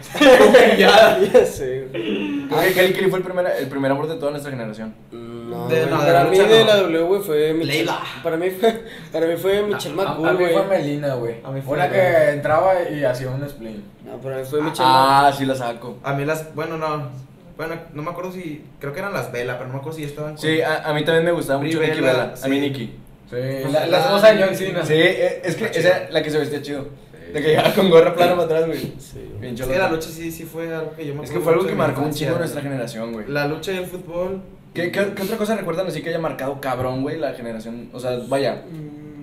[SPEAKER 4] Ya, ya sé, güey.
[SPEAKER 1] Creo que Kelly Kelly fue el primer, el primer amor de toda nuestra generación.
[SPEAKER 4] No,
[SPEAKER 2] De-
[SPEAKER 4] güey,
[SPEAKER 2] no, de
[SPEAKER 4] para
[SPEAKER 2] la
[SPEAKER 4] mí
[SPEAKER 2] lucha
[SPEAKER 4] de
[SPEAKER 2] no.
[SPEAKER 4] la W, güey, fue Michelle.
[SPEAKER 2] Leila.
[SPEAKER 4] Para mí fue, para mí fue Michelle
[SPEAKER 3] A,
[SPEAKER 4] McCool,
[SPEAKER 3] a mí
[SPEAKER 4] güey.
[SPEAKER 3] fue Melina, güey.
[SPEAKER 2] A mí fue
[SPEAKER 3] Una
[SPEAKER 2] Melina.
[SPEAKER 3] que entraba y hacía un spleen.
[SPEAKER 4] No, para mí fue Michelle
[SPEAKER 1] Ah, sí la saco.
[SPEAKER 2] A mí las, bueno, no. Bueno, no me acuerdo si, creo que eran las Vela, pero no me acuerdo si ya estaban. con-
[SPEAKER 1] Sí, a, a mí también me gustaba mucho
[SPEAKER 2] Rivera,
[SPEAKER 1] Nicky Vela. A mí
[SPEAKER 2] sí.
[SPEAKER 1] Nicky.
[SPEAKER 3] Sí, Eh, Pues la, la esposa de John Cena.
[SPEAKER 1] Sí, eh, es que esa era la que se vestía chido. De que llegaba con gorra plana para atrás, güey.
[SPEAKER 4] Sí.
[SPEAKER 1] Bien
[SPEAKER 2] Es
[SPEAKER 1] cholo.
[SPEAKER 2] que la lucha sí, sí fue algo que yo me
[SPEAKER 1] Es
[SPEAKER 2] acuerdo
[SPEAKER 1] que fue algo
[SPEAKER 2] mucho
[SPEAKER 1] que
[SPEAKER 2] de mi
[SPEAKER 1] marcó un
[SPEAKER 2] infancia.
[SPEAKER 1] chingo nuestra generación, güey.
[SPEAKER 2] La lucha y el fútbol.
[SPEAKER 1] ¿Qué, qué, qué otra cosa recuerdan así que haya marcado cabrón, güey, la generación? O sea, vaya.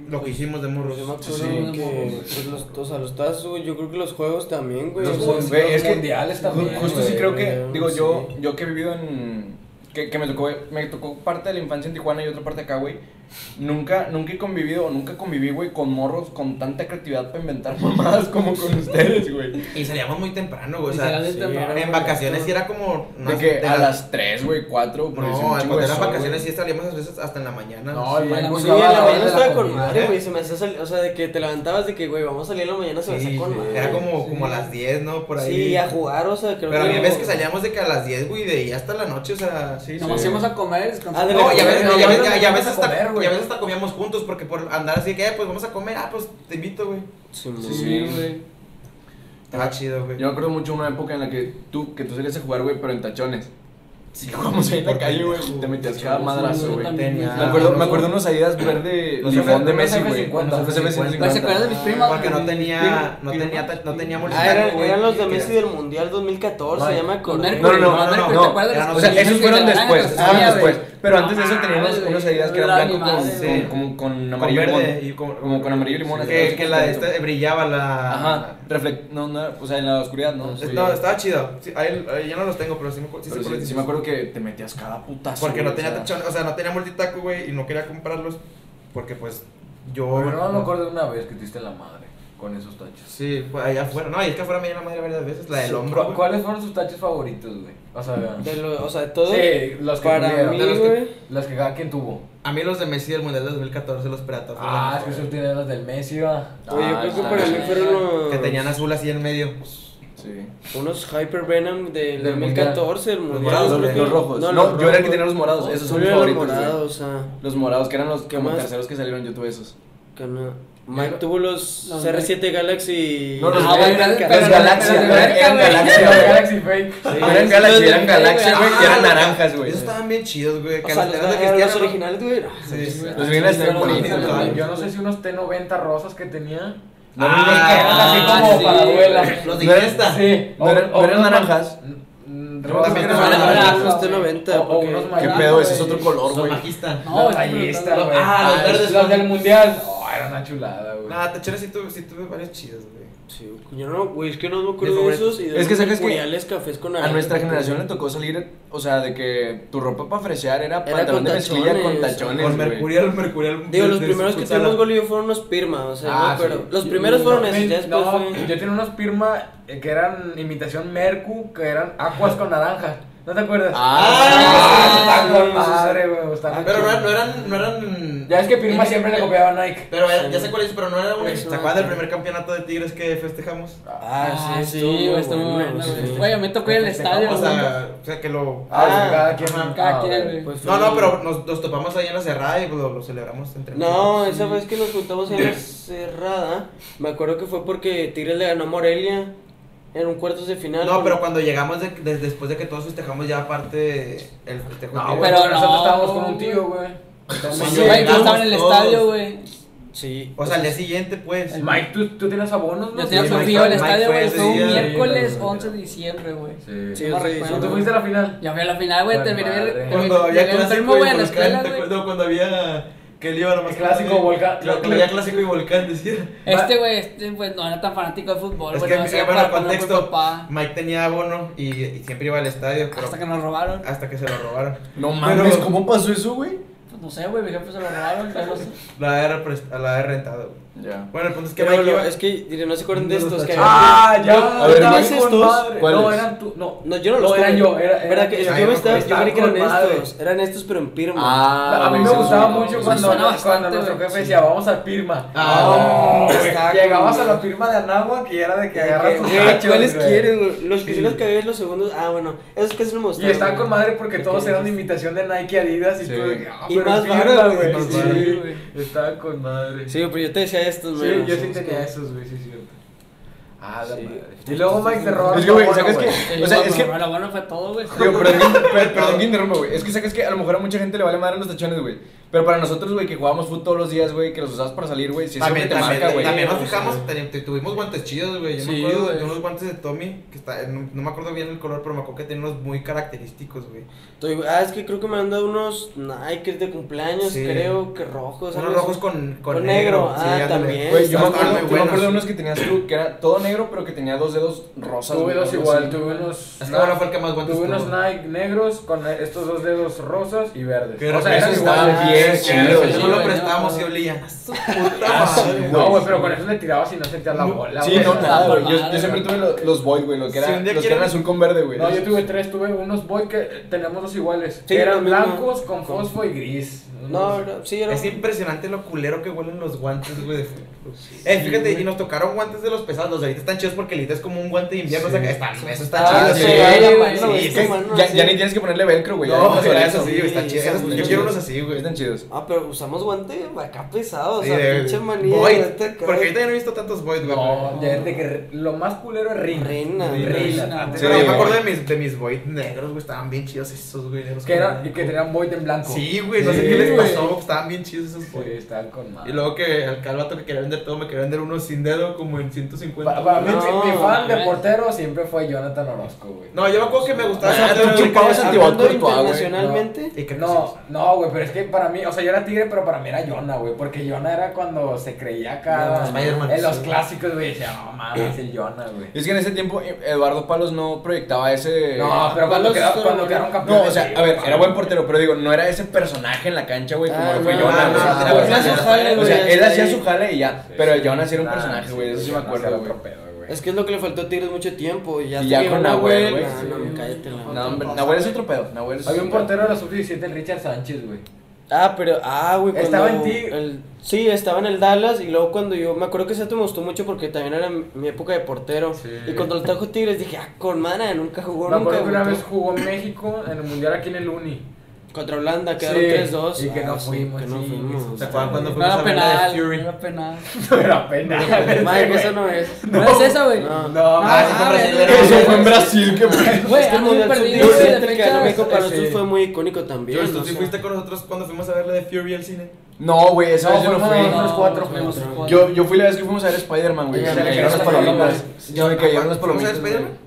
[SPEAKER 2] Lo que hicimos de morros.
[SPEAKER 4] Yo me acuerdo
[SPEAKER 1] Sí.
[SPEAKER 4] que pues, los, o sea, los tazos, güey, yo creo que los juegos también, güey.
[SPEAKER 3] Los
[SPEAKER 4] o sea,
[SPEAKER 3] juegos,
[SPEAKER 1] Güey, es que
[SPEAKER 3] mundiales también,
[SPEAKER 1] ju- Justo
[SPEAKER 3] güey,
[SPEAKER 1] sí creo que,
[SPEAKER 4] güey,
[SPEAKER 1] digo, yo,
[SPEAKER 4] sí.
[SPEAKER 1] yo que he vivido en. Que, que me tocó, me tocó parte de la infancia en Tijuana y otra parte acá, güey. Nunca, nunca he convivido, o nunca conviví, güey, con morros con tanta creatividad para inventar <laughs> mamadas como con ustedes, güey.
[SPEAKER 2] Y salíamos muy temprano, güey. O
[SPEAKER 5] Y
[SPEAKER 2] sea,
[SPEAKER 5] salían de
[SPEAKER 2] sí,
[SPEAKER 5] temprano,
[SPEAKER 2] en
[SPEAKER 5] güey.
[SPEAKER 2] vacaciones sí era como.
[SPEAKER 1] De que a las 3, güey, 4, porque hacía un
[SPEAKER 2] No,
[SPEAKER 1] chingo
[SPEAKER 2] cuando
[SPEAKER 1] de
[SPEAKER 2] eran
[SPEAKER 1] sol,
[SPEAKER 2] vacaciones
[SPEAKER 1] güey.
[SPEAKER 2] sí salíamos a veces hasta en la mañana.
[SPEAKER 3] No, el
[SPEAKER 5] Sí,
[SPEAKER 3] man
[SPEAKER 5] la
[SPEAKER 4] Sí,
[SPEAKER 5] Jugaba
[SPEAKER 4] en
[SPEAKER 5] a la
[SPEAKER 4] la
[SPEAKER 5] hora de
[SPEAKER 4] mañana
[SPEAKER 5] la
[SPEAKER 4] estaba con
[SPEAKER 5] comida,
[SPEAKER 4] madre,
[SPEAKER 2] ¿eh?
[SPEAKER 4] güey. Se me hacía salir, o sea, de que te levantabas de que, güey, vamos a salir en la mañana, se me hacía
[SPEAKER 2] Sí,
[SPEAKER 4] con madre.
[SPEAKER 2] era como, como a las 10, ¿no? Por ahí.
[SPEAKER 4] Sí, a jugar, o sea, creo
[SPEAKER 2] Pero
[SPEAKER 4] que.
[SPEAKER 2] había veces que salíamos de que a las 10, güey, de ahí hasta la noche, o sea. Sí,
[SPEAKER 5] Nomás
[SPEAKER 1] Sí.
[SPEAKER 5] íbamos a comer,
[SPEAKER 4] Ah,
[SPEAKER 5] descansar.
[SPEAKER 4] de
[SPEAKER 2] No, y a veces,
[SPEAKER 3] No,
[SPEAKER 2] y a veces-
[SPEAKER 3] no,
[SPEAKER 2] y a
[SPEAKER 3] no,
[SPEAKER 2] veces
[SPEAKER 3] no,
[SPEAKER 2] hasta,
[SPEAKER 3] comer, güey.
[SPEAKER 2] y a veces hasta comíamos juntos porque por andar así que, eh, pues vamos a comer, ah, pues te invito, güey.
[SPEAKER 4] Sí,
[SPEAKER 1] Sí,
[SPEAKER 4] güey.
[SPEAKER 1] Sí, güey.
[SPEAKER 2] Estaba chido, güey.
[SPEAKER 1] Yo me acuerdo mucho una época en la que tú, que tú salías a jugar, güey, pero en tachones. <laughs> Sí, jugamos ahí en la calle, güey. Te metías cada madrazo, güey. Me
[SPEAKER 5] Tenía-
[SPEAKER 1] acuerdo, me acuerdo unos Adidas verde
[SPEAKER 3] Los
[SPEAKER 1] limón de
[SPEAKER 3] F-
[SPEAKER 1] Messi,
[SPEAKER 3] los
[SPEAKER 1] güey.
[SPEAKER 3] F50,
[SPEAKER 1] Los
[SPEAKER 5] Güey, ¿Se acuerdan de
[SPEAKER 1] F50.
[SPEAKER 5] mis primos?
[SPEAKER 2] Porque no
[SPEAKER 5] Mis
[SPEAKER 2] tenía,
[SPEAKER 5] primos-
[SPEAKER 2] no
[SPEAKER 5] mis
[SPEAKER 2] tenía,
[SPEAKER 5] primos-
[SPEAKER 2] no tenía
[SPEAKER 4] Ah, eran, eran los de Messi
[SPEAKER 2] del
[SPEAKER 4] del Mundial 2014,
[SPEAKER 2] Ay,
[SPEAKER 4] ya me
[SPEAKER 1] No, no,
[SPEAKER 4] acordé.
[SPEAKER 1] no,
[SPEAKER 5] Mercury,
[SPEAKER 1] no,
[SPEAKER 5] Mercury,
[SPEAKER 1] no,
[SPEAKER 5] ¿te acuerdas?
[SPEAKER 1] eran- O sea, esos fueron después, esos fueron
[SPEAKER 5] Ah,
[SPEAKER 1] después.
[SPEAKER 5] güey.
[SPEAKER 1] Pero antes de eso teníamos
[SPEAKER 5] mames,
[SPEAKER 1] unos Adidas que
[SPEAKER 5] no
[SPEAKER 1] eran
[SPEAKER 5] era ni
[SPEAKER 1] blancos con,
[SPEAKER 5] madre,
[SPEAKER 1] con-
[SPEAKER 5] güey.
[SPEAKER 1] como con
[SPEAKER 2] Con
[SPEAKER 1] amarillo
[SPEAKER 2] verde
[SPEAKER 1] limón.
[SPEAKER 2] y como,
[SPEAKER 1] Como con amarillo limón. así,
[SPEAKER 2] que,
[SPEAKER 1] así,
[SPEAKER 2] que la de
[SPEAKER 1] así.
[SPEAKER 2] esta brillaba la.
[SPEAKER 1] Ajá, reflect, no, no, era- o sea, en la oscuridad, ¿no?
[SPEAKER 4] No,
[SPEAKER 1] Sí.
[SPEAKER 2] No, estaba chido. Sí, ahí, ahí ya no los tengo, pero sí me acuerdo. Sí,
[SPEAKER 1] Pero
[SPEAKER 2] sí,
[SPEAKER 1] sí, sí me acuerdo que te metías cada putazo.
[SPEAKER 2] Porque no
[SPEAKER 1] güey,
[SPEAKER 2] tenía
[SPEAKER 1] o sea.
[SPEAKER 2] tachón, o sea, no tenía multitaco, güey, y no quería comprarlos. Porque pues yo.
[SPEAKER 3] Pero no me acuerdo de una vez que te diste la madre con esos tachos.
[SPEAKER 2] Sí, fue allá afuera. No, y es que afuera me dio la madre varias veces, la del hombro.
[SPEAKER 3] ¿Cu-
[SPEAKER 2] güey.
[SPEAKER 3] ¿Cuáles fueron sus tachos favoritos, güey? O sea,
[SPEAKER 4] De lo- o sea, de todo.
[SPEAKER 3] sí, los que
[SPEAKER 4] para
[SPEAKER 3] tuvieron,
[SPEAKER 4] mí,
[SPEAKER 3] de los
[SPEAKER 4] güey.
[SPEAKER 3] que, los que cada quien tuvo.
[SPEAKER 2] A mí los de Messi del Mundial de 2014 los pirata fueron
[SPEAKER 3] Ah,
[SPEAKER 2] los
[SPEAKER 3] es que
[SPEAKER 2] mejores.
[SPEAKER 3] esos tienen los del Messi, va.
[SPEAKER 4] Oye, yo
[SPEAKER 1] Ah,
[SPEAKER 4] creo que
[SPEAKER 1] sí.
[SPEAKER 4] para mí fueron los.
[SPEAKER 2] Que tenían azul así en medio.
[SPEAKER 1] Sí.
[SPEAKER 4] Unos Hyper Venom del
[SPEAKER 3] Del
[SPEAKER 4] 2014, el mundial.
[SPEAKER 2] morados,
[SPEAKER 4] creo
[SPEAKER 2] güey.
[SPEAKER 4] que-
[SPEAKER 1] Los rojos. No,
[SPEAKER 4] No, los
[SPEAKER 1] yo era el que
[SPEAKER 4] rojos.
[SPEAKER 1] tenía los morados. Esos son
[SPEAKER 4] Yo
[SPEAKER 1] mis
[SPEAKER 4] era los
[SPEAKER 1] favoritos. güey.
[SPEAKER 4] morados, o sea,
[SPEAKER 1] Los morados, que eran los
[SPEAKER 4] ¿Qué
[SPEAKER 1] como
[SPEAKER 4] más?
[SPEAKER 1] terceros que salieron. Yo tuve esos.
[SPEAKER 4] que no. Mike tuvo los
[SPEAKER 5] Los
[SPEAKER 4] CR7 Galaxy.
[SPEAKER 1] No, los
[SPEAKER 5] Ah,
[SPEAKER 1] eran-
[SPEAKER 5] bueno,
[SPEAKER 1] eran
[SPEAKER 5] pero
[SPEAKER 1] eran
[SPEAKER 5] no-
[SPEAKER 1] Galaxy.
[SPEAKER 5] pero no-
[SPEAKER 1] Eran eran
[SPEAKER 5] pero no-
[SPEAKER 1] Galaxy,
[SPEAKER 3] Los
[SPEAKER 1] güey.
[SPEAKER 3] Galaxy Fake.
[SPEAKER 1] Eran Galaxy, eran Galaxy, güey. Y eran
[SPEAKER 2] Ah, los-
[SPEAKER 1] naranjas, güey.
[SPEAKER 2] Esos estaban bien chidos, güey.
[SPEAKER 4] O
[SPEAKER 2] Que
[SPEAKER 4] sea,
[SPEAKER 2] las
[SPEAKER 4] los,
[SPEAKER 2] telas de
[SPEAKER 4] eran los
[SPEAKER 2] Cristiano, ¿no?
[SPEAKER 4] originales, güey. no.
[SPEAKER 2] Sí, sí.
[SPEAKER 1] Los viniles estaban
[SPEAKER 4] Los
[SPEAKER 1] bonitos,
[SPEAKER 4] originales,
[SPEAKER 1] güey.
[SPEAKER 4] güey.
[SPEAKER 3] Yo no sé si unos T90 rosas que tenía.
[SPEAKER 1] No,
[SPEAKER 2] Ah,
[SPEAKER 1] no, no,
[SPEAKER 3] que eran así como
[SPEAKER 5] sí.
[SPEAKER 3] para duela.
[SPEAKER 2] Los de
[SPEAKER 1] No eran-
[SPEAKER 2] Iniesta.
[SPEAKER 3] Sí.
[SPEAKER 1] No eran- no eran
[SPEAKER 3] unos
[SPEAKER 1] naranjas.
[SPEAKER 3] ma- mm,
[SPEAKER 2] Yo
[SPEAKER 3] rosas.
[SPEAKER 2] también
[SPEAKER 3] No,
[SPEAKER 2] eran
[SPEAKER 3] no,
[SPEAKER 2] naranjas,
[SPEAKER 3] no,
[SPEAKER 4] los T90,
[SPEAKER 3] o- o
[SPEAKER 4] porque-
[SPEAKER 3] unos
[SPEAKER 4] ¿Qué
[SPEAKER 1] ¿Qué
[SPEAKER 3] mañanas,
[SPEAKER 1] pedo? Ese es
[SPEAKER 3] güey.
[SPEAKER 1] otro color,
[SPEAKER 2] Son
[SPEAKER 1] güey.
[SPEAKER 2] bajista.
[SPEAKER 5] No,
[SPEAKER 3] No,
[SPEAKER 5] estoy
[SPEAKER 3] ballista,
[SPEAKER 5] preguntando.
[SPEAKER 3] güey.
[SPEAKER 2] Ah, los verdes
[SPEAKER 3] Los
[SPEAKER 2] son-
[SPEAKER 3] del mundial. No, era una chulada, güey.
[SPEAKER 2] Nada, tachones sí tuve, sí tuve varios chidos, güey.
[SPEAKER 4] Sí, yo no, güey, es que no me acuerdo de
[SPEAKER 2] favoritos.
[SPEAKER 4] esos. Y de
[SPEAKER 1] Es que, ¿sabes qué?
[SPEAKER 4] Mundiales cafés con
[SPEAKER 1] A
[SPEAKER 4] naranja,
[SPEAKER 1] nuestra
[SPEAKER 4] güey.
[SPEAKER 1] generación le tocó salir, o sea, de que tu ropa para fresear era
[SPEAKER 4] Era
[SPEAKER 1] pantalón
[SPEAKER 4] con
[SPEAKER 1] de mezclilla con
[SPEAKER 4] tachones,
[SPEAKER 1] tachones,
[SPEAKER 2] Con
[SPEAKER 1] güey.
[SPEAKER 2] Mercurial, Mercurial.
[SPEAKER 4] Digo,
[SPEAKER 2] de-
[SPEAKER 4] los
[SPEAKER 2] de
[SPEAKER 4] primeros
[SPEAKER 2] su
[SPEAKER 4] que
[SPEAKER 2] futsal.
[SPEAKER 4] tuvimos gol y yo fueron unos Pirma, o sea,
[SPEAKER 3] Ah,
[SPEAKER 4] no, pero
[SPEAKER 3] sí.
[SPEAKER 4] los primeros
[SPEAKER 3] Yo-
[SPEAKER 4] fueron
[SPEAKER 3] no,
[SPEAKER 4] esos, ya después
[SPEAKER 3] no,
[SPEAKER 4] fue...
[SPEAKER 3] Yo tenía unos firma eh, que eran imitación Mercu, que eran aguas con naranja. ¿No te acuerdas?
[SPEAKER 7] Ah,
[SPEAKER 3] está con madre, güey.
[SPEAKER 4] Ah,
[SPEAKER 3] está con
[SPEAKER 2] Pero no,
[SPEAKER 3] madre.
[SPEAKER 2] eran- no eran, no eran.
[SPEAKER 5] Ya es que Pirma siempre le copiaba a Nike.
[SPEAKER 2] Pero era- ya sé cuál es, pero no era un
[SPEAKER 5] Es
[SPEAKER 2] ¿Se
[SPEAKER 5] una-
[SPEAKER 2] acuerdan del primer campeonato de Tigres que festejamos?
[SPEAKER 4] Ah, sí,
[SPEAKER 5] güey, estuvo muy bueno, güey. Güey, a mí me tocó ir al estadio.
[SPEAKER 2] O
[SPEAKER 5] güey.
[SPEAKER 2] sea, o sea que lo.
[SPEAKER 3] Ah, sí, cada quien.
[SPEAKER 2] ajá.
[SPEAKER 5] Cada
[SPEAKER 3] Ah,
[SPEAKER 5] quien,
[SPEAKER 3] güey.
[SPEAKER 5] güey.
[SPEAKER 2] No, no, pero nos, nos topamos ahí en la cerrada y pues, lo, lo celebramos entre
[SPEAKER 4] No, esa vez que nos juntamos en la cerrada, me acuerdo que fue porque Tigres le ganó a Morelia en un cuartos de final.
[SPEAKER 2] No,
[SPEAKER 4] con-
[SPEAKER 2] pero cuando llegamos de- de- después de que todos festejamos ya aparte el festejo. de
[SPEAKER 3] No,
[SPEAKER 2] Tigres.
[SPEAKER 3] güey,
[SPEAKER 5] Pero
[SPEAKER 3] nosotros
[SPEAKER 5] no,
[SPEAKER 3] estábamos con un
[SPEAKER 5] güey.
[SPEAKER 3] tío, güey. Entonces,
[SPEAKER 2] Sí,
[SPEAKER 5] Güey,
[SPEAKER 2] llegamos
[SPEAKER 5] yo estaba en el
[SPEAKER 2] todos.
[SPEAKER 5] estadio, güey.
[SPEAKER 4] Sí.
[SPEAKER 2] O sea, al día siguiente, pues.
[SPEAKER 3] Mike, ¿tú, tú tienes abonos, ¿no?
[SPEAKER 5] Yo tenía
[SPEAKER 2] Sí,
[SPEAKER 5] su
[SPEAKER 2] Mike
[SPEAKER 5] frío en el
[SPEAKER 2] fue- Mike
[SPEAKER 5] estadio,
[SPEAKER 2] fue
[SPEAKER 5] güey.
[SPEAKER 2] ese
[SPEAKER 5] Fue un
[SPEAKER 2] día,
[SPEAKER 5] miércoles
[SPEAKER 3] güey.
[SPEAKER 5] 11 de diciembre, güey.
[SPEAKER 3] Sí.
[SPEAKER 4] Sí,
[SPEAKER 5] No
[SPEAKER 4] sí,
[SPEAKER 5] recuerdo.
[SPEAKER 3] ¿No te fuiste a la final?
[SPEAKER 5] Ya fui a la final, güey.
[SPEAKER 3] Vale,
[SPEAKER 5] Terminé
[SPEAKER 3] madre.
[SPEAKER 5] terminé-
[SPEAKER 2] Cuando había
[SPEAKER 5] terminé
[SPEAKER 2] clásico
[SPEAKER 5] enfermo,
[SPEAKER 2] y
[SPEAKER 5] güey, en la
[SPEAKER 2] volcán,
[SPEAKER 5] escuela,
[SPEAKER 2] ¿te
[SPEAKER 5] güey.
[SPEAKER 2] acuerdas cuando había que él iba a la más
[SPEAKER 3] Clásico, volcán.
[SPEAKER 2] Cuando había clásico y volcán, decía.
[SPEAKER 5] Este, güey, este, pues no era tan fanático de fútbol,
[SPEAKER 2] Es
[SPEAKER 5] güey.
[SPEAKER 2] que,
[SPEAKER 5] no
[SPEAKER 2] eh,
[SPEAKER 5] hacía
[SPEAKER 2] bueno,
[SPEAKER 5] para poner por
[SPEAKER 2] contexto,
[SPEAKER 5] papá.
[SPEAKER 2] Mike tenía abono y, y siempre iba al estadio, pero
[SPEAKER 5] Hasta que nos robaron.
[SPEAKER 2] hasta que se lo robaron.
[SPEAKER 1] No mames,
[SPEAKER 2] Pero-
[SPEAKER 1] ¿cómo pasó eso, güey?
[SPEAKER 5] Pues no sé, güey, mi jefe se lo robaron, ya no sé.
[SPEAKER 2] La era pres- la había rentado.
[SPEAKER 1] Ya.
[SPEAKER 2] Bueno, el punto es que
[SPEAKER 4] Pero
[SPEAKER 2] Mike
[SPEAKER 4] lo-
[SPEAKER 2] iba...
[SPEAKER 4] es que diré, no se acuerdan de
[SPEAKER 2] No,
[SPEAKER 4] estos que
[SPEAKER 3] Ah, ya.
[SPEAKER 1] A ver,
[SPEAKER 3] estaba
[SPEAKER 1] ¿eran
[SPEAKER 3] con
[SPEAKER 1] estos?
[SPEAKER 3] madre. No,
[SPEAKER 1] ¿Cuáles?
[SPEAKER 3] eran tú. No,
[SPEAKER 4] No, yo no los
[SPEAKER 3] eran
[SPEAKER 4] tuve.
[SPEAKER 3] yo. Era, era
[SPEAKER 4] ¿Verdad que
[SPEAKER 3] que-
[SPEAKER 4] yo
[SPEAKER 2] Ah,
[SPEAKER 4] me
[SPEAKER 2] no,
[SPEAKER 4] estaba, yo
[SPEAKER 3] estaba
[SPEAKER 4] creí que eran
[SPEAKER 3] con madre.
[SPEAKER 4] estos. Eran estos, pero en Pirma.
[SPEAKER 1] Ah,
[SPEAKER 3] A mí me
[SPEAKER 1] sí,
[SPEAKER 3] gustaba
[SPEAKER 1] sí,
[SPEAKER 3] mucho
[SPEAKER 1] sí,
[SPEAKER 3] cuando,
[SPEAKER 5] suena bastante,
[SPEAKER 3] cuando nuestro
[SPEAKER 5] güey.
[SPEAKER 3] jefe decía, vamos a Pirma.
[SPEAKER 2] Ah,
[SPEAKER 3] No,
[SPEAKER 2] güey.
[SPEAKER 3] güey, Llegabas a la Pirma de Anáhuac y era de que agarras tus
[SPEAKER 4] Güey,
[SPEAKER 3] cachos,
[SPEAKER 4] ¿Cuáles
[SPEAKER 3] güey.
[SPEAKER 4] quieren? güey? Los que
[SPEAKER 3] Sí.
[SPEAKER 4] sí los cabías los segundos. Ah, bueno, esos que se me
[SPEAKER 3] Y
[SPEAKER 4] mostraron.
[SPEAKER 3] está con madre porque todos eran de
[SPEAKER 4] de
[SPEAKER 3] imitación de Nike Adidas y
[SPEAKER 1] Sí.
[SPEAKER 3] tú. ah,
[SPEAKER 4] Y
[SPEAKER 3] pero
[SPEAKER 4] más
[SPEAKER 3] Pirma,
[SPEAKER 4] barato,
[SPEAKER 3] güey.
[SPEAKER 4] más
[SPEAKER 3] Sí,
[SPEAKER 4] barato.
[SPEAKER 3] güey. Estaba con madre.
[SPEAKER 4] Sí, pero yo te decía estos,
[SPEAKER 3] Sí,
[SPEAKER 4] güey.
[SPEAKER 3] yo sí tenía esos, güey, sí, es cierto. Ah, la
[SPEAKER 4] Sí.
[SPEAKER 3] madre. Y luego Mike te robó.
[SPEAKER 1] Es que, güey,
[SPEAKER 3] tu
[SPEAKER 1] ¿sabes
[SPEAKER 3] abono,
[SPEAKER 1] qué?
[SPEAKER 5] Sí,
[SPEAKER 1] O sea,
[SPEAKER 5] güey,
[SPEAKER 1] es que-
[SPEAKER 5] pero Lo bueno fue todo, güey.
[SPEAKER 1] Digo, perdón, per- perdón que interrumpa, güey. Es que sacas que a lo mejor a mucha gente le vale madre los tachones, güey. Pero para nosotros, güey, que jugábamos fútbol todos los días, güey, que los usabas para salir, güey, si es que
[SPEAKER 2] También,
[SPEAKER 1] te
[SPEAKER 2] también,
[SPEAKER 1] marca, güey.
[SPEAKER 2] también nos fijamos, ten- te- tuvimos guantes chidos, güey. Yo
[SPEAKER 5] Sí,
[SPEAKER 2] me acuerdo
[SPEAKER 5] güey.
[SPEAKER 2] de unos guantes de Tommy, que está, no, no me acuerdo bien el color, pero me acuerdo que tenía unos muy característicos, güey.
[SPEAKER 4] Estoy- ah, es que creo que me han dado unos Nike de cumpleaños,
[SPEAKER 2] Sí.
[SPEAKER 4] creo que
[SPEAKER 2] Unos
[SPEAKER 4] rojos. Pues, algo
[SPEAKER 2] rojos
[SPEAKER 4] así.
[SPEAKER 2] con, con,
[SPEAKER 4] Con negro,
[SPEAKER 2] Sí,
[SPEAKER 4] ah,
[SPEAKER 2] ándale.
[SPEAKER 4] también.
[SPEAKER 1] Güey, yo me
[SPEAKER 2] Estaban
[SPEAKER 1] acuerdo,
[SPEAKER 2] muy
[SPEAKER 1] yo me
[SPEAKER 2] buenos.
[SPEAKER 1] acuerdo de unos que tenías tú, que era todo negro, pero que tenía dos dedos rosas.
[SPEAKER 3] Tuve
[SPEAKER 1] güey,
[SPEAKER 3] dos
[SPEAKER 1] algo
[SPEAKER 3] igual,
[SPEAKER 1] así.
[SPEAKER 3] tuve unos.
[SPEAKER 2] Es que ahora fue el que más guantes
[SPEAKER 3] Tuve unos
[SPEAKER 2] tuvo.
[SPEAKER 3] Nike negros con estos dos dedos rosas y verdes.
[SPEAKER 2] Que de
[SPEAKER 3] O sea,
[SPEAKER 2] repente
[SPEAKER 3] eran
[SPEAKER 1] estaban
[SPEAKER 3] iguales.
[SPEAKER 1] bien
[SPEAKER 3] Ah, Sí,
[SPEAKER 1] chidos.
[SPEAKER 3] sí,
[SPEAKER 2] Eso
[SPEAKER 3] sí,
[SPEAKER 2] no lo
[SPEAKER 3] güey.
[SPEAKER 2] prestábamos y olía. "Ah, su puta madre".
[SPEAKER 3] No, güey, pero con eso le tirabas y no sentías la bola.
[SPEAKER 1] Sí,
[SPEAKER 3] güey.
[SPEAKER 1] no, nada,
[SPEAKER 5] por
[SPEAKER 1] güey. Yo,
[SPEAKER 5] madre,
[SPEAKER 1] yo siempre tuve lo- los boy, güey, lo que
[SPEAKER 2] Si
[SPEAKER 1] era,
[SPEAKER 2] un día
[SPEAKER 1] los que
[SPEAKER 2] quieren-
[SPEAKER 1] eran azul con verde, güey.
[SPEAKER 3] No,
[SPEAKER 1] <laughs>
[SPEAKER 3] yo tuve tres, tuve unos boy que eh, teníamos dos iguales.
[SPEAKER 4] Sí,
[SPEAKER 3] que eran
[SPEAKER 4] lo mismo.
[SPEAKER 3] blancos con fosfo y gris.
[SPEAKER 4] No, no, sí, era.
[SPEAKER 2] Es impresionante lo culero que huelen los guantes, güey, de fútbol. Eh, fíjate, y nos tocaron guantes de los pesados. Los de ahorita están chidos porque ahorita es como un guante de invierno. O sea, que están, eso está
[SPEAKER 4] Ah,
[SPEAKER 2] chido.
[SPEAKER 1] sí,
[SPEAKER 2] güey.
[SPEAKER 1] güey,
[SPEAKER 4] sí,
[SPEAKER 1] es que
[SPEAKER 4] sí, mano,
[SPEAKER 1] ya,
[SPEAKER 4] sí.
[SPEAKER 1] ya ni tienes que ponerle velcro, güey.
[SPEAKER 2] No,
[SPEAKER 1] ya,
[SPEAKER 2] pero
[SPEAKER 1] ya,
[SPEAKER 2] eso sí, güey, están
[SPEAKER 4] Sí,
[SPEAKER 2] chidos.
[SPEAKER 4] esas
[SPEAKER 2] Yo
[SPEAKER 4] muy
[SPEAKER 2] quiero
[SPEAKER 4] chidas.
[SPEAKER 2] unos así, güey.
[SPEAKER 1] Están chidos.
[SPEAKER 4] Ah, pero usamos guante acá pesado, o
[SPEAKER 2] Sí,
[SPEAKER 4] sea,
[SPEAKER 2] de-
[SPEAKER 4] pinche manía.
[SPEAKER 2] Void,
[SPEAKER 4] neta, acá.
[SPEAKER 2] Porque ahorita ya no he visto tantos Void, güey.
[SPEAKER 3] No, ya es de que re- lo más culero es Rina.
[SPEAKER 4] Rina,
[SPEAKER 3] Rina.
[SPEAKER 4] güey.
[SPEAKER 5] Rina,
[SPEAKER 3] antes
[SPEAKER 1] Sí,
[SPEAKER 2] Pero yo
[SPEAKER 3] era
[SPEAKER 2] me
[SPEAKER 1] güey.
[SPEAKER 2] acuerdo de mis, de mis Void negros, güey. Estaban bien chidos esos, güey. negros
[SPEAKER 3] Que, era,
[SPEAKER 2] con-
[SPEAKER 3] y que tenían Void en blanco.
[SPEAKER 2] Sí, güey. No sé qué les pasó. pues, Estaban bien chidos esos
[SPEAKER 3] Sí,
[SPEAKER 2] Void.
[SPEAKER 3] estaban con madre.
[SPEAKER 2] Y luego que el calvato que quería vender todo, me quería vender uno sin dedo como en 150.
[SPEAKER 3] Para, para mí,
[SPEAKER 4] No,
[SPEAKER 3] mi, mi fan de
[SPEAKER 5] güey.
[SPEAKER 3] portero siempre fue Jonathan Orozco, güey.
[SPEAKER 2] No, yo me acuerdo que me gustaba.
[SPEAKER 1] Ah,
[SPEAKER 2] ese
[SPEAKER 1] tú
[SPEAKER 2] negro,
[SPEAKER 1] chupabas
[SPEAKER 2] güey, que-
[SPEAKER 1] antiguo.
[SPEAKER 4] Hablando
[SPEAKER 1] Antibacoa, güey,
[SPEAKER 4] internacionalmente.
[SPEAKER 2] Y que
[SPEAKER 3] No, no, güey, pero es que para mí, o sea, yo era tigre, pero para mí era Yona, güey, porque Yona era cuando se creía
[SPEAKER 2] No,
[SPEAKER 3] acá
[SPEAKER 2] Spider-Man,
[SPEAKER 3] en los
[SPEAKER 2] sí.
[SPEAKER 3] clásicos, güey, decía, no
[SPEAKER 1] Eh.
[SPEAKER 3] mames, el Yona, güey.
[SPEAKER 1] Es que en ese tiempo eh, Eduardo Palos no proyectaba ese.
[SPEAKER 3] No, pero cuando,
[SPEAKER 4] Palos
[SPEAKER 3] queda-
[SPEAKER 4] son-
[SPEAKER 3] cuando quedaron campeones.
[SPEAKER 1] No, o sea,
[SPEAKER 3] sí,
[SPEAKER 1] a ver,
[SPEAKER 3] güey,
[SPEAKER 1] era buen portero, pero digo, no era ese personaje en la cancha, güey, como
[SPEAKER 4] Ah,
[SPEAKER 1] lo fue
[SPEAKER 4] no,
[SPEAKER 1] Jonah,
[SPEAKER 2] no,
[SPEAKER 1] güey.
[SPEAKER 2] no,
[SPEAKER 1] Era
[SPEAKER 2] no,
[SPEAKER 1] buen
[SPEAKER 2] hacía su
[SPEAKER 1] personaje.
[SPEAKER 4] jale,
[SPEAKER 1] O
[SPEAKER 4] güey,
[SPEAKER 1] sea, él
[SPEAKER 4] hasta
[SPEAKER 1] hacía
[SPEAKER 4] ahí.
[SPEAKER 1] su jale y ya,
[SPEAKER 3] sí,
[SPEAKER 1] pero
[SPEAKER 3] sí,
[SPEAKER 1] el Jonas era un
[SPEAKER 3] nah,
[SPEAKER 1] personaje, güey, eso sí me
[SPEAKER 3] Jonah
[SPEAKER 1] acuerdo,
[SPEAKER 3] era
[SPEAKER 1] güey.
[SPEAKER 3] otro pedo, güey.
[SPEAKER 4] Es que es lo que le faltó a Tigres mucho tiempo. Y ya,
[SPEAKER 1] Y
[SPEAKER 4] hasta
[SPEAKER 1] ya
[SPEAKER 4] llegó
[SPEAKER 1] con Nahuel,
[SPEAKER 4] Nahuel.
[SPEAKER 1] güey,
[SPEAKER 4] No,
[SPEAKER 1] sí.
[SPEAKER 4] no, cállate la
[SPEAKER 1] No,
[SPEAKER 4] madre.
[SPEAKER 1] hombre, Nahuel es otro pedo, Nahuel es
[SPEAKER 3] Había un
[SPEAKER 1] otro pedo.
[SPEAKER 3] portero de la sub-17, el Richard Sánchez, güey.
[SPEAKER 4] Ah, pero, ah, güey. cuando
[SPEAKER 3] Estaba en Tig-
[SPEAKER 4] el- sí, estaba en el Dallas. Y luego cuando yo, me acuerdo que ese te gustó mucho porque también era mi época de portero.
[SPEAKER 3] Sí.
[SPEAKER 4] Y cuando lo trajo Tigres dije, ah, con mana, nunca jugó,
[SPEAKER 3] Me
[SPEAKER 4] nunca
[SPEAKER 3] acuerdo que una
[SPEAKER 4] debutó.
[SPEAKER 3] vez jugó México en el Mundial aquí en el Uni.
[SPEAKER 4] Contra Holanda quedaron
[SPEAKER 3] Sí,
[SPEAKER 4] 3-2.
[SPEAKER 3] y que no
[SPEAKER 4] sí,
[SPEAKER 3] fuimos,
[SPEAKER 4] Que no
[SPEAKER 3] sí,
[SPEAKER 4] fuimos.
[SPEAKER 2] ¿Se acuerdan
[SPEAKER 3] <laughs>
[SPEAKER 2] cuando
[SPEAKER 5] No
[SPEAKER 2] fuimos
[SPEAKER 5] era
[SPEAKER 2] a ver la
[SPEAKER 5] penal,
[SPEAKER 2] de
[SPEAKER 5] no
[SPEAKER 2] Fury?
[SPEAKER 5] era penal.
[SPEAKER 3] No era pena.
[SPEAKER 4] Mike,
[SPEAKER 1] pues,
[SPEAKER 4] eso no es.
[SPEAKER 5] No es esa, güey.
[SPEAKER 4] No.
[SPEAKER 3] No,
[SPEAKER 2] Ah,
[SPEAKER 3] mames.
[SPEAKER 2] sí, fue
[SPEAKER 5] Ah,
[SPEAKER 2] brasileño.
[SPEAKER 5] güey.
[SPEAKER 1] Eso fue en Brasil, que
[SPEAKER 4] Es
[SPEAKER 5] Güey,
[SPEAKER 4] que el
[SPEAKER 5] ando
[SPEAKER 4] Mundial
[SPEAKER 5] perdido, güey, de
[SPEAKER 4] Sub-17 que ganó México
[SPEAKER 5] fechas.
[SPEAKER 4] para
[SPEAKER 3] Sí.
[SPEAKER 4] nosotros fue muy icónico también.
[SPEAKER 2] George,
[SPEAKER 4] o
[SPEAKER 2] ¿tú sí
[SPEAKER 4] sea.
[SPEAKER 2] fuiste con nosotros cuando fuimos a ver la de Fury al cine?
[SPEAKER 1] No, güey, esa
[SPEAKER 3] No,
[SPEAKER 1] vez yo no
[SPEAKER 3] fuimos
[SPEAKER 1] fui.
[SPEAKER 3] nosotros cuatro,
[SPEAKER 5] fuimos
[SPEAKER 3] fuimos.
[SPEAKER 5] cuatro.
[SPEAKER 1] Yo, yo fui la vez que fuimos a ver Spider-Man, güey.
[SPEAKER 4] Ya,
[SPEAKER 1] Se me
[SPEAKER 4] ya,
[SPEAKER 1] cayeron
[SPEAKER 4] ya,
[SPEAKER 1] las
[SPEAKER 4] ya,
[SPEAKER 1] palomitas.
[SPEAKER 2] ya.
[SPEAKER 1] Se me cayeron las
[SPEAKER 2] ¿Fuimos a ver
[SPEAKER 1] palomitas. güey.
[SPEAKER 2] Spider-Man?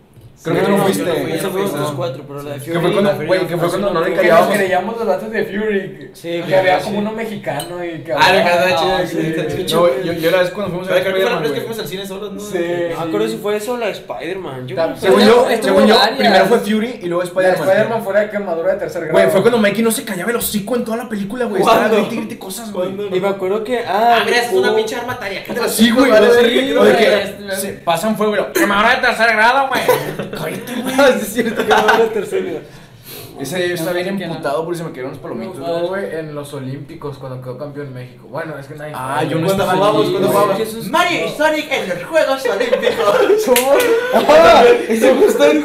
[SPEAKER 1] Creo que tú no fuiste.
[SPEAKER 4] Eso fuimos los cuatro, pero la de
[SPEAKER 1] Que fue
[SPEAKER 4] Fury.
[SPEAKER 1] cuando, güey, que fue cuando no le
[SPEAKER 3] Que nos
[SPEAKER 1] callábamos.
[SPEAKER 3] creíamos los datos de Fury.
[SPEAKER 4] Sí,
[SPEAKER 3] que
[SPEAKER 4] güey,
[SPEAKER 3] había
[SPEAKER 4] sí.
[SPEAKER 3] como uno mexicano y que.
[SPEAKER 2] Ah, Ricardo,
[SPEAKER 3] Ah,
[SPEAKER 2] chido, chido,
[SPEAKER 3] sí.
[SPEAKER 2] chido.
[SPEAKER 1] No, güey, yo, yo la vez cuando fuimos a
[SPEAKER 2] Pero
[SPEAKER 1] ver
[SPEAKER 2] creo que fue la vez que
[SPEAKER 1] Spider-Man, güey.
[SPEAKER 2] fuimos al cine solos, ¿no?
[SPEAKER 3] Sí.
[SPEAKER 4] No me acuerdo si fue eso o la de Spider-Man. Yo creo que
[SPEAKER 1] Según
[SPEAKER 5] Estuvo-
[SPEAKER 1] yo,
[SPEAKER 5] estuvo
[SPEAKER 1] según yo,
[SPEAKER 5] varias.
[SPEAKER 1] primero fue Fury y luego
[SPEAKER 3] La de
[SPEAKER 1] Spider-Man.
[SPEAKER 3] Spider-Man fue la quemadura de tercer grado.
[SPEAKER 1] Güey, fue cuando Mikey no se callaba el hocico en toda la película, güey. Estaba
[SPEAKER 4] ¿Cuándo?
[SPEAKER 1] grite, grite cosas, güey.
[SPEAKER 2] ¿Cuándo?
[SPEAKER 4] Y me acuerdo que. Ah,
[SPEAKER 2] Ah, mira, esa es
[SPEAKER 4] hubo-
[SPEAKER 2] una pinche arma taria. ¿qué te la-
[SPEAKER 1] Sí, güey.
[SPEAKER 2] Vale,
[SPEAKER 1] o de-
[SPEAKER 2] verga, yo no
[SPEAKER 1] o de
[SPEAKER 2] sé.
[SPEAKER 1] que se pasan fuego, güey. Quemadora de tercer grado, güey. Cállate, güey.
[SPEAKER 4] Ah, sí, es cierto, que no era tercero.
[SPEAKER 1] Ese día yo estaba bien
[SPEAKER 5] Que no.
[SPEAKER 1] emputado porque se me quedaron los palomitos.
[SPEAKER 3] No, güey, en los Olímpicos cuando quedó campeón México. Bueno, es que nadie.
[SPEAKER 1] Ah, yo no
[SPEAKER 8] cuando
[SPEAKER 1] estaba
[SPEAKER 8] jugamos,
[SPEAKER 1] allí,
[SPEAKER 8] cuando
[SPEAKER 1] güey.
[SPEAKER 8] jugamos.
[SPEAKER 2] Mario y Sonic en los Juegos Olímpicos.
[SPEAKER 1] ¡Ah! <laughs> Ese justo el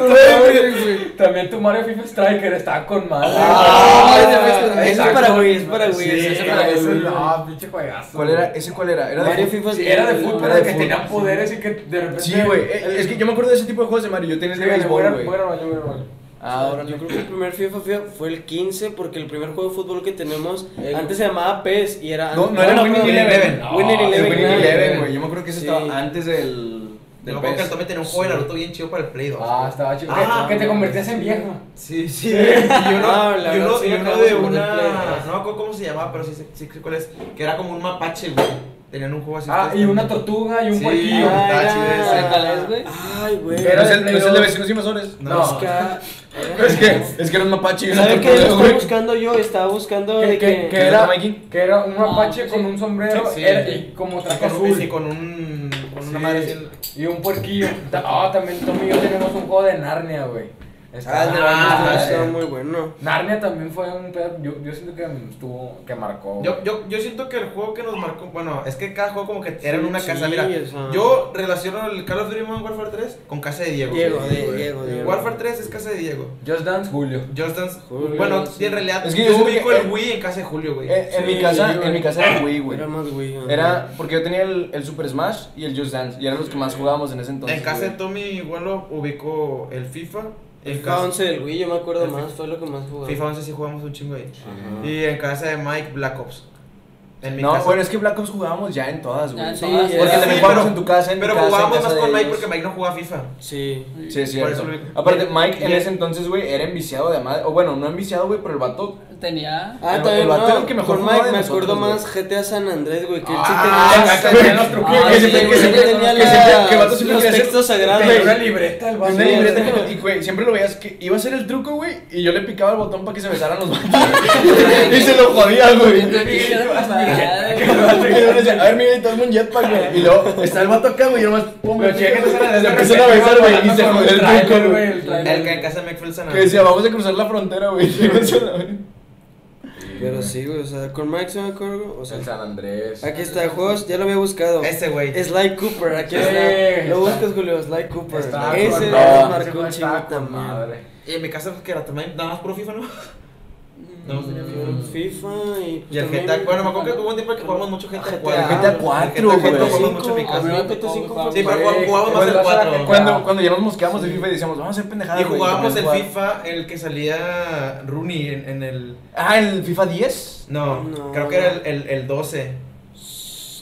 [SPEAKER 3] También tu Mario FIFA Striker está con madre.
[SPEAKER 4] Ah,
[SPEAKER 3] güey.
[SPEAKER 4] ese fue- ese es para
[SPEAKER 3] Exacto.
[SPEAKER 4] güey, es para güey,
[SPEAKER 3] Sí,
[SPEAKER 4] ese es
[SPEAKER 3] ese
[SPEAKER 4] para
[SPEAKER 3] es
[SPEAKER 4] güey.
[SPEAKER 3] el- ah, pinche juegazo.
[SPEAKER 1] ¿Cuál era? ¿Ese cuál era? Era de
[SPEAKER 4] Mario
[SPEAKER 1] fútbol.
[SPEAKER 4] FIFA
[SPEAKER 3] Sí, era de fútbol,
[SPEAKER 1] Era de
[SPEAKER 3] que
[SPEAKER 1] fútbol,
[SPEAKER 3] tenían poderes y que de repente.
[SPEAKER 1] Sí, güey. eh, Es que yo me acuerdo de ese tipo de juegos de Mario. Yo tenía el de béisbol, güey.
[SPEAKER 4] Ahora, yo creo que el primer FIFA fue- fue el 15 porque el primer juego de fútbol que tenemos antes se llamaba PES y era
[SPEAKER 1] No, no era Winning Eleven.
[SPEAKER 3] No,
[SPEAKER 4] Winning
[SPEAKER 3] sí,
[SPEAKER 1] El
[SPEAKER 4] Eleven.
[SPEAKER 1] Winning
[SPEAKER 3] güey.
[SPEAKER 1] Eleven, güey. Yo me acuerdo que ese
[SPEAKER 4] Sí.
[SPEAKER 1] estaba antes del.
[SPEAKER 2] Me
[SPEAKER 1] del
[SPEAKER 2] acuerdo que
[SPEAKER 1] PES.
[SPEAKER 2] el Tommy tenía un juego de Naruto bien chido para el Play 2.
[SPEAKER 3] Ah, estaba chido.
[SPEAKER 2] Ah,
[SPEAKER 3] que, que te convertías en viejo.
[SPEAKER 2] Sí, sí. <laughs> Y uno,
[SPEAKER 4] Ah,
[SPEAKER 2] y
[SPEAKER 4] la
[SPEAKER 2] uno-
[SPEAKER 4] verdad, sí,
[SPEAKER 2] y uno
[SPEAKER 4] lo acabamos
[SPEAKER 2] de
[SPEAKER 4] de poner
[SPEAKER 2] una.
[SPEAKER 4] play.
[SPEAKER 2] No me acuerdo cómo se llamaba, pero sí, sé- sí, sé cuál es. Que era como un mapache, güey. Tenían un juego así.
[SPEAKER 3] Ah, y una tortuga y un
[SPEAKER 2] Sí.
[SPEAKER 3] puerquillo.
[SPEAKER 2] Ah,
[SPEAKER 4] era-
[SPEAKER 2] chido ese.
[SPEAKER 5] ¿Cuál es, güey?
[SPEAKER 4] Ay, güey.
[SPEAKER 1] Pero es
[SPEAKER 4] Es
[SPEAKER 1] el, no es el de vecinos y masones.
[SPEAKER 2] No.
[SPEAKER 4] que-
[SPEAKER 1] Es que, es que era un mapache y una
[SPEAKER 4] ¿Saben qué
[SPEAKER 1] tortuga,
[SPEAKER 4] estoy
[SPEAKER 1] güey.
[SPEAKER 4] buscando yo? Estaba buscando
[SPEAKER 3] Que-
[SPEAKER 4] de
[SPEAKER 3] que-
[SPEAKER 4] que.
[SPEAKER 3] que era,
[SPEAKER 1] Mikey?
[SPEAKER 3] que era un
[SPEAKER 5] No,
[SPEAKER 3] mapache
[SPEAKER 5] sí.
[SPEAKER 3] con un sombrero
[SPEAKER 2] Sí, sí.
[SPEAKER 3] era- y como traje
[SPEAKER 2] con un, sí,
[SPEAKER 3] azul.
[SPEAKER 2] con un. Con
[SPEAKER 3] Sí,
[SPEAKER 2] una madre así.
[SPEAKER 3] Y un puerquillo. Ta- Ah, también Tommy y yo tenemos un juego de Narnia, güey. Está-
[SPEAKER 4] Ah, el de
[SPEAKER 2] Ah,
[SPEAKER 4] la
[SPEAKER 2] eh.
[SPEAKER 4] estaba muy bueno.
[SPEAKER 3] Narnia también fue un pedo. Yo, yo siento que estuvo, que marcó.
[SPEAKER 2] Yo, yo, yo siento que el juego que nos marcó, bueno, es que cada juego como que era en
[SPEAKER 4] Sí,
[SPEAKER 2] una casa.
[SPEAKER 4] sí,
[SPEAKER 2] Mira,
[SPEAKER 4] o sea.
[SPEAKER 2] yo relaciono el Call of Duty Modern Warfare 3 con casa de Diego.
[SPEAKER 4] Diego,
[SPEAKER 2] güey.
[SPEAKER 4] de- Diego, Diego.
[SPEAKER 2] Warfare 3 es casa de Diego.
[SPEAKER 3] Just Dance Julio.
[SPEAKER 2] Just Dance.
[SPEAKER 4] Julio,
[SPEAKER 2] bueno,
[SPEAKER 4] sí.
[SPEAKER 2] en realidad,
[SPEAKER 1] Es que yo
[SPEAKER 2] yo
[SPEAKER 1] siento
[SPEAKER 2] ubico
[SPEAKER 1] que-
[SPEAKER 2] el Wii en casa de Julio, güey.
[SPEAKER 1] Eh, En mi
[SPEAKER 4] Sí,
[SPEAKER 1] casa,
[SPEAKER 4] güey.
[SPEAKER 1] en mi casa era Wii, güey.
[SPEAKER 4] Era más güey. ajá.
[SPEAKER 1] Era porque yo tenía el, el Super Smash y el Just Dance y eran los que más jugábamos en ese entonces.
[SPEAKER 2] en casa de
[SPEAKER 1] güey.
[SPEAKER 2] Tommy igual lo ubicó el FIFA. En
[SPEAKER 4] FIFA
[SPEAKER 2] casa-
[SPEAKER 4] 11 del Wii, yo me acuerdo
[SPEAKER 2] El
[SPEAKER 4] más, fue lo que más jugaba.
[SPEAKER 2] FIFA 11 sí jugamos un chingo ahí.
[SPEAKER 4] Ajá.
[SPEAKER 2] Y en casa de Mike, Black Ops. En mi
[SPEAKER 1] No,
[SPEAKER 2] casa.
[SPEAKER 1] bueno, es que Black Ops jugábamos ya en todas, güey.
[SPEAKER 5] Ya,
[SPEAKER 4] Ah, Sí,
[SPEAKER 5] todas,
[SPEAKER 4] era-
[SPEAKER 1] Porque
[SPEAKER 2] Sí,
[SPEAKER 1] también
[SPEAKER 2] pero-
[SPEAKER 1] jugábamos en tu casa, en mi
[SPEAKER 2] Pero
[SPEAKER 1] casa, en
[SPEAKER 2] jugábamos
[SPEAKER 1] casa
[SPEAKER 2] más
[SPEAKER 1] de
[SPEAKER 2] con Mike
[SPEAKER 1] ellos.
[SPEAKER 2] porque Mike no jugaba FIFA.
[SPEAKER 4] Sí.
[SPEAKER 1] Sí, es
[SPEAKER 2] Por
[SPEAKER 1] cierto.
[SPEAKER 2] eso lo-
[SPEAKER 1] Aparte, Mike en
[SPEAKER 2] y-
[SPEAKER 1] ese entonces, güey, era enviciado de madre. O bueno, no enviciado, güey, pero el vato.
[SPEAKER 5] Tenía.
[SPEAKER 4] Ah,
[SPEAKER 1] El-
[SPEAKER 4] también
[SPEAKER 1] el vato era el
[SPEAKER 4] no,
[SPEAKER 1] que mejor
[SPEAKER 4] con
[SPEAKER 1] jugaba
[SPEAKER 4] Mike
[SPEAKER 1] de
[SPEAKER 4] me
[SPEAKER 1] nosotros,
[SPEAKER 4] acuerdo
[SPEAKER 1] güey.
[SPEAKER 4] más GTA San Andrés, güey, que él sí
[SPEAKER 3] Ah,
[SPEAKER 4] tenía...
[SPEAKER 3] que tenía los truquillos.
[SPEAKER 5] Ah,
[SPEAKER 1] Que
[SPEAKER 5] sí,
[SPEAKER 1] siempre- que
[SPEAKER 5] güey.
[SPEAKER 1] siempre
[SPEAKER 4] tenía
[SPEAKER 1] que
[SPEAKER 4] la-
[SPEAKER 1] siempre- que el vato siempre
[SPEAKER 4] los
[SPEAKER 1] quería hacer-
[SPEAKER 4] textos sagrados.
[SPEAKER 3] Tenía una libreta el vato.
[SPEAKER 1] Una libreta que
[SPEAKER 4] güey.
[SPEAKER 1] y, güey, siempre lo veías que iba a hacer el truco, güey, y yo le picaba el botón para que se besaran los vatos. y se lo jodía, güey.
[SPEAKER 5] Entonces, era mamada,
[SPEAKER 1] Y el
[SPEAKER 5] güey.
[SPEAKER 1] vato que yo le decía, a ver, mira, toma un jetpack, güey. Y luego está el vato acá, güey, y nomás pum,
[SPEAKER 3] Pero
[SPEAKER 1] güey,
[SPEAKER 3] chica que te sale de
[SPEAKER 1] se
[SPEAKER 3] esa
[SPEAKER 1] empiezan a
[SPEAKER 3] perspectiva
[SPEAKER 1] besar, güey, y
[SPEAKER 3] bailando
[SPEAKER 1] se
[SPEAKER 3] con
[SPEAKER 1] jodió
[SPEAKER 3] el
[SPEAKER 1] el truco,
[SPEAKER 3] trailer,
[SPEAKER 1] güey.
[SPEAKER 3] güey, el
[SPEAKER 2] El
[SPEAKER 3] trailer.
[SPEAKER 2] que en casa de Mike fue el San
[SPEAKER 1] Que decía, vamos a cruzar la frontera, güey. Y eso, güey.
[SPEAKER 4] Pero sí, güey, o sea, con Mike se me acuerdo, o sea...
[SPEAKER 3] El San Andrés.
[SPEAKER 4] Aquí está, juegos, ya lo había buscado.
[SPEAKER 2] Ese Este güey.
[SPEAKER 4] Sly Cooper, aquí
[SPEAKER 3] Sí.
[SPEAKER 4] está. Lo buscas, Julio, Sly Cooper.
[SPEAKER 3] Está
[SPEAKER 4] ese
[SPEAKER 3] con-
[SPEAKER 4] nos
[SPEAKER 3] no, ese
[SPEAKER 4] marcó
[SPEAKER 3] güey
[SPEAKER 4] un chingo
[SPEAKER 3] estaba con
[SPEAKER 4] también.
[SPEAKER 3] madre.
[SPEAKER 2] Y en mi casa pues, que era también nada más puro FIFA, ¿no? No, tenía
[SPEAKER 4] Mm,
[SPEAKER 2] FIFA.
[SPEAKER 4] FIFA y... pues,
[SPEAKER 2] Y el
[SPEAKER 4] también-
[SPEAKER 2] GTA, bueno, me acuerdo que hubo un tiempo que jugamos mucho GTA 4.
[SPEAKER 4] GTA
[SPEAKER 1] cuatro,
[SPEAKER 2] El GTA
[SPEAKER 1] güey.
[SPEAKER 2] jugamos mucho en mi
[SPEAKER 4] Cinco,
[SPEAKER 2] casa.
[SPEAKER 4] a mí me
[SPEAKER 5] tocó
[SPEAKER 2] Sí,
[SPEAKER 5] jugar.
[SPEAKER 2] pero jugamos- jugábamos
[SPEAKER 3] Güey,
[SPEAKER 2] más el
[SPEAKER 3] vas a la
[SPEAKER 2] 4.
[SPEAKER 1] Cuando, cuando ya nos mosqueamos de FIFA y decíamos, vamos a hacer pendejadas.
[SPEAKER 2] Y
[SPEAKER 1] güey,
[SPEAKER 2] jugábamos
[SPEAKER 1] vamos a
[SPEAKER 2] el
[SPEAKER 1] jugar.
[SPEAKER 2] FIFA, el que salía Rooney en, en el.
[SPEAKER 1] Ah, el FIFA 10.
[SPEAKER 2] No,
[SPEAKER 4] No,
[SPEAKER 2] creo que era
[SPEAKER 4] no.
[SPEAKER 2] el, el, el 12.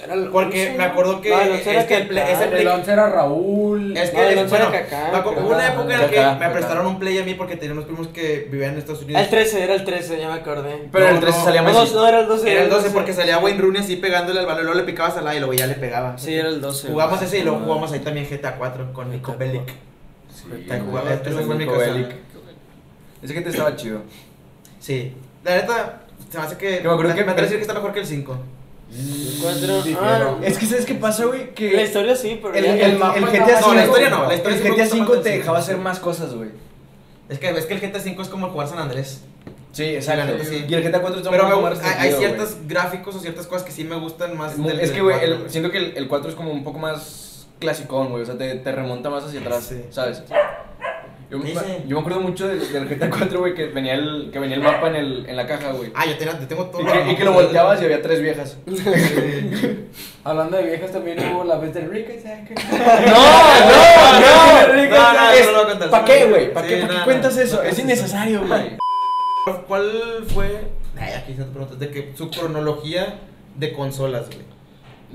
[SPEAKER 4] Era el
[SPEAKER 2] Porque
[SPEAKER 4] once,
[SPEAKER 2] me acuerdo
[SPEAKER 4] ¿no?
[SPEAKER 2] que.
[SPEAKER 4] No, el once era
[SPEAKER 2] es que el
[SPEAKER 4] Kaká.
[SPEAKER 2] play- es el
[SPEAKER 3] El
[SPEAKER 2] play-
[SPEAKER 3] once era Raúl.
[SPEAKER 2] Es
[SPEAKER 4] No,
[SPEAKER 2] que.
[SPEAKER 4] el once
[SPEAKER 2] bueno,
[SPEAKER 4] era
[SPEAKER 1] Ah,
[SPEAKER 4] Kaká,
[SPEAKER 2] me acuerdo-
[SPEAKER 4] Kaká.
[SPEAKER 2] hubo una época en la que
[SPEAKER 1] Kaká,
[SPEAKER 2] me
[SPEAKER 1] Kaká.
[SPEAKER 2] prestaron un play a mí porque tenía unos primos que vivían en Estados Unidos.
[SPEAKER 4] El 13, era el 13, ya me acordé.
[SPEAKER 1] Pero
[SPEAKER 2] No,
[SPEAKER 1] el 13
[SPEAKER 2] no.
[SPEAKER 1] salía
[SPEAKER 4] No,
[SPEAKER 1] Messi.
[SPEAKER 4] no, era el 12.
[SPEAKER 2] Era el 12 porque salía Wayne Rooney así pegándole al balón y luego le picabas al aire y luego ya le pegaba.
[SPEAKER 4] Sí, era el 12.
[SPEAKER 2] Jugamos ese y luego jugamos ahí también GTA 4 con Nico Bellic. Ahí jugaba- este
[SPEAKER 1] Ese
[SPEAKER 2] fue mi
[SPEAKER 1] Nico
[SPEAKER 2] casa.
[SPEAKER 1] Bellic. Ese que te estaba chido.
[SPEAKER 2] Sí. La neta, se me hace que.
[SPEAKER 1] Que me acuerdo
[SPEAKER 2] me
[SPEAKER 1] que-
[SPEAKER 2] atrevo a decir que está mejor que el 5.
[SPEAKER 4] Cuatro.
[SPEAKER 3] Sí,
[SPEAKER 4] Ah,
[SPEAKER 3] pero-
[SPEAKER 1] Es que, ¿sabes qué pasa, güey? Que
[SPEAKER 4] La historia sí, pero.
[SPEAKER 1] el,
[SPEAKER 4] ya-
[SPEAKER 1] el,
[SPEAKER 2] el
[SPEAKER 1] el
[SPEAKER 2] mapa
[SPEAKER 1] GTA
[SPEAKER 2] no,
[SPEAKER 1] V.
[SPEAKER 2] la historia no, la historia sí me
[SPEAKER 1] el GTA
[SPEAKER 2] gusta más
[SPEAKER 1] V
[SPEAKER 2] el
[SPEAKER 1] te
[SPEAKER 2] cinco.
[SPEAKER 1] dejaba hacer más cosas, güey.
[SPEAKER 2] Es que ves que el GTA 5 es como jugar San Andrés.
[SPEAKER 1] Sí,
[SPEAKER 2] exacto.
[SPEAKER 1] exacto.
[SPEAKER 2] Sí.
[SPEAKER 1] Y el GTA 4 está
[SPEAKER 2] Pero
[SPEAKER 1] un
[SPEAKER 2] me,
[SPEAKER 1] poco
[SPEAKER 2] hay,
[SPEAKER 1] más
[SPEAKER 2] hay
[SPEAKER 1] restringido,
[SPEAKER 2] ciertos gráficos o ciertas cosas que sí me gustan más.
[SPEAKER 1] güey.
[SPEAKER 2] del-
[SPEAKER 1] Es
[SPEAKER 2] del
[SPEAKER 1] que, güey,
[SPEAKER 2] cuatro,
[SPEAKER 1] el- siento que el, el 4 es como un poco más clasicón, güey. O sea, te, te remonta más hacia atrás,
[SPEAKER 2] Sí.
[SPEAKER 1] ¿sabes? Yo, me-
[SPEAKER 2] Dice.
[SPEAKER 1] yo me acuerdo mucho del, del GTA 4, güey, que venía el, que venía el mapa en, el, en la caja, güey.
[SPEAKER 2] Ah, yo, tenía- yo tengo todo.
[SPEAKER 1] Y que, y que lo volteabas y había tres viejas.
[SPEAKER 3] Hablando de viejas también hubo la vez del Rick ¿eh? Attack.
[SPEAKER 1] ¡No! ¡No!
[SPEAKER 2] no, no, no, no lo voy a contar.
[SPEAKER 1] ¿Para qué, güey? ¿Para
[SPEAKER 2] Sí,
[SPEAKER 1] qué, ¿pa' qué
[SPEAKER 2] no, no,
[SPEAKER 1] cuentas
[SPEAKER 2] no,
[SPEAKER 1] eso?
[SPEAKER 2] no,
[SPEAKER 1] es
[SPEAKER 2] no,
[SPEAKER 1] innecesario, güey.
[SPEAKER 2] ¿Cuál fue? Ay, aquí se te preguntas. De que su cronología de consolas, güey.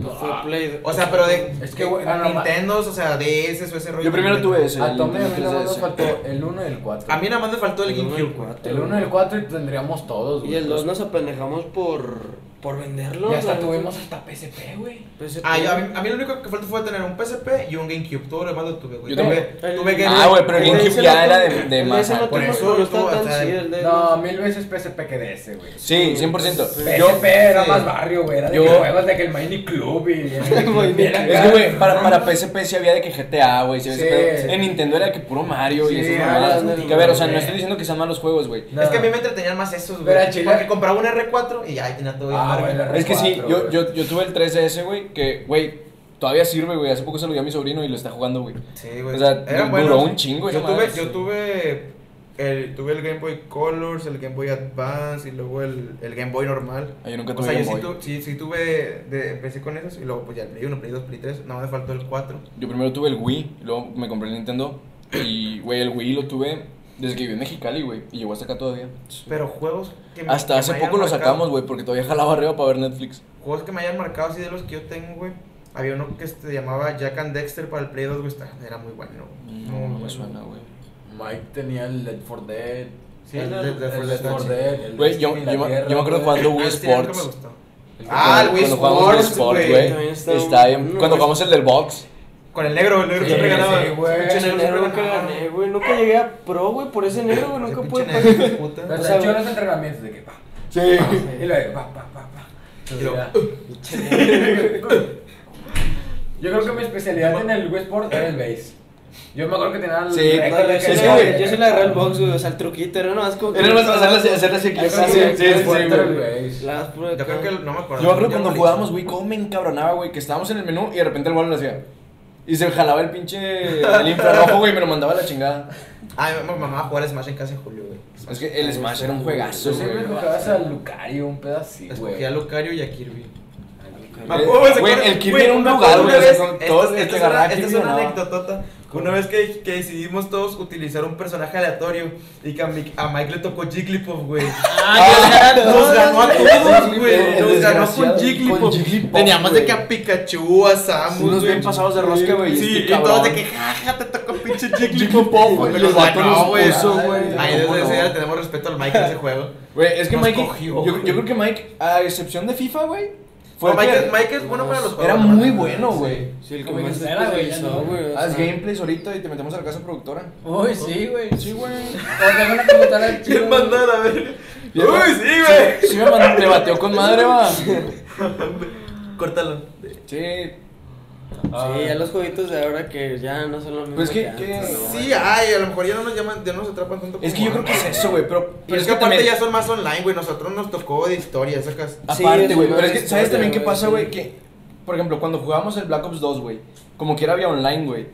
[SPEAKER 4] Pues
[SPEAKER 1] Ah.
[SPEAKER 4] fue Play.
[SPEAKER 2] O sea, pero de.
[SPEAKER 3] Es que, güey,
[SPEAKER 2] de
[SPEAKER 3] ah, no,
[SPEAKER 2] Nintendos, o sea, DS o ese rollo.
[SPEAKER 1] Yo primero tuve ese.
[SPEAKER 3] A
[SPEAKER 1] el
[SPEAKER 3] Tommy a mí
[SPEAKER 1] Nintendo
[SPEAKER 3] nada más nos
[SPEAKER 1] 3DS.
[SPEAKER 3] faltó el 1 y el 4.
[SPEAKER 2] A mí nada más me faltó el GameCube, güey.
[SPEAKER 3] El 1 y el 4 y tendríamos todos,
[SPEAKER 4] Y
[SPEAKER 3] güey.
[SPEAKER 4] el 2 nos apendejamos por. por venderlo.
[SPEAKER 5] Y hasta
[SPEAKER 4] la-
[SPEAKER 5] tuvimos hasta PSP, güey.
[SPEAKER 4] Pues,
[SPEAKER 2] Ah, yo, a,
[SPEAKER 1] Este,
[SPEAKER 2] mí, a mí lo único que falta fue tener un PSP y un GameCube. Todo lo demás lo tuve, güey.
[SPEAKER 1] Yo también.
[SPEAKER 2] Tuve, tuve Game
[SPEAKER 1] Ah,
[SPEAKER 2] Boy. Este,
[SPEAKER 1] güey, pero el GameCube ya era de, de más.
[SPEAKER 4] Ese no
[SPEAKER 2] por
[SPEAKER 4] tuvo-
[SPEAKER 2] eso
[SPEAKER 4] no
[SPEAKER 2] yo
[SPEAKER 4] estaba
[SPEAKER 2] tuve
[SPEAKER 4] tan
[SPEAKER 2] hasta-
[SPEAKER 4] chido el de-
[SPEAKER 3] No, mil veces PSP que de ese, güey.
[SPEAKER 1] Sí, 100%. Yo,
[SPEAKER 3] PSP era
[SPEAKER 2] sí.
[SPEAKER 3] más barrio, güey. Era de
[SPEAKER 1] Yo-
[SPEAKER 3] que juegos de que el
[SPEAKER 1] <laughs>
[SPEAKER 3] Mindy Club y.
[SPEAKER 1] es que, güey, para, para PSP sí había de que GTA, güey. sí había ese
[SPEAKER 3] Sí.
[SPEAKER 1] pedo. En Nintendo era de que puro Mario y
[SPEAKER 3] Sí,
[SPEAKER 1] esas
[SPEAKER 3] ah,
[SPEAKER 1] mamadas.
[SPEAKER 3] ándale,
[SPEAKER 1] Que a ver, o sea, no
[SPEAKER 3] güey.
[SPEAKER 1] estoy diciendo que sean malos juegos, güey.
[SPEAKER 3] No.
[SPEAKER 2] Es que a mí me entretenían más esos, güey.
[SPEAKER 3] Pero al chile-
[SPEAKER 2] Porque compraba un R4 y ya tenía todo.
[SPEAKER 3] Ah,
[SPEAKER 2] bien.
[SPEAKER 3] güey, la
[SPEAKER 1] Es que sí,
[SPEAKER 3] R4,
[SPEAKER 1] yo,
[SPEAKER 3] güey.
[SPEAKER 1] yo, yo tuve el 3DS, güey, que, güey, todavía sirve, güey. Hace poco se lo di a mi sobrino y lo está jugando, güey.
[SPEAKER 2] Sí, güey.
[SPEAKER 1] O sea,
[SPEAKER 2] Era
[SPEAKER 1] du-
[SPEAKER 2] bueno.
[SPEAKER 1] duró un chingo
[SPEAKER 2] Yo
[SPEAKER 1] esa
[SPEAKER 2] tuve,
[SPEAKER 1] madre.
[SPEAKER 2] yo tuve el, tuve el Game Boy Colors, el Game Boy Advance y luego el, el Game Boy normal.
[SPEAKER 1] Ah, yo nunca
[SPEAKER 2] o
[SPEAKER 1] tuve
[SPEAKER 2] sea, yo
[SPEAKER 1] Game
[SPEAKER 2] sí,
[SPEAKER 1] Boy.
[SPEAKER 2] tu- sí, sí tuve, de- empecé con esos y luego pues ya el Play 1, Play 2, Play 3, no me faltó el 4.
[SPEAKER 1] Yo primero tuve el Wii, y luego me compré el Nintendo. Y, güey, el Wii lo tuve desde que viví en Mexicali, güey. Y llegó hasta acá todavía.
[SPEAKER 2] Pero juegos que me-
[SPEAKER 1] Hasta
[SPEAKER 2] que
[SPEAKER 1] hace
[SPEAKER 2] me
[SPEAKER 1] poco
[SPEAKER 2] hayan
[SPEAKER 1] lo
[SPEAKER 2] marcado-
[SPEAKER 1] sacamos, güey, porque todavía jalaba arriba para ver Netflix.
[SPEAKER 2] Juegos que me hayan marcado así de los que yo tengo, güey. Había uno que se llamaba Jack and Dexter para el Play 2, güey, está- era muy bueno. Mm, güey.
[SPEAKER 1] No, no me suena, güey.
[SPEAKER 3] Mike tenía el Led for Dead.
[SPEAKER 2] Sí, el Left 4 Dead,
[SPEAKER 3] Left 4
[SPEAKER 2] sí.
[SPEAKER 3] Dead, el
[SPEAKER 1] Güey, yo,
[SPEAKER 3] Destiny,
[SPEAKER 1] yo,
[SPEAKER 3] la
[SPEAKER 1] me-
[SPEAKER 3] Tierra,
[SPEAKER 1] yo me acuerdo
[SPEAKER 3] güey.
[SPEAKER 1] jugando Wii
[SPEAKER 2] Ah, sí, nunca me
[SPEAKER 1] Sports.
[SPEAKER 2] gustó.
[SPEAKER 1] Cuando-
[SPEAKER 2] Ah, el Wii
[SPEAKER 1] cuando jugamos
[SPEAKER 2] Sports, güey.
[SPEAKER 1] güey.
[SPEAKER 4] Está un-
[SPEAKER 1] Está bien.
[SPEAKER 4] uno,
[SPEAKER 1] Cuando
[SPEAKER 4] güey.
[SPEAKER 1] jugamos el del box.
[SPEAKER 2] Con el negro, el negro
[SPEAKER 3] Sí,
[SPEAKER 2] siempre ganaba.
[SPEAKER 3] sí, güey.
[SPEAKER 2] Pinche
[SPEAKER 4] Pinche
[SPEAKER 2] negro
[SPEAKER 4] enero
[SPEAKER 2] siempre
[SPEAKER 4] nunca
[SPEAKER 2] ganaba.
[SPEAKER 4] gané, güey. Nunca llegué a pro, güey. Por ese enero, güey.
[SPEAKER 2] Ese
[SPEAKER 4] Nunca
[SPEAKER 2] pinche
[SPEAKER 4] pude
[SPEAKER 2] negro, hijo
[SPEAKER 4] pasar.
[SPEAKER 2] de puta.
[SPEAKER 3] Pero
[SPEAKER 4] O
[SPEAKER 3] se
[SPEAKER 4] sea,
[SPEAKER 3] echó
[SPEAKER 4] güey.
[SPEAKER 3] los entrenamientos de que pa.
[SPEAKER 1] Sí.
[SPEAKER 3] Y luego, pa, pa, pa, pa. Entonces,
[SPEAKER 2] Y luego,
[SPEAKER 3] ya. <laughs> Yo creo que mi especialidad en el Wii Sport era el base. Yo me acuerdo que tenía el
[SPEAKER 1] Sí,
[SPEAKER 3] récord
[SPEAKER 4] No,
[SPEAKER 3] de
[SPEAKER 4] yo
[SPEAKER 3] que-
[SPEAKER 4] sí
[SPEAKER 1] Es
[SPEAKER 4] le
[SPEAKER 1] que, güey,
[SPEAKER 4] agarré- yo sí le agarré el box, güey. O sea, el truquito era nomás como. que-
[SPEAKER 1] Era más hacerle así, hacerle así.
[SPEAKER 3] Yo creo
[SPEAKER 1] Sí,
[SPEAKER 3] que
[SPEAKER 1] sí,
[SPEAKER 3] el
[SPEAKER 1] sí,
[SPEAKER 3] Wii Sport
[SPEAKER 1] sí,
[SPEAKER 3] era
[SPEAKER 1] güey.
[SPEAKER 3] el base.
[SPEAKER 4] Las puras
[SPEAKER 2] Yo creo
[SPEAKER 4] acá.
[SPEAKER 2] que no
[SPEAKER 1] Yo me
[SPEAKER 2] me acuerdo.
[SPEAKER 1] acuerdo
[SPEAKER 2] Ya
[SPEAKER 1] cuando
[SPEAKER 2] no le
[SPEAKER 1] jugábamos,
[SPEAKER 2] hice.
[SPEAKER 1] güey, cómo me encabronaba, güey, que estábamos en el menú y de repente el balón lo hacía. Y se jalaba el pinche el infrarrojo, güey, y me lo mandaba a la chingada.
[SPEAKER 2] Ay, me me mamaba jugar Smash en casa en julio, güey.
[SPEAKER 1] Es que el Smash era un juegazo,
[SPEAKER 3] Yo siempre
[SPEAKER 1] güey.
[SPEAKER 3] jugabas a Lucario, un pedacito, güey.
[SPEAKER 2] Escogí a Lucario y a Kirby.
[SPEAKER 1] Me acuerdo, güey, el Kirby era un lugar, güey, o sea, con todos
[SPEAKER 2] Esta,
[SPEAKER 1] que te
[SPEAKER 2] esta es una,
[SPEAKER 1] agarraba
[SPEAKER 2] esta es
[SPEAKER 1] Kirby,
[SPEAKER 2] una
[SPEAKER 1] no.
[SPEAKER 2] anécdotota. Una vez que, que decidimos todos utilizar un personaje aleatorio y que a, mi- a Mike le tocó Jigglypuff, güey.
[SPEAKER 1] Ah,
[SPEAKER 2] Ah, Nos ganó a todos, güey.
[SPEAKER 1] El
[SPEAKER 2] Nos ganó con
[SPEAKER 1] desgraciado, con
[SPEAKER 2] Jigglypuff.
[SPEAKER 1] Jigglypuff,
[SPEAKER 2] Teníamos de
[SPEAKER 1] güey.
[SPEAKER 2] que a Pikachu, a Samus.
[SPEAKER 1] Unos bien
[SPEAKER 2] güey.
[SPEAKER 1] pasados de rosca, güey,
[SPEAKER 2] Sí,
[SPEAKER 1] este
[SPEAKER 2] y todos
[SPEAKER 1] cabrón.
[SPEAKER 2] de que jaja, te tocó pinche
[SPEAKER 1] <laughs>
[SPEAKER 2] Jigglypuff,
[SPEAKER 1] Jigglypuff,
[SPEAKER 2] güey.
[SPEAKER 1] güey,
[SPEAKER 2] Y
[SPEAKER 1] los
[SPEAKER 2] Los
[SPEAKER 1] vatos
[SPEAKER 2] ganó,
[SPEAKER 1] los
[SPEAKER 2] güey.
[SPEAKER 1] puso, güey.
[SPEAKER 2] Ahí
[SPEAKER 1] ¿Cómo
[SPEAKER 2] desde ese
[SPEAKER 1] no?
[SPEAKER 2] día le tenemos respeto al Mike en ese juego.
[SPEAKER 1] Güey, es que
[SPEAKER 2] Nos
[SPEAKER 1] Mike,
[SPEAKER 2] cogió,
[SPEAKER 1] yo, yo
[SPEAKER 2] güey.
[SPEAKER 1] creo que Mike, a excepción de FIFA, güey, fue
[SPEAKER 2] No,
[SPEAKER 1] el
[SPEAKER 2] Mike,
[SPEAKER 1] que
[SPEAKER 2] es- Mike es bueno para los
[SPEAKER 1] era
[SPEAKER 2] juegos, la
[SPEAKER 1] muy
[SPEAKER 2] verdad.
[SPEAKER 1] bueno,
[SPEAKER 2] Sí.
[SPEAKER 1] güey.
[SPEAKER 4] Sí, el que
[SPEAKER 5] Como
[SPEAKER 4] más
[SPEAKER 5] que
[SPEAKER 4] se
[SPEAKER 5] era, güey, ya
[SPEAKER 4] especializó,
[SPEAKER 5] no.
[SPEAKER 4] güey. o
[SPEAKER 1] Haz
[SPEAKER 4] sea.
[SPEAKER 1] gameplays ahorita y te metemos a la casa productora.
[SPEAKER 5] Uy, sí, güey.
[SPEAKER 1] Sí, güey.
[SPEAKER 5] O tengo una pregunta al
[SPEAKER 2] ¿Quién
[SPEAKER 5] chico.
[SPEAKER 2] mandó a la verga? Uy, sí, güey.
[SPEAKER 1] Sí, me, mandó- me bateó con madre,
[SPEAKER 2] <laughs>
[SPEAKER 1] va.
[SPEAKER 2] Córtalo.
[SPEAKER 1] Sí.
[SPEAKER 4] Sí, ya los jueguitos de ahora que ya no son lo mismo.
[SPEAKER 1] Pues que-
[SPEAKER 4] antes,
[SPEAKER 1] que-
[SPEAKER 4] ¿no?
[SPEAKER 2] Sí, ay, a lo mejor ya no nos llaman, ya no nos atrapan tanto.
[SPEAKER 1] Es que
[SPEAKER 2] como
[SPEAKER 1] yo creo que es
[SPEAKER 2] antes.
[SPEAKER 1] eso, güey, pero...
[SPEAKER 2] Pero es que aparte
[SPEAKER 1] también-
[SPEAKER 2] ya son más online, güey. Nosotros nos tocó de historia, sacas.
[SPEAKER 4] Sí,
[SPEAKER 1] Aparte,
[SPEAKER 4] es
[SPEAKER 1] güey.
[SPEAKER 4] una
[SPEAKER 1] pero es que, ¿sabes
[SPEAKER 4] historia,
[SPEAKER 1] también qué
[SPEAKER 4] güey,
[SPEAKER 1] pasa,
[SPEAKER 4] sí.
[SPEAKER 1] güey? Que, por ejemplo, cuando jugábamos el Black Ops 2, güey, como quiera había online, güey.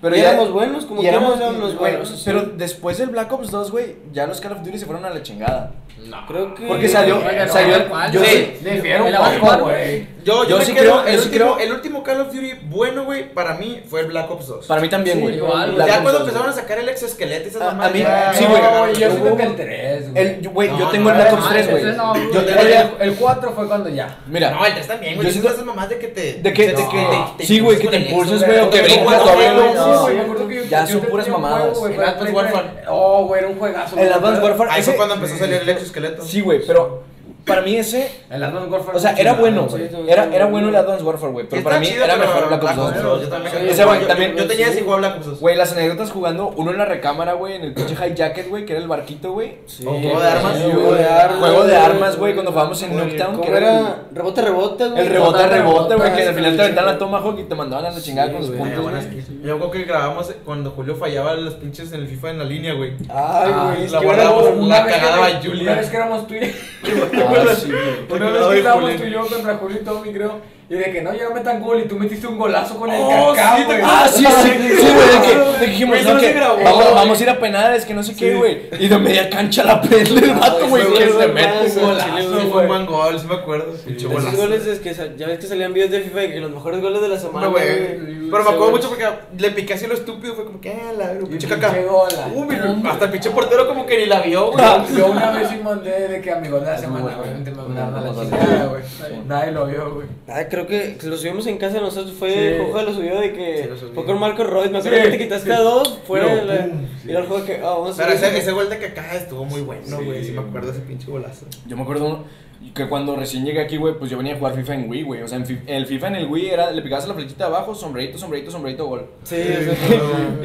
[SPEAKER 1] Pero
[SPEAKER 4] Y
[SPEAKER 1] ya
[SPEAKER 4] éramos buenos, como
[SPEAKER 1] y
[SPEAKER 4] quiera
[SPEAKER 1] éramos
[SPEAKER 4] éramos los
[SPEAKER 1] güey,
[SPEAKER 4] buenos, sí.
[SPEAKER 1] Pero después del Black Ops 2, güey, ya los Call of Duty se fueron a la chingada.
[SPEAKER 3] No.
[SPEAKER 4] Creo que.
[SPEAKER 1] Porque salió-
[SPEAKER 5] Oiga, no,
[SPEAKER 1] salió-
[SPEAKER 5] ¿cuál?
[SPEAKER 1] yo
[SPEAKER 5] sí.
[SPEAKER 3] Difiero
[SPEAKER 5] Me
[SPEAKER 3] un
[SPEAKER 5] la vas a
[SPEAKER 3] poco,
[SPEAKER 5] jugar,
[SPEAKER 3] güey.
[SPEAKER 2] Yo,
[SPEAKER 1] Yo
[SPEAKER 2] me
[SPEAKER 1] sí
[SPEAKER 2] quedo-
[SPEAKER 1] creo-
[SPEAKER 2] el,
[SPEAKER 1] yo sí
[SPEAKER 2] último,
[SPEAKER 1] creo-
[SPEAKER 2] el último Call of Duty bueno, güey, para mí fue el Black Ops 2.
[SPEAKER 1] Para mí también,
[SPEAKER 5] Sí,
[SPEAKER 1] güey.
[SPEAKER 5] igual, güey.
[SPEAKER 1] Black
[SPEAKER 2] ya
[SPEAKER 1] Ops
[SPEAKER 2] cuando
[SPEAKER 1] 2,
[SPEAKER 2] empezaron a
[SPEAKER 1] güey.
[SPEAKER 2] sacar el exoesqueleto y esas
[SPEAKER 1] A- a
[SPEAKER 2] mamadas,
[SPEAKER 1] mí-
[SPEAKER 2] ya-
[SPEAKER 1] sí,
[SPEAKER 2] ya
[SPEAKER 1] güey,
[SPEAKER 2] cagaron
[SPEAKER 3] No,
[SPEAKER 2] el
[SPEAKER 3] yo
[SPEAKER 1] yo-
[SPEAKER 2] juego.
[SPEAKER 3] siento que el 3, güey.
[SPEAKER 1] El- yo- Güey, yo
[SPEAKER 2] No,
[SPEAKER 1] tengo el
[SPEAKER 2] no,
[SPEAKER 1] Black
[SPEAKER 2] no,
[SPEAKER 1] Ops
[SPEAKER 5] no,
[SPEAKER 1] 3, güey.
[SPEAKER 5] ese no,
[SPEAKER 1] Yo
[SPEAKER 5] güey.
[SPEAKER 1] tengo el-
[SPEAKER 3] El, 4 fue cuando ya.
[SPEAKER 1] Mira.
[SPEAKER 2] No, el 3 también, güey.
[SPEAKER 1] Yo
[SPEAKER 2] Yo
[SPEAKER 1] siento-
[SPEAKER 2] siento esas mamadas de que te.
[SPEAKER 1] ¿De qué?
[SPEAKER 2] te-
[SPEAKER 1] ¿De qué?
[SPEAKER 2] te-
[SPEAKER 1] Sí, güey, que
[SPEAKER 2] con
[SPEAKER 1] te
[SPEAKER 2] el
[SPEAKER 1] impulsas,
[SPEAKER 2] exo,
[SPEAKER 1] güey, o que
[SPEAKER 2] Pero
[SPEAKER 1] brincas,
[SPEAKER 2] bueno,
[SPEAKER 1] o algo,
[SPEAKER 2] bueno,
[SPEAKER 1] no.
[SPEAKER 2] sí, güey.
[SPEAKER 3] me acuerdo que yo-
[SPEAKER 1] Ya
[SPEAKER 3] yo
[SPEAKER 1] son
[SPEAKER 3] tenía
[SPEAKER 1] puras
[SPEAKER 3] un
[SPEAKER 1] mamadas.
[SPEAKER 3] juego, güey,
[SPEAKER 2] El
[SPEAKER 3] para
[SPEAKER 2] Advanced
[SPEAKER 3] Play tres.
[SPEAKER 2] Warfare.
[SPEAKER 3] Oh, güey, era un juegazo.
[SPEAKER 1] El
[SPEAKER 3] güey.
[SPEAKER 1] Advanced Warfare.
[SPEAKER 2] Ahí
[SPEAKER 1] ese-
[SPEAKER 2] fue cuando empezó a salir el exoesqueleto.
[SPEAKER 1] Sí, güey, pero para mí ese...
[SPEAKER 3] El Advanced Warfare.
[SPEAKER 1] O sea, era bueno, güey. Era, era bueno el Advanced Warfare, güey. Pero
[SPEAKER 2] Está
[SPEAKER 1] para mí
[SPEAKER 2] chido,
[SPEAKER 1] era
[SPEAKER 2] pero
[SPEAKER 1] mejor Black Ops 2.
[SPEAKER 2] Ops
[SPEAKER 1] güey.
[SPEAKER 2] Yo también.
[SPEAKER 4] Sí,
[SPEAKER 1] ese, güey,
[SPEAKER 2] yo-
[SPEAKER 1] también-
[SPEAKER 2] Yo tenía ese juego Black Ops 2.
[SPEAKER 1] Güey, las anécdotas jugando, uno en la recámara, güey, en el pinche High Jacket, güey, que era el barquito, güey.
[SPEAKER 4] Sí,
[SPEAKER 2] O juego de armas.
[SPEAKER 4] sí, Juego de armas.
[SPEAKER 1] Juego de armas, güey, cuando jugábamos en
[SPEAKER 2] Oye,
[SPEAKER 1] Nuketown,
[SPEAKER 4] ¿Cómo
[SPEAKER 1] que era
[SPEAKER 4] era? Rebota, rebota,
[SPEAKER 1] el rebota, rebota, güey, que al
[SPEAKER 4] al
[SPEAKER 1] final te aventaban la Tomahawk y te mandaban a la chingada con los
[SPEAKER 4] güey.
[SPEAKER 2] Tenía
[SPEAKER 1] puntos,
[SPEAKER 2] buenas
[SPEAKER 1] güey.
[SPEAKER 2] kills. Yo creo que grabamos cuando Julio fallaba los pinches en el FIFA en la línea, güey.
[SPEAKER 4] Ay,
[SPEAKER 3] Ah,
[SPEAKER 4] güey, es
[SPEAKER 2] la
[SPEAKER 4] que
[SPEAKER 2] guardaba
[SPEAKER 4] era
[SPEAKER 2] por-
[SPEAKER 4] una-
[SPEAKER 2] La cagaba Julia.
[SPEAKER 3] Una vez que éramos tú y
[SPEAKER 1] Ah,
[SPEAKER 4] <laughs>
[SPEAKER 1] sí, güey.
[SPEAKER 3] Una vez que estábamos tú y yo contra Julio y Tommy, creo. Y de que no, yo no metan gol y tú metiste un golazo con el
[SPEAKER 2] Oh,
[SPEAKER 3] cacao,
[SPEAKER 2] sí, te-
[SPEAKER 3] güey.
[SPEAKER 1] Ah, sí, sí, sí, güey, de que, de que dijimos,
[SPEAKER 2] Güey,
[SPEAKER 1] no,
[SPEAKER 2] no se
[SPEAKER 1] que
[SPEAKER 2] grabó,
[SPEAKER 1] vamos,
[SPEAKER 2] güey.
[SPEAKER 1] vamos a ir a penales, que no sé qué, güey. Y de media cancha la prende el vato, güey,
[SPEAKER 4] güey,
[SPEAKER 1] que
[SPEAKER 4] güey,
[SPEAKER 1] se mete
[SPEAKER 4] más,
[SPEAKER 1] un golazo.
[SPEAKER 4] Chile,
[SPEAKER 2] Sí,
[SPEAKER 4] güey.
[SPEAKER 2] fue un buen gol, sí me acuerdo. Pinche
[SPEAKER 4] Esos
[SPEAKER 2] golazo.
[SPEAKER 4] goles es que sa- ya ves que salían videos de FIFA de que los mejores goles de la semana.
[SPEAKER 2] No, güey.
[SPEAKER 4] güey.
[SPEAKER 2] Pero me acuerdo
[SPEAKER 4] Sí,
[SPEAKER 2] mucho porque le piqué así lo estúpido, fue como que, ah, la verga,
[SPEAKER 3] Y
[SPEAKER 2] pinche
[SPEAKER 3] pinche
[SPEAKER 2] caca.
[SPEAKER 3] gola. Ah,
[SPEAKER 2] Uh, mira, hasta el pinche portero como que ni la vio, güey.
[SPEAKER 3] Yo- Yo una vez sí mandé de que amigo de la semana,
[SPEAKER 1] bueno,
[SPEAKER 3] güey.
[SPEAKER 1] güey.
[SPEAKER 3] Te mandaron a la
[SPEAKER 1] No, no, no,
[SPEAKER 3] chingada,
[SPEAKER 1] no.
[SPEAKER 3] güey.
[SPEAKER 1] Sí.
[SPEAKER 3] Nadie lo vio, <laughs> güey.
[SPEAKER 4] Ah, creo que lo subimos en casa de nosotros. Fue
[SPEAKER 3] Sí.
[SPEAKER 4] Jojo lo subió de que
[SPEAKER 2] Sí, lo subí.
[SPEAKER 4] fue con Marco Royce. Me acuerdo
[SPEAKER 3] Sí,
[SPEAKER 4] que te quitaste
[SPEAKER 3] sí.
[SPEAKER 4] a dos. Fuera
[SPEAKER 3] Luego,
[SPEAKER 4] de la.
[SPEAKER 3] pum,
[SPEAKER 4] Y luego juego que. ah, vamos a
[SPEAKER 2] Pero
[SPEAKER 4] subir.
[SPEAKER 2] ese, ese gol de caca estuvo muy bueno, güey. Sí, me acuerdo ese pinche golazo.
[SPEAKER 1] Yo me acuerdo, Y que cuando recién llegué aquí, güey, pues yo venía a jugar FIFA en Wii, güey. O sea, en fi- el FIFA en el Wii era, le picabas a la flechita abajo, sombrerito, sombrerito, sombrerito, gol.
[SPEAKER 6] Sí, eso
[SPEAKER 2] Ah.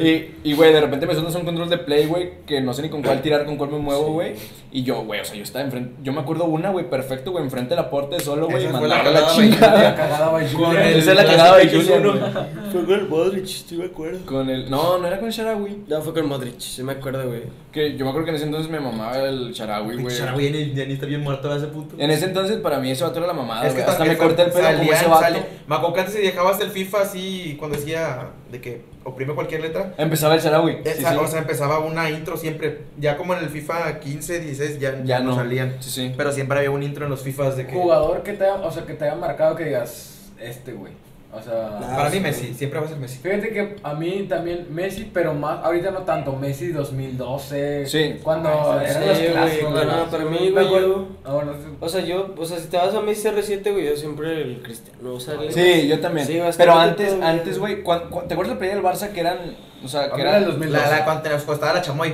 [SPEAKER 1] <laughs> Y, y, güey, de repente me sueltas un control de play, güey, que no sé ni con cuál tirar, con cuál me muevo, güey. Y yo, güey, o sea, yo estaba enfrente. Yo me acuerdo una, güey, perfecto, güey, enfrente del aporte solo, güey, y
[SPEAKER 2] Esa fue la
[SPEAKER 1] mandarla a la
[SPEAKER 2] cagada, güey.
[SPEAKER 1] chingada.
[SPEAKER 3] Cagada by
[SPEAKER 2] Con
[SPEAKER 3] Julian.
[SPEAKER 1] <laughs> Esa
[SPEAKER 2] el-
[SPEAKER 1] es la
[SPEAKER 2] la
[SPEAKER 1] cagada de
[SPEAKER 4] X1.
[SPEAKER 1] Julian, Ah, güey.
[SPEAKER 4] Fue con el Modric, sí me acuerdo.
[SPEAKER 1] Con el. No, no era con Sharawi.
[SPEAKER 4] No, fue con Modric, sí me acuerdo, güey.
[SPEAKER 1] Que yo me acuerdo que en ese entonces me mamaba el Sharawi, güey.
[SPEAKER 6] Chara, güey, ya ni- ya ni está bien muerto ese puto.
[SPEAKER 1] En ese entonces, para mí, ese vato era la mamada,
[SPEAKER 2] Es que
[SPEAKER 1] güey. Hasta
[SPEAKER 2] también
[SPEAKER 1] me corté el pelo como
[SPEAKER 2] salían,
[SPEAKER 1] ese vato.
[SPEAKER 2] sale-
[SPEAKER 6] Me acuerdo que antes si dejabas el FIFA así, cuando decía de que oprime cualquier letra,
[SPEAKER 1] Empezaba el Sharawi. Sí,
[SPEAKER 2] Esa-
[SPEAKER 1] sí.
[SPEAKER 6] o sea, empezaba una intro siempre. Ya como en el FIFA 15, 16, ya,
[SPEAKER 1] Ya no.
[SPEAKER 6] salían.
[SPEAKER 1] Sí, sí.
[SPEAKER 6] Pero siempre había un intro en los FIFAs de que.
[SPEAKER 3] Jugador que te haya, o sea, que te haya marcado que digas, este güey. O sea.
[SPEAKER 4] Nah.
[SPEAKER 1] Ah,
[SPEAKER 6] Para mí, Messi, siempre va a ser Messi.
[SPEAKER 3] Fíjate que a mí también Messi, pero más, ahorita no tanto, Messi 2012.
[SPEAKER 1] Sí.
[SPEAKER 3] Cuando
[SPEAKER 4] Ah, sí,
[SPEAKER 3] eran los
[SPEAKER 4] güey,
[SPEAKER 3] clásicos.
[SPEAKER 4] no,
[SPEAKER 3] ¿verdad?
[SPEAKER 4] no, para
[SPEAKER 3] Sí,
[SPEAKER 4] mí,
[SPEAKER 3] me
[SPEAKER 4] güey,
[SPEAKER 3] acuerdo.
[SPEAKER 4] yo-
[SPEAKER 3] Ah, bueno, sí.
[SPEAKER 4] O sea, yo, o sea, si te vas a Messi R7, güey, yo siempre el Cristiano. O sea, el-
[SPEAKER 1] Sí, yo también.
[SPEAKER 4] Sí, bastante
[SPEAKER 1] Pero antes,
[SPEAKER 4] todo,
[SPEAKER 1] antes,
[SPEAKER 4] güey.
[SPEAKER 1] güey, cuan- cuan- ¿te acuerdas la pelea del Barça que eran, o sea,
[SPEAKER 3] A
[SPEAKER 1] que
[SPEAKER 3] mí era
[SPEAKER 1] eran
[SPEAKER 3] el 2012.
[SPEAKER 6] La, la, cuando nos costaba la chamoy.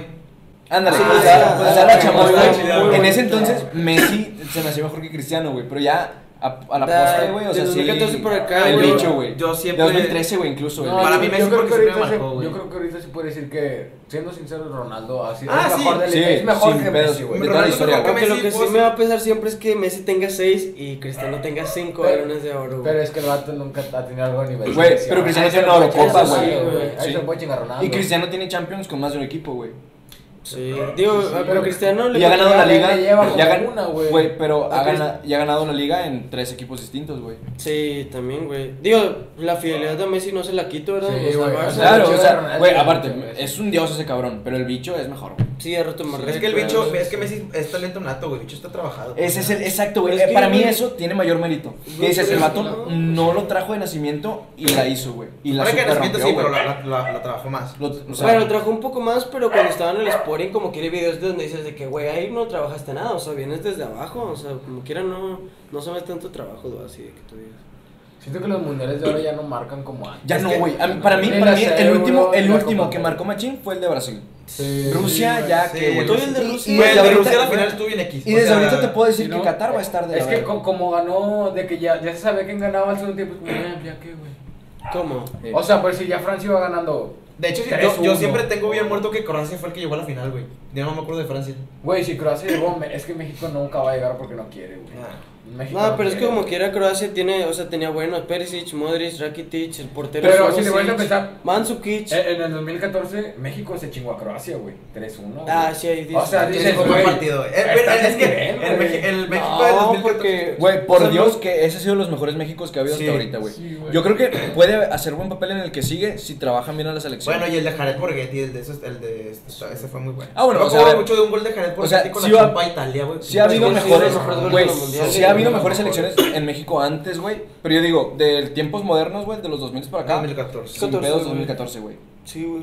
[SPEAKER 1] Ándale,
[SPEAKER 4] Ah,
[SPEAKER 1] pues,
[SPEAKER 4] sí,
[SPEAKER 1] estaba-
[SPEAKER 4] sí,
[SPEAKER 1] pues,
[SPEAKER 4] sí,
[SPEAKER 1] estaba
[SPEAKER 4] sí,
[SPEAKER 1] chamoy,
[SPEAKER 4] sí,
[SPEAKER 1] güey.
[SPEAKER 4] sí, sí,
[SPEAKER 1] En
[SPEAKER 4] sí,
[SPEAKER 1] ese
[SPEAKER 4] sí,
[SPEAKER 1] entonces,
[SPEAKER 4] sí.
[SPEAKER 1] Messi se me hacía mejor que Cristiano, güey. Pero ya a, a la
[SPEAKER 4] Da-
[SPEAKER 1] postre, güey, o sea,
[SPEAKER 4] del
[SPEAKER 1] sí.
[SPEAKER 4] 2014 por acá,
[SPEAKER 1] el
[SPEAKER 4] güey.
[SPEAKER 1] bicho, güey.
[SPEAKER 6] Yo siempre-
[SPEAKER 1] De 2013, güey, incluso, güey.
[SPEAKER 3] No,
[SPEAKER 6] Para
[SPEAKER 3] yo-
[SPEAKER 6] mí
[SPEAKER 3] yo
[SPEAKER 6] Messi
[SPEAKER 3] creo
[SPEAKER 6] porque
[SPEAKER 3] que
[SPEAKER 6] siempre me
[SPEAKER 3] ahorita se-
[SPEAKER 6] marcó, güey.
[SPEAKER 3] Yo creo que ahorita se puede decir que, siendo sincero, Ronaldo ha sido
[SPEAKER 6] Ah,
[SPEAKER 3] el mejor
[SPEAKER 6] sí,
[SPEAKER 3] del
[SPEAKER 1] sí,
[SPEAKER 3] es mejor
[SPEAKER 1] sin
[SPEAKER 3] que
[SPEAKER 1] pedos,
[SPEAKER 3] Messi, güey.
[SPEAKER 1] de toda la historia,
[SPEAKER 6] Pero
[SPEAKER 1] güey.
[SPEAKER 4] Aunque lo que
[SPEAKER 6] Messi,
[SPEAKER 4] sí
[SPEAKER 6] pues,
[SPEAKER 4] me va a pesar siempre es que Messi tenga 6 y Cristiano tenga 5
[SPEAKER 3] Pero-
[SPEAKER 4] balones de oro. güey.
[SPEAKER 3] Pero es que el vato nunca ha tenido algo a nivel. Ah,
[SPEAKER 1] Güey,
[SPEAKER 3] selección.
[SPEAKER 1] pero Cristiano
[SPEAKER 3] Ahí
[SPEAKER 1] tiene
[SPEAKER 3] se
[SPEAKER 1] una
[SPEAKER 3] lo puede
[SPEAKER 1] Eurocopa,
[SPEAKER 3] chingar,
[SPEAKER 4] güey.
[SPEAKER 3] Ahí
[SPEAKER 1] Sí.
[SPEAKER 3] se lo puede chingar Ronaldo.
[SPEAKER 1] Y Cristiano tiene Champions con más de un equipo, güey.
[SPEAKER 4] Sí, digo,
[SPEAKER 3] Sí, sí,
[SPEAKER 4] pero
[SPEAKER 3] pero-
[SPEAKER 4] Cristiano
[SPEAKER 1] Y ha ganado la
[SPEAKER 3] le-
[SPEAKER 1] liga.
[SPEAKER 3] le lleva
[SPEAKER 1] ya
[SPEAKER 3] como
[SPEAKER 1] gan-
[SPEAKER 3] una, güey.
[SPEAKER 1] Güey, pero ha
[SPEAKER 4] Ah, Crist-
[SPEAKER 1] gana- ya ha ganado la liga en tres equipos distintos, güey.
[SPEAKER 4] Sí, también, güey. Digo, la fidelidad de Messi no se la quito, ¿verdad?
[SPEAKER 3] Sí,
[SPEAKER 4] O sea,
[SPEAKER 3] güey,
[SPEAKER 4] Barça-
[SPEAKER 3] o sea,
[SPEAKER 1] Claro, o
[SPEAKER 3] bicho de
[SPEAKER 1] sea,
[SPEAKER 3] Ronaldo,
[SPEAKER 1] güey,
[SPEAKER 3] güey,
[SPEAKER 1] aparte,
[SPEAKER 3] güey.
[SPEAKER 1] es un dios ese cabrón, pero el bicho es mejor, güey.
[SPEAKER 4] Sí, ha roto más
[SPEAKER 6] Es que el bicho, es que Messi es talento nato, güey. El bicho está trabajado.
[SPEAKER 1] Ese es el exacto, güey.
[SPEAKER 4] Es
[SPEAKER 1] Eh,
[SPEAKER 4] que,
[SPEAKER 1] para mí
[SPEAKER 4] güey,
[SPEAKER 1] eso tiene mayor mérito. Que
[SPEAKER 4] güey,
[SPEAKER 1] dices,
[SPEAKER 4] pero
[SPEAKER 1] el
[SPEAKER 4] es
[SPEAKER 1] vato
[SPEAKER 4] que la-
[SPEAKER 1] no lo trajo de nacimiento y la hizo, güey. Y la
[SPEAKER 6] Ahora que
[SPEAKER 1] super
[SPEAKER 6] nacimiento
[SPEAKER 1] rompió,
[SPEAKER 6] sí, pero
[SPEAKER 1] güey.
[SPEAKER 6] la, la, la- la trabajó más.
[SPEAKER 1] Lo- o sea,
[SPEAKER 4] Claro, trajo un poco más, pero cuando estaba en el Sporting, como quiere videos de donde dices de que, güey, ahí no trabajaste nada, o sea, vienes desde abajo, o sea, como quiera no, no sabes tanto trabajo, güey, así de que tú digas.
[SPEAKER 3] Siento que los mundiales de ahora ya no marcan como antes.
[SPEAKER 1] ya
[SPEAKER 6] es
[SPEAKER 1] no,
[SPEAKER 6] que-
[SPEAKER 1] güey. A mí- Para mí,
[SPEAKER 3] El
[SPEAKER 1] para mí, el
[SPEAKER 3] Euro,
[SPEAKER 1] último, el
[SPEAKER 3] la
[SPEAKER 1] último
[SPEAKER 3] Copa.
[SPEAKER 1] que marcó Machín fue el de Brasil.
[SPEAKER 3] Sí.
[SPEAKER 1] Rusia, ya
[SPEAKER 6] sí,
[SPEAKER 1] que, güey.
[SPEAKER 6] güey.
[SPEAKER 4] Tú y el de
[SPEAKER 1] Y-
[SPEAKER 4] Rusia.
[SPEAKER 1] Y
[SPEAKER 6] Güey,
[SPEAKER 1] desde
[SPEAKER 6] el de Rusia
[SPEAKER 1] ahorita-
[SPEAKER 6] la final estuvo bien X.
[SPEAKER 1] y
[SPEAKER 6] o
[SPEAKER 1] desde
[SPEAKER 6] sea,
[SPEAKER 1] ahorita te puedo decir
[SPEAKER 3] Si
[SPEAKER 1] que
[SPEAKER 3] no, eh,
[SPEAKER 1] Qatar va a estar de
[SPEAKER 3] Es
[SPEAKER 1] la
[SPEAKER 3] que
[SPEAKER 1] verga.
[SPEAKER 3] co- como ganó, de que ya, ya se sabía quién ganaba al segundo tiempo, es como, "Ah, ya qué, güey.
[SPEAKER 4] ¿Cómo?
[SPEAKER 1] Sí.
[SPEAKER 3] O sea, pues si ya Francia iba ganando.
[SPEAKER 6] De hecho, sí, yo,
[SPEAKER 3] 3-1.
[SPEAKER 6] yo siempre tengo bien muerto que Croacia fue el que llegó a la final, güey. Yo no me acuerdo de Francia.
[SPEAKER 3] Güey, si Croacia llegó, me- es que México nunca va a llegar porque no quiere, güey.
[SPEAKER 6] Ah.
[SPEAKER 3] México
[SPEAKER 4] No, pero es que
[SPEAKER 3] quiere,
[SPEAKER 4] como
[SPEAKER 3] güey.
[SPEAKER 4] quiera Croacia tiene, o sea, tenía buenos Perisic, Modric, Rakitic, el portero
[SPEAKER 3] Pero
[SPEAKER 4] Subasic,
[SPEAKER 3] si te vuelves a pensar-
[SPEAKER 4] Mandzukic.
[SPEAKER 3] Eh, En el 2014, México se chingó a Croacia, güey. 3-1. güey.
[SPEAKER 4] Ah, sí, ahí dice.
[SPEAKER 3] O sea,
[SPEAKER 6] Sí,
[SPEAKER 3] dices,
[SPEAKER 6] fue un
[SPEAKER 3] güey,
[SPEAKER 6] buen partido. Eh,
[SPEAKER 3] está
[SPEAKER 6] pero es
[SPEAKER 3] bien
[SPEAKER 6] que
[SPEAKER 3] nivel,
[SPEAKER 6] el,
[SPEAKER 3] güey.
[SPEAKER 6] Meji- el México de
[SPEAKER 4] no,
[SPEAKER 6] 2014
[SPEAKER 4] porque...
[SPEAKER 1] Güey, por
[SPEAKER 4] o sea,
[SPEAKER 1] Dios
[SPEAKER 4] no-
[SPEAKER 1] que ese ha sido de los mejores Méxicos que ha habido
[SPEAKER 6] Sí.
[SPEAKER 1] hasta ahorita, güey.
[SPEAKER 3] Sí, güey.
[SPEAKER 1] Yo creo que puede hacer buen papel en el que sigue si trabajan bien a la selección.
[SPEAKER 6] Bueno, y el de Jared Borghetti, el de esos, el de este, ese fue muy bueno.
[SPEAKER 1] Ah, bueno,
[SPEAKER 6] Me
[SPEAKER 1] o sea,
[SPEAKER 6] acuerdo
[SPEAKER 1] a ver.
[SPEAKER 6] mucho de un gol de Jared
[SPEAKER 1] O sea,
[SPEAKER 6] Borghetti con
[SPEAKER 1] sí
[SPEAKER 6] la
[SPEAKER 1] va-
[SPEAKER 6] Copa de Italia, güey.
[SPEAKER 1] Sí ha habido
[SPEAKER 2] pues,
[SPEAKER 4] Sí, sí,
[SPEAKER 1] mejores,
[SPEAKER 4] sí, sí, sí,
[SPEAKER 1] güey,
[SPEAKER 4] sí, sí,
[SPEAKER 1] sí
[SPEAKER 4] sí,
[SPEAKER 1] ha
[SPEAKER 4] sí,
[SPEAKER 1] habido
[SPEAKER 4] sí,
[SPEAKER 1] mejores
[SPEAKER 4] sí,
[SPEAKER 1] elecciones en México antes, güey, pero yo digo, de tiempos modernos, güey, de los 2000 para acá,
[SPEAKER 6] 2014.
[SPEAKER 1] sin
[SPEAKER 4] 14,
[SPEAKER 1] pedos
[SPEAKER 4] güey.
[SPEAKER 1] 2014, güey.
[SPEAKER 4] Sí, güey.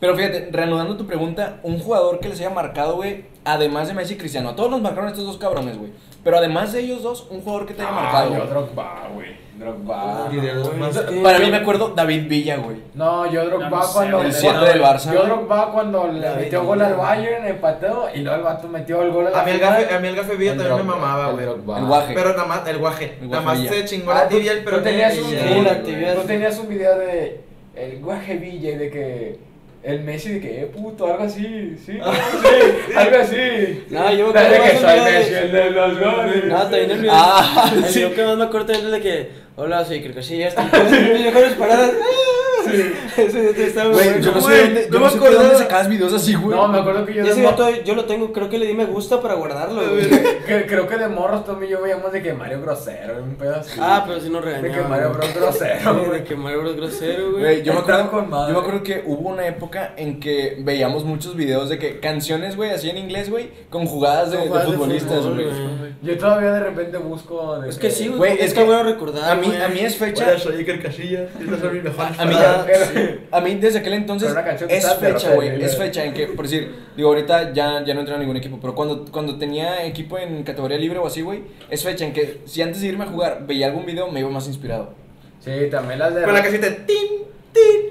[SPEAKER 1] Pero fíjate, reanudando tu pregunta, un jugador que les haya marcado, güey, además de Messi y Cristiano, a todos nos marcaron estos dos cabrones, güey, pero además de ellos dos, un jugador que te haya
[SPEAKER 3] Ah,
[SPEAKER 1] marcado,
[SPEAKER 3] yo
[SPEAKER 1] güey.
[SPEAKER 3] Drogba, güey. Drogba.
[SPEAKER 6] Y de los
[SPEAKER 4] Güey,
[SPEAKER 6] más-
[SPEAKER 4] Ah, es que-
[SPEAKER 1] Ah, Para mí me acuerdo David Villa, güey.
[SPEAKER 3] No, yo Drogba
[SPEAKER 5] No sé,
[SPEAKER 3] cuando.
[SPEAKER 5] güey.
[SPEAKER 1] El siete del Barça.
[SPEAKER 3] Yo Drogba cuando le
[SPEAKER 4] David
[SPEAKER 3] metió gol al Bayern, empató y luego el vato metió el gol a la
[SPEAKER 6] A mí el
[SPEAKER 3] final.
[SPEAKER 6] gafe, a mí el gafe Villa
[SPEAKER 3] El
[SPEAKER 6] también me
[SPEAKER 3] Drogba,
[SPEAKER 6] mamaba,
[SPEAKER 3] el
[SPEAKER 6] güey.
[SPEAKER 3] Drogba.
[SPEAKER 1] El guaje.
[SPEAKER 6] Pero nada más, el guaje.
[SPEAKER 1] El
[SPEAKER 6] Nada
[SPEAKER 1] guaje
[SPEAKER 6] más
[SPEAKER 1] Villa.
[SPEAKER 6] se chingó
[SPEAKER 3] Ah,
[SPEAKER 6] la
[SPEAKER 3] tú-
[SPEAKER 6] tibial, pero
[SPEAKER 3] tú tenías un-
[SPEAKER 4] Sí, la tibia
[SPEAKER 3] ¿No tenías un video de el guaje Villa de que el Messi de que eh, puto, algo así, sí,
[SPEAKER 4] Ah,
[SPEAKER 3] algo así, algo así.
[SPEAKER 4] No, yo me
[SPEAKER 3] Desde
[SPEAKER 4] acuerdo
[SPEAKER 3] que
[SPEAKER 4] más
[SPEAKER 3] soy
[SPEAKER 4] un video
[SPEAKER 3] Messi,
[SPEAKER 4] de-
[SPEAKER 3] el de los goles.
[SPEAKER 4] No, también el video.
[SPEAKER 1] Ah,
[SPEAKER 4] el video que más me acuerdo también es de que. Hola, soy creo que sí, <laughs> ya está. Yo con las paradas. <laughs> Eso ya te estaba
[SPEAKER 1] Güey, yo no sé de dónde, yo no sé de dónde sacabas videos así, güey.
[SPEAKER 3] No, me acuerdo que yo, de
[SPEAKER 4] Ese
[SPEAKER 3] mo-
[SPEAKER 4] video todavía- yo lo tengo, creo que le di me gusta para guardarlo, güey.
[SPEAKER 3] que- creo que de morros tú y yo veíamos de que Mario grosero, un pedo así.
[SPEAKER 4] Ah, pero si no regañaba.
[SPEAKER 3] de que Mario Bros grosero,
[SPEAKER 4] güey.
[SPEAKER 3] güey.
[SPEAKER 4] De que Mario Bros grosero,
[SPEAKER 1] Güey,
[SPEAKER 4] güey.
[SPEAKER 1] yo me,
[SPEAKER 3] Estaba
[SPEAKER 1] acuerdo,
[SPEAKER 3] con madre.
[SPEAKER 1] yo me acuerdo que hubo una época en que veíamos muchos videos de que canciones, güey, así en inglés, güey, con jugadas de,
[SPEAKER 4] Con
[SPEAKER 1] de
[SPEAKER 4] jugadas de
[SPEAKER 1] futbolistas,
[SPEAKER 4] fútbol,
[SPEAKER 1] güey.
[SPEAKER 4] güey.
[SPEAKER 3] Yo todavía de repente busco. de
[SPEAKER 4] Es que sí,
[SPEAKER 1] Güey,
[SPEAKER 4] güey.
[SPEAKER 1] es
[SPEAKER 4] Es que
[SPEAKER 1] que
[SPEAKER 4] bueno recordar.
[SPEAKER 1] A mí,
[SPEAKER 4] güey.
[SPEAKER 1] a mí es fecha.
[SPEAKER 6] Hola, soy Iker Casillas. Estas son mis mejores
[SPEAKER 3] Ah,
[SPEAKER 1] A mí,
[SPEAKER 6] paradas.
[SPEAKER 1] a mí desde aquel entonces
[SPEAKER 3] Pero una canción que
[SPEAKER 1] es
[SPEAKER 3] está
[SPEAKER 1] fecha,
[SPEAKER 3] derrotada,
[SPEAKER 1] güey.
[SPEAKER 3] güey.
[SPEAKER 1] Es fecha en que, por decir, digo, ahorita ya, ya no entra en ningún equipo, pero cuando, cuando tenía equipo en categoría libre o así, güey, es fecha en que si antes de irme a jugar veía algún video, me iba más inspirado.
[SPEAKER 3] Sí, también las de.
[SPEAKER 6] Con la casita. ¡Tin!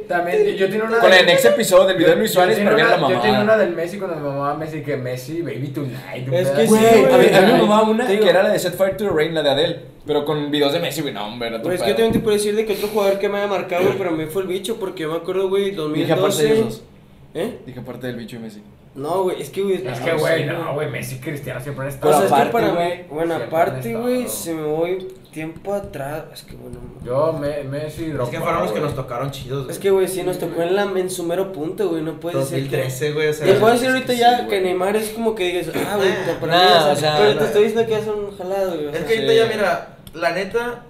[SPEAKER 3] También, yo tenía una.
[SPEAKER 1] Con
[SPEAKER 3] de-
[SPEAKER 1] el next episodio del video de Luis
[SPEAKER 3] yo
[SPEAKER 1] Suárez,
[SPEAKER 3] tenía
[SPEAKER 1] pero viene la
[SPEAKER 3] una- Yo tenía una
[SPEAKER 1] mamá.
[SPEAKER 3] del Messi cuando mi mamá Messi que Messi, baby tonight. un
[SPEAKER 4] Es que
[SPEAKER 3] pedazo.
[SPEAKER 4] sí,
[SPEAKER 1] Güey, a mí a mí me
[SPEAKER 4] Ay,
[SPEAKER 1] mamaba una
[SPEAKER 4] te digo.
[SPEAKER 1] que era la de Set Fire to the Rain, la de Adele, pero con videos de Messi, güey, no, hombre, no te
[SPEAKER 4] Pues es que yo también te puedo decir de que otro jugador que me haya marcado,
[SPEAKER 2] <clears throat>
[SPEAKER 4] güey, pero a mí fue el bicho, porque yo me acuerdo, güey,
[SPEAKER 1] Dije aparte de
[SPEAKER 4] 2012.
[SPEAKER 1] ellos
[SPEAKER 4] ¿Eh?
[SPEAKER 1] Dije aparte del bicho y Messi.
[SPEAKER 4] No, güey, es que, güey.
[SPEAKER 3] Es que,
[SPEAKER 4] no
[SPEAKER 3] güey,
[SPEAKER 4] sé,
[SPEAKER 3] no, güey, Messi y Cristiano siempre han
[SPEAKER 4] O
[SPEAKER 3] estado.
[SPEAKER 4] sea,
[SPEAKER 1] Pero
[SPEAKER 4] Pues es que
[SPEAKER 1] aparte,
[SPEAKER 4] para
[SPEAKER 1] güey,
[SPEAKER 4] mí, bueno,
[SPEAKER 3] siempre han
[SPEAKER 4] aparte,
[SPEAKER 3] estado.
[SPEAKER 4] güey, se me voy tiempo atrás. Es que, bueno, no.
[SPEAKER 3] Yo, me, Messi y
[SPEAKER 2] Es que fueron los que nos tocaron chidos.
[SPEAKER 4] Es que, güey, sí nos tocó en, la, en su mero punto, güey, no puede ser. que-
[SPEAKER 2] 2013, güey. O sea,
[SPEAKER 4] Te puedo decir
[SPEAKER 2] es
[SPEAKER 4] ahorita
[SPEAKER 2] que sí,
[SPEAKER 4] ya que
[SPEAKER 2] güey.
[SPEAKER 4] Neymar es como que digas, ah, güey,
[SPEAKER 2] Nah,
[SPEAKER 4] te para
[SPEAKER 1] nah,
[SPEAKER 4] mí,
[SPEAKER 1] o sea,
[SPEAKER 4] pero te
[SPEAKER 2] nah.
[SPEAKER 4] estoy diciendo que es un jalado, güey. o
[SPEAKER 2] Es
[SPEAKER 4] sea,
[SPEAKER 2] que ahorita
[SPEAKER 1] Sí.
[SPEAKER 2] ya, mira, la neta,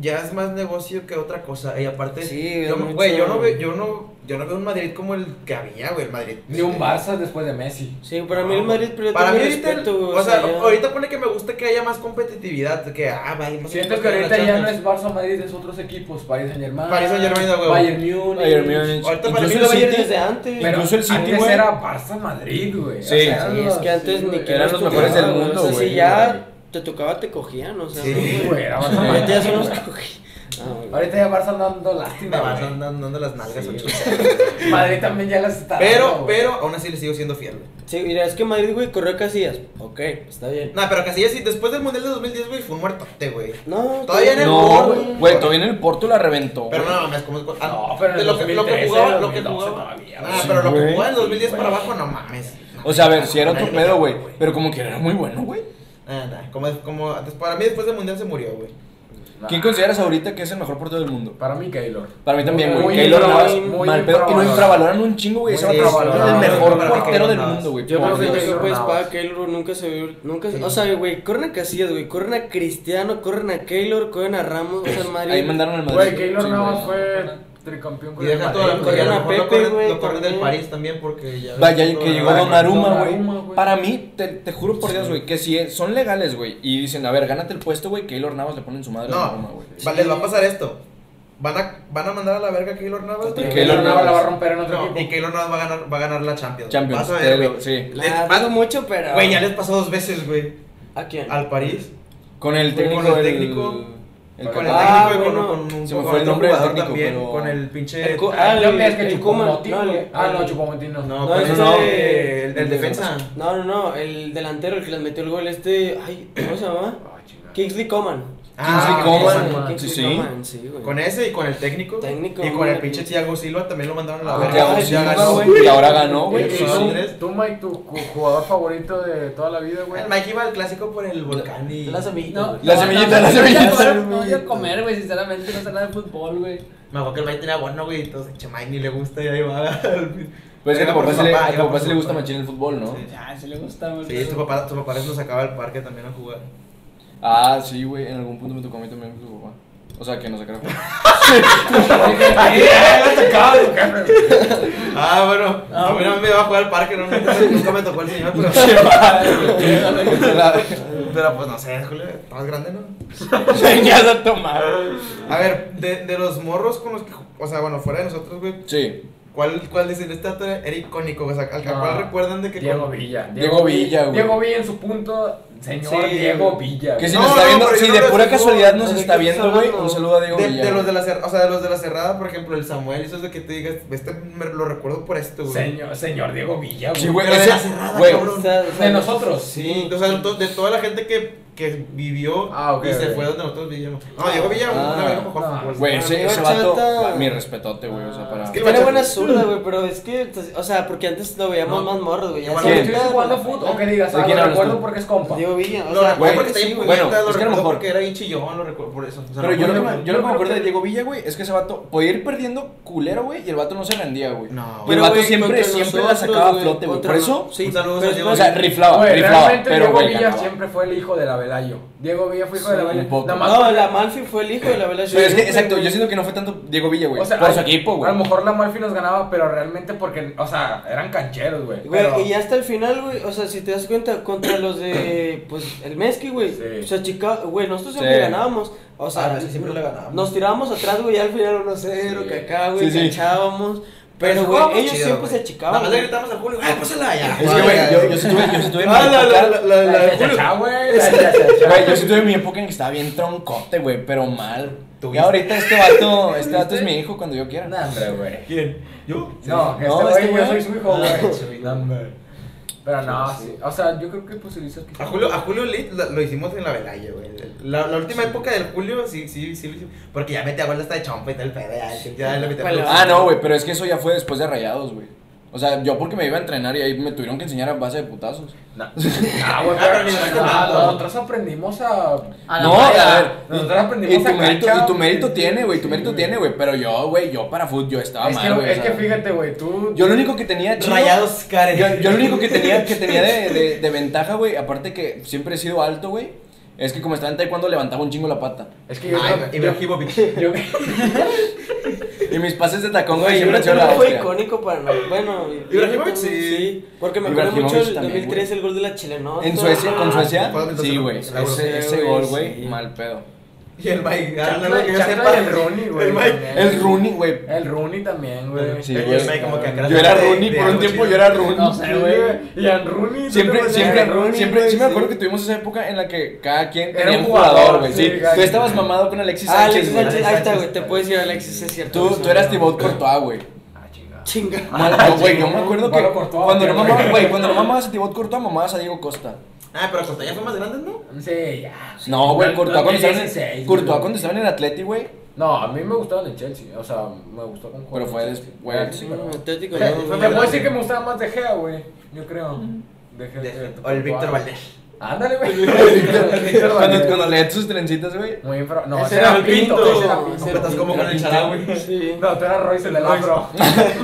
[SPEAKER 2] ya es más negocio que otra cosa. Y aparte,
[SPEAKER 4] Sí,
[SPEAKER 2] yo,
[SPEAKER 4] mucho.
[SPEAKER 2] güey, yo no veo, yo no, yo no veo un Madrid como el que había, güey, el Madrid.
[SPEAKER 3] Ni un Barça después de Messi.
[SPEAKER 4] Sí, para mí el Madrid, pero yo
[SPEAKER 2] Para mí
[SPEAKER 4] tengo
[SPEAKER 2] ahorita, el-
[SPEAKER 4] respeto, güey,
[SPEAKER 2] o sea,
[SPEAKER 4] ya-
[SPEAKER 2] ahorita pone que me gusta que haya más competitividad, que ah, va, vamos a
[SPEAKER 3] Siento que
[SPEAKER 2] competir en la
[SPEAKER 3] ahorita ya no
[SPEAKER 2] Champions.
[SPEAKER 3] es Barça Madrid, es otros equipos. Paris Saint Germain.
[SPEAKER 2] Paris Saint-Germain, güey.
[SPEAKER 3] Bayern Múnich.
[SPEAKER 1] Bayern Múnich.
[SPEAKER 2] Ahorita para mí
[SPEAKER 1] Incluso
[SPEAKER 2] lo
[SPEAKER 1] el
[SPEAKER 2] Bayern
[SPEAKER 1] City.
[SPEAKER 4] desde antes.
[SPEAKER 3] Pero
[SPEAKER 1] Incluso el City,
[SPEAKER 3] antes
[SPEAKER 1] güey.
[SPEAKER 3] era Barça Madrid, güey.
[SPEAKER 1] Sí.
[SPEAKER 3] eran
[SPEAKER 4] Sí, es
[SPEAKER 3] los-
[SPEAKER 2] Ah,
[SPEAKER 4] que antes
[SPEAKER 3] sí,
[SPEAKER 4] ni
[SPEAKER 3] güey,
[SPEAKER 4] que
[SPEAKER 1] eran
[SPEAKER 4] nos
[SPEAKER 1] los mejores del
[SPEAKER 4] tocaba, güey, O
[SPEAKER 1] mundo,
[SPEAKER 4] sea, si
[SPEAKER 1] güey.
[SPEAKER 4] ya te tocaba, te cogían, o sea,
[SPEAKER 2] Sí,
[SPEAKER 4] no,
[SPEAKER 3] güey,
[SPEAKER 4] güey.
[SPEAKER 3] era Barça
[SPEAKER 4] Ahorita ya
[SPEAKER 3] Madrid.
[SPEAKER 4] son los que cogían. Ah, güey.
[SPEAKER 3] Ahorita ya Barça anda dando
[SPEAKER 2] Me
[SPEAKER 3] lástima.
[SPEAKER 2] vas
[SPEAKER 3] güey.
[SPEAKER 2] andando las nalgas
[SPEAKER 3] Sí,
[SPEAKER 2] a
[SPEAKER 4] <laughs>
[SPEAKER 2] chus.
[SPEAKER 3] Madrid también ya las está.
[SPEAKER 2] Pero,
[SPEAKER 3] dando, güey.
[SPEAKER 2] pero, aún así le sigo siendo fiel, güey.
[SPEAKER 4] Sí, mira, es que Madrid, güey, corrió a Casillas. Ok, está bien.
[SPEAKER 2] Nah, pero Casillas sí, después del Mundial de 2010, güey, fue un muertote, güey.
[SPEAKER 4] No,
[SPEAKER 2] Todavía en el
[SPEAKER 1] No,
[SPEAKER 2] Porto,
[SPEAKER 1] güey, güey, todavía en el Porto la reventó.
[SPEAKER 2] Pero
[SPEAKER 1] güey.
[SPEAKER 2] no, mames, como... ah,
[SPEAKER 3] No, pero en
[SPEAKER 2] de
[SPEAKER 3] el
[SPEAKER 2] lo, que, lo que
[SPEAKER 3] 2013,
[SPEAKER 2] jugaba, lo que
[SPEAKER 3] 2012
[SPEAKER 2] jugaba.
[SPEAKER 3] todavía,
[SPEAKER 2] Ah,
[SPEAKER 3] güey.
[SPEAKER 2] pero lo
[SPEAKER 1] Sí,
[SPEAKER 2] que jugaba en
[SPEAKER 3] güey.
[SPEAKER 2] 2010 para
[SPEAKER 3] Sí,
[SPEAKER 2] abajo, no mames.
[SPEAKER 1] O sea, a ver, si era otro pedo, güey, pero como que era muy bueno, güey.
[SPEAKER 2] Ah, nah, como, como antes- para mí después del Mundial se murió, güey.
[SPEAKER 3] Nah.
[SPEAKER 1] ¿Quién consideras ahorita que es el mejor portero del mundo?
[SPEAKER 3] Ah, Para mí, Keylor.
[SPEAKER 1] Para mí también,
[SPEAKER 4] Muy
[SPEAKER 1] güey. Keylor Navas,
[SPEAKER 3] muy
[SPEAKER 1] mal pedo. Y lo
[SPEAKER 3] infravalorado.
[SPEAKER 1] infravaloran un chingo, güey. Es
[SPEAKER 2] Muy
[SPEAKER 1] el
[SPEAKER 2] infravalorado.
[SPEAKER 1] mejor
[SPEAKER 2] Para que
[SPEAKER 1] portero
[SPEAKER 2] no
[SPEAKER 1] del
[SPEAKER 2] Navas.
[SPEAKER 1] mundo, güey.
[SPEAKER 4] Yo creo
[SPEAKER 1] por
[SPEAKER 4] que
[SPEAKER 1] Dios.
[SPEAKER 3] Navas.
[SPEAKER 4] eso, pues, para Keylor nunca se vio. Nunca se-
[SPEAKER 2] Sí.
[SPEAKER 4] O sea, güey, corren a Casillas, güey. Corren a Cristiano, corren a Keylor, corren a Ramos, o sea, el Madrid.
[SPEAKER 1] Ahí mandaron al Madrid.
[SPEAKER 3] Güey, Keylor
[SPEAKER 1] Sí, güey.
[SPEAKER 3] Navas fue tricampeón con
[SPEAKER 2] Y
[SPEAKER 3] el
[SPEAKER 2] deja todo
[SPEAKER 3] Madrid.
[SPEAKER 2] la
[SPEAKER 4] corrieron a
[SPEAKER 2] corrida. Lo
[SPEAKER 4] Pepe,
[SPEAKER 2] corren,
[SPEAKER 4] güey,
[SPEAKER 2] lo corren del
[SPEAKER 4] también.
[SPEAKER 2] París también porque ya.
[SPEAKER 1] Vaya, que llegó Donnarumma,
[SPEAKER 3] Donnarumma,
[SPEAKER 1] güey.
[SPEAKER 3] güey.
[SPEAKER 1] Para mí, te, te juro por Dios, güey, que si son legales, güey, y dicen, a ver, gánate el puesto, güey, Keylor Navas le ponen su madre a Donnarumma,
[SPEAKER 2] No,
[SPEAKER 1] güey.
[SPEAKER 2] va- les va a pasar esto. Van a, van a mandar a la verga a Keylor Navas. güey.
[SPEAKER 1] Keylor
[SPEAKER 3] Keylor Navas la va a romper en otro
[SPEAKER 2] No, y
[SPEAKER 3] equipo.
[SPEAKER 2] Keylor Navas va a ganar, va a ganar la Champions.
[SPEAKER 1] Champions,
[SPEAKER 2] Vas a ver,
[SPEAKER 1] te-
[SPEAKER 2] güey.
[SPEAKER 1] sí.
[SPEAKER 4] La
[SPEAKER 2] Les-
[SPEAKER 4] dudo mucho, pero.
[SPEAKER 2] Güey, ya les pasó dos veces, güey.
[SPEAKER 4] ¿A quién?
[SPEAKER 2] Al París.
[SPEAKER 1] Con el
[SPEAKER 2] Güey,
[SPEAKER 1] técnico.
[SPEAKER 2] con el técnico.
[SPEAKER 1] el-
[SPEAKER 2] con el técnico
[SPEAKER 4] Ah,
[SPEAKER 2] y con,
[SPEAKER 4] bueno.
[SPEAKER 2] con un
[SPEAKER 1] Se me
[SPEAKER 2] con
[SPEAKER 1] fue el
[SPEAKER 2] otro
[SPEAKER 1] nombre del
[SPEAKER 2] jugador
[SPEAKER 1] técnico,
[SPEAKER 2] también,
[SPEAKER 1] pero-
[SPEAKER 2] con el pinche
[SPEAKER 4] El cu-
[SPEAKER 3] Ah,
[SPEAKER 4] Ah,
[SPEAKER 3] no, mira, es que
[SPEAKER 4] el
[SPEAKER 3] Chupomotín,
[SPEAKER 4] Chupomotín,
[SPEAKER 3] güey.
[SPEAKER 4] güey.
[SPEAKER 3] Ah, no, Chupomotín no.
[SPEAKER 2] No,
[SPEAKER 4] No,
[SPEAKER 2] pero
[SPEAKER 4] este-
[SPEAKER 2] no, el, el defensa.
[SPEAKER 4] No, no, no. El delantero, el que les metió el gol, este. Ay, ¿cómo se llama?
[SPEAKER 3] Ah, chingada.
[SPEAKER 4] Kingsley Coman.
[SPEAKER 1] Ah,
[SPEAKER 2] Ah,
[SPEAKER 1] Kingsley Coman.
[SPEAKER 4] Ese, Kingsley
[SPEAKER 1] Sí, sí.
[SPEAKER 4] Coman, sí, güey.
[SPEAKER 2] Con ese y con el técnico.
[SPEAKER 4] Técnico,
[SPEAKER 2] y con el
[SPEAKER 4] güey.
[SPEAKER 2] pinche Thiago Silva también lo mandaron a la
[SPEAKER 4] Ah,
[SPEAKER 1] con
[SPEAKER 2] verga.
[SPEAKER 1] Thiago
[SPEAKER 4] Ay,
[SPEAKER 1] Silva,
[SPEAKER 4] ya
[SPEAKER 2] ganó.
[SPEAKER 1] güey,
[SPEAKER 4] güey.
[SPEAKER 1] Y ahora ganó,
[SPEAKER 3] Oye,
[SPEAKER 1] güey.
[SPEAKER 2] Sí,
[SPEAKER 3] ¿y tú-
[SPEAKER 2] Andrés.
[SPEAKER 3] tú, Mike, tu cu- jugador favorito de toda la vida, güey.
[SPEAKER 2] El Mike iba al clásico por el volcán y.
[SPEAKER 4] Las amiguitas,
[SPEAKER 5] No,
[SPEAKER 4] güey.
[SPEAKER 1] La
[SPEAKER 5] no,
[SPEAKER 1] semillita,
[SPEAKER 5] no,
[SPEAKER 1] la
[SPEAKER 5] no,
[SPEAKER 1] semillita.
[SPEAKER 5] No, no, no voy a comer, güey, sinceramente, no sé nada de fútbol, güey.
[SPEAKER 2] Me acuerdo que el Mike tenía bueno, güey. Entonces, che, Mike ni le gusta y ahí va.
[SPEAKER 1] Pues es que a tu
[SPEAKER 2] Iba por
[SPEAKER 1] papá
[SPEAKER 2] su
[SPEAKER 1] se le-
[SPEAKER 2] papá,
[SPEAKER 1] a tu
[SPEAKER 2] iba por
[SPEAKER 1] papá
[SPEAKER 2] su
[SPEAKER 1] se le gusta
[SPEAKER 2] papá.
[SPEAKER 1] machín el fútbol, ¿no?
[SPEAKER 2] Sí.
[SPEAKER 5] Ah, sí le gusta, güey.
[SPEAKER 2] Sí, tu papá, tu papá nos sacaba al parque también a jugar.
[SPEAKER 1] Ah, sí, güey. En algún punto me tocó a mí también con tu papá. O sea, que no se crea. <laughs>
[SPEAKER 2] Ah, bueno. a mí no me iba a jugar al parque, no, nunca, nunca me tocó el señor,
[SPEAKER 1] <laughs>
[SPEAKER 2] pero. <laughs> pero pues no sé, Julio, más grande, ¿no?
[SPEAKER 1] Venías a tomar.
[SPEAKER 2] A ver, de, de los morros con los que. ju- O sea, bueno, fuera de nosotros, güey.
[SPEAKER 1] Sí.
[SPEAKER 2] ¿Cuál, cuál dicen? Este dato era icónico, o sea, al
[SPEAKER 3] No.
[SPEAKER 2] cual recuerdan de que.
[SPEAKER 3] Diego
[SPEAKER 2] con-
[SPEAKER 3] Villa.
[SPEAKER 1] Diego Villa, güey.
[SPEAKER 3] Diego Villa en su punto, señor
[SPEAKER 4] Sí.
[SPEAKER 3] Diego Villa.
[SPEAKER 1] Que si
[SPEAKER 3] güey.
[SPEAKER 2] No,
[SPEAKER 1] nos está
[SPEAKER 2] no,
[SPEAKER 1] viendo,
[SPEAKER 2] pero
[SPEAKER 1] si
[SPEAKER 2] yo
[SPEAKER 1] de
[SPEAKER 2] no les
[SPEAKER 1] pura
[SPEAKER 2] digo-
[SPEAKER 1] casualidad nos
[SPEAKER 4] ¿de qué
[SPEAKER 1] está
[SPEAKER 4] estás
[SPEAKER 1] viendo, güey,
[SPEAKER 4] hablando?
[SPEAKER 1] un saludo a Diego
[SPEAKER 2] De,
[SPEAKER 1] Villa.
[SPEAKER 2] de los de
[SPEAKER 1] güey.
[SPEAKER 2] la cerrada, o sea, de los de la cerrada, por ejemplo, el Samuel, eso es de que te digas, este me lo recuerdo por esto, güey.
[SPEAKER 3] Señor, señor Diego Villa, güey.
[SPEAKER 1] Sí, güey,
[SPEAKER 2] Pero de
[SPEAKER 1] ese-
[SPEAKER 2] la cerrada,
[SPEAKER 1] güey,
[SPEAKER 2] cabrón.
[SPEAKER 4] O sea, o sea,
[SPEAKER 3] De nosotros.
[SPEAKER 2] Sí, o sea, de, to- de toda la gente que, que vivió
[SPEAKER 3] Ah, ok,
[SPEAKER 2] y se
[SPEAKER 3] ok.
[SPEAKER 2] fue donde nosotros vivíamos. No, Diego Villa,
[SPEAKER 1] Ah,
[SPEAKER 2] una vez jugó
[SPEAKER 3] no.
[SPEAKER 2] fútbol.
[SPEAKER 1] Güey, ese,
[SPEAKER 4] Amigo
[SPEAKER 1] ese vato,
[SPEAKER 4] Chata.
[SPEAKER 1] mi respetote, güey, o sea, para...
[SPEAKER 2] Es que-
[SPEAKER 4] Tiene buena zurda, güey, pero es que, pues, o sea, porque antes lo veíamos
[SPEAKER 2] No.
[SPEAKER 4] más morros, güey. ya
[SPEAKER 2] Igual
[SPEAKER 4] sí,
[SPEAKER 3] Si
[SPEAKER 1] ¿Quién?
[SPEAKER 3] estuviese
[SPEAKER 4] ahorita-
[SPEAKER 3] jugando fútbol, o que digas,
[SPEAKER 1] ¿De
[SPEAKER 3] ah,
[SPEAKER 1] quién
[SPEAKER 3] lo
[SPEAKER 1] hablas
[SPEAKER 3] recuerdo
[SPEAKER 1] tú?
[SPEAKER 3] porque es compa.
[SPEAKER 4] Diego Villa, o
[SPEAKER 2] Lo
[SPEAKER 4] sea,
[SPEAKER 2] recuerdo
[SPEAKER 1] güey,
[SPEAKER 2] porque está
[SPEAKER 4] sí,
[SPEAKER 2] bien
[SPEAKER 4] güey.
[SPEAKER 1] bueno,
[SPEAKER 2] puñeta, lo
[SPEAKER 1] es que a lo
[SPEAKER 2] recuerdo
[SPEAKER 1] mejor-
[SPEAKER 2] porque era bien chillón, lo recuerdo por eso. O sea,
[SPEAKER 1] Pero
[SPEAKER 2] no
[SPEAKER 1] yo lo que
[SPEAKER 2] me-
[SPEAKER 1] me, yo lo que me acuerdo de Diego Villa, güey, es que ese vato podía ir perdiendo culero, güey, y el vato no se rendía, güey.
[SPEAKER 2] No.
[SPEAKER 1] Y el
[SPEAKER 4] Pero,
[SPEAKER 1] vato
[SPEAKER 4] güey,
[SPEAKER 1] siempre,
[SPEAKER 4] contra
[SPEAKER 1] siempre la
[SPEAKER 4] nosotros,
[SPEAKER 1] sacaba a
[SPEAKER 4] güey,
[SPEAKER 1] flote, güey.
[SPEAKER 4] contra
[SPEAKER 1] Por eso,
[SPEAKER 4] no- Sí,
[SPEAKER 2] Un saludo a
[SPEAKER 4] pero
[SPEAKER 2] Diego
[SPEAKER 1] o
[SPEAKER 4] es-
[SPEAKER 1] sea, riflaba,
[SPEAKER 3] Güey,
[SPEAKER 1] riflaba,
[SPEAKER 3] realmente
[SPEAKER 1] Ah, pero
[SPEAKER 3] Diego
[SPEAKER 1] güey,
[SPEAKER 3] Villa
[SPEAKER 1] ganaba.
[SPEAKER 3] siempre fue el hijo de la Velayo. Diego Villa fue hijo de la
[SPEAKER 1] Sí,
[SPEAKER 3] Velayo.
[SPEAKER 1] un poco.
[SPEAKER 3] Nada más
[SPEAKER 4] No,
[SPEAKER 3] porque-
[SPEAKER 4] la Malfi fue el hijo de la vela.
[SPEAKER 1] Pero es que, exacto, yo siento que no fue tanto Diego Villa, güey,
[SPEAKER 3] o sea,
[SPEAKER 1] por
[SPEAKER 3] a-
[SPEAKER 1] su equipo, güey.
[SPEAKER 3] A lo mejor la Malfi nos ganaba, pero realmente porque, o sea, eran cancheros, güey.
[SPEAKER 4] Güey,
[SPEAKER 3] pero-
[SPEAKER 4] y hasta el final, güey, o sea, si te das cuenta, contra los de,
[SPEAKER 1] <coughs>
[SPEAKER 4] pues, el Mesqui, güey,
[SPEAKER 3] Sí.
[SPEAKER 4] o sea, Chicago, güey, nosotros siempre
[SPEAKER 1] Sí.
[SPEAKER 4] ganábamos, o
[SPEAKER 2] Ah,
[SPEAKER 4] sea,
[SPEAKER 2] es que siempre le ganábamos.
[SPEAKER 4] nos tirábamos atrás, güey, al final 1-0,
[SPEAKER 3] Sí.
[SPEAKER 4] que acá, güey,
[SPEAKER 1] Sí, sí.
[SPEAKER 4] cachábamos,
[SPEAKER 2] Pero
[SPEAKER 4] pero, güey,
[SPEAKER 2] jugábamos
[SPEAKER 4] ellos
[SPEAKER 2] chido,
[SPEAKER 4] siempre
[SPEAKER 2] güey.
[SPEAKER 4] se
[SPEAKER 2] Nada
[SPEAKER 4] achicaban,
[SPEAKER 2] más le
[SPEAKER 4] güey.
[SPEAKER 2] gritamos al Julio, ¡ay, pásala ya!
[SPEAKER 1] Es que, güey, yo, yo sí tuve, yo sí tuve mi
[SPEAKER 2] Ah, la, la,
[SPEAKER 1] época-
[SPEAKER 2] la, la,
[SPEAKER 3] La
[SPEAKER 6] <laughs>
[SPEAKER 1] <laughs>
[SPEAKER 2] la-
[SPEAKER 3] chachachá, güey. la chachachá.
[SPEAKER 1] Güey, yo sí tuve mi época en que estaba bien troncote, güey, pero mal. Y ahorita este vato, este vato es mi hijo cuando yo quiera.
[SPEAKER 3] Nah, hombre, güey.
[SPEAKER 2] ¿Quién? ¿Yo?
[SPEAKER 3] No, este
[SPEAKER 1] No,
[SPEAKER 3] güey,
[SPEAKER 1] este
[SPEAKER 3] yo
[SPEAKER 1] güey.
[SPEAKER 3] soy su hijo,
[SPEAKER 6] Ah,
[SPEAKER 3] güey.
[SPEAKER 6] sí.
[SPEAKER 3] Nah, hombre. Pero no, sí. O sea, yo creo que pues, posibilizas que.
[SPEAKER 6] A Julio, a Julio Lit lo, lo hicimos en la Velaya, güey. La, la última época del Julio, sí, sí, sí lo hicimos. Porque ya mete a bola hasta de chompa y tal, pedo. Ya, ya le metí
[SPEAKER 4] ¿Cuál
[SPEAKER 1] Ah, no, güey, pero es que eso ya fue después de rayados, güey. O sea, yo porque me iba a entrenar y ahí me tuvieron que enseñar a base de putazos.
[SPEAKER 3] Nah. Ah, güey, pero no, nosotros aprendimos a.
[SPEAKER 5] A la
[SPEAKER 1] No, a
[SPEAKER 5] verga.
[SPEAKER 1] ver.
[SPEAKER 3] Nosotros aprendimos
[SPEAKER 1] Y tu
[SPEAKER 3] a
[SPEAKER 1] mérito,
[SPEAKER 3] cancha,
[SPEAKER 1] y tu
[SPEAKER 3] güey.
[SPEAKER 1] mérito tiene, güey, tu
[SPEAKER 3] Sí,
[SPEAKER 1] mérito
[SPEAKER 3] güey.
[SPEAKER 1] tiene, güey. Pero yo, güey, yo para fútbol, yo estaba
[SPEAKER 3] Es que,
[SPEAKER 1] mal, güey. o
[SPEAKER 3] es que
[SPEAKER 1] sea.
[SPEAKER 3] fíjate, güey, tú.
[SPEAKER 1] Yo lo único que tenía chido-
[SPEAKER 6] Rayados Karen.
[SPEAKER 1] Yo, yo lo único que tenía, que tenía de, de- de ventaja, güey, aparte que siempre he sido alto, güey, es que como estaba en taekwondo levantaba un chingo la pata.
[SPEAKER 3] Es que yo.
[SPEAKER 6] <laughs> Ay,
[SPEAKER 3] creo-
[SPEAKER 6] Ibrahimovic.
[SPEAKER 3] <laughs> yo-
[SPEAKER 1] Y mis pases de tacón, güey,
[SPEAKER 4] Güey,
[SPEAKER 1] siempre
[SPEAKER 4] yo creo
[SPEAKER 1] han sido
[SPEAKER 4] que
[SPEAKER 1] la
[SPEAKER 4] no fue
[SPEAKER 1] hostia.
[SPEAKER 4] icónico para nosotros. Bueno,
[SPEAKER 6] Ibrahimovic,
[SPEAKER 4] yo-
[SPEAKER 6] sí.
[SPEAKER 4] Porque me acuerdo
[SPEAKER 1] Ibrahimovic
[SPEAKER 4] mucho el
[SPEAKER 1] también,
[SPEAKER 4] 2003 el gol de la Chilenota.
[SPEAKER 1] En Suecia, con Suecia.
[SPEAKER 6] ¿Cuál entonces
[SPEAKER 1] Sí,
[SPEAKER 6] la-
[SPEAKER 1] güey.
[SPEAKER 6] la
[SPEAKER 1] Ese,
[SPEAKER 4] europea,
[SPEAKER 1] ese
[SPEAKER 4] güey?
[SPEAKER 1] gol, güey.
[SPEAKER 4] Sí.
[SPEAKER 1] Mal pedo.
[SPEAKER 6] Y el Mike.
[SPEAKER 3] Chacla-
[SPEAKER 6] Arnold, que yo
[SPEAKER 3] Chacla
[SPEAKER 6] sepa.
[SPEAKER 3] y el Rooney, güey,
[SPEAKER 6] El
[SPEAKER 2] Eh,
[SPEAKER 6] Mike.
[SPEAKER 3] también.
[SPEAKER 1] El Rooney, güey.
[SPEAKER 3] El Rooney también, güey.
[SPEAKER 1] Sí,
[SPEAKER 6] El
[SPEAKER 1] güey.
[SPEAKER 6] Mike como que acá-
[SPEAKER 1] Yo era
[SPEAKER 6] de-
[SPEAKER 1] Rooney,
[SPEAKER 6] de
[SPEAKER 1] por un
[SPEAKER 6] algo
[SPEAKER 1] tiempo
[SPEAKER 6] chido.
[SPEAKER 1] yo era Rooney.
[SPEAKER 5] No sé, güey.
[SPEAKER 3] Y a Rooney. ¿tú te
[SPEAKER 1] Siempre,
[SPEAKER 3] acuerdas
[SPEAKER 1] siempre,
[SPEAKER 3] de Rooney,
[SPEAKER 1] siempre,
[SPEAKER 3] güey?
[SPEAKER 1] sí me
[SPEAKER 3] Sí.
[SPEAKER 1] acuerdo que tuvimos esa época en la que cada quien
[SPEAKER 3] Era
[SPEAKER 1] tenía
[SPEAKER 3] un
[SPEAKER 1] un
[SPEAKER 3] jugador,
[SPEAKER 1] jugador, güey,
[SPEAKER 3] sí,
[SPEAKER 1] sí.
[SPEAKER 3] gacho.
[SPEAKER 1] Tú estabas mamado con Alexis
[SPEAKER 4] Ah, Alexis
[SPEAKER 1] Sánchez, güey.
[SPEAKER 4] Sánchez,
[SPEAKER 6] Sánchez,
[SPEAKER 4] ahí está,
[SPEAKER 6] Sánchez.
[SPEAKER 4] güey. Te puedo decir Alexis, es cierto.
[SPEAKER 1] Tú,
[SPEAKER 4] eso,
[SPEAKER 1] tú eras
[SPEAKER 4] no.
[SPEAKER 1] Thibaut Courtois, güey.
[SPEAKER 3] Ah,
[SPEAKER 1] <laughs>
[SPEAKER 3] chingada.
[SPEAKER 4] Chinga.
[SPEAKER 1] Mal- no, Güey, yo me acuerdo que
[SPEAKER 3] Malo Courtois,
[SPEAKER 1] cuando no
[SPEAKER 3] güey.
[SPEAKER 1] mamabas, güey, cuando no mamabas a Thibaut Courtois, mamabas a Diego Costa.
[SPEAKER 6] Ah, pero Costa ya fue más grande, ¿no?
[SPEAKER 3] Sí, ya.
[SPEAKER 1] No, güey, Courtois cuando estaban en-
[SPEAKER 3] 2016,
[SPEAKER 1] Courtois
[SPEAKER 3] güey.
[SPEAKER 1] cuando estaba en el Atleti,
[SPEAKER 3] <laughs>
[SPEAKER 1] güey,
[SPEAKER 3] No, a mí me gustaba el de Chelsea. O sea, me gustó con
[SPEAKER 1] pero fue
[SPEAKER 3] Chelsea. Ah,
[SPEAKER 1] después.
[SPEAKER 3] Sí,
[SPEAKER 1] sí.
[SPEAKER 3] pero-
[SPEAKER 4] Mm, Atlético,
[SPEAKER 6] Fue-
[SPEAKER 4] no,
[SPEAKER 6] fue
[SPEAKER 4] güey.
[SPEAKER 3] Te puedo decir que me gustaba más De Gea, güey. Yo creo. De Gea. que-
[SPEAKER 6] O el Víctor Valdés.
[SPEAKER 3] Ándale, güey. El Víctor
[SPEAKER 1] Cuando,
[SPEAKER 3] Valdés.
[SPEAKER 1] cuando leían sus trencitas,
[SPEAKER 3] <laughs>
[SPEAKER 1] güey.
[SPEAKER 3] Muy infra. No,
[SPEAKER 6] Ese
[SPEAKER 3] ese
[SPEAKER 6] era
[SPEAKER 3] era
[SPEAKER 6] el
[SPEAKER 3] Pinto.
[SPEAKER 6] Pinto.
[SPEAKER 3] Ese era
[SPEAKER 4] No,
[SPEAKER 3] Pinto.
[SPEAKER 4] ese
[SPEAKER 6] Competas como con el Chará, güey.
[SPEAKER 4] Sí.
[SPEAKER 3] No, tú eras Royce el del
[SPEAKER 6] Royce.
[SPEAKER 3] afro.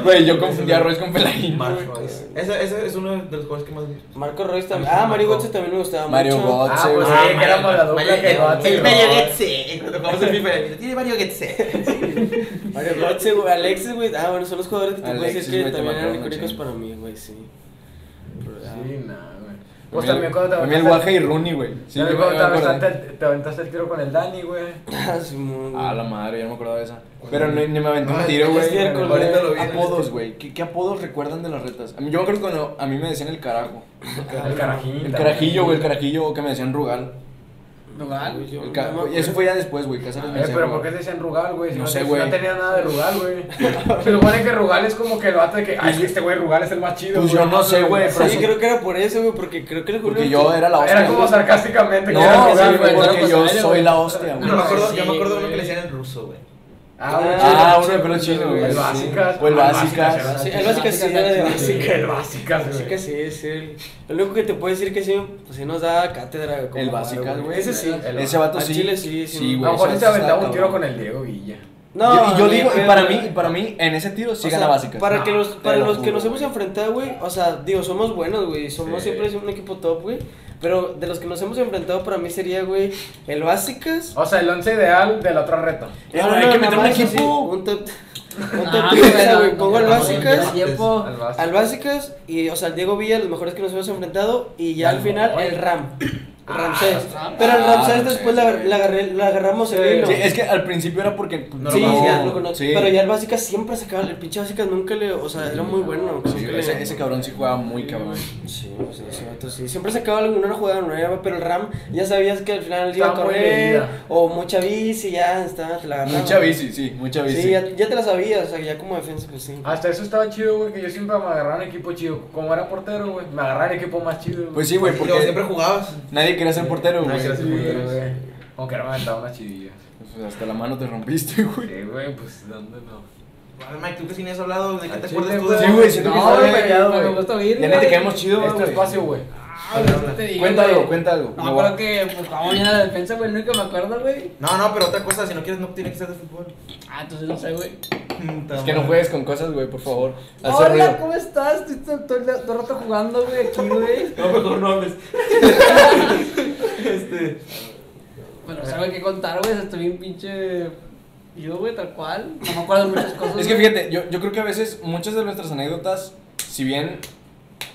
[SPEAKER 1] Güey, yo confundí a Royce con Pelaín.
[SPEAKER 6] Mark Royce. Ese, ese es uno de los jugadores que más vi.
[SPEAKER 4] Marco Royce también. Ah, Mario Götze también me gustaba
[SPEAKER 1] Mario
[SPEAKER 4] mucho.
[SPEAKER 1] Götze.
[SPEAKER 3] Ah, pues
[SPEAKER 1] güey.
[SPEAKER 3] sí, que éramos la dupla que no
[SPEAKER 6] El
[SPEAKER 3] hace-
[SPEAKER 6] Mario Getze. Cuando jugamos en FIFA. Tiene Mario Getze.
[SPEAKER 4] <laughs> Mario Götze, güey. Alexis, güey. Ah, bueno, son los jugadores que te puedo
[SPEAKER 1] Alexis,
[SPEAKER 4] decir que
[SPEAKER 1] güey, te
[SPEAKER 4] también eran
[SPEAKER 1] marcaron,
[SPEAKER 4] icónicos
[SPEAKER 1] sí.
[SPEAKER 4] para mí, güey, sí.
[SPEAKER 3] Sí, nada, güey. Pues
[SPEAKER 1] También-
[SPEAKER 3] también cuando te
[SPEAKER 1] También el
[SPEAKER 3] aventaste-
[SPEAKER 1] Guaje y Rooney, güey. Sí, yo
[SPEAKER 3] también
[SPEAKER 1] me-
[SPEAKER 3] cuando te
[SPEAKER 1] me acordé.
[SPEAKER 3] aventaste el- te aventaste el tiro con el Dani, güey.
[SPEAKER 4] Ah, Simón, güey.
[SPEAKER 1] Ah, la madre, ya no me acordaba de esa. Pero ni, ni me aventé un tiro, güey.
[SPEAKER 4] es miércoles.
[SPEAKER 1] Ahorita lo vi.
[SPEAKER 6] en el
[SPEAKER 1] Apodos, güey. ¿Qué, qué apodos recuerdan de las retas? A mí, yo me acuerdo cuando a mí me decían el carajo.
[SPEAKER 3] El carajillo.
[SPEAKER 1] El carajillo, güey, el carajillo, o que me decían rugal.
[SPEAKER 5] Lugar.
[SPEAKER 4] Yo
[SPEAKER 1] El
[SPEAKER 4] no
[SPEAKER 1] ca-
[SPEAKER 4] me acuerdo.
[SPEAKER 1] y eso fue ya después, güey. Cáceres me
[SPEAKER 3] Eh,
[SPEAKER 1] decía
[SPEAKER 3] pero
[SPEAKER 1] rugal.
[SPEAKER 3] ¿por qué te decían Rugal, güey? Si
[SPEAKER 1] No
[SPEAKER 3] no,
[SPEAKER 1] sé,
[SPEAKER 3] te-
[SPEAKER 1] güey.
[SPEAKER 3] no tenía nada de Rugal,
[SPEAKER 1] <laughs>
[SPEAKER 3] güey. Se supone que Rugal es como que el vato de que, ay, este güey Rugal es el más chido.
[SPEAKER 1] Pues yo no sé, güey, pero
[SPEAKER 4] Sí,
[SPEAKER 1] eso-
[SPEAKER 4] creo que era por eso, güey, porque creo que el
[SPEAKER 1] Porque
[SPEAKER 4] Julio-
[SPEAKER 1] yo era la hostia.
[SPEAKER 3] Era como
[SPEAKER 1] güey.
[SPEAKER 3] sarcásticamente. que
[SPEAKER 1] No,
[SPEAKER 3] era
[SPEAKER 1] sí,
[SPEAKER 3] Rugal,
[SPEAKER 1] güey,
[SPEAKER 3] güey.
[SPEAKER 1] porque yo soy la hostia, güey.
[SPEAKER 6] Yo me acuerdo, yo
[SPEAKER 5] Sí,
[SPEAKER 6] me acuerdo uno
[SPEAKER 5] güey.
[SPEAKER 6] que le decían el ruso, güey.
[SPEAKER 3] Ah, güey,
[SPEAKER 1] Ah,
[SPEAKER 3] chido,
[SPEAKER 1] uno de
[SPEAKER 3] chido,
[SPEAKER 1] pelo
[SPEAKER 3] chido,
[SPEAKER 1] chino,
[SPEAKER 3] El
[SPEAKER 1] güey, sí.
[SPEAKER 3] básicas.
[SPEAKER 1] O el
[SPEAKER 3] Ah,
[SPEAKER 1] Básicas.
[SPEAKER 4] Sí, el básicas sí era de
[SPEAKER 3] Sí,
[SPEAKER 4] básicas.
[SPEAKER 3] que el básicas,
[SPEAKER 4] Sí,
[SPEAKER 3] güey.
[SPEAKER 4] que sí, es el. Lo único que te puedo decir que sí, pues sí nos da cátedra, güey. como
[SPEAKER 1] El
[SPEAKER 4] para,
[SPEAKER 1] básicas, güey.
[SPEAKER 4] Ese sí.
[SPEAKER 3] El-
[SPEAKER 1] Ese vato
[SPEAKER 4] Al
[SPEAKER 1] sí.
[SPEAKER 4] chile sí, sí,
[SPEAKER 1] Sí,
[SPEAKER 3] A
[SPEAKER 4] no.
[SPEAKER 1] güey.
[SPEAKER 3] lo mejor
[SPEAKER 1] ese
[SPEAKER 3] se
[SPEAKER 1] vato
[SPEAKER 3] aventaba
[SPEAKER 1] está
[SPEAKER 3] un tiro
[SPEAKER 1] cabrón.
[SPEAKER 3] con el Diego Villa.
[SPEAKER 1] Yo- y yo
[SPEAKER 4] ni
[SPEAKER 1] digo, y
[SPEAKER 4] pedo,
[SPEAKER 1] para
[SPEAKER 4] güey.
[SPEAKER 1] mí, y para mí, en ese tiro sí
[SPEAKER 4] O sea,
[SPEAKER 1] gana básicas.
[SPEAKER 4] Para,
[SPEAKER 1] No,
[SPEAKER 4] que los,
[SPEAKER 1] te
[SPEAKER 4] para
[SPEAKER 1] lo
[SPEAKER 4] los que
[SPEAKER 1] juro,
[SPEAKER 4] nos hemos
[SPEAKER 1] güey.
[SPEAKER 4] enfrentado, güey, o sea, digo, somos buenos, güey, somos
[SPEAKER 3] Sí.
[SPEAKER 4] siempre un equipo top, güey. Pero de los que nos hemos enfrentado, para mí sería, güey, el Básicas.
[SPEAKER 3] O sea, el once ideal de la otra reta.
[SPEAKER 1] Ya, güey, Ah, hay que meter un
[SPEAKER 4] mamá, eso sí,
[SPEAKER 1] equipo.
[SPEAKER 4] Un top. Un top
[SPEAKER 5] Ah,
[SPEAKER 4] tres,
[SPEAKER 5] pero
[SPEAKER 4] güey.
[SPEAKER 5] no,
[SPEAKER 4] Pongo al
[SPEAKER 5] no,
[SPEAKER 4] Básicas.
[SPEAKER 5] no, tiempo.
[SPEAKER 3] Al
[SPEAKER 4] Al
[SPEAKER 3] básicas.
[SPEAKER 4] Básicas y, o sea, al Diego Villa, los mejores que nos hemos enfrentado. Y ya
[SPEAKER 3] Al
[SPEAKER 4] al final,
[SPEAKER 3] Moy.
[SPEAKER 4] el Ram. Ramsés.
[SPEAKER 5] Ah, Ram.
[SPEAKER 4] Pero al
[SPEAKER 1] Ah,
[SPEAKER 4] Ramsés después la,
[SPEAKER 1] Ramsés,
[SPEAKER 4] la, agarré- la agarramos el hilo.
[SPEAKER 1] Sí, es que al principio era porque. pues,
[SPEAKER 6] No
[SPEAKER 4] Sí,
[SPEAKER 6] lo
[SPEAKER 4] sí,
[SPEAKER 6] conocía.
[SPEAKER 4] lo conocí.
[SPEAKER 1] sí.
[SPEAKER 4] Pero ya el Básicas siempre sacaba. El pinche Básicas nunca le. O sea, era muy bueno.
[SPEAKER 1] Sí,
[SPEAKER 4] nunca le-
[SPEAKER 1] ese, ese cabrón sí jugaba muy cabrón.
[SPEAKER 4] Sí, o sea, ese vato sí. Siempre sacaba alguna jugada nueva, pero el Ram ya sabías que al final iba a
[SPEAKER 3] Estaba muy
[SPEAKER 4] correr.
[SPEAKER 3] leída.
[SPEAKER 4] O mucha bici, ya estaba, te la agarraba.
[SPEAKER 1] Mucha bici, sí, mucha bici.
[SPEAKER 4] Ah,
[SPEAKER 1] Ah,
[SPEAKER 4] Sí, ya, ya te la sabías. O sea, ya como defensa, pues sí.
[SPEAKER 3] Hasta eso estaba chido, güey, que yo siempre me agarraba un equipo chido. Como era portero, güey, me agarraba el equipo más chido. güey.
[SPEAKER 1] Pues sí, güey,
[SPEAKER 6] Y luego siempre
[SPEAKER 1] porque
[SPEAKER 6] jugabas.
[SPEAKER 1] nadie quería ser portero,
[SPEAKER 6] Nadie
[SPEAKER 1] güey.
[SPEAKER 6] quería
[SPEAKER 3] Sí,
[SPEAKER 6] ser portero.
[SPEAKER 3] güey. Aunque era me aventaba unas chidillas.
[SPEAKER 1] Pues hasta la mano te rompiste, güey.
[SPEAKER 3] Sí, güey, pues, ¿dónde no?
[SPEAKER 6] Bueno, Mike, ¿tú qué cine has hablado? ¿De qué
[SPEAKER 3] Al
[SPEAKER 6] te
[SPEAKER 3] chile,
[SPEAKER 6] acuerdas tú?
[SPEAKER 3] güey.
[SPEAKER 6] de-
[SPEAKER 1] Sí, güey, siento que
[SPEAKER 5] No,
[SPEAKER 1] está
[SPEAKER 5] güey,
[SPEAKER 1] bien peleado,
[SPEAKER 5] me
[SPEAKER 1] güey.
[SPEAKER 5] gusta oír,
[SPEAKER 1] Ya ni te
[SPEAKER 5] güey.
[SPEAKER 1] quedamos chido,
[SPEAKER 3] Es tu
[SPEAKER 1] güey.
[SPEAKER 3] Este espacio, güey.
[SPEAKER 1] Cuenta algo, cuenta algo.
[SPEAKER 5] No,
[SPEAKER 1] Me
[SPEAKER 5] me
[SPEAKER 1] voy a-
[SPEAKER 5] acuerdo que pues estábamos bien a la defensa, güey, nunca me acuerdo, güey.
[SPEAKER 6] No, no, pero otra cosa, si no quieres, no tiene que ser de fútbol.
[SPEAKER 5] Ah, entonces no sé, güey.
[SPEAKER 1] Es que no juegues con cosas, güey, por favor. Haz
[SPEAKER 5] Hola,
[SPEAKER 1] ruido.
[SPEAKER 5] ¿cómo estás? Estoy todo, todo el- todo el rato jugando, güey, aquí, güey.
[SPEAKER 6] No, mejor no
[SPEAKER 5] <laughs>
[SPEAKER 6] hables. este.
[SPEAKER 5] Bueno, sabe qué contar, güey, estoy bien pinche... Yo, güey, tal cual. No me acuerdo de muchas cosas.
[SPEAKER 1] Es que
[SPEAKER 5] güey.
[SPEAKER 1] fíjate, yo, yo creo que a veces muchas de nuestras anécdotas, si bien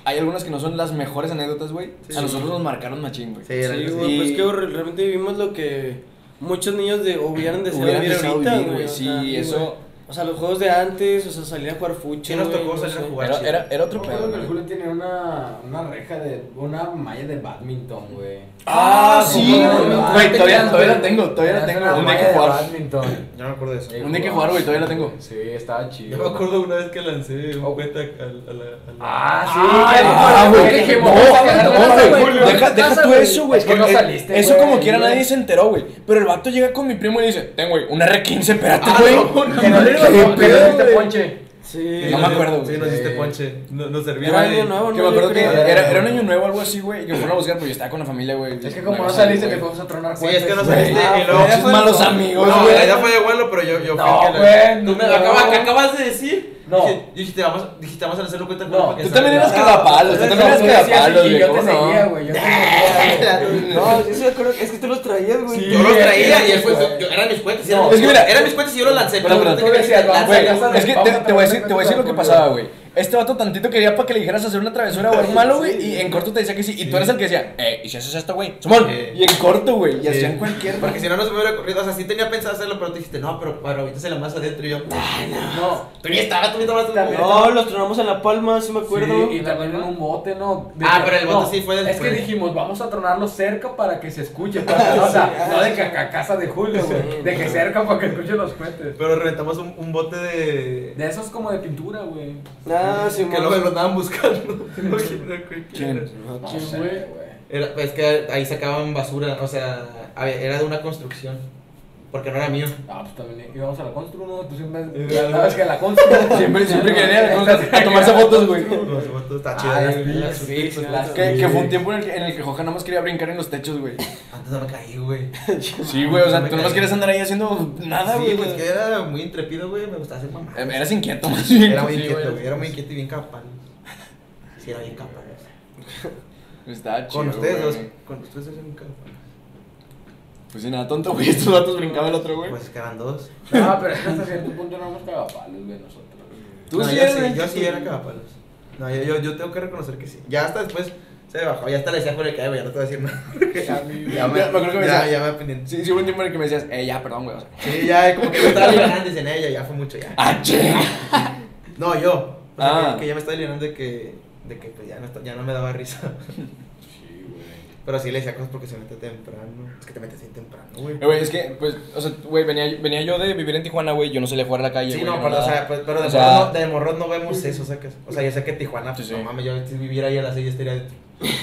[SPEAKER 1] hay algunas que no son las mejores anécdotas, güey, a nosotros nos marcaron machín, güey.
[SPEAKER 6] Sí, la
[SPEAKER 4] Sí,
[SPEAKER 6] neta sí.
[SPEAKER 4] güey,
[SPEAKER 1] Y-
[SPEAKER 4] pues que horrible, realmente vivimos lo que muchos niños de, hubieran deseado
[SPEAKER 1] Hubieran
[SPEAKER 4] vivir
[SPEAKER 1] deseado
[SPEAKER 4] ahorita,
[SPEAKER 1] vivir,
[SPEAKER 4] güey.
[SPEAKER 1] güey.
[SPEAKER 4] o
[SPEAKER 1] Sí,
[SPEAKER 4] sea,
[SPEAKER 1] eso.
[SPEAKER 4] güey. O sea, los juegos de antes, o sea, salir a jugar fuche.
[SPEAKER 2] Sí, nos
[SPEAKER 4] güey,
[SPEAKER 2] tocó
[SPEAKER 4] no
[SPEAKER 2] salir a
[SPEAKER 4] sé.
[SPEAKER 2] jugar.
[SPEAKER 9] Era, era, era otro
[SPEAKER 3] Yo me
[SPEAKER 9] pedo.
[SPEAKER 3] acuerdo que el
[SPEAKER 9] güey.
[SPEAKER 3] Julio tiene una, una reja de. Una malla de badminton, güey.
[SPEAKER 1] Ah, sí,
[SPEAKER 3] ¿cómo
[SPEAKER 1] güey.
[SPEAKER 3] no?
[SPEAKER 1] Güey, todavía, todavía la tengo, todavía la tengo.
[SPEAKER 3] Una
[SPEAKER 1] Un día hay
[SPEAKER 3] malla
[SPEAKER 1] que
[SPEAKER 3] de
[SPEAKER 1] jugar.
[SPEAKER 3] badminton.
[SPEAKER 2] Yo no me acuerdo de eso.
[SPEAKER 1] Un día hay que jugar, güey, todavía la tengo.
[SPEAKER 3] Sí, estaba
[SPEAKER 2] Yo
[SPEAKER 3] chido.
[SPEAKER 2] me acuerdo una vez que lancé un cuenta a la. a la-
[SPEAKER 3] Ah, sí.
[SPEAKER 5] Ay,
[SPEAKER 3] que-
[SPEAKER 5] ah,
[SPEAKER 3] que-
[SPEAKER 5] güey,
[SPEAKER 3] que-
[SPEAKER 5] qué
[SPEAKER 3] que-
[SPEAKER 5] mo-
[SPEAKER 4] No,
[SPEAKER 5] No,
[SPEAKER 4] no,
[SPEAKER 5] güey,
[SPEAKER 4] güey,
[SPEAKER 5] Julio,
[SPEAKER 4] deja,
[SPEAKER 5] ¿qué
[SPEAKER 4] deja
[SPEAKER 5] pasa,
[SPEAKER 4] tú
[SPEAKER 5] güey?
[SPEAKER 4] eso, güey.
[SPEAKER 5] Es que no
[SPEAKER 4] Eh,
[SPEAKER 5] saliste,
[SPEAKER 4] Eso
[SPEAKER 5] güey,
[SPEAKER 4] como quiera
[SPEAKER 5] güey.
[SPEAKER 4] nadie se enteró, güey. Pero el vato llega con mi primo y le dice, ten, güey, una R15, espérate,
[SPEAKER 9] Ah,
[SPEAKER 4] güey.
[SPEAKER 9] no, una madre,
[SPEAKER 4] ¿Qué
[SPEAKER 9] no, no,
[SPEAKER 4] pedo,
[SPEAKER 9] no, no,
[SPEAKER 4] güey?
[SPEAKER 9] ponche.
[SPEAKER 4] Sí.
[SPEAKER 2] Sí,
[SPEAKER 1] no me
[SPEAKER 2] nos-
[SPEAKER 1] acuerdo,
[SPEAKER 2] Sí,
[SPEAKER 1] güey.
[SPEAKER 2] nos diste ponche. No- Nos servía.
[SPEAKER 4] Era
[SPEAKER 2] de-
[SPEAKER 4] algo nuevo,
[SPEAKER 1] Que
[SPEAKER 4] ¿no?
[SPEAKER 1] me
[SPEAKER 4] Yo
[SPEAKER 1] acuerdo que
[SPEAKER 4] creo.
[SPEAKER 1] era, era un año nuevo o algo así, güey, que me fueron a buscar, pero yo estaba con la familia, güey.
[SPEAKER 5] Es que como no
[SPEAKER 1] Una
[SPEAKER 5] saliste,
[SPEAKER 1] cosa,
[SPEAKER 5] te
[SPEAKER 1] güey.
[SPEAKER 5] fuimos a tronar
[SPEAKER 2] Sí, es que no
[SPEAKER 5] fuentes,
[SPEAKER 2] saliste
[SPEAKER 3] ah,
[SPEAKER 5] güey.
[SPEAKER 2] y luego.
[SPEAKER 4] Pinches malos amigos,
[SPEAKER 2] No,
[SPEAKER 4] güey.
[SPEAKER 2] la idea fue de vuelo, pero yo, yo fui
[SPEAKER 9] No,
[SPEAKER 2] el que
[SPEAKER 9] güey,
[SPEAKER 2] Tú me
[SPEAKER 9] no.
[SPEAKER 2] acabas, que acabas de decir.
[SPEAKER 9] No.
[SPEAKER 2] Dije- Dijiste, vamos, dijiste, vamos a hacerlo cuenta
[SPEAKER 9] No,
[SPEAKER 2] para que
[SPEAKER 4] Tú
[SPEAKER 2] salga.
[SPEAKER 4] también eras cagapalos, tú también
[SPEAKER 5] No,
[SPEAKER 4] eras
[SPEAKER 5] tú decías,
[SPEAKER 4] cagapalos,
[SPEAKER 5] y
[SPEAKER 4] güey.
[SPEAKER 5] Yo te
[SPEAKER 4] ¿cómo no?
[SPEAKER 5] seguía, güey. Yo te seguía, güey.
[SPEAKER 4] No, yo sí me acuerdo, es que tú los traías, güey.
[SPEAKER 9] Sí.
[SPEAKER 2] Yo los traía
[SPEAKER 9] Sí,
[SPEAKER 2] y él fue.
[SPEAKER 9] güey.
[SPEAKER 2] yo- yo- Eran mis cuentas. y
[SPEAKER 9] No,
[SPEAKER 2] eran-
[SPEAKER 9] es
[SPEAKER 1] que mira-
[SPEAKER 2] Eran mis cuentas y yo los lancé.
[SPEAKER 1] Perdón,
[SPEAKER 2] pero
[SPEAKER 1] perdón.
[SPEAKER 2] tú decías, Eh,
[SPEAKER 9] Tú decías,
[SPEAKER 2] "Lánzalo".
[SPEAKER 9] vamos,
[SPEAKER 1] "Ah, Güey, es que te, te voy a decir, te voy a decir lo que pasaba, güey. Este vato tantito quería para que le dijeras hacer una travesura o algo malo, güey, y en corto te decía que sí. Y tú eres el que decía, eh, ¿y si haces esto, güey? ¡Sumón!
[SPEAKER 2] Eh.
[SPEAKER 1] Y en corto, güey, y hacían
[SPEAKER 2] Sí.
[SPEAKER 1] cualquier.
[SPEAKER 2] Porque si no, no se me hubiera ocurrido. O sea, sí tenía pensado hacerlo, pero tú dijiste, no, pero para ahorita se la más adentro. Y yo, "Ah,
[SPEAKER 3] No.
[SPEAKER 2] tú ni estabas, tú ni estabas.
[SPEAKER 3] También
[SPEAKER 2] No.
[SPEAKER 4] No, los tronamos en La Palma, sí me acuerdo.
[SPEAKER 3] Sí, y también en un bote, ¿no? De-
[SPEAKER 2] Ah, pero el bote
[SPEAKER 3] no,
[SPEAKER 2] sí fue
[SPEAKER 3] Es que
[SPEAKER 2] después.
[SPEAKER 3] dijimos, vamos a tronarlo cerca para que se escuche. para- o sea, no de que acá casa de Julio, güey. De que cerca para que escuche los cohetes.
[SPEAKER 2] Pero reventamos un, un bote de.
[SPEAKER 3] De esos como de pintura, güey.
[SPEAKER 4] Ah,
[SPEAKER 2] que
[SPEAKER 4] sí, me
[SPEAKER 2] luego lo
[SPEAKER 4] acuerdo.
[SPEAKER 2] andaban buscando. No <laughs> quiero creer que era.
[SPEAKER 3] No sé, güey?
[SPEAKER 2] Era- pues, es que ahí sacaban basura, o sea, a ver, era de una construcción. Porque no era
[SPEAKER 3] <laughs>
[SPEAKER 2] mío.
[SPEAKER 3] Ah, pues también íbamos a la constru, ¿no? Tú siempre.
[SPEAKER 2] Eh,
[SPEAKER 3] Sabes que a la constru.
[SPEAKER 1] Siempre, siempre querían ir a la
[SPEAKER 5] <laughs>
[SPEAKER 1] contra- a tomarse fotos, güey.
[SPEAKER 2] Los votos está
[SPEAKER 3] Ay,
[SPEAKER 2] chida.
[SPEAKER 3] sí,
[SPEAKER 2] las-
[SPEAKER 3] sí,
[SPEAKER 2] las-
[SPEAKER 3] sí,
[SPEAKER 2] las-
[SPEAKER 1] Que, que fue un tiempo en el que, en el que Johan nada más quería brincar en los techos,
[SPEAKER 5] <laughs>
[SPEAKER 1] güey.
[SPEAKER 2] Antes no me caí, güey.
[SPEAKER 1] Sí, güey, o sea, tú nada más querías andar ahí haciendo nada,
[SPEAKER 2] sí,
[SPEAKER 1] Ah, güey.
[SPEAKER 2] pues que era muy intrepido, güey. Me gustaba hacer mamá.
[SPEAKER 1] Eh, Eras inquieto, más bien.
[SPEAKER 2] <laughs> Era muy inquieto, güey. Era muy inquieto y bien capaz. Sí, era bien capaz.
[SPEAKER 1] Estaba Ah, chido.
[SPEAKER 2] Con ustedes
[SPEAKER 1] güey.
[SPEAKER 2] dos. Con ustedes dos era bien capaz.
[SPEAKER 1] Pues sí, nada, tonto, güey. Estos datos brincaban el otro, güey.
[SPEAKER 2] Pues quedan dos.
[SPEAKER 3] No, pero es que hasta cierto punto no hemos cagado palos, güey, nosotros.
[SPEAKER 1] Tú
[SPEAKER 2] No,
[SPEAKER 1] sí
[SPEAKER 2] yo
[SPEAKER 1] eres
[SPEAKER 2] sí,
[SPEAKER 1] el
[SPEAKER 2] yo
[SPEAKER 1] que-
[SPEAKER 2] sí era cagapalos. No, yo, yo, yo tengo que reconocer que sí. Ya hasta después se bajó, ya hasta le decía Julio que "Ay, güey, ya no te voy a decir nada.
[SPEAKER 1] Ya, me acuerdo que me
[SPEAKER 2] <laughs> ya,
[SPEAKER 1] decía-
[SPEAKER 2] ya me pendiente.
[SPEAKER 1] Sí, sí, hubo un tiempo en el que me decías, eh, ya, perdón, güey. O sea,
[SPEAKER 2] Sí, ya como que
[SPEAKER 1] <laughs>
[SPEAKER 2] me estaba liberando, dicen ella, ya fue mucho ya.
[SPEAKER 1] ¡ah, chinga!
[SPEAKER 2] No, yo. O sea,
[SPEAKER 1] Ah.
[SPEAKER 2] que, que ya me estaba liberando de que, de que pues, ya, no, está- ya no me daba risa. <laughs>
[SPEAKER 3] Sí, güey.
[SPEAKER 2] Pero sí le decía cosas porque se mete temprano. Es que te metes bien temprano, güey.
[SPEAKER 1] Eh, Güey, es que, pues, o sea, güey, venía, venía yo de vivir en Tijuana, güey, yo no salía a jugar a la calle,
[SPEAKER 2] Sí,
[SPEAKER 1] güey,
[SPEAKER 2] no,
[SPEAKER 1] yo
[SPEAKER 2] pero, o
[SPEAKER 1] nada.
[SPEAKER 2] sea, pues, pero de,
[SPEAKER 1] O sea-
[SPEAKER 2] morros no, de morros no vemos eso, o sea, que, o sea, yo sé que Tijuana,
[SPEAKER 1] Sí,
[SPEAKER 2] pues,
[SPEAKER 1] sí.
[SPEAKER 2] no mames, yo si viviera ahí a las 6 estaría adentro.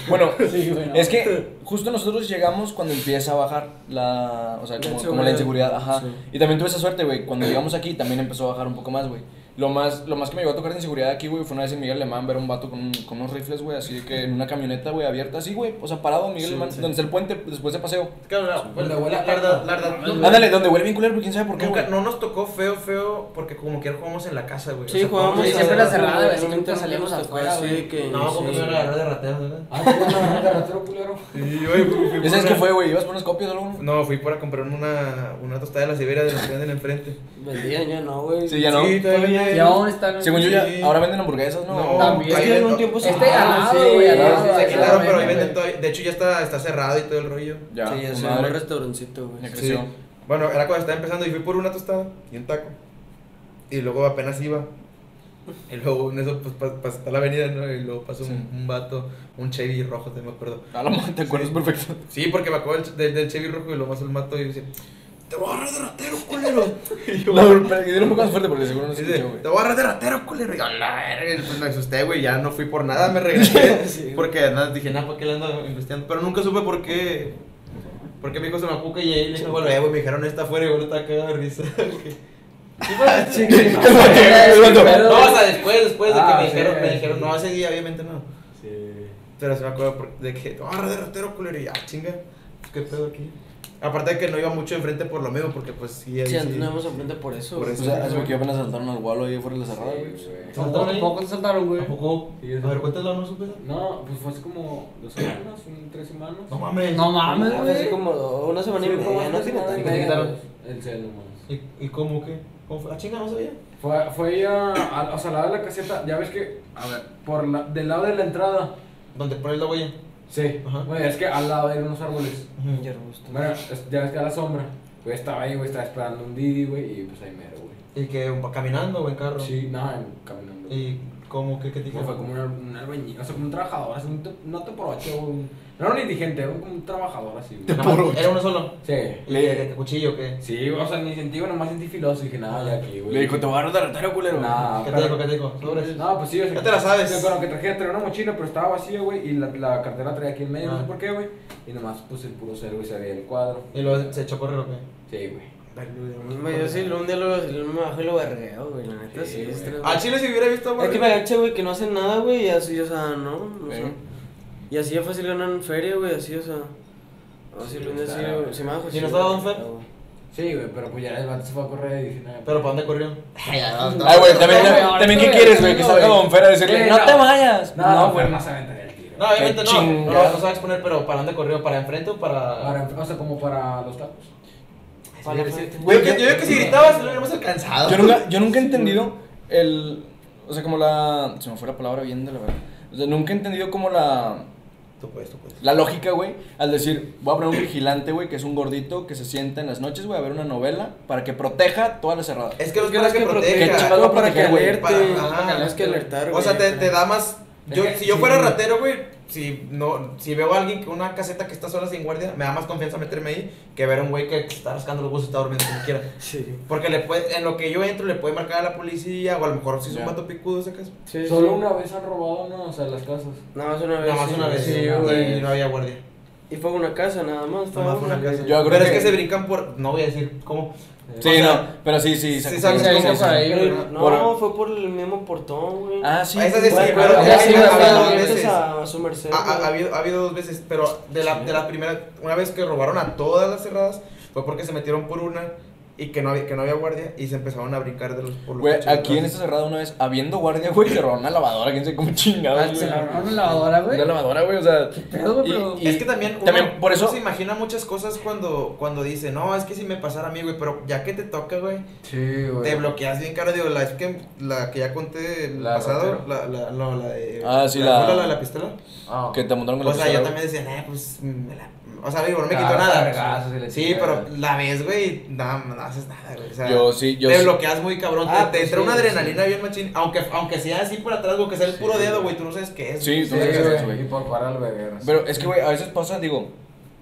[SPEAKER 1] Bueno,
[SPEAKER 2] <laughs>
[SPEAKER 5] Sí, güey, no.
[SPEAKER 1] es que justo nosotros llegamos cuando empieza a bajar la, o sea,
[SPEAKER 4] La
[SPEAKER 1] como,
[SPEAKER 4] inseguridad.
[SPEAKER 1] como la inseguridad, ajá.
[SPEAKER 4] Sí.
[SPEAKER 1] Y también tuve esa suerte, güey, cuando llegamos aquí también empezó a bajar un poco más, güey. Lo más, lo más que me llegó a tocar de inseguridad aquí, güey, fue una vez en Miguel Alemán ver a un vato con, un- con unos rifles, güey, así de que en una camioneta, güey, abierta, así, güey, o sea, parado en Miguel Alemán, donde está el puente después de paseo.
[SPEAKER 2] Es que, no, no, pues,
[SPEAKER 3] Donde huele a
[SPEAKER 2] la verdad,
[SPEAKER 3] caca.
[SPEAKER 2] la verdad, no-
[SPEAKER 1] ah, Ándale, donde huele bien culero, pero quién sabe por qué,
[SPEAKER 2] Nunca-
[SPEAKER 1] güey.
[SPEAKER 2] no nos tocó feo, feo, porque como quiera jugamos en la casa, güey.
[SPEAKER 4] Sí, jugábamos.
[SPEAKER 5] sí,
[SPEAKER 2] en
[SPEAKER 5] siempre
[SPEAKER 2] la
[SPEAKER 5] la cerrada, güey, así
[SPEAKER 4] Realmente
[SPEAKER 5] nunca
[SPEAKER 4] no
[SPEAKER 5] salíamos
[SPEAKER 4] nos tocó
[SPEAKER 5] afuera,
[SPEAKER 4] así
[SPEAKER 5] güey.
[SPEAKER 4] que-
[SPEAKER 2] No, como
[SPEAKER 4] sí.
[SPEAKER 2] que no era agarrar de rateros, ¿verdad?
[SPEAKER 3] Ah, tú no, de ratero <laughs> culero.
[SPEAKER 2] Sí,
[SPEAKER 1] pues,
[SPEAKER 2] güey, fui-
[SPEAKER 1] ¿Esa
[SPEAKER 2] fui
[SPEAKER 1] es
[SPEAKER 2] por
[SPEAKER 1] que
[SPEAKER 2] una-
[SPEAKER 1] fue, güey? ¿Ibas por unas copias o algo?
[SPEAKER 2] No, fui para comprarme una, una tostada de la Siberia de los que
[SPEAKER 1] <laughs>
[SPEAKER 2] venden enfrente.
[SPEAKER 4] Vendían ya no, güey.
[SPEAKER 1] Sí, ya no.
[SPEAKER 2] Sí,
[SPEAKER 5] Y
[SPEAKER 2] todavía.
[SPEAKER 5] aún están.
[SPEAKER 1] Según yo ya,
[SPEAKER 2] Sí.
[SPEAKER 1] ahora venden hamburguesas, ¿no?
[SPEAKER 2] No,
[SPEAKER 5] También.
[SPEAKER 2] ahí
[SPEAKER 4] Es que en un
[SPEAKER 2] venden-
[SPEAKER 4] tiempo se
[SPEAKER 5] Este
[SPEAKER 4] Ah,
[SPEAKER 5] al lado,
[SPEAKER 4] sí.
[SPEAKER 5] güey, al
[SPEAKER 2] Claro,
[SPEAKER 5] lado,
[SPEAKER 1] Ah,
[SPEAKER 2] sí,
[SPEAKER 5] al
[SPEAKER 2] claro,
[SPEAKER 5] lado,
[SPEAKER 2] pero ahí
[SPEAKER 5] güey.
[SPEAKER 2] venden todo. De hecho, ya está, está cerrado y todo el rollo.
[SPEAKER 1] Ya,
[SPEAKER 4] Sí,
[SPEAKER 1] con
[SPEAKER 4] es
[SPEAKER 1] madre.
[SPEAKER 4] un restaurancito,
[SPEAKER 1] Ya
[SPEAKER 4] güey.
[SPEAKER 1] creció.
[SPEAKER 2] Sí. Bueno, era cuando estaba empezando y fui por una tostada y un taco. Y luego apenas iba. Y luego en eso, pues, pa- pasé hasta la avenida, ¿no? Y luego pasó un,
[SPEAKER 1] Sí.
[SPEAKER 2] un vato, un Chevy rojo, te me acuerdo.
[SPEAKER 1] A la madre, te acuerdas
[SPEAKER 2] Sí.
[SPEAKER 1] perfecto.
[SPEAKER 2] Sí, porque me acuerdo del, del, del Chevy rojo y lo más el mato y dice, te voy a agarrar de ratero, culero.
[SPEAKER 1] <laughs>
[SPEAKER 2] y yo,
[SPEAKER 1] No, pero que dieron un poco más fuerte porque seguro no se
[SPEAKER 2] dice,
[SPEAKER 1] escuchó, güey.
[SPEAKER 2] te voy a agarrar de ratero, culero. Y yo, la verga, pues me asusté, güey, ya no fui por nada, me <laughs> regresé. porque nada, dije, nada, ¿por qué le ando investigando? Pero nunca supe por qué. Porque me dijo se me apuca y ahí le dije, bueno, eh, güey, me dijeron está afuera y bueno, está cagado de risa. <laughs>
[SPEAKER 3] Ah, <laughs>
[SPEAKER 2] No, o sea, después, después de que
[SPEAKER 3] Ah,
[SPEAKER 2] me
[SPEAKER 3] sí.
[SPEAKER 2] dijeron, me dijeron, no, ese día obviamente no.
[SPEAKER 3] Sí.
[SPEAKER 2] Pero se me acuerdo por- de que, ah, de ratero, culero, y ya, chinga, Pues, qué pedo aquí. Aparte de que no iba mucho enfrente por lo mismo, porque pues sí, ahí
[SPEAKER 4] Sí,
[SPEAKER 2] sí.
[SPEAKER 4] antes no hemos aprendido por eso.
[SPEAKER 2] Por
[SPEAKER 4] güey.
[SPEAKER 1] O sea, hace que apenas saltaron al gualo ahí afuera de la cerrada, güey.
[SPEAKER 2] ¿Saltaron ahí?
[SPEAKER 5] Tampoco te saltaron, güey.
[SPEAKER 2] ¿A poco?
[SPEAKER 3] Sí,
[SPEAKER 2] a
[SPEAKER 3] es
[SPEAKER 2] ver,
[SPEAKER 3] verdad.
[SPEAKER 2] cuéntalo, no supe.
[SPEAKER 3] No, pues fue hace como dos semanas, un- tres semanas.
[SPEAKER 2] No mames.
[SPEAKER 5] No mames,
[SPEAKER 4] Hace
[SPEAKER 5] güey.
[SPEAKER 4] como una semana y
[SPEAKER 3] Sí, como
[SPEAKER 4] media, no
[SPEAKER 3] hace
[SPEAKER 4] tiene
[SPEAKER 3] semana y
[SPEAKER 4] tanto.
[SPEAKER 3] media,
[SPEAKER 5] quitaron.
[SPEAKER 3] El celo, más.
[SPEAKER 2] ¿Y, y cómo qué? ¿Cómo fue? Ah, chinga, no sabía.
[SPEAKER 3] Fue, fue ahí a, a- o sea, al lado de la caseta, ya ves que, a ver, por la, del lado de la entrada.
[SPEAKER 2] ¿Dónde pones la huella?
[SPEAKER 3] Sí,
[SPEAKER 2] Ajá.
[SPEAKER 3] bueno, es que al lado hay unos árboles.
[SPEAKER 4] Ya, Augusto.
[SPEAKER 3] Bueno, es- ya ves que a la sombra. Güey, estaba ahí, güey, estaba esperando un Didi, güey, y pues ahí mero, güey.
[SPEAKER 2] ¿Y que caminando o en carro?
[SPEAKER 3] Sí, nada, en- caminando.
[SPEAKER 2] ¿Y cómo? ¿Qué, qué te
[SPEAKER 3] Como
[SPEAKER 2] dijeron?
[SPEAKER 3] fue como un, al- un albañil, o sea, como un trabajador, así, un te- no te por ocho, un- no era un indigente, era como un trabajador así. güey.
[SPEAKER 2] Nada más, ¿Era uno solo?
[SPEAKER 3] Sí.
[SPEAKER 2] ¿Y de qué cuchillo o qué?
[SPEAKER 3] Sí, o sea, ni sentí, bueno, más sentí filoso, dije, nada, ya aquí, güey.
[SPEAKER 4] Le dijo, te voy a agarrar de ratero, culero.
[SPEAKER 3] Nah,
[SPEAKER 2] ¿Qué te
[SPEAKER 3] pero-
[SPEAKER 2] dijo? ¿Qué te dijo? Sobres.
[SPEAKER 3] No, pues sí, o sea,
[SPEAKER 2] Ya te la sabes.
[SPEAKER 3] Yo con lo que traje, traía una mochila, pero estaba vacía, güey, y la, la cartera traía aquí en medio,
[SPEAKER 2] Ah.
[SPEAKER 3] no sé por qué, güey. Y nomás puse el puro cero y se veía el cuadro.
[SPEAKER 2] ¿Y luego se echó a correr o qué?
[SPEAKER 3] Sí, güey.
[SPEAKER 4] Güey, yo sí, lo- un día lo, lo me bajo y lo vergueo, güey, la neta,
[SPEAKER 3] Sí,
[SPEAKER 4] sí.
[SPEAKER 3] güey.
[SPEAKER 4] es tres-
[SPEAKER 2] Al chile si hubiera visto,
[SPEAKER 4] Es que
[SPEAKER 2] Ah, güey.
[SPEAKER 4] me agacha, güey, que no hacen nada, güey, y así, o sea, no, o
[SPEAKER 1] Sí.
[SPEAKER 4] sea, Y así ya fácil ganan feria, güey, así, o sea. Así,
[SPEAKER 3] Sí,
[SPEAKER 4] un día
[SPEAKER 3] está,
[SPEAKER 4] sí, güey, se me bajo.
[SPEAKER 2] ¿Y
[SPEAKER 4] sí,
[SPEAKER 2] no estaba
[SPEAKER 4] güey,
[SPEAKER 2] Don Fer?
[SPEAKER 4] güey.
[SPEAKER 3] Sí, güey, pero pues ya el vato se fue a correr y dije, nada. pues".
[SPEAKER 2] ¿Pero para dónde corrió?
[SPEAKER 1] Ay, güey, también,
[SPEAKER 5] No,
[SPEAKER 1] también,
[SPEAKER 5] güey,
[SPEAKER 1] también, ¿qué
[SPEAKER 5] ahorita
[SPEAKER 1] quieres, güey?
[SPEAKER 5] voy
[SPEAKER 1] Que
[SPEAKER 5] a decirlo,
[SPEAKER 1] salga
[SPEAKER 5] güey.
[SPEAKER 1] Don Fer a decirle,
[SPEAKER 3] Sí,
[SPEAKER 1] no
[SPEAKER 3] no.
[SPEAKER 1] te vayas.
[SPEAKER 3] No,
[SPEAKER 1] No,
[SPEAKER 3] güey,
[SPEAKER 1] güey.
[SPEAKER 3] no se pues aventaría el tiro.
[SPEAKER 2] No, obviamente no. No,
[SPEAKER 1] chingada.
[SPEAKER 2] no sabes poner, pero ¿para dónde corrió? ¿Para enfrente o para...?
[SPEAKER 3] Para, o sea, como para los tacos.
[SPEAKER 4] Para la fe-
[SPEAKER 2] Güey, que- yo creo que si gritabas lo hubiéramos alcanzado.
[SPEAKER 1] Yo nunca, yo nunca he entendido el. O sea, como la. Se me fue la palabra bien de la verdad. O sea, nunca he entendido como la.
[SPEAKER 2] Tú puedes, tú puedes.
[SPEAKER 1] La lógica, güey, al decir, voy a poner un vigilante, güey, que es un gordito que se sienta en las noches, güey, a ver una novela para que proteja toda la cerrada.
[SPEAKER 2] Es que no es
[SPEAKER 4] Es que no
[SPEAKER 2] para
[SPEAKER 4] es
[SPEAKER 2] que
[SPEAKER 4] que proteja,
[SPEAKER 1] ¿Qué
[SPEAKER 2] proteja.
[SPEAKER 1] chingados
[SPEAKER 4] para que
[SPEAKER 1] proteger, güey?
[SPEAKER 4] alerte,
[SPEAKER 2] Para-
[SPEAKER 4] para-
[SPEAKER 2] ajá.
[SPEAKER 4] no es que alertar, güey.
[SPEAKER 2] O sea, te,
[SPEAKER 4] acá.
[SPEAKER 2] te da más. Yo,
[SPEAKER 3] Es que-
[SPEAKER 2] si yo
[SPEAKER 3] sí.
[SPEAKER 2] fuera ratero, güey, si, no, si veo a alguien con una caseta que está sola sin guardia, me da más confianza meterme ahí que ver a un güey que está rascando los huesos y está durmiendo como quiera.
[SPEAKER 4] Sí.
[SPEAKER 2] Porque le puede, en lo que yo entro le puede marcar a la policía o a lo mejor si es un
[SPEAKER 1] Ya.
[SPEAKER 2] pato picudo, sacas.
[SPEAKER 4] Sí,
[SPEAKER 3] Solo
[SPEAKER 4] sí.
[SPEAKER 3] una vez han robado, ¿no? O sea, las casas.
[SPEAKER 4] Nada más una vez.
[SPEAKER 2] Nada más
[SPEAKER 4] sí,
[SPEAKER 2] una vez.
[SPEAKER 4] Sí,
[SPEAKER 2] y-
[SPEAKER 4] güey.
[SPEAKER 2] y no había guardia.
[SPEAKER 4] Y fue una casa, nada más.
[SPEAKER 2] Nada más fue una
[SPEAKER 4] güey.
[SPEAKER 2] casa.
[SPEAKER 1] Yo creo
[SPEAKER 2] Pero es
[SPEAKER 1] que-
[SPEAKER 2] que se brincan por. No voy a decir cómo.
[SPEAKER 1] Sí,
[SPEAKER 2] o sea,
[SPEAKER 1] no, pero sí, sí.
[SPEAKER 2] sí
[SPEAKER 1] saco-
[SPEAKER 2] sabes
[SPEAKER 1] sí,
[SPEAKER 2] cómo
[SPEAKER 1] sí,
[SPEAKER 2] para
[SPEAKER 1] sí.
[SPEAKER 2] ello.
[SPEAKER 4] Pero,
[SPEAKER 1] Por-
[SPEAKER 4] no, fue por el mismo portón, güey.
[SPEAKER 1] Ah, sí.
[SPEAKER 2] Esa sí,
[SPEAKER 1] güey.
[SPEAKER 2] sí, pero.
[SPEAKER 4] ya sí,
[SPEAKER 2] ha
[SPEAKER 4] güey,
[SPEAKER 2] habido
[SPEAKER 4] había
[SPEAKER 2] dos
[SPEAKER 4] abiertas
[SPEAKER 2] veces.
[SPEAKER 4] a, a su merced.
[SPEAKER 2] Ha, ha- ha
[SPEAKER 4] güey.
[SPEAKER 2] habido, ha habido dos veces, pero de la, de la primera, una vez que robaron a todas las cerradas, fue porque se metieron por una y que no había, que no había guardia y se empezaron a brincar de los por los
[SPEAKER 1] Güey,
[SPEAKER 2] coches de
[SPEAKER 1] aquí en
[SPEAKER 2] atrás.
[SPEAKER 1] esta cerrada una vez, habiendo guardia, güey, se robaron una lavadora, quién sabe cómo chingados,
[SPEAKER 5] Se
[SPEAKER 1] güey.
[SPEAKER 5] la robaron en la lavadora, güey.
[SPEAKER 1] Una lavadora, güey, o sea.
[SPEAKER 5] pedo, güey,
[SPEAKER 1] y-
[SPEAKER 5] pero-
[SPEAKER 1] y-
[SPEAKER 2] es que también, uno-
[SPEAKER 1] también por
[SPEAKER 2] uno
[SPEAKER 1] eso.
[SPEAKER 2] se imagina muchas cosas cuando, cuando dice, no, es que si me pasara a mí, güey, pero ya que te toca, güey,
[SPEAKER 3] Sí,
[SPEAKER 2] te bloqueas bien cara, digo, la, es que, la que ya conté el
[SPEAKER 3] La
[SPEAKER 2] pasado,
[SPEAKER 3] ratera.
[SPEAKER 2] la, la, no, la de...
[SPEAKER 1] Ah, sí, la-
[SPEAKER 2] ¿cuál era la de la pistola.
[SPEAKER 3] Ah.
[SPEAKER 1] Que te amontaron con la
[SPEAKER 2] O sea, yo
[SPEAKER 1] pistola,
[SPEAKER 2] también decía, eh, pues, me la... o sea, digo, no me
[SPEAKER 3] Claro,
[SPEAKER 2] quitó nada.
[SPEAKER 3] vergazos y la
[SPEAKER 2] sí,
[SPEAKER 3] chingada.
[SPEAKER 2] pero la ves, güey, y nada, no haces nada, güey. O sea,
[SPEAKER 1] Yo sí, yo
[SPEAKER 2] te
[SPEAKER 1] sí.
[SPEAKER 2] bloqueas muy cabrón, te-
[SPEAKER 3] Ah,
[SPEAKER 2] te,
[SPEAKER 3] pues
[SPEAKER 2] entra
[SPEAKER 3] sí,
[SPEAKER 2] una
[SPEAKER 3] sí.
[SPEAKER 2] adrenalina bien machín, aunque, aunque sea así por atrás, güey, que sea el puro dedo, güey, tú no sabes qué es.
[SPEAKER 1] Sí,
[SPEAKER 2] güey.
[SPEAKER 1] tú no sabes qué es, güey.
[SPEAKER 3] Y por parar al beber. así.
[SPEAKER 1] Pero es que, güey, a veces pasa, digo,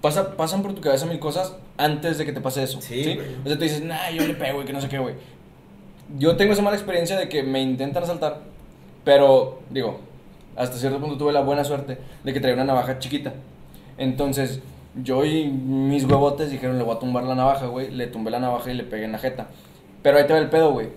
[SPEAKER 1] pasa, pasan por tu cabeza mil cosas antes de que te pase eso.
[SPEAKER 2] Sí,
[SPEAKER 1] Sí.
[SPEAKER 2] güey.
[SPEAKER 1] O sea, tú dices, nah, yo le pego, güey, que no sé qué, güey. Yo tengo esa mala experiencia de que me intentan asaltar, pero, digo, hasta cierto punto tuve la buena suerte de que traía una navaja chiquita. Entonces, yo y mis huevotes dijeron, le voy a tumbar la navaja, güey. Le tumbé la navaja y le pegué en la jeta. Pero ahí te va el pedo, güey.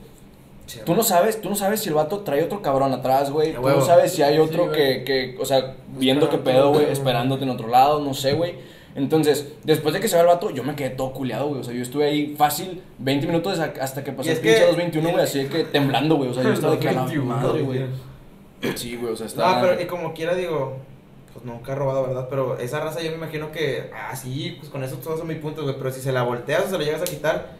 [SPEAKER 1] Tú no sabes, tú no sabes si el vato trae otro cabrón atrás, güey. Tú no sabes si hay otro que, que, o sea, viendo qué pedo, güey, esperándote en otro lado, no sé, güey. Entonces, después de que se va el vato, yo me quedé todo culeado, güey. O sea, yo estuve ahí fácil 20 minutos a- hasta que pasó
[SPEAKER 2] Y
[SPEAKER 1] el
[SPEAKER 2] es
[SPEAKER 1] pinche
[SPEAKER 2] que-
[SPEAKER 1] 221, güey, así de que temblando, güey. O sea,
[SPEAKER 2] <laughs>
[SPEAKER 1] yo estaba de que a la
[SPEAKER 3] 221,
[SPEAKER 1] madre, güey. Sí, güey, o sea, estaba.
[SPEAKER 2] No, pero eh, y como quiera, digo, pues nunca he robado, ¿verdad? Pero esa raza yo me imagino que, ah, sí, pues con eso todos son mis puntos, güey, pero si se la volteas o se la llegas a quitar,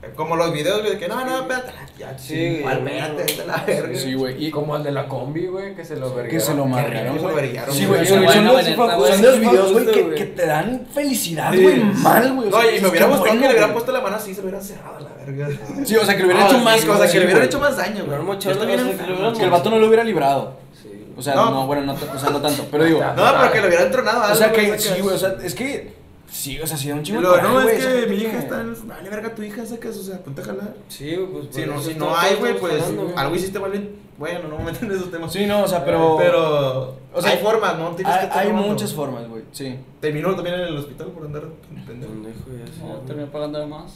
[SPEAKER 2] eh, como los videos, güey, de que, no, no, espérate, ya,
[SPEAKER 4] Sí,
[SPEAKER 2] sí,
[SPEAKER 4] güey.
[SPEAKER 2] espérate, vete a la verga.
[SPEAKER 1] Sí, güey. Y
[SPEAKER 3] Como el de la combi, güey, que se lo vergué.
[SPEAKER 1] que se lo
[SPEAKER 2] rico,
[SPEAKER 1] madrearon,
[SPEAKER 2] se lo
[SPEAKER 1] güey.
[SPEAKER 2] verguearon,
[SPEAKER 1] Sí,
[SPEAKER 2] güey.
[SPEAKER 1] güey.
[SPEAKER 5] Esa
[SPEAKER 1] Son son
[SPEAKER 5] buena
[SPEAKER 1] los
[SPEAKER 5] neta,
[SPEAKER 1] son
[SPEAKER 5] güey.
[SPEAKER 1] los
[SPEAKER 4] Sí,
[SPEAKER 1] videos, güey,
[SPEAKER 4] justo,
[SPEAKER 1] que,
[SPEAKER 4] güey.
[SPEAKER 1] que te dan felicidad, güey, mal, güey. o sea,
[SPEAKER 2] No, y
[SPEAKER 1] dices,
[SPEAKER 2] me hubiera
[SPEAKER 1] qué
[SPEAKER 2] gustado que
[SPEAKER 1] bueno,
[SPEAKER 2] le hubieran
[SPEAKER 1] güey.
[SPEAKER 2] puesto la mano así, se lo hubieran cerrado a la verga. Ah,
[SPEAKER 1] Sí, o sea, que le hubieran hecho más
[SPEAKER 2] cosas,
[SPEAKER 1] cosas.
[SPEAKER 2] que le
[SPEAKER 1] sí,
[SPEAKER 2] hubieran
[SPEAKER 1] güey.
[SPEAKER 2] hecho más daño,
[SPEAKER 4] Lo
[SPEAKER 2] güey.
[SPEAKER 4] hubieran
[SPEAKER 2] Yo
[SPEAKER 4] mochado,
[SPEAKER 2] estoy bien
[SPEAKER 4] o sea,
[SPEAKER 2] enfermo.
[SPEAKER 4] que lo hubieran
[SPEAKER 1] Que el vato no lo hubiera librado.
[SPEAKER 3] Sí.
[SPEAKER 1] O sea,
[SPEAKER 2] No.
[SPEAKER 1] no, bueno, no, ta- o sea, no tanto, pero digo.
[SPEAKER 2] No, pero que lo hubieran tronado
[SPEAKER 1] o
[SPEAKER 2] algo,
[SPEAKER 1] sea, que
[SPEAKER 2] sacas.
[SPEAKER 1] sí, güey, o sea, es que sí, o sea, sí da un
[SPEAKER 2] Y
[SPEAKER 1] chingo de
[SPEAKER 2] luego,
[SPEAKER 1] coraje,
[SPEAKER 2] no,
[SPEAKER 1] güey,
[SPEAKER 2] es
[SPEAKER 1] esa
[SPEAKER 2] que
[SPEAKER 1] gente
[SPEAKER 2] mi hija está en el- Vale, verga, tu hija sacas, o sea, ponte a jalar.
[SPEAKER 4] Sí, güey, pues.
[SPEAKER 2] Si
[SPEAKER 4] por
[SPEAKER 2] no,
[SPEAKER 4] eso
[SPEAKER 2] si
[SPEAKER 4] está-
[SPEAKER 2] no hay,
[SPEAKER 4] todos
[SPEAKER 2] güey,
[SPEAKER 4] estamos
[SPEAKER 2] pues
[SPEAKER 4] hablando, güey.
[SPEAKER 2] algo hiciste mal. bien. Bueno, no me meten en esos temas.
[SPEAKER 1] Sí, no, o sea, pero.
[SPEAKER 2] Pero.
[SPEAKER 1] o sea,
[SPEAKER 2] hay formas, ¿no? Tienes que
[SPEAKER 1] hay,
[SPEAKER 2] estar
[SPEAKER 1] hay
[SPEAKER 2] robando.
[SPEAKER 1] muchas formas, güey, sí.
[SPEAKER 2] Terminó también en el hospital por andar pendejo.
[SPEAKER 4] Pendejo, ya sé.
[SPEAKER 5] No, terminé pagando
[SPEAKER 1] <laughs>
[SPEAKER 5] de más.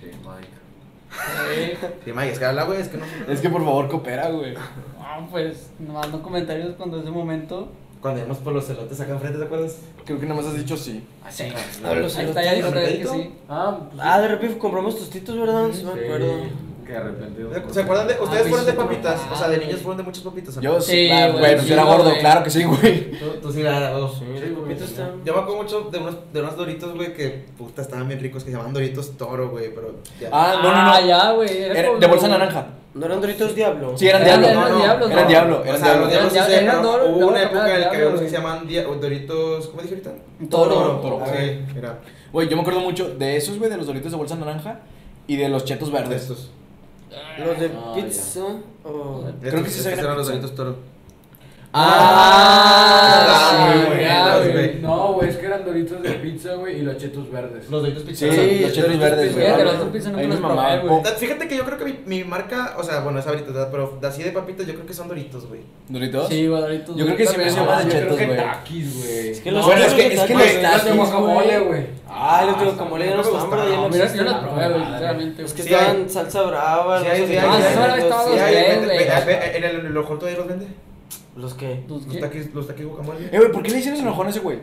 [SPEAKER 3] Sí, Mike.
[SPEAKER 2] Sí, Mike, es que habla, güey, es que no.
[SPEAKER 1] Es que por favor coopera, güey.
[SPEAKER 5] Ah, pues, mando comentarios cuando ese momento.
[SPEAKER 2] Cuando íbamos por los celotes acá enfrente, ¿te acuerdas?
[SPEAKER 1] Creo que nada más has dicho sí.
[SPEAKER 5] Sí.
[SPEAKER 4] Ah, los
[SPEAKER 5] Ahí está, ya dijo otra vez que
[SPEAKER 2] ¿Alfredito?
[SPEAKER 5] sí.
[SPEAKER 3] Ah, pues,
[SPEAKER 4] Ah, de repente compramos tostitos, ¿verdad? Sí, me
[SPEAKER 3] sí.
[SPEAKER 4] acuerdo.
[SPEAKER 3] Que de repente.
[SPEAKER 2] ¿Se acuerdan de.? Ustedes
[SPEAKER 5] Ah,
[SPEAKER 2] fueron de
[SPEAKER 5] sí, sí,
[SPEAKER 2] papitas.
[SPEAKER 5] sí.
[SPEAKER 2] O sea, de niños fueron de muchas papitas. ¿no?
[SPEAKER 1] Yo
[SPEAKER 5] Sí,
[SPEAKER 1] sí, claro,
[SPEAKER 5] güey,
[SPEAKER 1] güey, pues
[SPEAKER 5] sí,
[SPEAKER 1] era gordo,
[SPEAKER 5] güey.
[SPEAKER 1] claro que sí, güey.
[SPEAKER 2] Tú, tú sí, la dos.
[SPEAKER 4] Sí, los papitos están.
[SPEAKER 2] Yo me acuerdo mucho de unos, de unos doritos, güey, que puta estaban bien ricos, que se llamaban doritos toro, güey, pero. ya-
[SPEAKER 1] Ah, no, no, no.
[SPEAKER 5] ya, güey. era
[SPEAKER 1] Era
[SPEAKER 5] como-
[SPEAKER 1] de bolsa naranja.
[SPEAKER 4] ¿No eran doritos Diablo?
[SPEAKER 1] Sí, eran
[SPEAKER 5] Eran-
[SPEAKER 1] diablo.
[SPEAKER 5] eran diablos,
[SPEAKER 1] Eran
[SPEAKER 5] ¿no?
[SPEAKER 1] diablo,
[SPEAKER 2] O
[SPEAKER 1] eran
[SPEAKER 2] sea,
[SPEAKER 1] diablo.
[SPEAKER 2] los diablos sí
[SPEAKER 5] Eran-
[SPEAKER 2] se-
[SPEAKER 5] eran
[SPEAKER 2] pero
[SPEAKER 5] doro-
[SPEAKER 2] Hubo una
[SPEAKER 5] doro-
[SPEAKER 2] época en la que había
[SPEAKER 5] diablos,
[SPEAKER 2] unos que se
[SPEAKER 5] güey.
[SPEAKER 2] llamaban dia- o doritos. ¿Cómo dije ahorita?
[SPEAKER 5] Toro.
[SPEAKER 1] Toro.
[SPEAKER 2] Sí, era.
[SPEAKER 1] Güey, yo me acuerdo mucho de esos, güey, de los doritos de bolsa naranja y de los chetos
[SPEAKER 2] De
[SPEAKER 1] verdes.
[SPEAKER 2] estos.
[SPEAKER 4] Los de
[SPEAKER 5] Ah,
[SPEAKER 4] pizza. o-
[SPEAKER 2] Creo que sí se eran los eventos toro.
[SPEAKER 4] Ah,
[SPEAKER 2] Ah,
[SPEAKER 4] sí,
[SPEAKER 2] sí,
[SPEAKER 4] güey.
[SPEAKER 2] ya, güey.
[SPEAKER 3] No, güey, es que eran doritos de pizza, güey, y los chetos verdes.
[SPEAKER 2] Los deditos pizza.
[SPEAKER 1] Sí, los chetos verdes, güey.
[SPEAKER 5] Fíjate, los dos pizzas nunca
[SPEAKER 1] Ahí
[SPEAKER 5] los
[SPEAKER 1] nos
[SPEAKER 5] probé,
[SPEAKER 1] mamaban.
[SPEAKER 5] güey.
[SPEAKER 2] Fíjate que yo creo que mi, mi marca, o sea, bueno, es ahorita, ¿verdad? pero de así de papitas, yo creo que son doritos, güey.
[SPEAKER 1] ¿Doritos?
[SPEAKER 5] Sí, güey, Doritos.
[SPEAKER 1] Yo creo que sí me
[SPEAKER 5] nunca
[SPEAKER 1] hizo
[SPEAKER 5] me
[SPEAKER 1] más
[SPEAKER 3] yo
[SPEAKER 1] de chetos,
[SPEAKER 3] creo que
[SPEAKER 1] güey.
[SPEAKER 3] taquis, güey.
[SPEAKER 4] Es que los
[SPEAKER 2] Bueno,
[SPEAKER 4] tacos
[SPEAKER 2] es que-
[SPEAKER 4] de
[SPEAKER 2] es que
[SPEAKER 4] tacos,
[SPEAKER 2] los-
[SPEAKER 3] Los de
[SPEAKER 4] tacos,
[SPEAKER 3] guacamole,
[SPEAKER 4] güey.
[SPEAKER 3] güey.
[SPEAKER 4] Ay, los de guacamole ya no
[SPEAKER 2] nunca me Ah,
[SPEAKER 4] están, bro, ya no
[SPEAKER 5] gustaron. Mira, yo
[SPEAKER 4] existen.
[SPEAKER 1] Ah,
[SPEAKER 5] las probé, güey,
[SPEAKER 3] Madre.
[SPEAKER 5] sinceramente.
[SPEAKER 4] Es que
[SPEAKER 2] Sí,
[SPEAKER 4] estaban
[SPEAKER 2] hay.
[SPEAKER 4] salsa brava,
[SPEAKER 2] Sí,
[SPEAKER 4] no
[SPEAKER 2] hay,
[SPEAKER 4] sé
[SPEAKER 2] sí,
[SPEAKER 4] qué
[SPEAKER 2] hay,
[SPEAKER 4] más,
[SPEAKER 5] sí, hay.
[SPEAKER 4] entonces,
[SPEAKER 5] Estaban
[SPEAKER 2] Sí,
[SPEAKER 5] los
[SPEAKER 4] hay.
[SPEAKER 2] ahí
[SPEAKER 5] tres,
[SPEAKER 2] vende- ve-
[SPEAKER 5] güey.
[SPEAKER 2] ve- ¿En el, el, el Horto de ahí los vende?
[SPEAKER 4] ¿Los qué?
[SPEAKER 5] ¿Tus
[SPEAKER 2] Los
[SPEAKER 5] Pues, qué?
[SPEAKER 2] taquis, los taquis guacamole.
[SPEAKER 1] Eh, güey, ¿por qué le hicieron enojón a ese güey?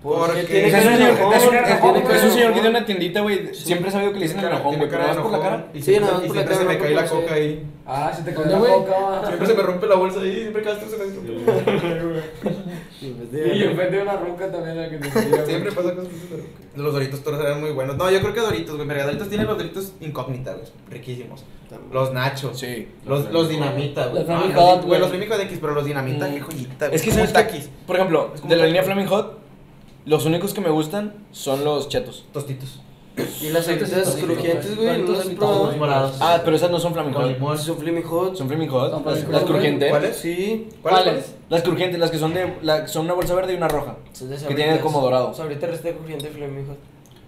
[SPEAKER 2] Porque-
[SPEAKER 4] Porque tiene
[SPEAKER 1] Es
[SPEAKER 4] que
[SPEAKER 1] un
[SPEAKER 4] ser
[SPEAKER 1] señor,
[SPEAKER 4] mejor,
[SPEAKER 1] es un- es-
[SPEAKER 4] tiene que
[SPEAKER 1] es
[SPEAKER 4] ser
[SPEAKER 1] un señor que
[SPEAKER 4] mejor.
[SPEAKER 1] tiene una tiendita, güey. Siempre he sabido que le dicen
[SPEAKER 2] Tiene
[SPEAKER 1] enojón,
[SPEAKER 2] tiene
[SPEAKER 1] güey, pero nada más por la
[SPEAKER 2] enojón,
[SPEAKER 1] cara.
[SPEAKER 2] Y
[SPEAKER 4] Sí,
[SPEAKER 2] siempre-
[SPEAKER 4] nada más
[SPEAKER 2] y
[SPEAKER 4] por la
[SPEAKER 2] siempre se
[SPEAKER 4] cara,
[SPEAKER 2] me
[SPEAKER 4] no
[SPEAKER 2] cae la
[SPEAKER 4] puedo
[SPEAKER 2] coca ahí.
[SPEAKER 3] Ah, se te
[SPEAKER 5] ¿Dónde,
[SPEAKER 3] cayó la
[SPEAKER 5] güey?
[SPEAKER 3] coca, va.
[SPEAKER 2] Siempre se me rompe la bolsa ahí, siempre cada tres segundos.
[SPEAKER 3] Y enfrente una ruca
[SPEAKER 2] <laughs>
[SPEAKER 3] también la que te tira, güey.
[SPEAKER 2] Siempre pasa cosas así, pero- Los doritos toros eran muy buenos. No, yo creo que doritos, güey. Verga, doritos tienen los doritos incógnitas, güey. Riquísimos. Los nachos.
[SPEAKER 1] Sí.
[SPEAKER 2] Los, los dinamita, güey.
[SPEAKER 5] Los Flaming
[SPEAKER 2] Ah, los-
[SPEAKER 5] Hot,
[SPEAKER 2] güey,
[SPEAKER 5] güey.
[SPEAKER 2] Los Flaming Hot X, pero los dinamita,
[SPEAKER 1] Mm.
[SPEAKER 2] qué joyita, güey.
[SPEAKER 1] Es que
[SPEAKER 2] Como
[SPEAKER 1] sabes
[SPEAKER 2] taquis.
[SPEAKER 1] que, por ejemplo,
[SPEAKER 2] Es como
[SPEAKER 1] de la
[SPEAKER 2] taquis.
[SPEAKER 1] línea Flaming Hot, los únicos que me gustan son los chetos.
[SPEAKER 2] Tostitos.
[SPEAKER 4] Y las
[SPEAKER 5] Doritos
[SPEAKER 4] alitas
[SPEAKER 5] y
[SPEAKER 4] crujientes,
[SPEAKER 5] Doritos.
[SPEAKER 4] güey, no
[SPEAKER 5] Doritos
[SPEAKER 4] las
[SPEAKER 5] y
[SPEAKER 4] he
[SPEAKER 5] Doritos.
[SPEAKER 4] probado.
[SPEAKER 2] morados.
[SPEAKER 1] Ah, pero esas no son Flaming
[SPEAKER 2] Con
[SPEAKER 1] Hot.
[SPEAKER 2] limón.
[SPEAKER 4] Son Flaming Hot.
[SPEAKER 1] Son Flaming Hot,
[SPEAKER 5] Son
[SPEAKER 1] las,
[SPEAKER 5] Flaming
[SPEAKER 1] las
[SPEAKER 5] Hot.
[SPEAKER 1] crujientes.
[SPEAKER 2] ¿Cuáles?
[SPEAKER 4] Sí.
[SPEAKER 5] ¿Cuáles?
[SPEAKER 1] Las crujientes, las que son de la, son una bolsa verde y una roja. Que tiene como dorado.
[SPEAKER 4] Ahorita resta crujiente Flaming Hot.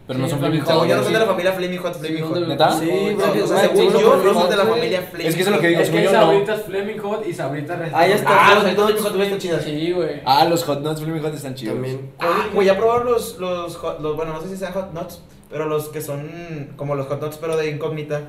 [SPEAKER 1] Pero no
[SPEAKER 5] Sí,
[SPEAKER 1] son Flaming
[SPEAKER 5] Flaming Hot,
[SPEAKER 1] Hot.
[SPEAKER 2] Según yo no son de la
[SPEAKER 5] sí.
[SPEAKER 2] familia Flaming Hot, Flaming Hot.
[SPEAKER 1] ¿Neta?
[SPEAKER 4] Sí,
[SPEAKER 2] No,
[SPEAKER 4] bro,
[SPEAKER 2] o sea,
[SPEAKER 4] me-
[SPEAKER 2] según
[SPEAKER 4] según
[SPEAKER 2] yo,
[SPEAKER 4] lo
[SPEAKER 2] no son
[SPEAKER 4] que-
[SPEAKER 2] de la familia Flaming
[SPEAKER 1] Es que eso es lo que digo,
[SPEAKER 3] Es que
[SPEAKER 1] según
[SPEAKER 3] hay
[SPEAKER 1] yo no.
[SPEAKER 3] sabritas Flaming Hot y sabritas Red
[SPEAKER 4] Ahí
[SPEAKER 3] Hot. <laughs>
[SPEAKER 4] está.
[SPEAKER 2] Ah, los doritos Flaming Hot también están chidas.
[SPEAKER 5] Sí, güey.
[SPEAKER 1] Ah, los hot nuts Flaming Hot están chidos.
[SPEAKER 4] También.
[SPEAKER 2] Ah, güey, ya probaron los, los, hot- los, bueno, no sé si sean hot nuts, pero los que son como los hot nuts, pero de incógnita.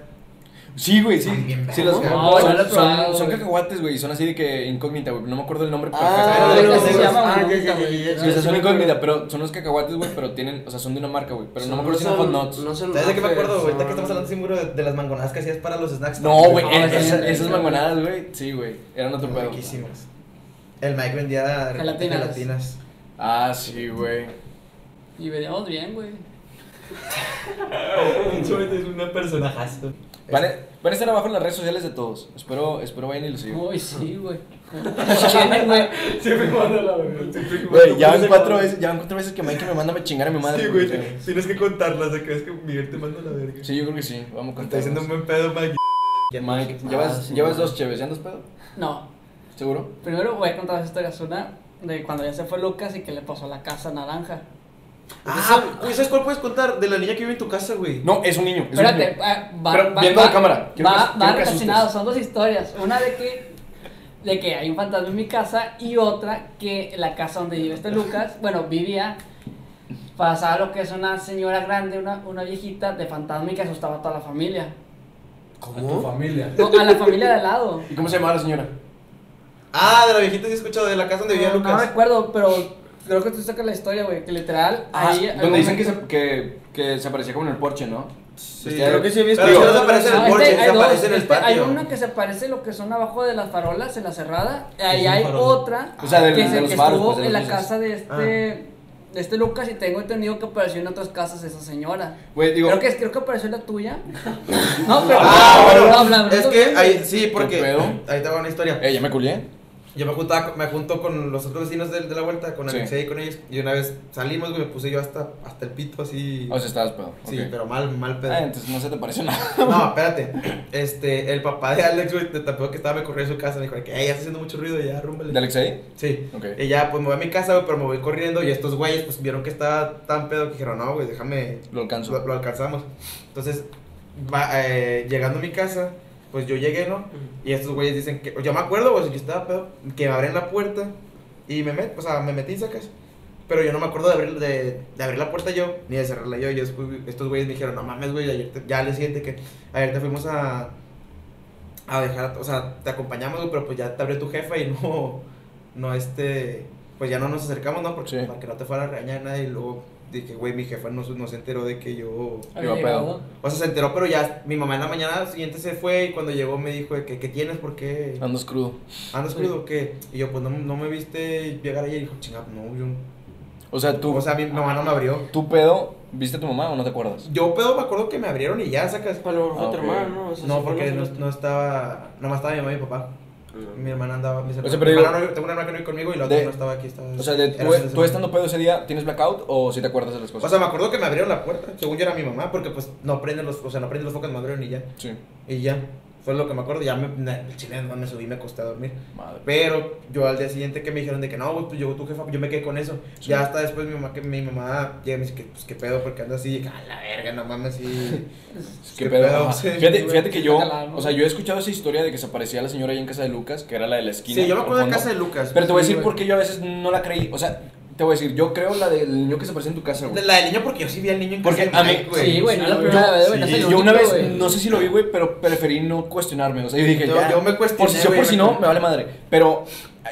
[SPEAKER 1] Sí, güey, sí.
[SPEAKER 2] También,
[SPEAKER 1] Sí, los
[SPEAKER 5] ¿no?
[SPEAKER 1] son-
[SPEAKER 5] No, no lo he
[SPEAKER 1] son,
[SPEAKER 5] probado,
[SPEAKER 1] son
[SPEAKER 5] güey.
[SPEAKER 1] cacahuates, güey. Son así de que incógnita, güey. No me acuerdo el nombre
[SPEAKER 4] Ah,
[SPEAKER 1] perfecto.
[SPEAKER 4] pero-
[SPEAKER 1] Sí,
[SPEAKER 4] se llama
[SPEAKER 2] Ah,
[SPEAKER 5] una
[SPEAKER 2] ya, ya,
[SPEAKER 5] puta, güey.
[SPEAKER 2] ya, ya,
[SPEAKER 1] o sea,
[SPEAKER 2] ya.
[SPEAKER 1] son incógnita, pero son los cacahuates, güey. Pero tienen, o sea, son de una marca, güey. Pero no me acuerdo si son hot nuts.
[SPEAKER 4] No son
[SPEAKER 2] ¿Sabes de qué me
[SPEAKER 4] muffins,
[SPEAKER 2] acuerdo, güey?
[SPEAKER 4] son-
[SPEAKER 2] Ahorita que estamos hablando sin muro de, de las mangonadas que hacías para los snacks. Ah,
[SPEAKER 1] No, güey,
[SPEAKER 5] No,
[SPEAKER 1] eh,
[SPEAKER 5] también,
[SPEAKER 1] esa-
[SPEAKER 5] güey.
[SPEAKER 1] esas mangonadas, güey, sí, güey, eran otro pedo.
[SPEAKER 2] Riquísimas. El Mike vendía de repente
[SPEAKER 5] Gelatinas.
[SPEAKER 2] gelatinas.
[SPEAKER 1] Ah, sí, güey.
[SPEAKER 5] Y veníamos bien, güey.
[SPEAKER 2] <laughs> es una personajazo.
[SPEAKER 1] Van a, van a estar abajo en las redes sociales de todos. Espero, espero vayan y los sigan.
[SPEAKER 5] Uy,
[SPEAKER 1] <laughs>
[SPEAKER 5] sí, güey. ¿Quién, güey?
[SPEAKER 3] Siempre mando la verdad.
[SPEAKER 1] Güey, ya van cuatro veces, ya van cuatro veces que Mike me manda a chingar a mi madre.
[SPEAKER 2] Sí, güey, tienes que contarlas, de que es que Miguel te manda la verga.
[SPEAKER 1] Sí, yo creo que sí. Vamos con
[SPEAKER 2] Está diciendo un buen pedo, Mike.
[SPEAKER 1] Mike,
[SPEAKER 4] Ah,
[SPEAKER 1] ¿llevas,
[SPEAKER 4] sí,
[SPEAKER 1] llevas
[SPEAKER 4] güey.
[SPEAKER 1] dos cheves? ¿Ya andas pedo?
[SPEAKER 5] No,
[SPEAKER 1] ¿Seguro?
[SPEAKER 5] primero voy a contar las historias. Una de cuando ya se fue Lucas y que le pasó la casa naranja.
[SPEAKER 2] Ah, güey, ¿sabes cuál puedes contar? De la niña que vive en tu casa, güey.
[SPEAKER 1] No, es un niño. es un
[SPEAKER 5] Espérate,
[SPEAKER 1] niño.
[SPEAKER 5] ah, va,
[SPEAKER 1] Pero
[SPEAKER 5] va,
[SPEAKER 1] viendo
[SPEAKER 5] va-
[SPEAKER 1] la cámara, quiero que- quiero
[SPEAKER 5] Va, va
[SPEAKER 1] que asustes.
[SPEAKER 5] relacionado, son dos historias. Una de que, de que hay un fantasma en mi casa y otra que la casa donde vive este Lucas, bueno, vivía, pasaba lo que es una señora grande, una, una viejita de fantasma y que asustaba a toda la familia.
[SPEAKER 3] Tu
[SPEAKER 4] ¿Cómo?
[SPEAKER 3] familia.
[SPEAKER 5] No, a la familia de al lado.
[SPEAKER 1] ¿Y cómo se llamaba la señora?
[SPEAKER 2] Ah, de la viejita sí he escuchado, de la casa donde vivía
[SPEAKER 5] No, no
[SPEAKER 2] Lucas.
[SPEAKER 5] recuerdo, pero creo que tú sacas la historia, güey, que literal, ahí...
[SPEAKER 1] Ah, donde
[SPEAKER 5] algún
[SPEAKER 1] dicen que
[SPEAKER 5] momento-
[SPEAKER 1] se, que, que se aparecía como en el porche, ¿no?
[SPEAKER 2] Sí,
[SPEAKER 1] creo que sí he visto.
[SPEAKER 2] Pero
[SPEAKER 1] Digo,
[SPEAKER 2] no se aparece en
[SPEAKER 5] No,
[SPEAKER 2] el
[SPEAKER 5] este-
[SPEAKER 2] porche,
[SPEAKER 5] hay
[SPEAKER 2] se
[SPEAKER 5] dos,
[SPEAKER 2] aparece en el
[SPEAKER 5] este, Hay
[SPEAKER 2] patio.
[SPEAKER 5] una que se parece lo que son abajo de las farolas en la cerrada. Ahí
[SPEAKER 2] son
[SPEAKER 5] hay
[SPEAKER 2] farolas?
[SPEAKER 5] otra
[SPEAKER 1] O sea, del-
[SPEAKER 5] que,
[SPEAKER 1] de
[SPEAKER 5] se,
[SPEAKER 1] los
[SPEAKER 5] que
[SPEAKER 1] faros,
[SPEAKER 5] estuvo
[SPEAKER 1] pues, de
[SPEAKER 5] en
[SPEAKER 1] las
[SPEAKER 5] la
[SPEAKER 1] luces.
[SPEAKER 5] casa
[SPEAKER 2] Ah.
[SPEAKER 5] de este, de este Lucas y tengo entendido que apareció en otras casas esa señora.
[SPEAKER 1] Güey, digo,
[SPEAKER 5] creo, que, creo que apareció en la
[SPEAKER 2] <laughs>
[SPEAKER 5] tuya. no, pero...
[SPEAKER 2] Ah,
[SPEAKER 5] no,
[SPEAKER 2] bueno,
[SPEAKER 5] no, no, no,
[SPEAKER 2] es
[SPEAKER 5] no,
[SPEAKER 2] que
[SPEAKER 5] no,
[SPEAKER 2] ahí, sí,
[SPEAKER 1] ¿Qué
[SPEAKER 2] porque
[SPEAKER 1] pedo?
[SPEAKER 2] <laughs> ahí te va una historia.
[SPEAKER 1] eh, ya me culié.
[SPEAKER 2] Yo me juntaba, con- me junto con los otros vecinos de, de la vuelta, con
[SPEAKER 1] Sí.
[SPEAKER 2] Alexei y con ellos. Y una vez salimos, güey, me puse yo hasta, hasta el pito así.
[SPEAKER 1] O sea, estabas pedo.
[SPEAKER 2] sí,
[SPEAKER 1] ok.
[SPEAKER 2] pero mal, mal pedo.
[SPEAKER 1] Ah, entonces no se te pareció nada. <laughs>
[SPEAKER 2] No, espérate. Este, el papá de Alex, güey, tampoco que estaba, me corrió a su casa. Me dijo, que, "Ey, ya está haciendo mucho ruido, ya, rúmbale.
[SPEAKER 1] ¿De Alexei?
[SPEAKER 2] Sí.
[SPEAKER 1] Ok.
[SPEAKER 2] Y ya, pues me voy a mi casa, güey, pero me voy corriendo. Y estos güeyes, pues vieron que estaba tan pedo que dijeron, no, güey, déjame
[SPEAKER 1] Lo alcanzo.
[SPEAKER 2] lo, lo alcanzamos. Entonces, va, eh, llegando a mi casa, pues yo llegué, ¿no? Y estos güeyes dicen que, yo me acuerdo, güey, yo estaba pedo, que me abren la puerta y me met, o sea, me metí y sacas. Pero yo no me acuerdo de abrir, de, de abrir la puerta yo, ni de cerrarla yo. Y después estos güeyes me dijeron, no mames, güey, ayer te- ya le siguiente que ayer te fuimos a, a dejar, o sea, te acompañamos, güey, pero pues ya te abrió tu jefa y <laughs> no, no, este, pues ya no nos acercamos, ¿no? Porque
[SPEAKER 1] Sí.
[SPEAKER 2] para que no te fuera a regañar nadie. Y luego dije, güey, mi jefa no, se- no se enteró de que yo
[SPEAKER 5] había
[SPEAKER 1] Iba pedo.
[SPEAKER 5] llegado.
[SPEAKER 2] o sea, se enteró, pero ya mi mamá en la mañana siguiente se fue y cuando llegó me dijo de que ¿qué tienes? ¿Por qué?
[SPEAKER 1] Andas crudo.
[SPEAKER 2] ¿Andas crudo o qué? Y yo, pues no, no me viste llegar ayer. Y dijo, chinga, no, yo.
[SPEAKER 1] O sea, tú,
[SPEAKER 2] O sea, mi mamá no me abrió.
[SPEAKER 1] ¿tu pedo viste a tu mamá o no te acuerdas?
[SPEAKER 2] Yo, pedo, me acuerdo que me abrieron y ya sacas.
[SPEAKER 4] Para lo mejor fue
[SPEAKER 1] Ah,
[SPEAKER 4] tu
[SPEAKER 1] ok.
[SPEAKER 4] hermano, ¿no? O sea,
[SPEAKER 2] No,
[SPEAKER 4] se fue
[SPEAKER 2] porque
[SPEAKER 4] lo- Ah.
[SPEAKER 2] no, no estaba. Nomás estaba mi mamá y mi papá. Mi hermana andaba. mis
[SPEAKER 1] O sea,
[SPEAKER 2] hermanas-
[SPEAKER 1] pero
[SPEAKER 2] mi
[SPEAKER 1] digo-
[SPEAKER 2] hermana no- tengo una hermana que no iba conmigo y la otra
[SPEAKER 1] De-
[SPEAKER 2] no estaba aquí. Estaba,
[SPEAKER 1] O sea, de-
[SPEAKER 2] era
[SPEAKER 1] tú,
[SPEAKER 2] fin de
[SPEAKER 1] tú
[SPEAKER 2] semana.
[SPEAKER 1] estando pedo ese día, ¿tienes blackout o si te acuerdas de las cosas?
[SPEAKER 2] O sea, me acuerdo que me abrieron la puerta. Según yo era mi mamá, porque pues no prenden los, o sea, no prenden los focos, me abrieron y ya.
[SPEAKER 1] sí.
[SPEAKER 2] Y ya. Fue lo que me acuerdo. Ya me, na- el chile no me subí, me acosté a dormir.
[SPEAKER 1] Madre.
[SPEAKER 2] Pero yo al día siguiente que me dijeron de que no, güey, pues llegó tu jefa, yo me quedé con eso.
[SPEAKER 1] Sí.
[SPEAKER 2] Ya hasta después mi mamá, que mi mamá llega y me dice que pues qué pedo, porque anda así, a la verga, no mames,
[SPEAKER 1] <laughs>
[SPEAKER 2] y.
[SPEAKER 1] ¿Qué pedo?
[SPEAKER 2] Pues, pedo,
[SPEAKER 1] Ajá.
[SPEAKER 2] sí,
[SPEAKER 1] fíjate,
[SPEAKER 2] güey.
[SPEAKER 1] fíjate que yo,
[SPEAKER 5] Sácala, ¿no?
[SPEAKER 1] o sea, yo he escuchado esa historia de que se aparecía la señora ahí en casa de Lucas, que era la de la esquina.
[SPEAKER 2] Sí, yo me
[SPEAKER 1] al
[SPEAKER 2] acuerdo de
[SPEAKER 1] fondo.
[SPEAKER 2] casa de Lucas.
[SPEAKER 1] Pero te voy a decir
[SPEAKER 2] Sí,
[SPEAKER 1] por qué yo a veces no la creí. O sea, te voy a decir, yo creo la del niño que se apareció en tu casa,
[SPEAKER 2] güey.
[SPEAKER 1] güey.
[SPEAKER 2] La del niño, porque yo sí vi al niño en
[SPEAKER 1] Porque
[SPEAKER 2] casa de
[SPEAKER 1] a mí-
[SPEAKER 2] Mike,
[SPEAKER 5] Sí, güey, no es la primera vez, güey. no es el
[SPEAKER 1] Yo una
[SPEAKER 5] único,
[SPEAKER 1] vez,
[SPEAKER 5] güey.
[SPEAKER 1] no sé si lo vi, güey, pero preferí no cuestionarme. O sea, yo dije,
[SPEAKER 2] Yo-
[SPEAKER 1] ya,
[SPEAKER 2] yo me
[SPEAKER 1] Por
[SPEAKER 2] cuestioné,
[SPEAKER 1] si sí o
[SPEAKER 2] güey,
[SPEAKER 1] por si
[SPEAKER 2] me
[SPEAKER 1] no,
[SPEAKER 2] acuerdo.
[SPEAKER 1] me vale madre. Pero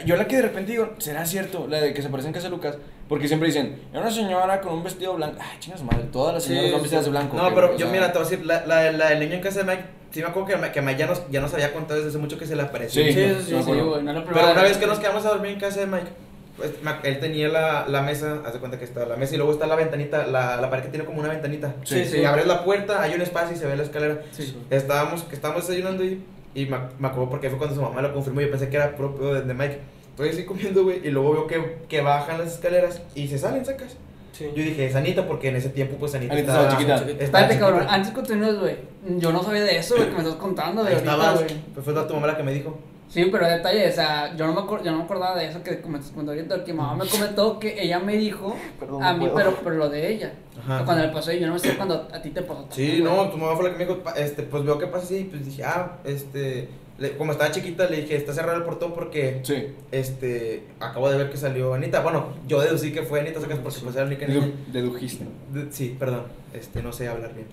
[SPEAKER 1] yo la que de repente digo, ¿será cierto? La de que se aparece en casa de Lucas. Porque siempre dicen, era una señora con un vestido blanco. Ay, chingas madre, todas las señoras van vestidas de blanco.
[SPEAKER 2] No,
[SPEAKER 1] güey,
[SPEAKER 2] pero
[SPEAKER 1] o
[SPEAKER 2] yo,
[SPEAKER 1] sea,
[SPEAKER 2] mira, te voy a decir, la, la, la del niño en casa de Mike, sí me acuerdo que, Ma- que Mike ya nos, ya nos había contado desde hace mucho que se le apareció.
[SPEAKER 1] Sí,
[SPEAKER 5] Sí, sí,
[SPEAKER 1] me
[SPEAKER 5] sí,
[SPEAKER 1] acuerdo.
[SPEAKER 5] güey, no es la primera
[SPEAKER 2] Pero una vez que nos quedamos a dormir en casa de Mike, pues, ma- él tenía la, la mesa, haz de cuenta que está la mesa y luego está la ventanita, la, la pared que tiene como una ventanita.
[SPEAKER 1] Sí,
[SPEAKER 2] Si abres la puerta, hay un espacio y se ve la escalera.
[SPEAKER 5] Sí, sí.
[SPEAKER 2] Estábamos, que estábamos desayunando y, y me, ac- me acuerdo porque fue cuando su mamá lo confirmó y yo pensé que era propio de, de Mike. Estoy así comiendo, güey, y luego veo que, que bajan las escaleras y se salen, sacas. Yo dije, es Anita, porque en ese tiempo, pues Anita,
[SPEAKER 1] Anita estaba chiquita.
[SPEAKER 5] Espérate,
[SPEAKER 2] chiquita.
[SPEAKER 5] cabrón, antes continúas, güey. Yo no sabía de eso, güey, que me estás contando,
[SPEAKER 2] Ahí
[SPEAKER 5] güey. ahorita,
[SPEAKER 2] estabas,
[SPEAKER 5] güey.
[SPEAKER 2] pues fue tu mamá la que me dijo.
[SPEAKER 5] Sí, pero detalle, o sea, yo no me, acor- yo no me acordaba de eso que me estás contando ahorita, que mi mamá me comentó que ella me dijo
[SPEAKER 4] Perdón,
[SPEAKER 5] a
[SPEAKER 4] no
[SPEAKER 5] mí,
[SPEAKER 4] puedo.
[SPEAKER 5] pero, pero lo de ella.
[SPEAKER 2] Ajá.
[SPEAKER 5] Cuando le pasó y yo no sé cuando a ti te pasó.
[SPEAKER 2] Ah. Sí, no, tu mamá fue la que me dijo, pa- este, pues veo que pasa así, pues dije, ah, este, le- como estaba chiquita, le dije, está cerrado el portón porque,
[SPEAKER 1] Sí.
[SPEAKER 2] este, acabo de ver que salió Anita. Bueno, yo deducí que fue Anita, sacas porque pues era la única niña.
[SPEAKER 1] Dedu- dedujiste.
[SPEAKER 2] De- Sí, perdón, este, no sé hablar bien.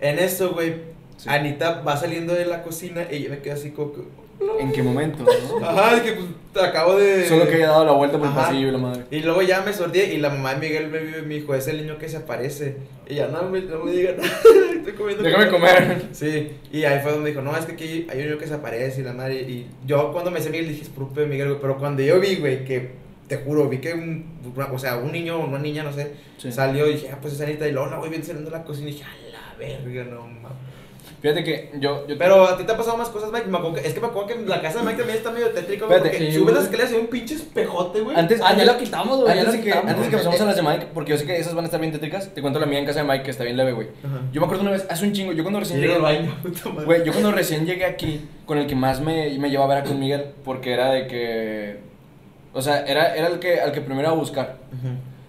[SPEAKER 2] En eso, güey,
[SPEAKER 1] Sí.
[SPEAKER 2] Anita va saliendo de la cocina y yo me quedo así como que,
[SPEAKER 1] ¿En qué momento?
[SPEAKER 2] <laughs>
[SPEAKER 1] no?
[SPEAKER 2] ajá, dije, pues, te acabo de...
[SPEAKER 1] <laughs> Solo que haya dado la vuelta por el
[SPEAKER 2] Ajá.
[SPEAKER 1] pasillo y la madre.
[SPEAKER 2] Y luego ya me sordí y la mamá de Miguel me vio y me dijo, es el niño que se aparece. Y ya, no me, no me digan, <laughs> estoy comiendo.
[SPEAKER 1] Déjame comer.
[SPEAKER 2] Sí, y ahí fue donde dijo, no, es que aquí hay un niño que se aparece y la madre. Y yo cuando me decía Miguel dije, es propio de Miguel, güey. Pero cuando yo vi, güey, que te juro, vi que un, una- o sea, un niño o una niña, no sé,
[SPEAKER 1] <laughs> Sí.
[SPEAKER 2] salió y dije, ah, pues es Anita. Y luego la voy viendo saliendo de la cocina y dije, a la verga, no mames.
[SPEAKER 1] Fíjate que yo. yo
[SPEAKER 2] Pero a ti te ha pasado más cosas, Mike. Me acuerdo que- es que me acuerdo que en la casa de Mike también está medio tétrico, güey.
[SPEAKER 1] Espérate,
[SPEAKER 2] Porque
[SPEAKER 5] sí,
[SPEAKER 2] subes
[SPEAKER 5] güey.
[SPEAKER 2] las escaleras y hay un pinche espejote, güey.
[SPEAKER 1] Antes,
[SPEAKER 5] Ah, ya
[SPEAKER 1] antes-
[SPEAKER 5] lo quitamos, güey. ya
[SPEAKER 1] Antes
[SPEAKER 5] lo
[SPEAKER 1] de, que,
[SPEAKER 5] quitamos.
[SPEAKER 1] antes de que pasemos a las de Mike, porque yo sé que esas van a estar bien tétricas, te cuento la mía en casa de Mike, que está bien leve, güey.
[SPEAKER 2] Ajá.
[SPEAKER 1] Yo me acuerdo una vez, hace un chingo, yo cuando recién
[SPEAKER 2] Llegué
[SPEAKER 1] llegué.
[SPEAKER 2] al baño, <laughs> puta madre.
[SPEAKER 1] Güey, yo cuando recién llegué aquí, con el que más me, me llevaba era con Miguel, porque era de que. O sea, era, era el que, al que primero iba a buscar.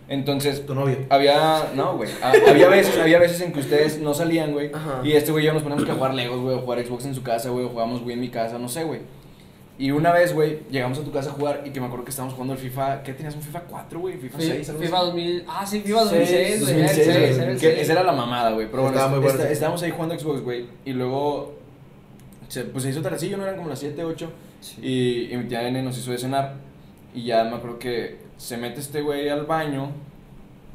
[SPEAKER 1] Entonces,
[SPEAKER 2] Tu novio.
[SPEAKER 1] había. No, güey. ha- Había veces, había veces en que ustedes no salían, güey.
[SPEAKER 4] Ajá.
[SPEAKER 1] Y este güey y yo nos poníamos que a jugar Legos, güey, o jugar Xbox en su casa, güey, o jugamos Wii en mi casa, no sé, güey. Y una vez, güey, llegamos a tu casa a jugar y que me acuerdo que estábamos jugando el FIFA. ¿Qué tenías? ¿Un FIFA 4, güey? ¿FIFA
[SPEAKER 5] Sí,
[SPEAKER 1] 6? algo así?
[SPEAKER 5] FIFA 2000. Ah, sí, FIFA 2006. güey,
[SPEAKER 1] 2006,
[SPEAKER 5] era el
[SPEAKER 1] güey.
[SPEAKER 5] seis, era el
[SPEAKER 1] Que
[SPEAKER 5] seis.
[SPEAKER 1] esa era la mamada, güey. Pero bueno,
[SPEAKER 2] Estaba muy bueno,
[SPEAKER 1] esta-
[SPEAKER 2] sí.
[SPEAKER 1] estábamos ahí jugando Xbox, güey. Y luego, se, pues se hizo tardecillo, no eran como las 7, 8. Y, y mi tía N nos hizo de cenar. Y ya me acuerdo que se mete este güey al baño.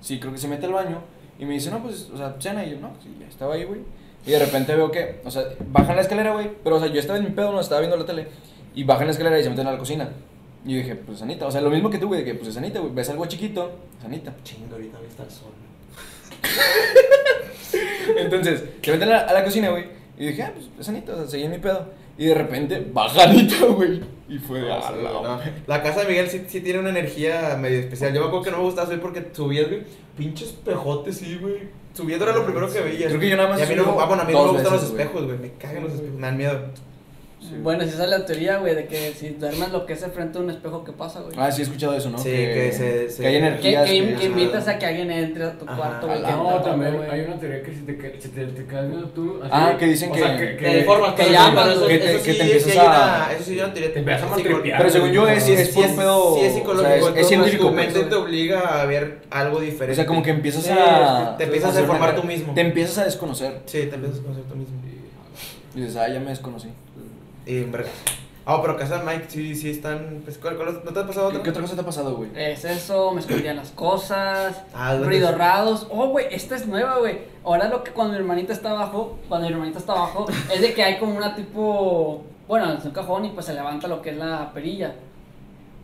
[SPEAKER 1] Sí, creo que se mete al baño. Y me dice, no, pues, o sea, cena. Y yo, no, sí, ya estaba ahí, güey. Y de repente veo que, o sea, bajan la escalera, güey. Pero, o sea, yo estaba en mi pedo, no estaba viendo la tele. Y bajan la escalera y se meten a la cocina. Y yo dije, pues, Anita. O sea, lo mismo que tú, güey, de que, pues, es Anita, güey. Ves algo chiquito, es Anita.
[SPEAKER 2] Chingo, ahorita voy a estar solo.
[SPEAKER 1] Entonces, se meten a la, a la cocina, güey. Y dije, ah, pues es Anita, o sea, seguí en mi pedo. Y de repente, baja Anita, <laughs> güey. Y fue de, "A la
[SPEAKER 2] Ah, No,
[SPEAKER 1] madre".
[SPEAKER 2] Pues, La casa de Miguel sí, sí tiene una energía medio especial. Yo me acuerdo que no me gustaba subir porque subías, güey. Pinches pejotes, sí, güey. Subiendo era lo primero Ah, que veías.
[SPEAKER 1] Creo que yo nada más
[SPEAKER 2] Y a mí no,
[SPEAKER 1] subo
[SPEAKER 2] ah, bueno, a mí no me
[SPEAKER 1] dos
[SPEAKER 2] gustan los
[SPEAKER 1] veces, güey.
[SPEAKER 2] espejos, güey. Me cagan los espejos. Me dan miedo.
[SPEAKER 5] Bueno, esa es la teoría, güey, de que si duermes lo que es frente a un espejo, ¿qué pasa, güey?
[SPEAKER 1] Ah, sí, he escuchado eso, ¿no?
[SPEAKER 2] Sí, que se- se-
[SPEAKER 1] que hay
[SPEAKER 2] Que-
[SPEAKER 5] Que,
[SPEAKER 1] energías.
[SPEAKER 5] que-
[SPEAKER 1] que-
[SPEAKER 5] que invitas a que alguien entre a tu
[SPEAKER 2] Ajá,
[SPEAKER 5] cuarto, güey.
[SPEAKER 1] a la-
[SPEAKER 5] que
[SPEAKER 3] Ah, No,
[SPEAKER 5] entra,
[SPEAKER 3] también
[SPEAKER 5] güey.
[SPEAKER 3] hay una teoría que si te, que- si te, te quedas viendo tú. así-
[SPEAKER 1] Ah, que dicen
[SPEAKER 3] o sea,
[SPEAKER 1] que-
[SPEAKER 2] Te deformas,
[SPEAKER 5] que
[SPEAKER 2] pero
[SPEAKER 5] ya,
[SPEAKER 2] sí,
[SPEAKER 5] pero
[SPEAKER 2] eso-
[SPEAKER 1] que
[SPEAKER 2] eso
[SPEAKER 1] te-
[SPEAKER 2] sí,
[SPEAKER 1] que te
[SPEAKER 2] sí
[SPEAKER 1] empiezas
[SPEAKER 2] hay una-
[SPEAKER 1] a-
[SPEAKER 2] Eso sí, hay una teoría.
[SPEAKER 3] Te empiezas a
[SPEAKER 2] psico-
[SPEAKER 3] maltripear.
[SPEAKER 1] Pero según yo es,
[SPEAKER 2] Sí,
[SPEAKER 1] es por
[SPEAKER 2] sí,
[SPEAKER 1] pedo.
[SPEAKER 2] Sí, es
[SPEAKER 1] o sea,
[SPEAKER 2] psicológico.
[SPEAKER 1] es- es, científico.
[SPEAKER 2] Tu
[SPEAKER 1] pues.
[SPEAKER 2] mente te obliga a ver algo diferente.
[SPEAKER 1] O sea, como que empiezas
[SPEAKER 3] Sí,
[SPEAKER 1] a.
[SPEAKER 2] te empiezas a
[SPEAKER 1] hacer
[SPEAKER 2] deformar
[SPEAKER 1] una-
[SPEAKER 2] tú mismo.
[SPEAKER 1] Te empiezas a desconocer.
[SPEAKER 2] Sí, te empiezas a conocer tú mismo.
[SPEAKER 1] Y dices, ah, ya me desconocí.
[SPEAKER 2] Y en verdad. Ah, pero casa de Mike sí, sí están. pues, ¿cuál- cuál- ¿No te ha pasado
[SPEAKER 1] ¿Qué,
[SPEAKER 2] otra?
[SPEAKER 1] qué otra cosa te ha pasado, güey?
[SPEAKER 5] Es eso, me escondían las cosas,
[SPEAKER 2] Ah, ¿dónde
[SPEAKER 5] ruidos
[SPEAKER 2] es?
[SPEAKER 5] raros. Oh, güey, esta es nueva, güey. Ahora lo que cuando mi hermanita está abajo, cuando mi hermanita
[SPEAKER 2] <laughs>
[SPEAKER 5] está abajo, es de que hay como una tipo, bueno, es un cajón y pues se levanta lo que es la perilla.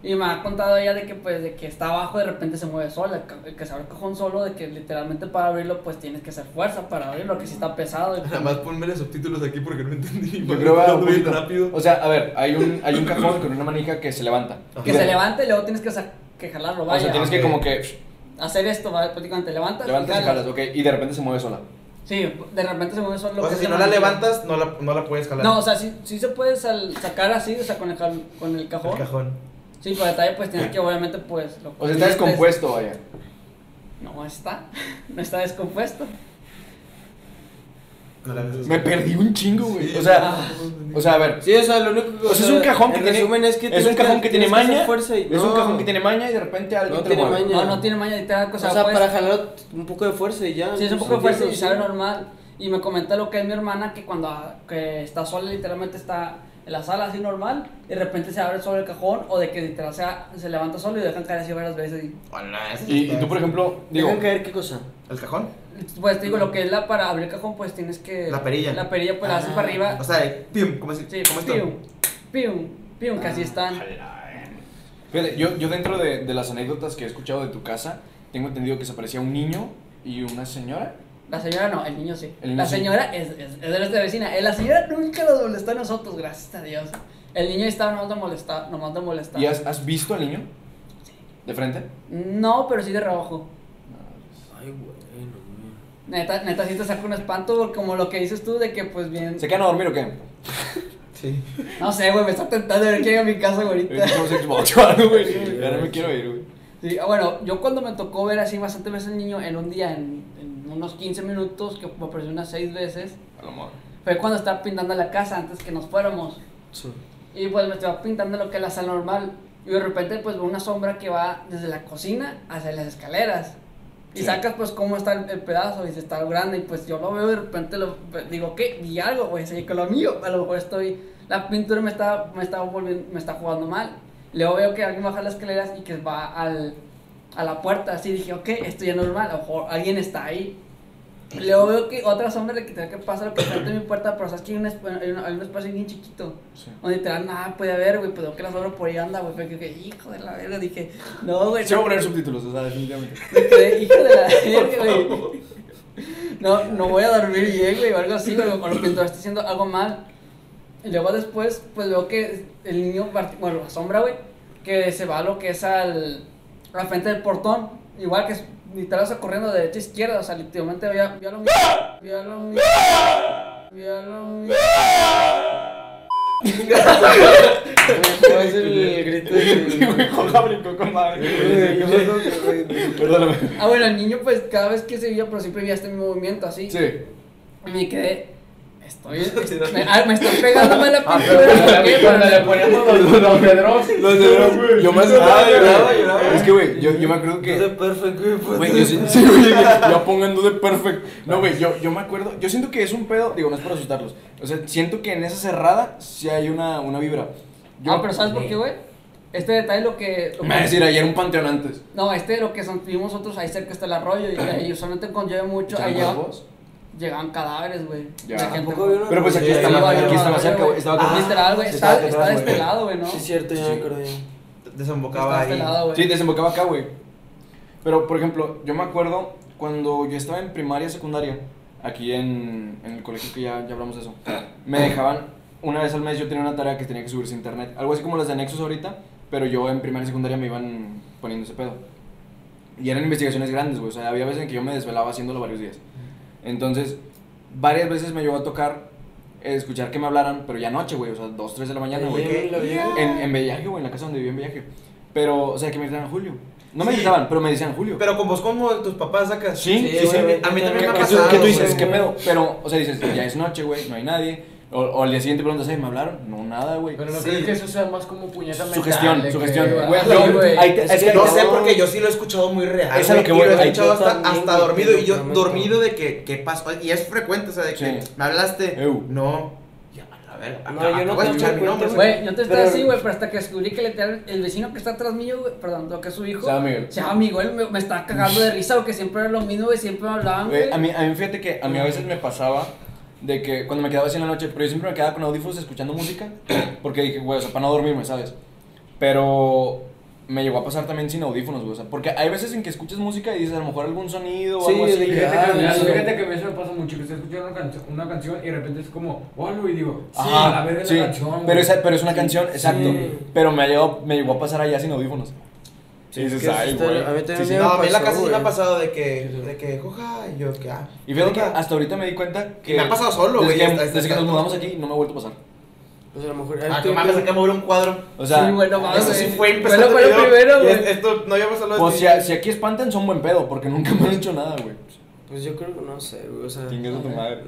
[SPEAKER 5] Y me ha contado ella de que, pues, de que está abajo de repente se mueve sola. El ca- El que se abre el cajón solo, de que literalmente para abrirlo, pues tienes que hacer fuerza para abrirlo, que sí está pesado.
[SPEAKER 2] <laughs> Nada más ponmele subtítulos aquí porque no entendí.
[SPEAKER 1] Yo
[SPEAKER 2] porque
[SPEAKER 1] creo que va
[SPEAKER 2] hablando
[SPEAKER 1] un
[SPEAKER 2] bien
[SPEAKER 1] poquito.
[SPEAKER 2] rápido.
[SPEAKER 1] O sea, a ver, hay un, hay un cajón con una manija que se levanta.
[SPEAKER 5] Que se levante y luego tienes que, sa- que jalarlo,
[SPEAKER 1] O
[SPEAKER 5] vaya.
[SPEAKER 1] sea, tienes que como que
[SPEAKER 5] Hacer esto, ¿vale? prácticamente levantas.
[SPEAKER 1] levantas y
[SPEAKER 5] jalas.
[SPEAKER 1] jalas, ok, y de repente se mueve sola.
[SPEAKER 5] Sí, de repente se mueve solo.
[SPEAKER 2] O sea,
[SPEAKER 5] que
[SPEAKER 2] si
[SPEAKER 5] se
[SPEAKER 2] no la
[SPEAKER 5] llama-
[SPEAKER 2] levantas, no la, no la puedes jalar.
[SPEAKER 5] No, o sea, sí, sí se puede sal- sacar así, o sea, con el, jal- con el cajón.
[SPEAKER 2] el cajón.
[SPEAKER 5] Sí, pero detalle, pues tienes que, obviamente, pues. Lo
[SPEAKER 1] O sea, está
[SPEAKER 5] conviertes.
[SPEAKER 1] descompuesto, vaya.
[SPEAKER 5] No está, <laughs> no está descompuesto.
[SPEAKER 2] No la ves.
[SPEAKER 1] Me perdí un chingo, güey. O sea, o sea, a ver.
[SPEAKER 4] Sí, o sea, lo único que.
[SPEAKER 1] O sea, Pues es un cajón que
[SPEAKER 4] en
[SPEAKER 1] tiene-
[SPEAKER 4] resumen es que.
[SPEAKER 1] es un
[SPEAKER 4] tienes
[SPEAKER 1] cajón que tiene
[SPEAKER 4] tienes hacer
[SPEAKER 1] maña.
[SPEAKER 4] fuerza y-
[SPEAKER 1] Es un
[SPEAKER 4] no.
[SPEAKER 1] cajón que tiene maña y de repente alguien
[SPEAKER 4] No
[SPEAKER 1] te lo
[SPEAKER 4] tiene
[SPEAKER 1] mueve.
[SPEAKER 4] maña.
[SPEAKER 5] No, no tiene maña literal,
[SPEAKER 4] O
[SPEAKER 5] o
[SPEAKER 4] sea,
[SPEAKER 5] sea, pues,
[SPEAKER 4] para jalar un poco de fuerza y ya.
[SPEAKER 5] Sí, es un
[SPEAKER 4] pues,
[SPEAKER 5] poco de fuerza y
[SPEAKER 4] entiendo,
[SPEAKER 5] sale
[SPEAKER 4] sí.
[SPEAKER 5] normal. Y me comentó lo que es mi hermana, que cuando ah, que está sola, literalmente está en la sala así normal, y de repente se abre sobre el cajón, o de que literal se, se levanta solo y dejan caer así varias veces. Y,
[SPEAKER 2] Hola, ese
[SPEAKER 1] Y, y
[SPEAKER 2] está-
[SPEAKER 1] tú, por ejemplo, digo,
[SPEAKER 4] Dejan caer qué cosa.
[SPEAKER 2] ¿El cajón?
[SPEAKER 5] pues te digo, lo que es la para abrir el cajón, pues tienes que.
[SPEAKER 2] La perilla.
[SPEAKER 5] La perilla, pues la haces
[SPEAKER 4] Ah.
[SPEAKER 5] para arriba.
[SPEAKER 2] O sea, eh, pium, ¿cómo es?
[SPEAKER 5] Sí,
[SPEAKER 2] ¿Cómo es
[SPEAKER 5] pium,
[SPEAKER 2] todo?
[SPEAKER 5] pium, pium, que así
[SPEAKER 1] Ah.
[SPEAKER 5] están.
[SPEAKER 1] fíjate, yo, yo dentro de, de las anécdotas que he escuchado de tu casa, tengo entendido que se aparecía un niño y una señora.
[SPEAKER 5] La señora no, el niño sí.
[SPEAKER 1] El niño
[SPEAKER 5] la
[SPEAKER 1] sí.
[SPEAKER 5] señora es, es, es de nuestra vecina. Eh, La señora nunca nos molestó a nosotros, gracias a Dios. El niño estaba nomás de molestar, nomás de molestar.
[SPEAKER 1] ¿Y has, has visto al niño? ¿De frente?
[SPEAKER 5] No, pero sí de reojo.
[SPEAKER 4] Ay, güey, no, güey.
[SPEAKER 5] Neta, neta, sí te saca un espanto, porque como lo que dices tú de que, pues bien.
[SPEAKER 1] ¿Se quedan a dormir o qué?
[SPEAKER 2] Sí.
[SPEAKER 5] No sé, güey, me está tentando de ver que llega a mi casa
[SPEAKER 1] Eh,
[SPEAKER 5] ahorita.
[SPEAKER 1] somos <laughs> Xbox o algo, güey. Ya no me quiero ir, güey.
[SPEAKER 5] Sí, ah, bueno, yo cuando me tocó ver así bastantes veces al niño en un día, en, en unos 15 minutos, que me apareció unas 6 veces,
[SPEAKER 1] A lo mejor.
[SPEAKER 5] fue cuando estaba pintando la casa antes que nos fuéramos.
[SPEAKER 4] Sí.
[SPEAKER 1] <laughs>
[SPEAKER 5] Y pues me estaba pintando lo que es la sala normal. Y de repente pues veo una sombra que va desde la cocina hacia las escaleras. Y
[SPEAKER 1] Sí.
[SPEAKER 5] sacas pues cómo está el, el pedazo y si está grande. Y pues yo lo veo y de repente lo, digo, ¿qué? Di algo, güey, seguí con lo mío. A lo mejor estoy... La pintura me está, me está, volviendo, me está jugando mal. Luego veo que alguien baja las escaleras y que va al, a la puerta. Así dije, ok, esto ya no es normal. A lo mejor alguien está ahí. Luego veo que otra sombra que tenía que pasar por frente de mi puerta, pero sabes que hay un, esp- hay un- hay un espacio bien chiquito.
[SPEAKER 1] Sí.
[SPEAKER 5] Donde literal nada puede haber, güey, pero que la sombra por ahí anda, güey. Fue que, que, hijo de la verga, dije, no, güey.
[SPEAKER 1] Se va a
[SPEAKER 5] no,
[SPEAKER 1] poner subtítulos, o sea, definitivamente.
[SPEAKER 5] me quedé, hijo de la verga, güey. No, no voy a dormir bien, güey, o algo así, güey, o lo que está haciendo algo mal. Y luego después, pues veo que el niño, part- bueno, la sombra, güey, que se va a lo que es al, al frente del portón. Igual que es- literal, o sea, corriendo de derecha a izquierda, o sea, literalmente veía, veía lo mismo. Veía lo mismo. Veía lo mismo.
[SPEAKER 4] Es el grito de.
[SPEAKER 1] Perdóname.
[SPEAKER 5] Ah, bueno, el niño, pues cada vez que se veía, pero siempre veía este mismo movimiento así.
[SPEAKER 1] Sí.
[SPEAKER 5] Y me quedé.
[SPEAKER 1] <laughs>
[SPEAKER 5] Estoy. me, ah, me estoy pegando mal la
[SPEAKER 1] Ah,
[SPEAKER 5] pintura. ¿por qué?
[SPEAKER 3] <laughs> Cuando le poníamos los, los pedros.
[SPEAKER 1] <laughs> Los
[SPEAKER 2] <laughs>
[SPEAKER 1] de Yo más
[SPEAKER 2] Lloraba, lloraba, lloraba.
[SPEAKER 1] Es que, güey, yo, yo me acuerdo que.
[SPEAKER 4] De perfect, güey, pues.
[SPEAKER 1] Güey, yo sí, sí, güey, que ya pongan de perfect. No, güey, yo, yo me acuerdo, yo siento que es un pedo, digo, no es para asustarlos. O sea, siento que en esa cerrada sí hay una, una vibra. Yo,
[SPEAKER 5] No, Ah, pero ¿sabes por qué, güey? Este detalle lo que. lo
[SPEAKER 1] Me va a
[SPEAKER 5] que-
[SPEAKER 1] decir, ayer un panteón antes.
[SPEAKER 5] no, este lo que son- vivimos nosotros ahí cerca está el arroyo. Y ahí usualmente cuando llueve mucho, ahí
[SPEAKER 1] ¿Llegan
[SPEAKER 5] llegan,
[SPEAKER 1] huevos?
[SPEAKER 5] llegaban cadáveres, güey.
[SPEAKER 1] Ya.
[SPEAKER 5] La gente-
[SPEAKER 4] Tampoco había una-
[SPEAKER 1] Pero pues aquí
[SPEAKER 4] Sí,
[SPEAKER 1] está
[SPEAKER 4] ahí
[SPEAKER 1] más,
[SPEAKER 4] va,
[SPEAKER 1] aquí
[SPEAKER 4] ahí
[SPEAKER 1] está
[SPEAKER 4] va,
[SPEAKER 1] más
[SPEAKER 4] ahí
[SPEAKER 1] cerca,
[SPEAKER 4] va.
[SPEAKER 1] güey. Estaba
[SPEAKER 5] Ah,
[SPEAKER 1] acá.
[SPEAKER 5] literal, güey.
[SPEAKER 1] Sí,
[SPEAKER 5] Está,
[SPEAKER 1] estaba
[SPEAKER 5] está de
[SPEAKER 1] atrás,
[SPEAKER 5] este
[SPEAKER 1] güey.
[SPEAKER 5] lado, güey, ¿no?
[SPEAKER 4] Sí, es cierto, ya
[SPEAKER 1] Sí.
[SPEAKER 4] me acordé.
[SPEAKER 2] Desembocaba
[SPEAKER 5] Está de este
[SPEAKER 2] ahí.
[SPEAKER 5] lado,
[SPEAKER 1] Sí,
[SPEAKER 5] güey.
[SPEAKER 1] desembocaba acá, güey. Pero, por ejemplo, yo me acuerdo cuando yo estaba en primaria, secundaria, aquí en, en el colegio que ya, ya hablamos de eso, me dejaban, una vez al mes yo tenía una tarea que tenía que subirse a internet, algo así como las de anexos ahorita, pero yo en primaria y secundaria me iban poniendo ese pedo. Y eran investigaciones grandes, güey, o sea, había veces en que yo me desvelaba haciéndolo varios días. Entonces, varias veces me llegó a tocar eh, escuchar que me hablaran, pero ya noche, güey, o sea, 2, 3 de la mañana, güey.
[SPEAKER 4] Bien, lo bien.
[SPEAKER 1] En, en Bellaje, güey, en la casa donde vivía en Bellaje. Pero, o sea, que me gritaban Julio. No me gritaban, pero me decían Julio.
[SPEAKER 2] Pero con vos, como tus papás sacas.
[SPEAKER 1] Sí, sí,
[SPEAKER 2] sí,
[SPEAKER 4] güey,
[SPEAKER 2] a mí
[SPEAKER 4] güey.
[SPEAKER 2] también me
[SPEAKER 1] que,
[SPEAKER 2] ha
[SPEAKER 4] ¿Qué-
[SPEAKER 1] que tú-
[SPEAKER 2] pasado.
[SPEAKER 1] que tú dices,
[SPEAKER 2] güey.
[SPEAKER 1] ¿qué pedo? Pero, o sea, dices, ya es noche, güey, no hay nadie. O, o al día siguiente preguntas, "Ey, ¿me hablaron? No, nada, güey.
[SPEAKER 3] Pero no
[SPEAKER 2] Sí.
[SPEAKER 3] crees que eso sea más como puñeta mental.
[SPEAKER 1] Sugestión,
[SPEAKER 3] de
[SPEAKER 1] sugestión.
[SPEAKER 3] que-
[SPEAKER 1] Güey,
[SPEAKER 3] Ah,
[SPEAKER 1] yo-
[SPEAKER 3] güey.
[SPEAKER 1] ahí te-
[SPEAKER 4] Es
[SPEAKER 1] es
[SPEAKER 4] que
[SPEAKER 1] que-
[SPEAKER 2] No sé, porque yo sí lo he escuchado muy real.
[SPEAKER 1] Es a lo
[SPEAKER 2] güey,
[SPEAKER 1] que
[SPEAKER 2] y
[SPEAKER 1] voy,
[SPEAKER 2] Lo he
[SPEAKER 1] güey.
[SPEAKER 2] escuchado
[SPEAKER 4] Yo
[SPEAKER 2] hasta,
[SPEAKER 4] también,
[SPEAKER 2] hasta
[SPEAKER 4] güey,
[SPEAKER 2] dormido y yo
[SPEAKER 4] definitivamente.
[SPEAKER 2] dormido de que, ¿qué pasó? Y es frecuente, o sea, de que
[SPEAKER 1] Sí.
[SPEAKER 2] me hablaste.
[SPEAKER 1] Ew.
[SPEAKER 2] No. Ya, a ver,
[SPEAKER 4] No,
[SPEAKER 2] acá-
[SPEAKER 4] yo no
[SPEAKER 2] acabo de
[SPEAKER 4] te
[SPEAKER 2] escuchar mi
[SPEAKER 4] doy
[SPEAKER 2] nombre.
[SPEAKER 4] cuenta,
[SPEAKER 5] Güey, yo te estaba
[SPEAKER 4] Pero-
[SPEAKER 5] así, güey, pero hasta que descubrí que literal el vecino que está atrás mío, güey, perdón, lo que es su hijo.
[SPEAKER 1] Se llama Miguel.
[SPEAKER 5] Se llama Miguel, me, me estaba cagando de risa, porque siempre era lo mismo, güey, siempre me hablaban,
[SPEAKER 1] Güey,
[SPEAKER 5] güey.
[SPEAKER 1] a mí, a mí fíjate que a mí a veces me pasaba de que cuando me quedaba así en la noche, pero yo siempre me quedaba con audífonos escuchando música, porque dije, güey, o sea, para no dormirme, ¿sabes? Pero me llegó a pasar también sin audífonos, güey. O sea, porque hay veces en que escuchas música y dices a lo mejor algún sonido o
[SPEAKER 4] Sí,
[SPEAKER 1] algo
[SPEAKER 4] de
[SPEAKER 1] así.
[SPEAKER 4] que,
[SPEAKER 1] y-
[SPEAKER 4] ah,
[SPEAKER 3] Fíjate que,
[SPEAKER 4] eso.
[SPEAKER 3] fíjate que a mí eso me pasa mucho, que estoy escuchando una, canción- una canción y de repente es como, hola, y digo,
[SPEAKER 1] Ajá,
[SPEAKER 3] a la verga
[SPEAKER 1] sí,
[SPEAKER 3] la canción, güey".
[SPEAKER 1] pero, esa- pero es una canción, exacto.
[SPEAKER 4] Sí.
[SPEAKER 1] Pero me, ha llegado- me llegó a pasar allá sin audífonos.
[SPEAKER 4] Sí,
[SPEAKER 1] y dices,
[SPEAKER 4] es que
[SPEAKER 1] "Ay,
[SPEAKER 4] está-
[SPEAKER 1] güey".
[SPEAKER 4] a mí también
[SPEAKER 1] Sí, sí.
[SPEAKER 4] me
[SPEAKER 2] No, a mí en la
[SPEAKER 4] pasó,
[SPEAKER 2] casa sí me
[SPEAKER 4] güey.
[SPEAKER 2] ha pasado de que, de que, joja, y yo, que, ah.
[SPEAKER 1] Y fíjate que
[SPEAKER 2] neta.
[SPEAKER 1] hasta ahorita me di cuenta que.
[SPEAKER 2] me ha pasado solo,
[SPEAKER 1] desde
[SPEAKER 2] güey,
[SPEAKER 1] que-
[SPEAKER 2] hasta-
[SPEAKER 1] Desde,
[SPEAKER 2] hasta-
[SPEAKER 1] que nos mudamos aquí no me ha vuelto a pasar.
[SPEAKER 4] Pues a lo mejor.
[SPEAKER 2] Ah, que mames, acá mover un cuadro.
[SPEAKER 1] O sea,
[SPEAKER 5] sí, bueno, mames.
[SPEAKER 2] Eso sí fue
[SPEAKER 5] Fue lo-
[SPEAKER 2] empezando
[SPEAKER 5] fue
[SPEAKER 2] el
[SPEAKER 5] lo
[SPEAKER 2] video,
[SPEAKER 5] primero,
[SPEAKER 2] y
[SPEAKER 5] güey.
[SPEAKER 2] es- Esto no habíamos hablado
[SPEAKER 1] pues
[SPEAKER 2] de-
[SPEAKER 1] si, a- si aquí espantan son buen pedo, porque <laughs> nunca me han hecho nada, güey.
[SPEAKER 4] Pues yo creo que no sé, güey. O sea.
[SPEAKER 1] Chingues a tu madre.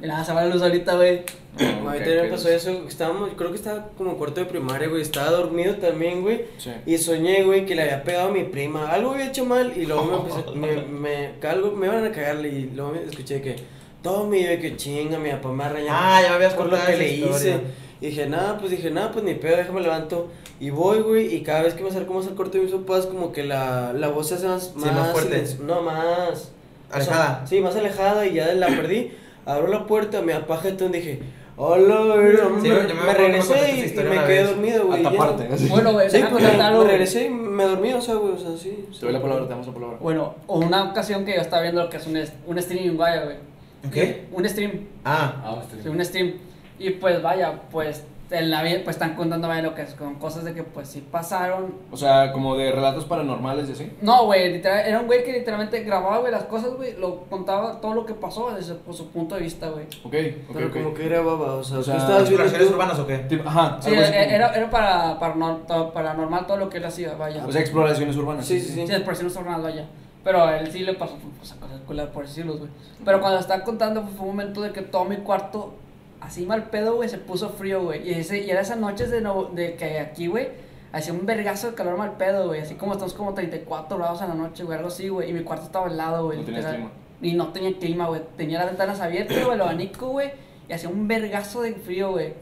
[SPEAKER 5] Mira, se va la luz ahorita, güey.
[SPEAKER 4] A mí también me pasó eso, estábamos, creo que estaba como cuarto de primaria, güey, estaba dormido también, güey,
[SPEAKER 1] Sí.
[SPEAKER 4] y soñé, güey, que le había pegado a mi prima, algo había hecho mal, y luego me empecé, me, me, que algo, me iban a cagarle, y luego me escuché que, Tommy, yo de que chinga, mi papá me reña
[SPEAKER 2] Ah, ya me habías
[SPEAKER 4] por lo
[SPEAKER 2] contado
[SPEAKER 4] que
[SPEAKER 2] esa
[SPEAKER 4] le hice,
[SPEAKER 2] historia.
[SPEAKER 4] y dije, nada, pues dije, nada, pues ni pedo, déjame levanto, y voy, güey, y cada vez que me acerco más al corte de mis papás, como que la, la voz se hace más,
[SPEAKER 2] Sí, más fuerte.
[SPEAKER 4] silencio- no, más, o sea,
[SPEAKER 2] Alejada.
[SPEAKER 4] sí, más alejada y ya la perdí. Abro la puerta, me apajetón, dije, hola, güey.
[SPEAKER 2] Sí, yo me
[SPEAKER 4] me,
[SPEAKER 2] acuerdo
[SPEAKER 4] me
[SPEAKER 2] que me contaste
[SPEAKER 4] regresé
[SPEAKER 2] esa
[SPEAKER 4] y- y,
[SPEAKER 2] historia
[SPEAKER 4] me
[SPEAKER 2] una
[SPEAKER 4] quedé
[SPEAKER 2] vez.
[SPEAKER 4] dormido, güey.
[SPEAKER 1] Hasta
[SPEAKER 4] ya.
[SPEAKER 1] parte.
[SPEAKER 5] Bueno, güey,
[SPEAKER 4] Sí,
[SPEAKER 5] déjame
[SPEAKER 4] pues,
[SPEAKER 5] contar algo,
[SPEAKER 4] me
[SPEAKER 5] güey.
[SPEAKER 4] regresé y me dormí, o sea, güey, o sea, sí.
[SPEAKER 1] Te doy la palabra, te damos la palabra.
[SPEAKER 5] Bueno, una ocasión que yo estaba viendo lo que es un, est- un stream, vaya, güey. Eh,
[SPEAKER 2] ¿Qué?
[SPEAKER 5] Un stream,
[SPEAKER 2] Ah,
[SPEAKER 3] Ah, hostia.
[SPEAKER 5] sí, un stream. Y pues vaya, pues en la vida, pues están contando, vaya, lo que es con cosas de que pues sí pasaron,
[SPEAKER 1] O sea, como de relatos paranormales y así.
[SPEAKER 5] No, güey, literal- era un güey que literalmente grababa, güey, las cosas, güey, lo contaba todo lo que pasó desde por su punto de vista, güey.
[SPEAKER 1] Ok, ok,
[SPEAKER 4] Pero
[SPEAKER 1] ok.
[SPEAKER 4] como que era baba, o sea,
[SPEAKER 1] O
[SPEAKER 4] tú
[SPEAKER 1] sea,
[SPEAKER 4] estabas viendo
[SPEAKER 2] ¿exploraciones
[SPEAKER 4] tú-
[SPEAKER 2] urbanas o qué?
[SPEAKER 1] Tipo, Ajá,
[SPEAKER 5] Sí,
[SPEAKER 1] algo
[SPEAKER 5] era,
[SPEAKER 1] así como-
[SPEAKER 5] era, era para, para, no- to- paranormal todo lo que él hacía, vaya.
[SPEAKER 1] O sea, exploraciones urbanas.
[SPEAKER 4] Sí, sí, sí.
[SPEAKER 5] Sí, el por sí no está nada, vaya. Pero a él sí le pasó pues, a cosas culeras, por decirlos, güey. Pero cuando estaba contando pues, fue un momento de que todo mi cuarto, así mal pedo, güey, se puso frío, güey. Y, ese, y era esas noches de, no- de que aquí, güey, hacía un vergazo de calor mal pedo, güey. Así como estamos como 34 grados en la noche, güey, algo así, güey. Y mi cuarto estaba helado, güey.
[SPEAKER 1] No tenías
[SPEAKER 5] literal.
[SPEAKER 1] clima.
[SPEAKER 5] Y no tenía clima, güey. Tenía las ventanas abiertas, güey, el abanico, güey. Y hacía un vergazo de frío, güey.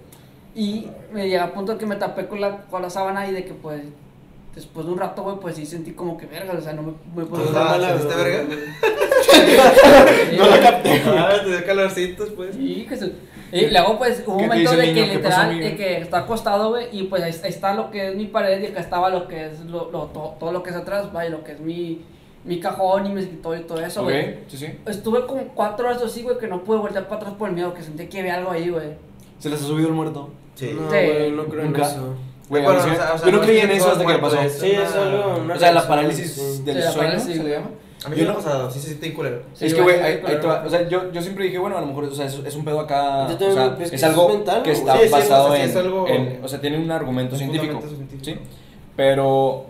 [SPEAKER 5] Y me llega a punto que me tapé con la, con la sábana y de que, pues, después de un rato, güey, pues sí sentí como que verga, o sea, Pues, no me, me puedo...
[SPEAKER 2] Ajá,
[SPEAKER 4] mala,
[SPEAKER 2] ¿sentiste
[SPEAKER 4] güey.
[SPEAKER 2] Ah, verga?
[SPEAKER 5] Sí,
[SPEAKER 2] No la
[SPEAKER 5] güey.
[SPEAKER 2] capté. Ah, te dio calorcitos, pues.
[SPEAKER 5] Sí, que se- Y luego, pues, hubo un
[SPEAKER 1] ¿Qué te
[SPEAKER 5] momento
[SPEAKER 1] dice el
[SPEAKER 5] de que
[SPEAKER 1] niño? ¿Qué pasó,
[SPEAKER 5] literal,
[SPEAKER 1] amigo?
[SPEAKER 5] de que está acostado, güey, y pues ahí ahí está lo que es mi pared y acá estaba lo que es lo, lo- to- todo lo que es atrás, vaya, lo que es mi, mi cajón y mi escritorio y todo eso,
[SPEAKER 1] Ok,
[SPEAKER 5] güey.
[SPEAKER 1] sí, sí.
[SPEAKER 5] Estuve como cuatro horas así, güey, que no pude voltear para atrás por el miedo, que sentí que había algo ahí, güey.
[SPEAKER 1] Se les ha subido el muerto.
[SPEAKER 2] Sí.
[SPEAKER 4] No,
[SPEAKER 5] Sí.
[SPEAKER 4] güey, no creo en
[SPEAKER 1] Nunca.
[SPEAKER 4] eso.
[SPEAKER 1] Güey, a
[SPEAKER 2] Bueno,
[SPEAKER 1] mí sí
[SPEAKER 2] o
[SPEAKER 1] me-
[SPEAKER 2] sea, o sea,
[SPEAKER 1] yo no
[SPEAKER 2] no
[SPEAKER 1] creía en
[SPEAKER 2] estoy
[SPEAKER 1] eso hasta que le
[SPEAKER 2] muerto
[SPEAKER 1] pasó.
[SPEAKER 2] de eso.
[SPEAKER 4] Sí, es
[SPEAKER 2] una-
[SPEAKER 4] algo, una
[SPEAKER 1] O sea, la
[SPEAKER 4] reacción,
[SPEAKER 1] parálisis
[SPEAKER 4] sí.
[SPEAKER 1] del
[SPEAKER 5] Sí, la
[SPEAKER 1] sueño,
[SPEAKER 5] parálisis,
[SPEAKER 1] ¿se le
[SPEAKER 5] güey.
[SPEAKER 1] llama?
[SPEAKER 2] A mí
[SPEAKER 1] Yo
[SPEAKER 2] sí me ha
[SPEAKER 1] no-
[SPEAKER 2] pasado, sí se siente bien culero.
[SPEAKER 5] Sí,
[SPEAKER 1] es que, güey,
[SPEAKER 5] güey,
[SPEAKER 1] ahí,
[SPEAKER 5] sí,
[SPEAKER 1] ahí te va.
[SPEAKER 5] claro.
[SPEAKER 1] O sea, yo, yo siempre dije, bueno, a lo mejor o sea, es, es un pedo acá.
[SPEAKER 4] Yo también,
[SPEAKER 1] o sea,
[SPEAKER 4] pues,
[SPEAKER 1] es,
[SPEAKER 4] que es
[SPEAKER 1] algo
[SPEAKER 4] mental,
[SPEAKER 1] que
[SPEAKER 4] güey.
[SPEAKER 1] está
[SPEAKER 2] Sí, sí,
[SPEAKER 1] basado
[SPEAKER 2] o sea, sí,
[SPEAKER 1] en,
[SPEAKER 2] es algo-
[SPEAKER 1] en- O sea, tiene un argumento
[SPEAKER 2] Un
[SPEAKER 1] científico.
[SPEAKER 2] fundamento científico.
[SPEAKER 1] ¿sí? Pero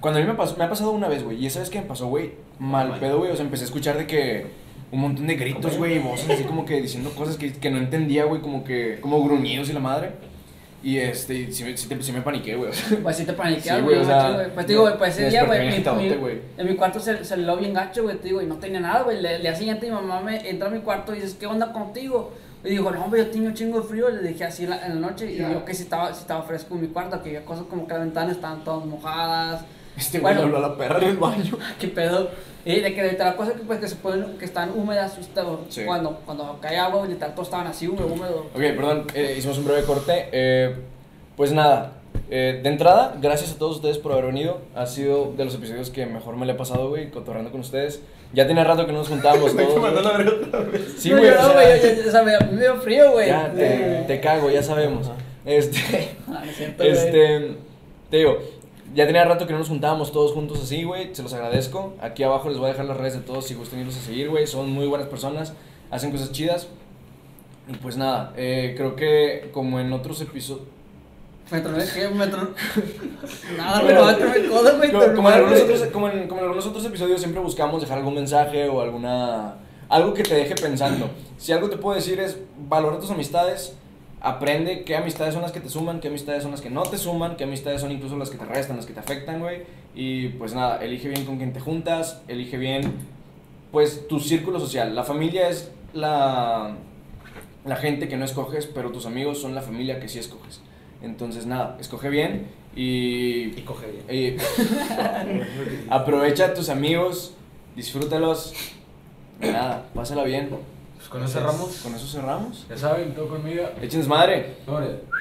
[SPEAKER 1] cuando a mí me, pasó, me ha pasado una vez, güey, y esa vez que me pasó, güey, mal pedo, güey. O sea, empecé a escuchar de que. Un montón de gritos, güey, y voces así como que diciendo cosas que, que no entendía, güey, como que. Como gruñidos y la madre. Y este, y sí, me- sí te- sí me paniqué, güey. o sea. <laughs>
[SPEAKER 5] Pues sí te paniqueas,
[SPEAKER 1] Sí, güey,
[SPEAKER 5] güey,
[SPEAKER 1] o
[SPEAKER 5] gacho,
[SPEAKER 1] sea,
[SPEAKER 5] güey. Pues te digo, güey, pues
[SPEAKER 1] me
[SPEAKER 5] ese día, güey, mi-
[SPEAKER 1] desperté bien
[SPEAKER 5] mi-
[SPEAKER 1] agitadote, güey.
[SPEAKER 5] en mi cuarto se, se heló bien gacho, güey, te digo, y no tenía nada, güey. Le, día siguiente mi mamá me entra a mi cuarto y dices, ¿qué onda contigo? Y digo, no, hombre, yo tenía un chingo de frío, le dije así en la, en la noche, y yo que si estaba, si estaba fresco en mi cuarto, que había cosas como que las ventanas estaban todas mojadas, <laughs>
[SPEAKER 1] Este güey le
[SPEAKER 5] Bueno.
[SPEAKER 1] habló a la perra en el baño.
[SPEAKER 5] qué pedo. Y de que de las cosas que, pues, que se ponen, que están húmedas, asustadas,
[SPEAKER 1] Sí.
[SPEAKER 5] cuando, cuando cae agua, y tal, todos estaban así, húmedo, húmedo.
[SPEAKER 1] Ok, perdón, eh, hicimos un breve corte. Eh, pues nada, eh, de entrada, gracias a todos ustedes por haber venido. Ha sido de los episodios que mejor me le he pasado, güey, cotorreando con ustedes. Ya tiene rato que no nos juntábamos todos. güey. Sí,
[SPEAKER 5] No,
[SPEAKER 1] güey,
[SPEAKER 5] yo
[SPEAKER 1] o
[SPEAKER 5] no,
[SPEAKER 1] sea,
[SPEAKER 5] güey, yo- yo- o sea, me, me dio frío, güey.
[SPEAKER 1] ya te, te cago, ya sabemos. Este,
[SPEAKER 5] Ah, no es cierto, güey.
[SPEAKER 1] este, te digo, ya tenía rato que no nos juntábamos todos juntos así, güey. Se los agradezco. Aquí abajo les voy a dejar las redes de todos si gustan irlos a seguir, güey. Son muy buenas personas, hacen cosas chidas. Y pues nada, eh, creo que como en otros episodios.
[SPEAKER 5] Me troné, ¿eh? ¿qué? Me troné. Nada, pero me troné cosas, güey.
[SPEAKER 1] Como, como en algunos
[SPEAKER 5] güey.
[SPEAKER 1] otros, como, en, como en algunos otros episodios siempre buscamos dejar algún mensaje o alguna algo que te deje pensando. Si algo te puedo decir es valora tus amistades, aprende qué amistades son las que te suman, qué amistades son las que no te suman, qué amistades son incluso las que te restan, las que te afectan, güey. Y pues nada, elige bien con quién te juntas, elige bien pues tu círculo social. La familia es la la gente que no escoges, pero tus amigos son la familia que sí escoges. Entonces nada, escoge bien y
[SPEAKER 2] Y coge bien.
[SPEAKER 1] y-
[SPEAKER 2] Ah,
[SPEAKER 1] aprovecha a tus amigos, disfrútalos. Y Nada, pásala bien.
[SPEAKER 3] Pues con eso cerramos.
[SPEAKER 1] Con eso cerramos.
[SPEAKER 3] Ya saben, todo conmigo.
[SPEAKER 1] Échense madre.
[SPEAKER 3] Sobre.